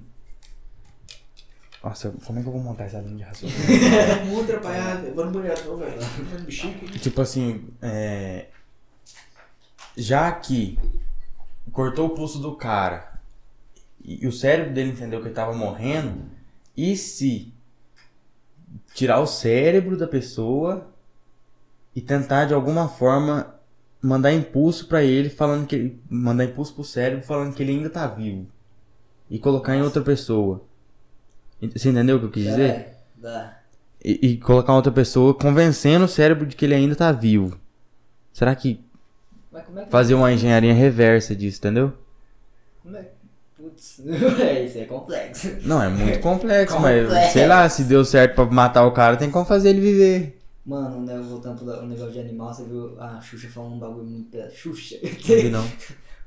[SPEAKER 4] Nossa, como é que eu vou montar essa linha de raciocínio?
[SPEAKER 2] muito atrapalhado. um Eu vou no banheiro, não, velho. Mano, bexiga.
[SPEAKER 4] tipo assim, é. Já que cortou o pulso do cara e e o cérebro dele entendeu que ele tava morrendo, e se tirar o cérebro da pessoa e tentar de alguma forma mandar impulso pra ele falando que ele, mandar impulso pro cérebro falando que ele ainda tá vivo e colocar em outra pessoa. Ent- Você entendeu o que eu quis dizer?
[SPEAKER 1] É, dá.
[SPEAKER 4] E, e colocar outra pessoa convencendo o cérebro de que ele ainda tá vivo. Será que
[SPEAKER 1] Mas como é que.
[SPEAKER 4] fazer uma engenharia reversa disso, entendeu?
[SPEAKER 1] Como é? Putz, é, isso é complexo.
[SPEAKER 4] Não, é muito complexo, mas
[SPEAKER 1] Complexo.
[SPEAKER 4] sei lá, se deu certo pra matar o cara, tem como fazer ele viver.
[SPEAKER 1] Mano, né, voltando pro um negócio de animal, você viu a Xuxa falando um bagulho muito pesado. Xuxa.
[SPEAKER 4] Não vi, não.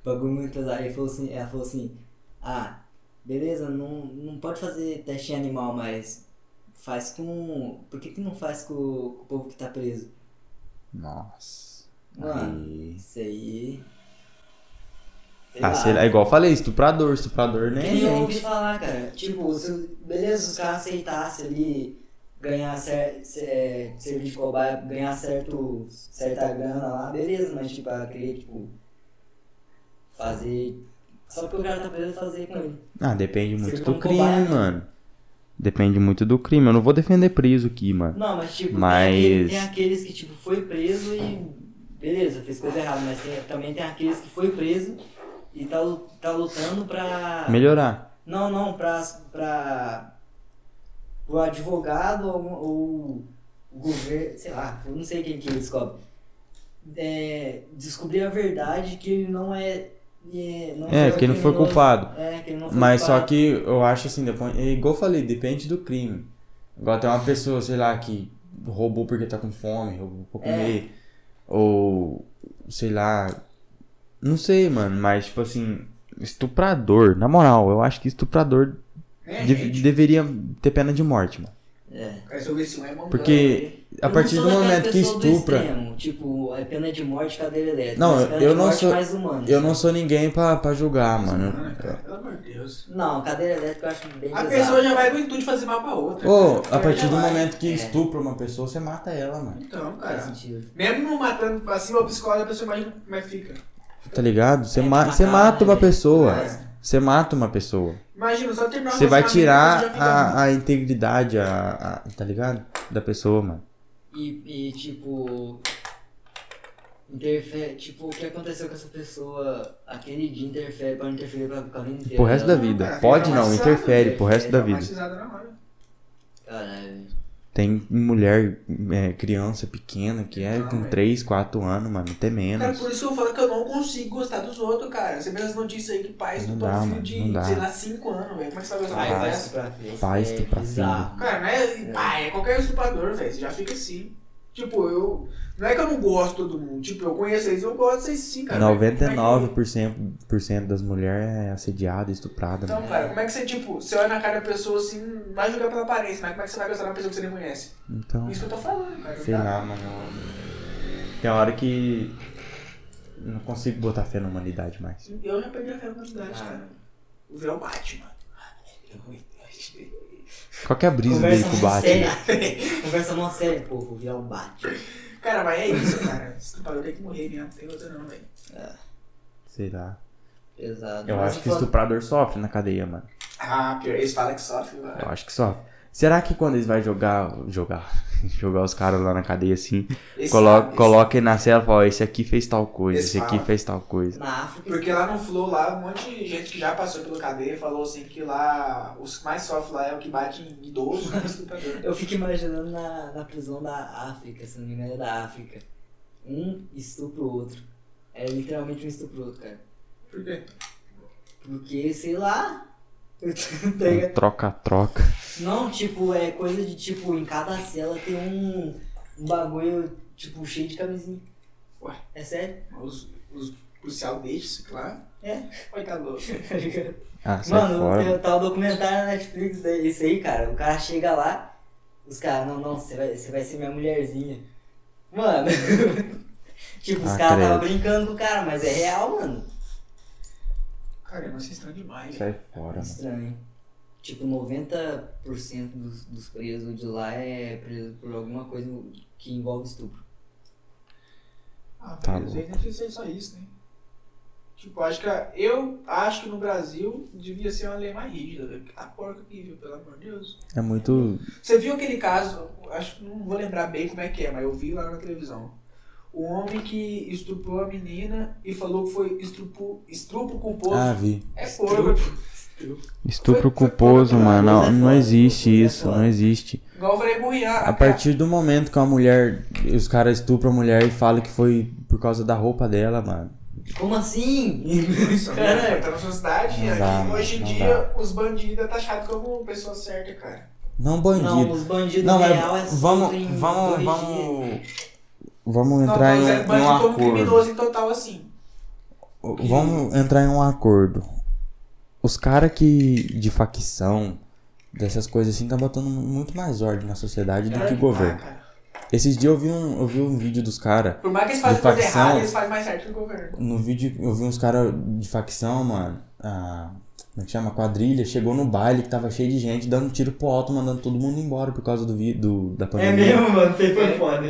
[SPEAKER 1] bagulho muito pesado. Ele falou assim, ela falou assim, ah, beleza, não, não pode fazer teste em animal, mas faz com. Por que, que não faz com o, com o povo que tá preso?
[SPEAKER 4] Nossa.
[SPEAKER 1] Mano,
[SPEAKER 4] Aí.
[SPEAKER 1] isso aí. Sei
[SPEAKER 4] Ah,
[SPEAKER 1] lá.
[SPEAKER 4] sei lá, igual eu falei, estuprador, estuprador, né?
[SPEAKER 1] Nem eu ouvi falar, cara. Tipo, se, beleza, se os caras aceitassem ali ganhar certo. servir de cobaia, ganhar certo, certa grana lá, beleza, mas tipo, ela queria, tipo. Fazer. Só porque o cara tá preso fazer com ele.
[SPEAKER 4] Ah, depende muito
[SPEAKER 1] Você
[SPEAKER 4] do
[SPEAKER 1] não
[SPEAKER 4] crime,
[SPEAKER 1] combate.
[SPEAKER 4] mano. Depende muito do crime. Eu não vou defender preso aqui, mano.
[SPEAKER 1] Não, mas tipo, tem
[SPEAKER 4] Mas-
[SPEAKER 1] aquele- tem, aqueles que tipo foi preso e. Beleza, fez coisa errada, mas tem- também tem aqueles que foi preso e tá, lu- tá lutando pra.
[SPEAKER 4] Melhorar.
[SPEAKER 1] Não, não, pra. pra pro advogado ou, ou o governo, sei lá, eu não sei quem que ele descobre. É, descobrir a verdade que ele não é. É, não
[SPEAKER 4] É,
[SPEAKER 1] foi
[SPEAKER 4] que ele não foi
[SPEAKER 1] criminoso.
[SPEAKER 4] culpado.
[SPEAKER 1] É, que ele não foi
[SPEAKER 4] Mas só
[SPEAKER 1] culpado.
[SPEAKER 4] que eu acho assim, depois, é igual eu falei, depende do crime. Igual tem uma pessoa, sei lá, que roubou porque tá com fome, roubou pra
[SPEAKER 1] É.
[SPEAKER 4] comer. Ou, sei lá. Não sei, mano, mas tipo assim, estuprador. Na moral, eu acho que estuprador
[SPEAKER 2] É,
[SPEAKER 4] de-
[SPEAKER 2] gente,
[SPEAKER 4] deveria ter pena de morte, mano.
[SPEAKER 2] resolver esse um é mandar.
[SPEAKER 4] Porque a
[SPEAKER 1] Eu
[SPEAKER 4] partir
[SPEAKER 1] não
[SPEAKER 4] do
[SPEAKER 1] sou daquelas
[SPEAKER 4] momento que
[SPEAKER 1] pessoas do
[SPEAKER 4] estupra.
[SPEAKER 1] extremo, tipo, é pena de morte, cadeira elétrica.
[SPEAKER 4] Não,
[SPEAKER 1] mas pena
[SPEAKER 4] eu
[SPEAKER 1] de
[SPEAKER 4] não
[SPEAKER 1] morte
[SPEAKER 4] sou-
[SPEAKER 1] Mais humana.
[SPEAKER 4] Eu não sou ninguém pra, pra julgar, mano.
[SPEAKER 2] Mano, cara, pelo amor de Deus.
[SPEAKER 1] Não, cadeira elétrica eu acho bem
[SPEAKER 2] A
[SPEAKER 1] pesado.
[SPEAKER 2] pessoa já vai com o intuito de fazer mal pra outra.
[SPEAKER 4] Ô,
[SPEAKER 2] cara.
[SPEAKER 4] a partir do
[SPEAKER 2] Já vai.
[SPEAKER 4] momento que
[SPEAKER 1] É.
[SPEAKER 4] estupra uma pessoa, você mata ela, mano.
[SPEAKER 2] Então,
[SPEAKER 1] Faz
[SPEAKER 2] cara.
[SPEAKER 1] sentido.
[SPEAKER 2] Mesmo não matando pra cima ou psicólogo, a pessoa imagina como é que fica.
[SPEAKER 4] Tá ligado? Você
[SPEAKER 1] É,
[SPEAKER 4] ma-
[SPEAKER 1] matar,
[SPEAKER 4] você mata uma
[SPEAKER 1] né?
[SPEAKER 4] pessoa.
[SPEAKER 2] É.
[SPEAKER 4] Você mata uma pessoa.
[SPEAKER 2] Imagina, só terminar o
[SPEAKER 4] Você vai
[SPEAKER 2] relacionamento,
[SPEAKER 4] tirar
[SPEAKER 2] você já fica-
[SPEAKER 4] a, a integridade, a, a- tá ligado? Da pessoa, mano.
[SPEAKER 1] E, e, tipo. Interfere. Tipo, o que aconteceu com essa pessoa aquele dia interfere pra não interferir pra pra vida
[SPEAKER 2] É,
[SPEAKER 1] inteira.
[SPEAKER 4] Pro resto da
[SPEAKER 1] dela.
[SPEAKER 4] vida.
[SPEAKER 2] Cara,
[SPEAKER 4] Pode
[SPEAKER 2] fica
[SPEAKER 4] não,
[SPEAKER 2] traumatizado,
[SPEAKER 4] interfere
[SPEAKER 2] velho.
[SPEAKER 4] pro resto
[SPEAKER 2] Fica
[SPEAKER 4] da vida.
[SPEAKER 2] traumatizado na hora.
[SPEAKER 1] Caralho.
[SPEAKER 4] Tem mulher, é, criança pequena que é
[SPEAKER 2] Não,
[SPEAKER 4] com
[SPEAKER 2] velho.
[SPEAKER 4] 3, 4 anos, mano, até
[SPEAKER 2] Cara,
[SPEAKER 4] menos.
[SPEAKER 2] por isso que eu falo que eu não consigo gostar dos outros, cara. Você vê as notícias aí que pais
[SPEAKER 4] Não
[SPEAKER 2] do
[SPEAKER 4] dá,
[SPEAKER 2] um filho
[SPEAKER 4] mano,
[SPEAKER 2] de,
[SPEAKER 4] não dá.
[SPEAKER 2] sei lá, 5 anos, velho. Como é que você vai gostar
[SPEAKER 1] Aí
[SPEAKER 4] Paz.
[SPEAKER 2] de
[SPEAKER 1] vai É
[SPEAKER 2] dessa?
[SPEAKER 1] pra frente.
[SPEAKER 4] Paz, tu pra
[SPEAKER 2] Cara, não é pai, é qualquer estuprador, velho. Você já fica assim. Tipo, eu. Não é que eu não gosto de todo mundo. Tipo, eu conheço vocês, eu gosto de vocês sim, cara. Como é que-
[SPEAKER 4] 99% por cento das mulheres é assediada, estuprada, mano.
[SPEAKER 2] Então, cara, como é que você, tipo, você olha na cara da pessoa assim, não vai julgar pela aparência, mas como é que você vai gostar de uma pessoa que você nem conhece?
[SPEAKER 4] Então,
[SPEAKER 2] Isso que eu tô falando, cara.
[SPEAKER 4] sei
[SPEAKER 2] Tá?
[SPEAKER 4] lá, mano. Tem hora que. Não consigo botar fé na humanidade mais.
[SPEAKER 2] Eu já perdi a fé na
[SPEAKER 4] Ah.
[SPEAKER 2] humanidade, cara. O véu bate, mano.
[SPEAKER 4] Qual que é a brisa dele
[SPEAKER 1] Conversa
[SPEAKER 4] com o
[SPEAKER 1] mó
[SPEAKER 4] Batman?
[SPEAKER 1] séria. Conversa mó séria, povo. Virar um bate.
[SPEAKER 2] Cara, mas é isso, cara. Estuprador tem que morrer mesmo, não tem outra não, velho.
[SPEAKER 4] Sei lá.
[SPEAKER 1] Pesado.
[SPEAKER 4] Eu
[SPEAKER 1] Mas
[SPEAKER 4] acho que
[SPEAKER 1] falando-
[SPEAKER 4] estuprador sofre na cadeia, mano.
[SPEAKER 2] Ah, pior, eles falam que né? sofre, mano.
[SPEAKER 4] Eu acho que sofre. Será que quando eles vão jogar. jogar. jogar os caras lá na cadeia assim,
[SPEAKER 2] Eles
[SPEAKER 4] coloca,
[SPEAKER 2] sabem,
[SPEAKER 4] coloca ele na cela e fala, ó, esse aqui fez tal coisa,
[SPEAKER 2] Eles
[SPEAKER 4] esse aqui
[SPEAKER 2] falam.
[SPEAKER 4] fez tal coisa.
[SPEAKER 1] Na África.
[SPEAKER 2] Porque lá no Flow, lá, um monte de gente que já passou pela cadeia falou assim que lá, os que mais sofrem lá é o que bate em idoso, né, estuprador.
[SPEAKER 1] Eu fico imaginando na, na prisão da África, se não me engano é da África. Um estupra o outro. É literalmente um estupro o outro, cara.
[SPEAKER 2] Por quê?
[SPEAKER 1] Porque, sei lá. tá
[SPEAKER 4] Um
[SPEAKER 1] ligado?
[SPEAKER 4] Troca-troca.
[SPEAKER 1] não, tipo, é coisa de tipo, em cada cela tem um, um bagulho, tipo, cheio de camisinha.
[SPEAKER 2] Ué.
[SPEAKER 1] É sério?
[SPEAKER 2] Os, os policial deixa isso, claro.
[SPEAKER 1] É.
[SPEAKER 2] Oi, tá louco.
[SPEAKER 1] Tá ligado?
[SPEAKER 4] Ah, sai
[SPEAKER 1] Mano,
[SPEAKER 4] fora.
[SPEAKER 1] tem um tal documentário na Netflix, é isso aí, cara. O cara chega lá, os caras, não, não, você vai, você vai ser minha mulherzinha. Mano, tipo, os
[SPEAKER 4] Ah,
[SPEAKER 1] caras
[SPEAKER 4] credo.
[SPEAKER 1] estavam brincando com o cara, mas é real, mano.
[SPEAKER 2] Cara, vocês estão demais.
[SPEAKER 4] Sai fora, mano.
[SPEAKER 1] Estranho. Tipo, 90% dos, dos presos de lá é preso por alguma coisa que envolve estupro.
[SPEAKER 2] Ah,
[SPEAKER 4] Tá
[SPEAKER 2] mas às vezes nem precisa ser só isso, né? Tipo, acho que a- eu acho que no Brasil devia ser uma lei mais rígida, velho. A porca que viu, pelo amor de Deus.
[SPEAKER 4] É muito.
[SPEAKER 2] Você viu aquele caso, acho que não vou lembrar bem como é que é, mas eu vi lá na televisão. O homem que estuprou a menina e falou que foi estrupo, estrupo culposo.
[SPEAKER 4] Ah, vi.
[SPEAKER 2] é porco. Foi-
[SPEAKER 4] Estupro
[SPEAKER 2] foi
[SPEAKER 4] culposo,
[SPEAKER 2] pra-
[SPEAKER 4] mano. Não,
[SPEAKER 1] é
[SPEAKER 4] não
[SPEAKER 1] foda,
[SPEAKER 4] existe
[SPEAKER 1] é
[SPEAKER 4] isso,
[SPEAKER 1] foda.
[SPEAKER 4] não existe.
[SPEAKER 2] Igual eu falei, burriar.
[SPEAKER 4] A partir do momento que uma mulher. Os caras estupram a mulher e falam que foi por causa da roupa dela, mano.
[SPEAKER 1] Como assim?
[SPEAKER 2] Isso,
[SPEAKER 1] Caralho.
[SPEAKER 2] cara, tá na sociedade e
[SPEAKER 4] Não
[SPEAKER 2] aqui,
[SPEAKER 4] dá,
[SPEAKER 2] hoje em
[SPEAKER 4] não
[SPEAKER 2] dia os bandidos é taxado como pessoa certa, cara.
[SPEAKER 4] Não
[SPEAKER 1] Não,
[SPEAKER 4] bandido.
[SPEAKER 1] os bandidos
[SPEAKER 4] Não, mas
[SPEAKER 1] real é solto
[SPEAKER 4] vamos.
[SPEAKER 1] em
[SPEAKER 4] Vamos.
[SPEAKER 1] dois dias.
[SPEAKER 4] Vamos. Vamos
[SPEAKER 2] não,
[SPEAKER 4] entrar
[SPEAKER 2] não,
[SPEAKER 4] em,
[SPEAKER 2] é
[SPEAKER 4] em um
[SPEAKER 2] bandido como
[SPEAKER 4] acordo.
[SPEAKER 2] criminoso em total, assim.
[SPEAKER 4] Vamos entrar em um acordo. Os caras que. de facção, dessas coisas assim, tá botando muito mais ordem na sociedade do que o
[SPEAKER 2] Ah,
[SPEAKER 4] governo.
[SPEAKER 2] cara.
[SPEAKER 4] Esses dias eu vi um, eu vi um vídeo dos caras.
[SPEAKER 2] Por mais que eles
[SPEAKER 4] De
[SPEAKER 2] façam coisa
[SPEAKER 4] facção.
[SPEAKER 2] errada, eles fazem mais certo que o governo.
[SPEAKER 4] No vídeo eu vi uns caras de facção, mano. A, como é que chama? Quadrilha. Chegou no baile que tava cheio de gente, dando tiro pro alto, mandando todo mundo embora por causa do, vi- do da
[SPEAKER 1] É
[SPEAKER 4] pandemia.
[SPEAKER 1] mesmo, mano, você foi foda.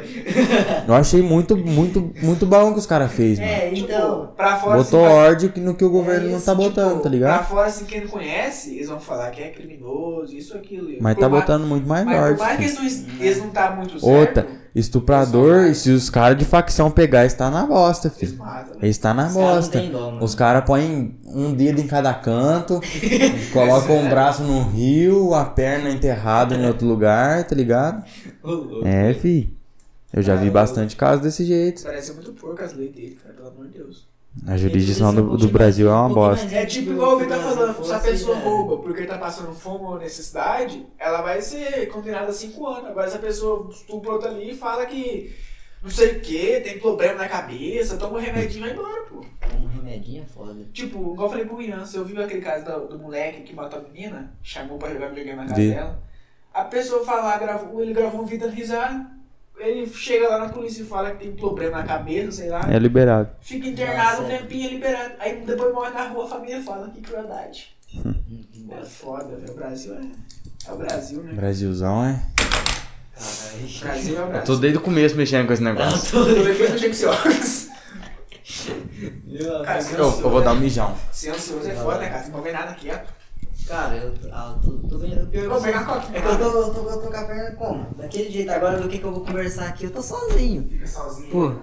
[SPEAKER 4] Eu achei muito, muito, muito bom que os caras fez, mano.
[SPEAKER 1] É, então.
[SPEAKER 2] Tipo, pra fora,
[SPEAKER 4] Botou
[SPEAKER 2] assim,
[SPEAKER 4] ordem no que o governo
[SPEAKER 2] é
[SPEAKER 4] não
[SPEAKER 2] isso,
[SPEAKER 4] tá botando,
[SPEAKER 2] tipo,
[SPEAKER 4] tá ligado?
[SPEAKER 2] Pra fora, assim, quem não conhece, eles vão falar que é criminoso, isso, aquilo.
[SPEAKER 4] Mas
[SPEAKER 2] Por
[SPEAKER 4] tá
[SPEAKER 2] mais-
[SPEAKER 4] botando muito mais
[SPEAKER 2] Mas por
[SPEAKER 4] ordem.
[SPEAKER 2] mais que
[SPEAKER 4] filho.
[SPEAKER 2] eles não, eles não tá muito certo,
[SPEAKER 4] Outra,
[SPEAKER 2] Pessoal,
[SPEAKER 4] Estuprador,
[SPEAKER 2] vai.
[SPEAKER 4] e se os caras de facção pegar, está na bosta,
[SPEAKER 2] eles
[SPEAKER 4] filho.
[SPEAKER 2] matam. né?
[SPEAKER 4] Está na
[SPEAKER 1] Os caras não
[SPEAKER 4] bosta.
[SPEAKER 1] tem dó, mano.
[SPEAKER 4] Os caras põem um dedo em cada canto, colocam um braço no rio, a perna enterrada em outro lugar, tá ligado?
[SPEAKER 1] Ô, louco.
[SPEAKER 4] É, fi. Eu já vi bastante casos desse jeito.
[SPEAKER 2] Parece muito porco as leis dele, cara, pelo amor de Deus.
[SPEAKER 4] A jurisdição do, do Brasil é uma bosta.
[SPEAKER 2] É tipo igual o Vitor tá falando, se a pessoa
[SPEAKER 1] é assim, né?
[SPEAKER 2] rouba porque tá passando fome ou necessidade, ela vai ser condenada a 5 anos. Agora se a pessoa estupra outra ali e fala que não sei o que, tem problema na cabeça, toma um remedinho e vai embora, pô.
[SPEAKER 1] Um remedinho é foda.
[SPEAKER 2] Tipo, igual eu falei pro Rian, você ouviu aquele caso do, do moleque que matou a menina, chamou pra jogar videogame na casa
[SPEAKER 4] Vi.
[SPEAKER 2] dela. A pessoa fala, gravou, ele gravou um vídeo dando risada. Ele chega lá na polícia e fala que tem problema na cabeça, sei lá.
[SPEAKER 4] É liberado.
[SPEAKER 2] Fica internado um
[SPEAKER 1] Nossa, é.
[SPEAKER 2] tempinho é liberado. Aí depois morre na rua, a família fala que crueldade.
[SPEAKER 4] Hum.
[SPEAKER 2] É foda, velho. O Brasil é. É o Brasil, né?
[SPEAKER 4] Brasilzão, é?
[SPEAKER 2] O Brasil é o
[SPEAKER 4] Eu tô
[SPEAKER 2] Brasil.
[SPEAKER 4] desde o começo mexendo com esse negócio.
[SPEAKER 2] Eu defendo o James Jones. Cara, ser
[SPEAKER 4] Eu, eu vou dar um mijão.
[SPEAKER 2] Ser ansioso é foda, né, cara? Você não vai nada quieto.
[SPEAKER 1] Cara, eu tô, ah, eu tô, tô bem. eu-
[SPEAKER 2] Eu vou pegar a coquinha.
[SPEAKER 1] É que eu tô, eu tô, eu tô com a perna como? Daquele jeito, agora do que, que eu vou conversar aqui? Eu tô sozinho.
[SPEAKER 2] Fica sozinho.
[SPEAKER 1] Pô.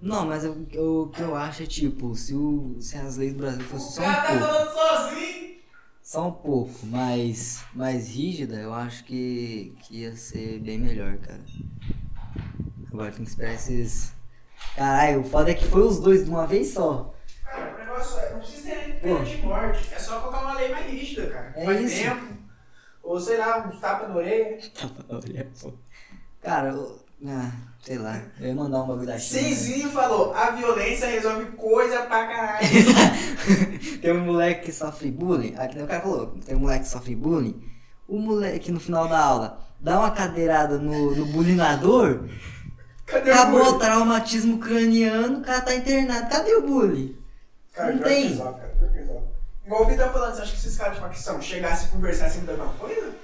[SPEAKER 1] Não, mas eu- eu- o que eu acho é tipo, se, o, se as leis do Brasil fossem só um
[SPEAKER 2] Ah,
[SPEAKER 1] pouco.
[SPEAKER 2] tá falando sozinho.
[SPEAKER 1] Só um pouco mais, mais rígida, eu acho que, que ia ser bem melhor, cara. Agora tem que esperar esses. Caralho, o foda é que foi os dois de uma vez só.
[SPEAKER 2] Cara, o negócio é. Não precisa ter pena de morte. É só colocar uma lei mais rígida, cara.
[SPEAKER 1] É
[SPEAKER 2] mais
[SPEAKER 1] isso.
[SPEAKER 2] tempo. Ou sei lá, uns tapas na orelha.
[SPEAKER 1] Cara, eu, ah, sei lá, eu ia mandar um bagulho da China. né?
[SPEAKER 2] Cizinho falou: a violência resolve coisa pra caralho.
[SPEAKER 1] Tem um moleque que sofre bullying. Aqui o cara falou, tem um moleque que sofre bullying. O moleque no final da aula dá uma cadeirada no, no bulinador,
[SPEAKER 2] Cadê
[SPEAKER 1] acabou
[SPEAKER 2] o
[SPEAKER 1] o traumatismo craniano, o cara tá internado. Cadê o bullying?
[SPEAKER 2] Cara,
[SPEAKER 1] Não
[SPEAKER 2] pior que
[SPEAKER 1] tem.
[SPEAKER 2] resolve, cara, pior que resolve. Igual o Vitor tá falando, você acha que esses caras de facção chegassem e conversassem sobre alguma coisa?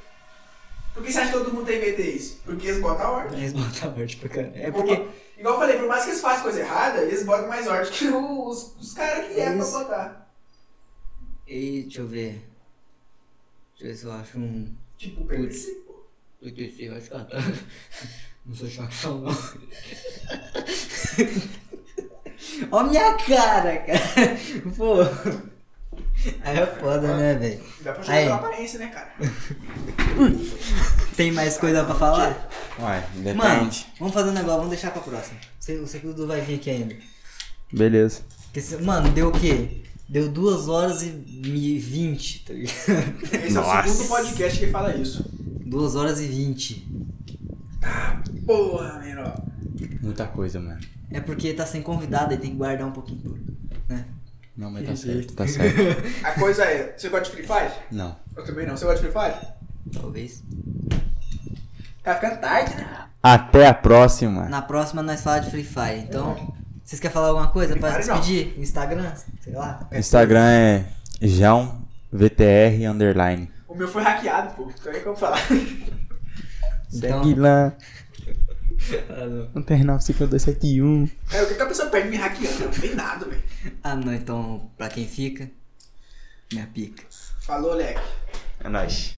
[SPEAKER 2] Por que você acha que todo mundo tem medo disso? Porque eles botam a ordem.
[SPEAKER 1] Eles botam a morte pra caramba. É porque.
[SPEAKER 2] Igual eu falei, por mais que eles façam coisa errada, eles botam mais ordem que os, os caras que é, pra
[SPEAKER 1] Isso.
[SPEAKER 2] botar.
[SPEAKER 1] E, deixa eu ver. Deixa eu ver se eu acho um.
[SPEAKER 2] Tipo, PVC, pô.
[SPEAKER 1] PTC, eu acho que tá. Não sou chocação, não. Olha a minha cara, cara. Pô. Aí é foda, né, velho?
[SPEAKER 2] Dá pra
[SPEAKER 1] Aí.
[SPEAKER 2] jogar pela aparência, né, cara?
[SPEAKER 1] Tem mais coisa pra falar?
[SPEAKER 4] Ué, depende.
[SPEAKER 1] Mano, vamos fazer um negócio, vamos deixar pra próxima. Sei- Eu sei que o Dudu vai vir aqui ainda.
[SPEAKER 4] Beleza.
[SPEAKER 1] Porque se- mano, deu o quê? Deu 2 horas e mi- 20, tá ligado?
[SPEAKER 2] Esse é o
[SPEAKER 4] Nossa.
[SPEAKER 2] segundo podcast que fala isso.
[SPEAKER 1] 2 horas e 20.
[SPEAKER 2] Porra, menor.
[SPEAKER 4] Muita coisa, mano.
[SPEAKER 1] É porque tá sem convidado e tem que guardar um pouquinho por. Né?
[SPEAKER 4] Não, mas tá certo, tá certo.
[SPEAKER 2] A coisa é, você gosta de Free Fire?
[SPEAKER 4] Não.
[SPEAKER 2] Eu também não. Você gosta de Free Fire?
[SPEAKER 1] Talvez.
[SPEAKER 2] Tá ficando tarde, né?
[SPEAKER 4] Até a próxima.
[SPEAKER 1] Na próxima nós falamos de Free Fire. Então, vocês querem falar alguma coisa pra
[SPEAKER 2] Free Fire não.
[SPEAKER 1] despedir? Instagram? Sei lá.
[SPEAKER 4] Instagram é JãoVTR underline.
[SPEAKER 2] O meu foi hackeado, pô. Então é que eu vou falar.
[SPEAKER 1] Então-
[SPEAKER 4] Segue lá. Ah, Não terminar o ciclo 271.
[SPEAKER 2] É, o que que a pessoa perde me hackeando? Não tem nada, velho.
[SPEAKER 1] Ah, não, então, pra quem fica, minha pica.
[SPEAKER 2] Falou, Leque.
[SPEAKER 4] É nóis.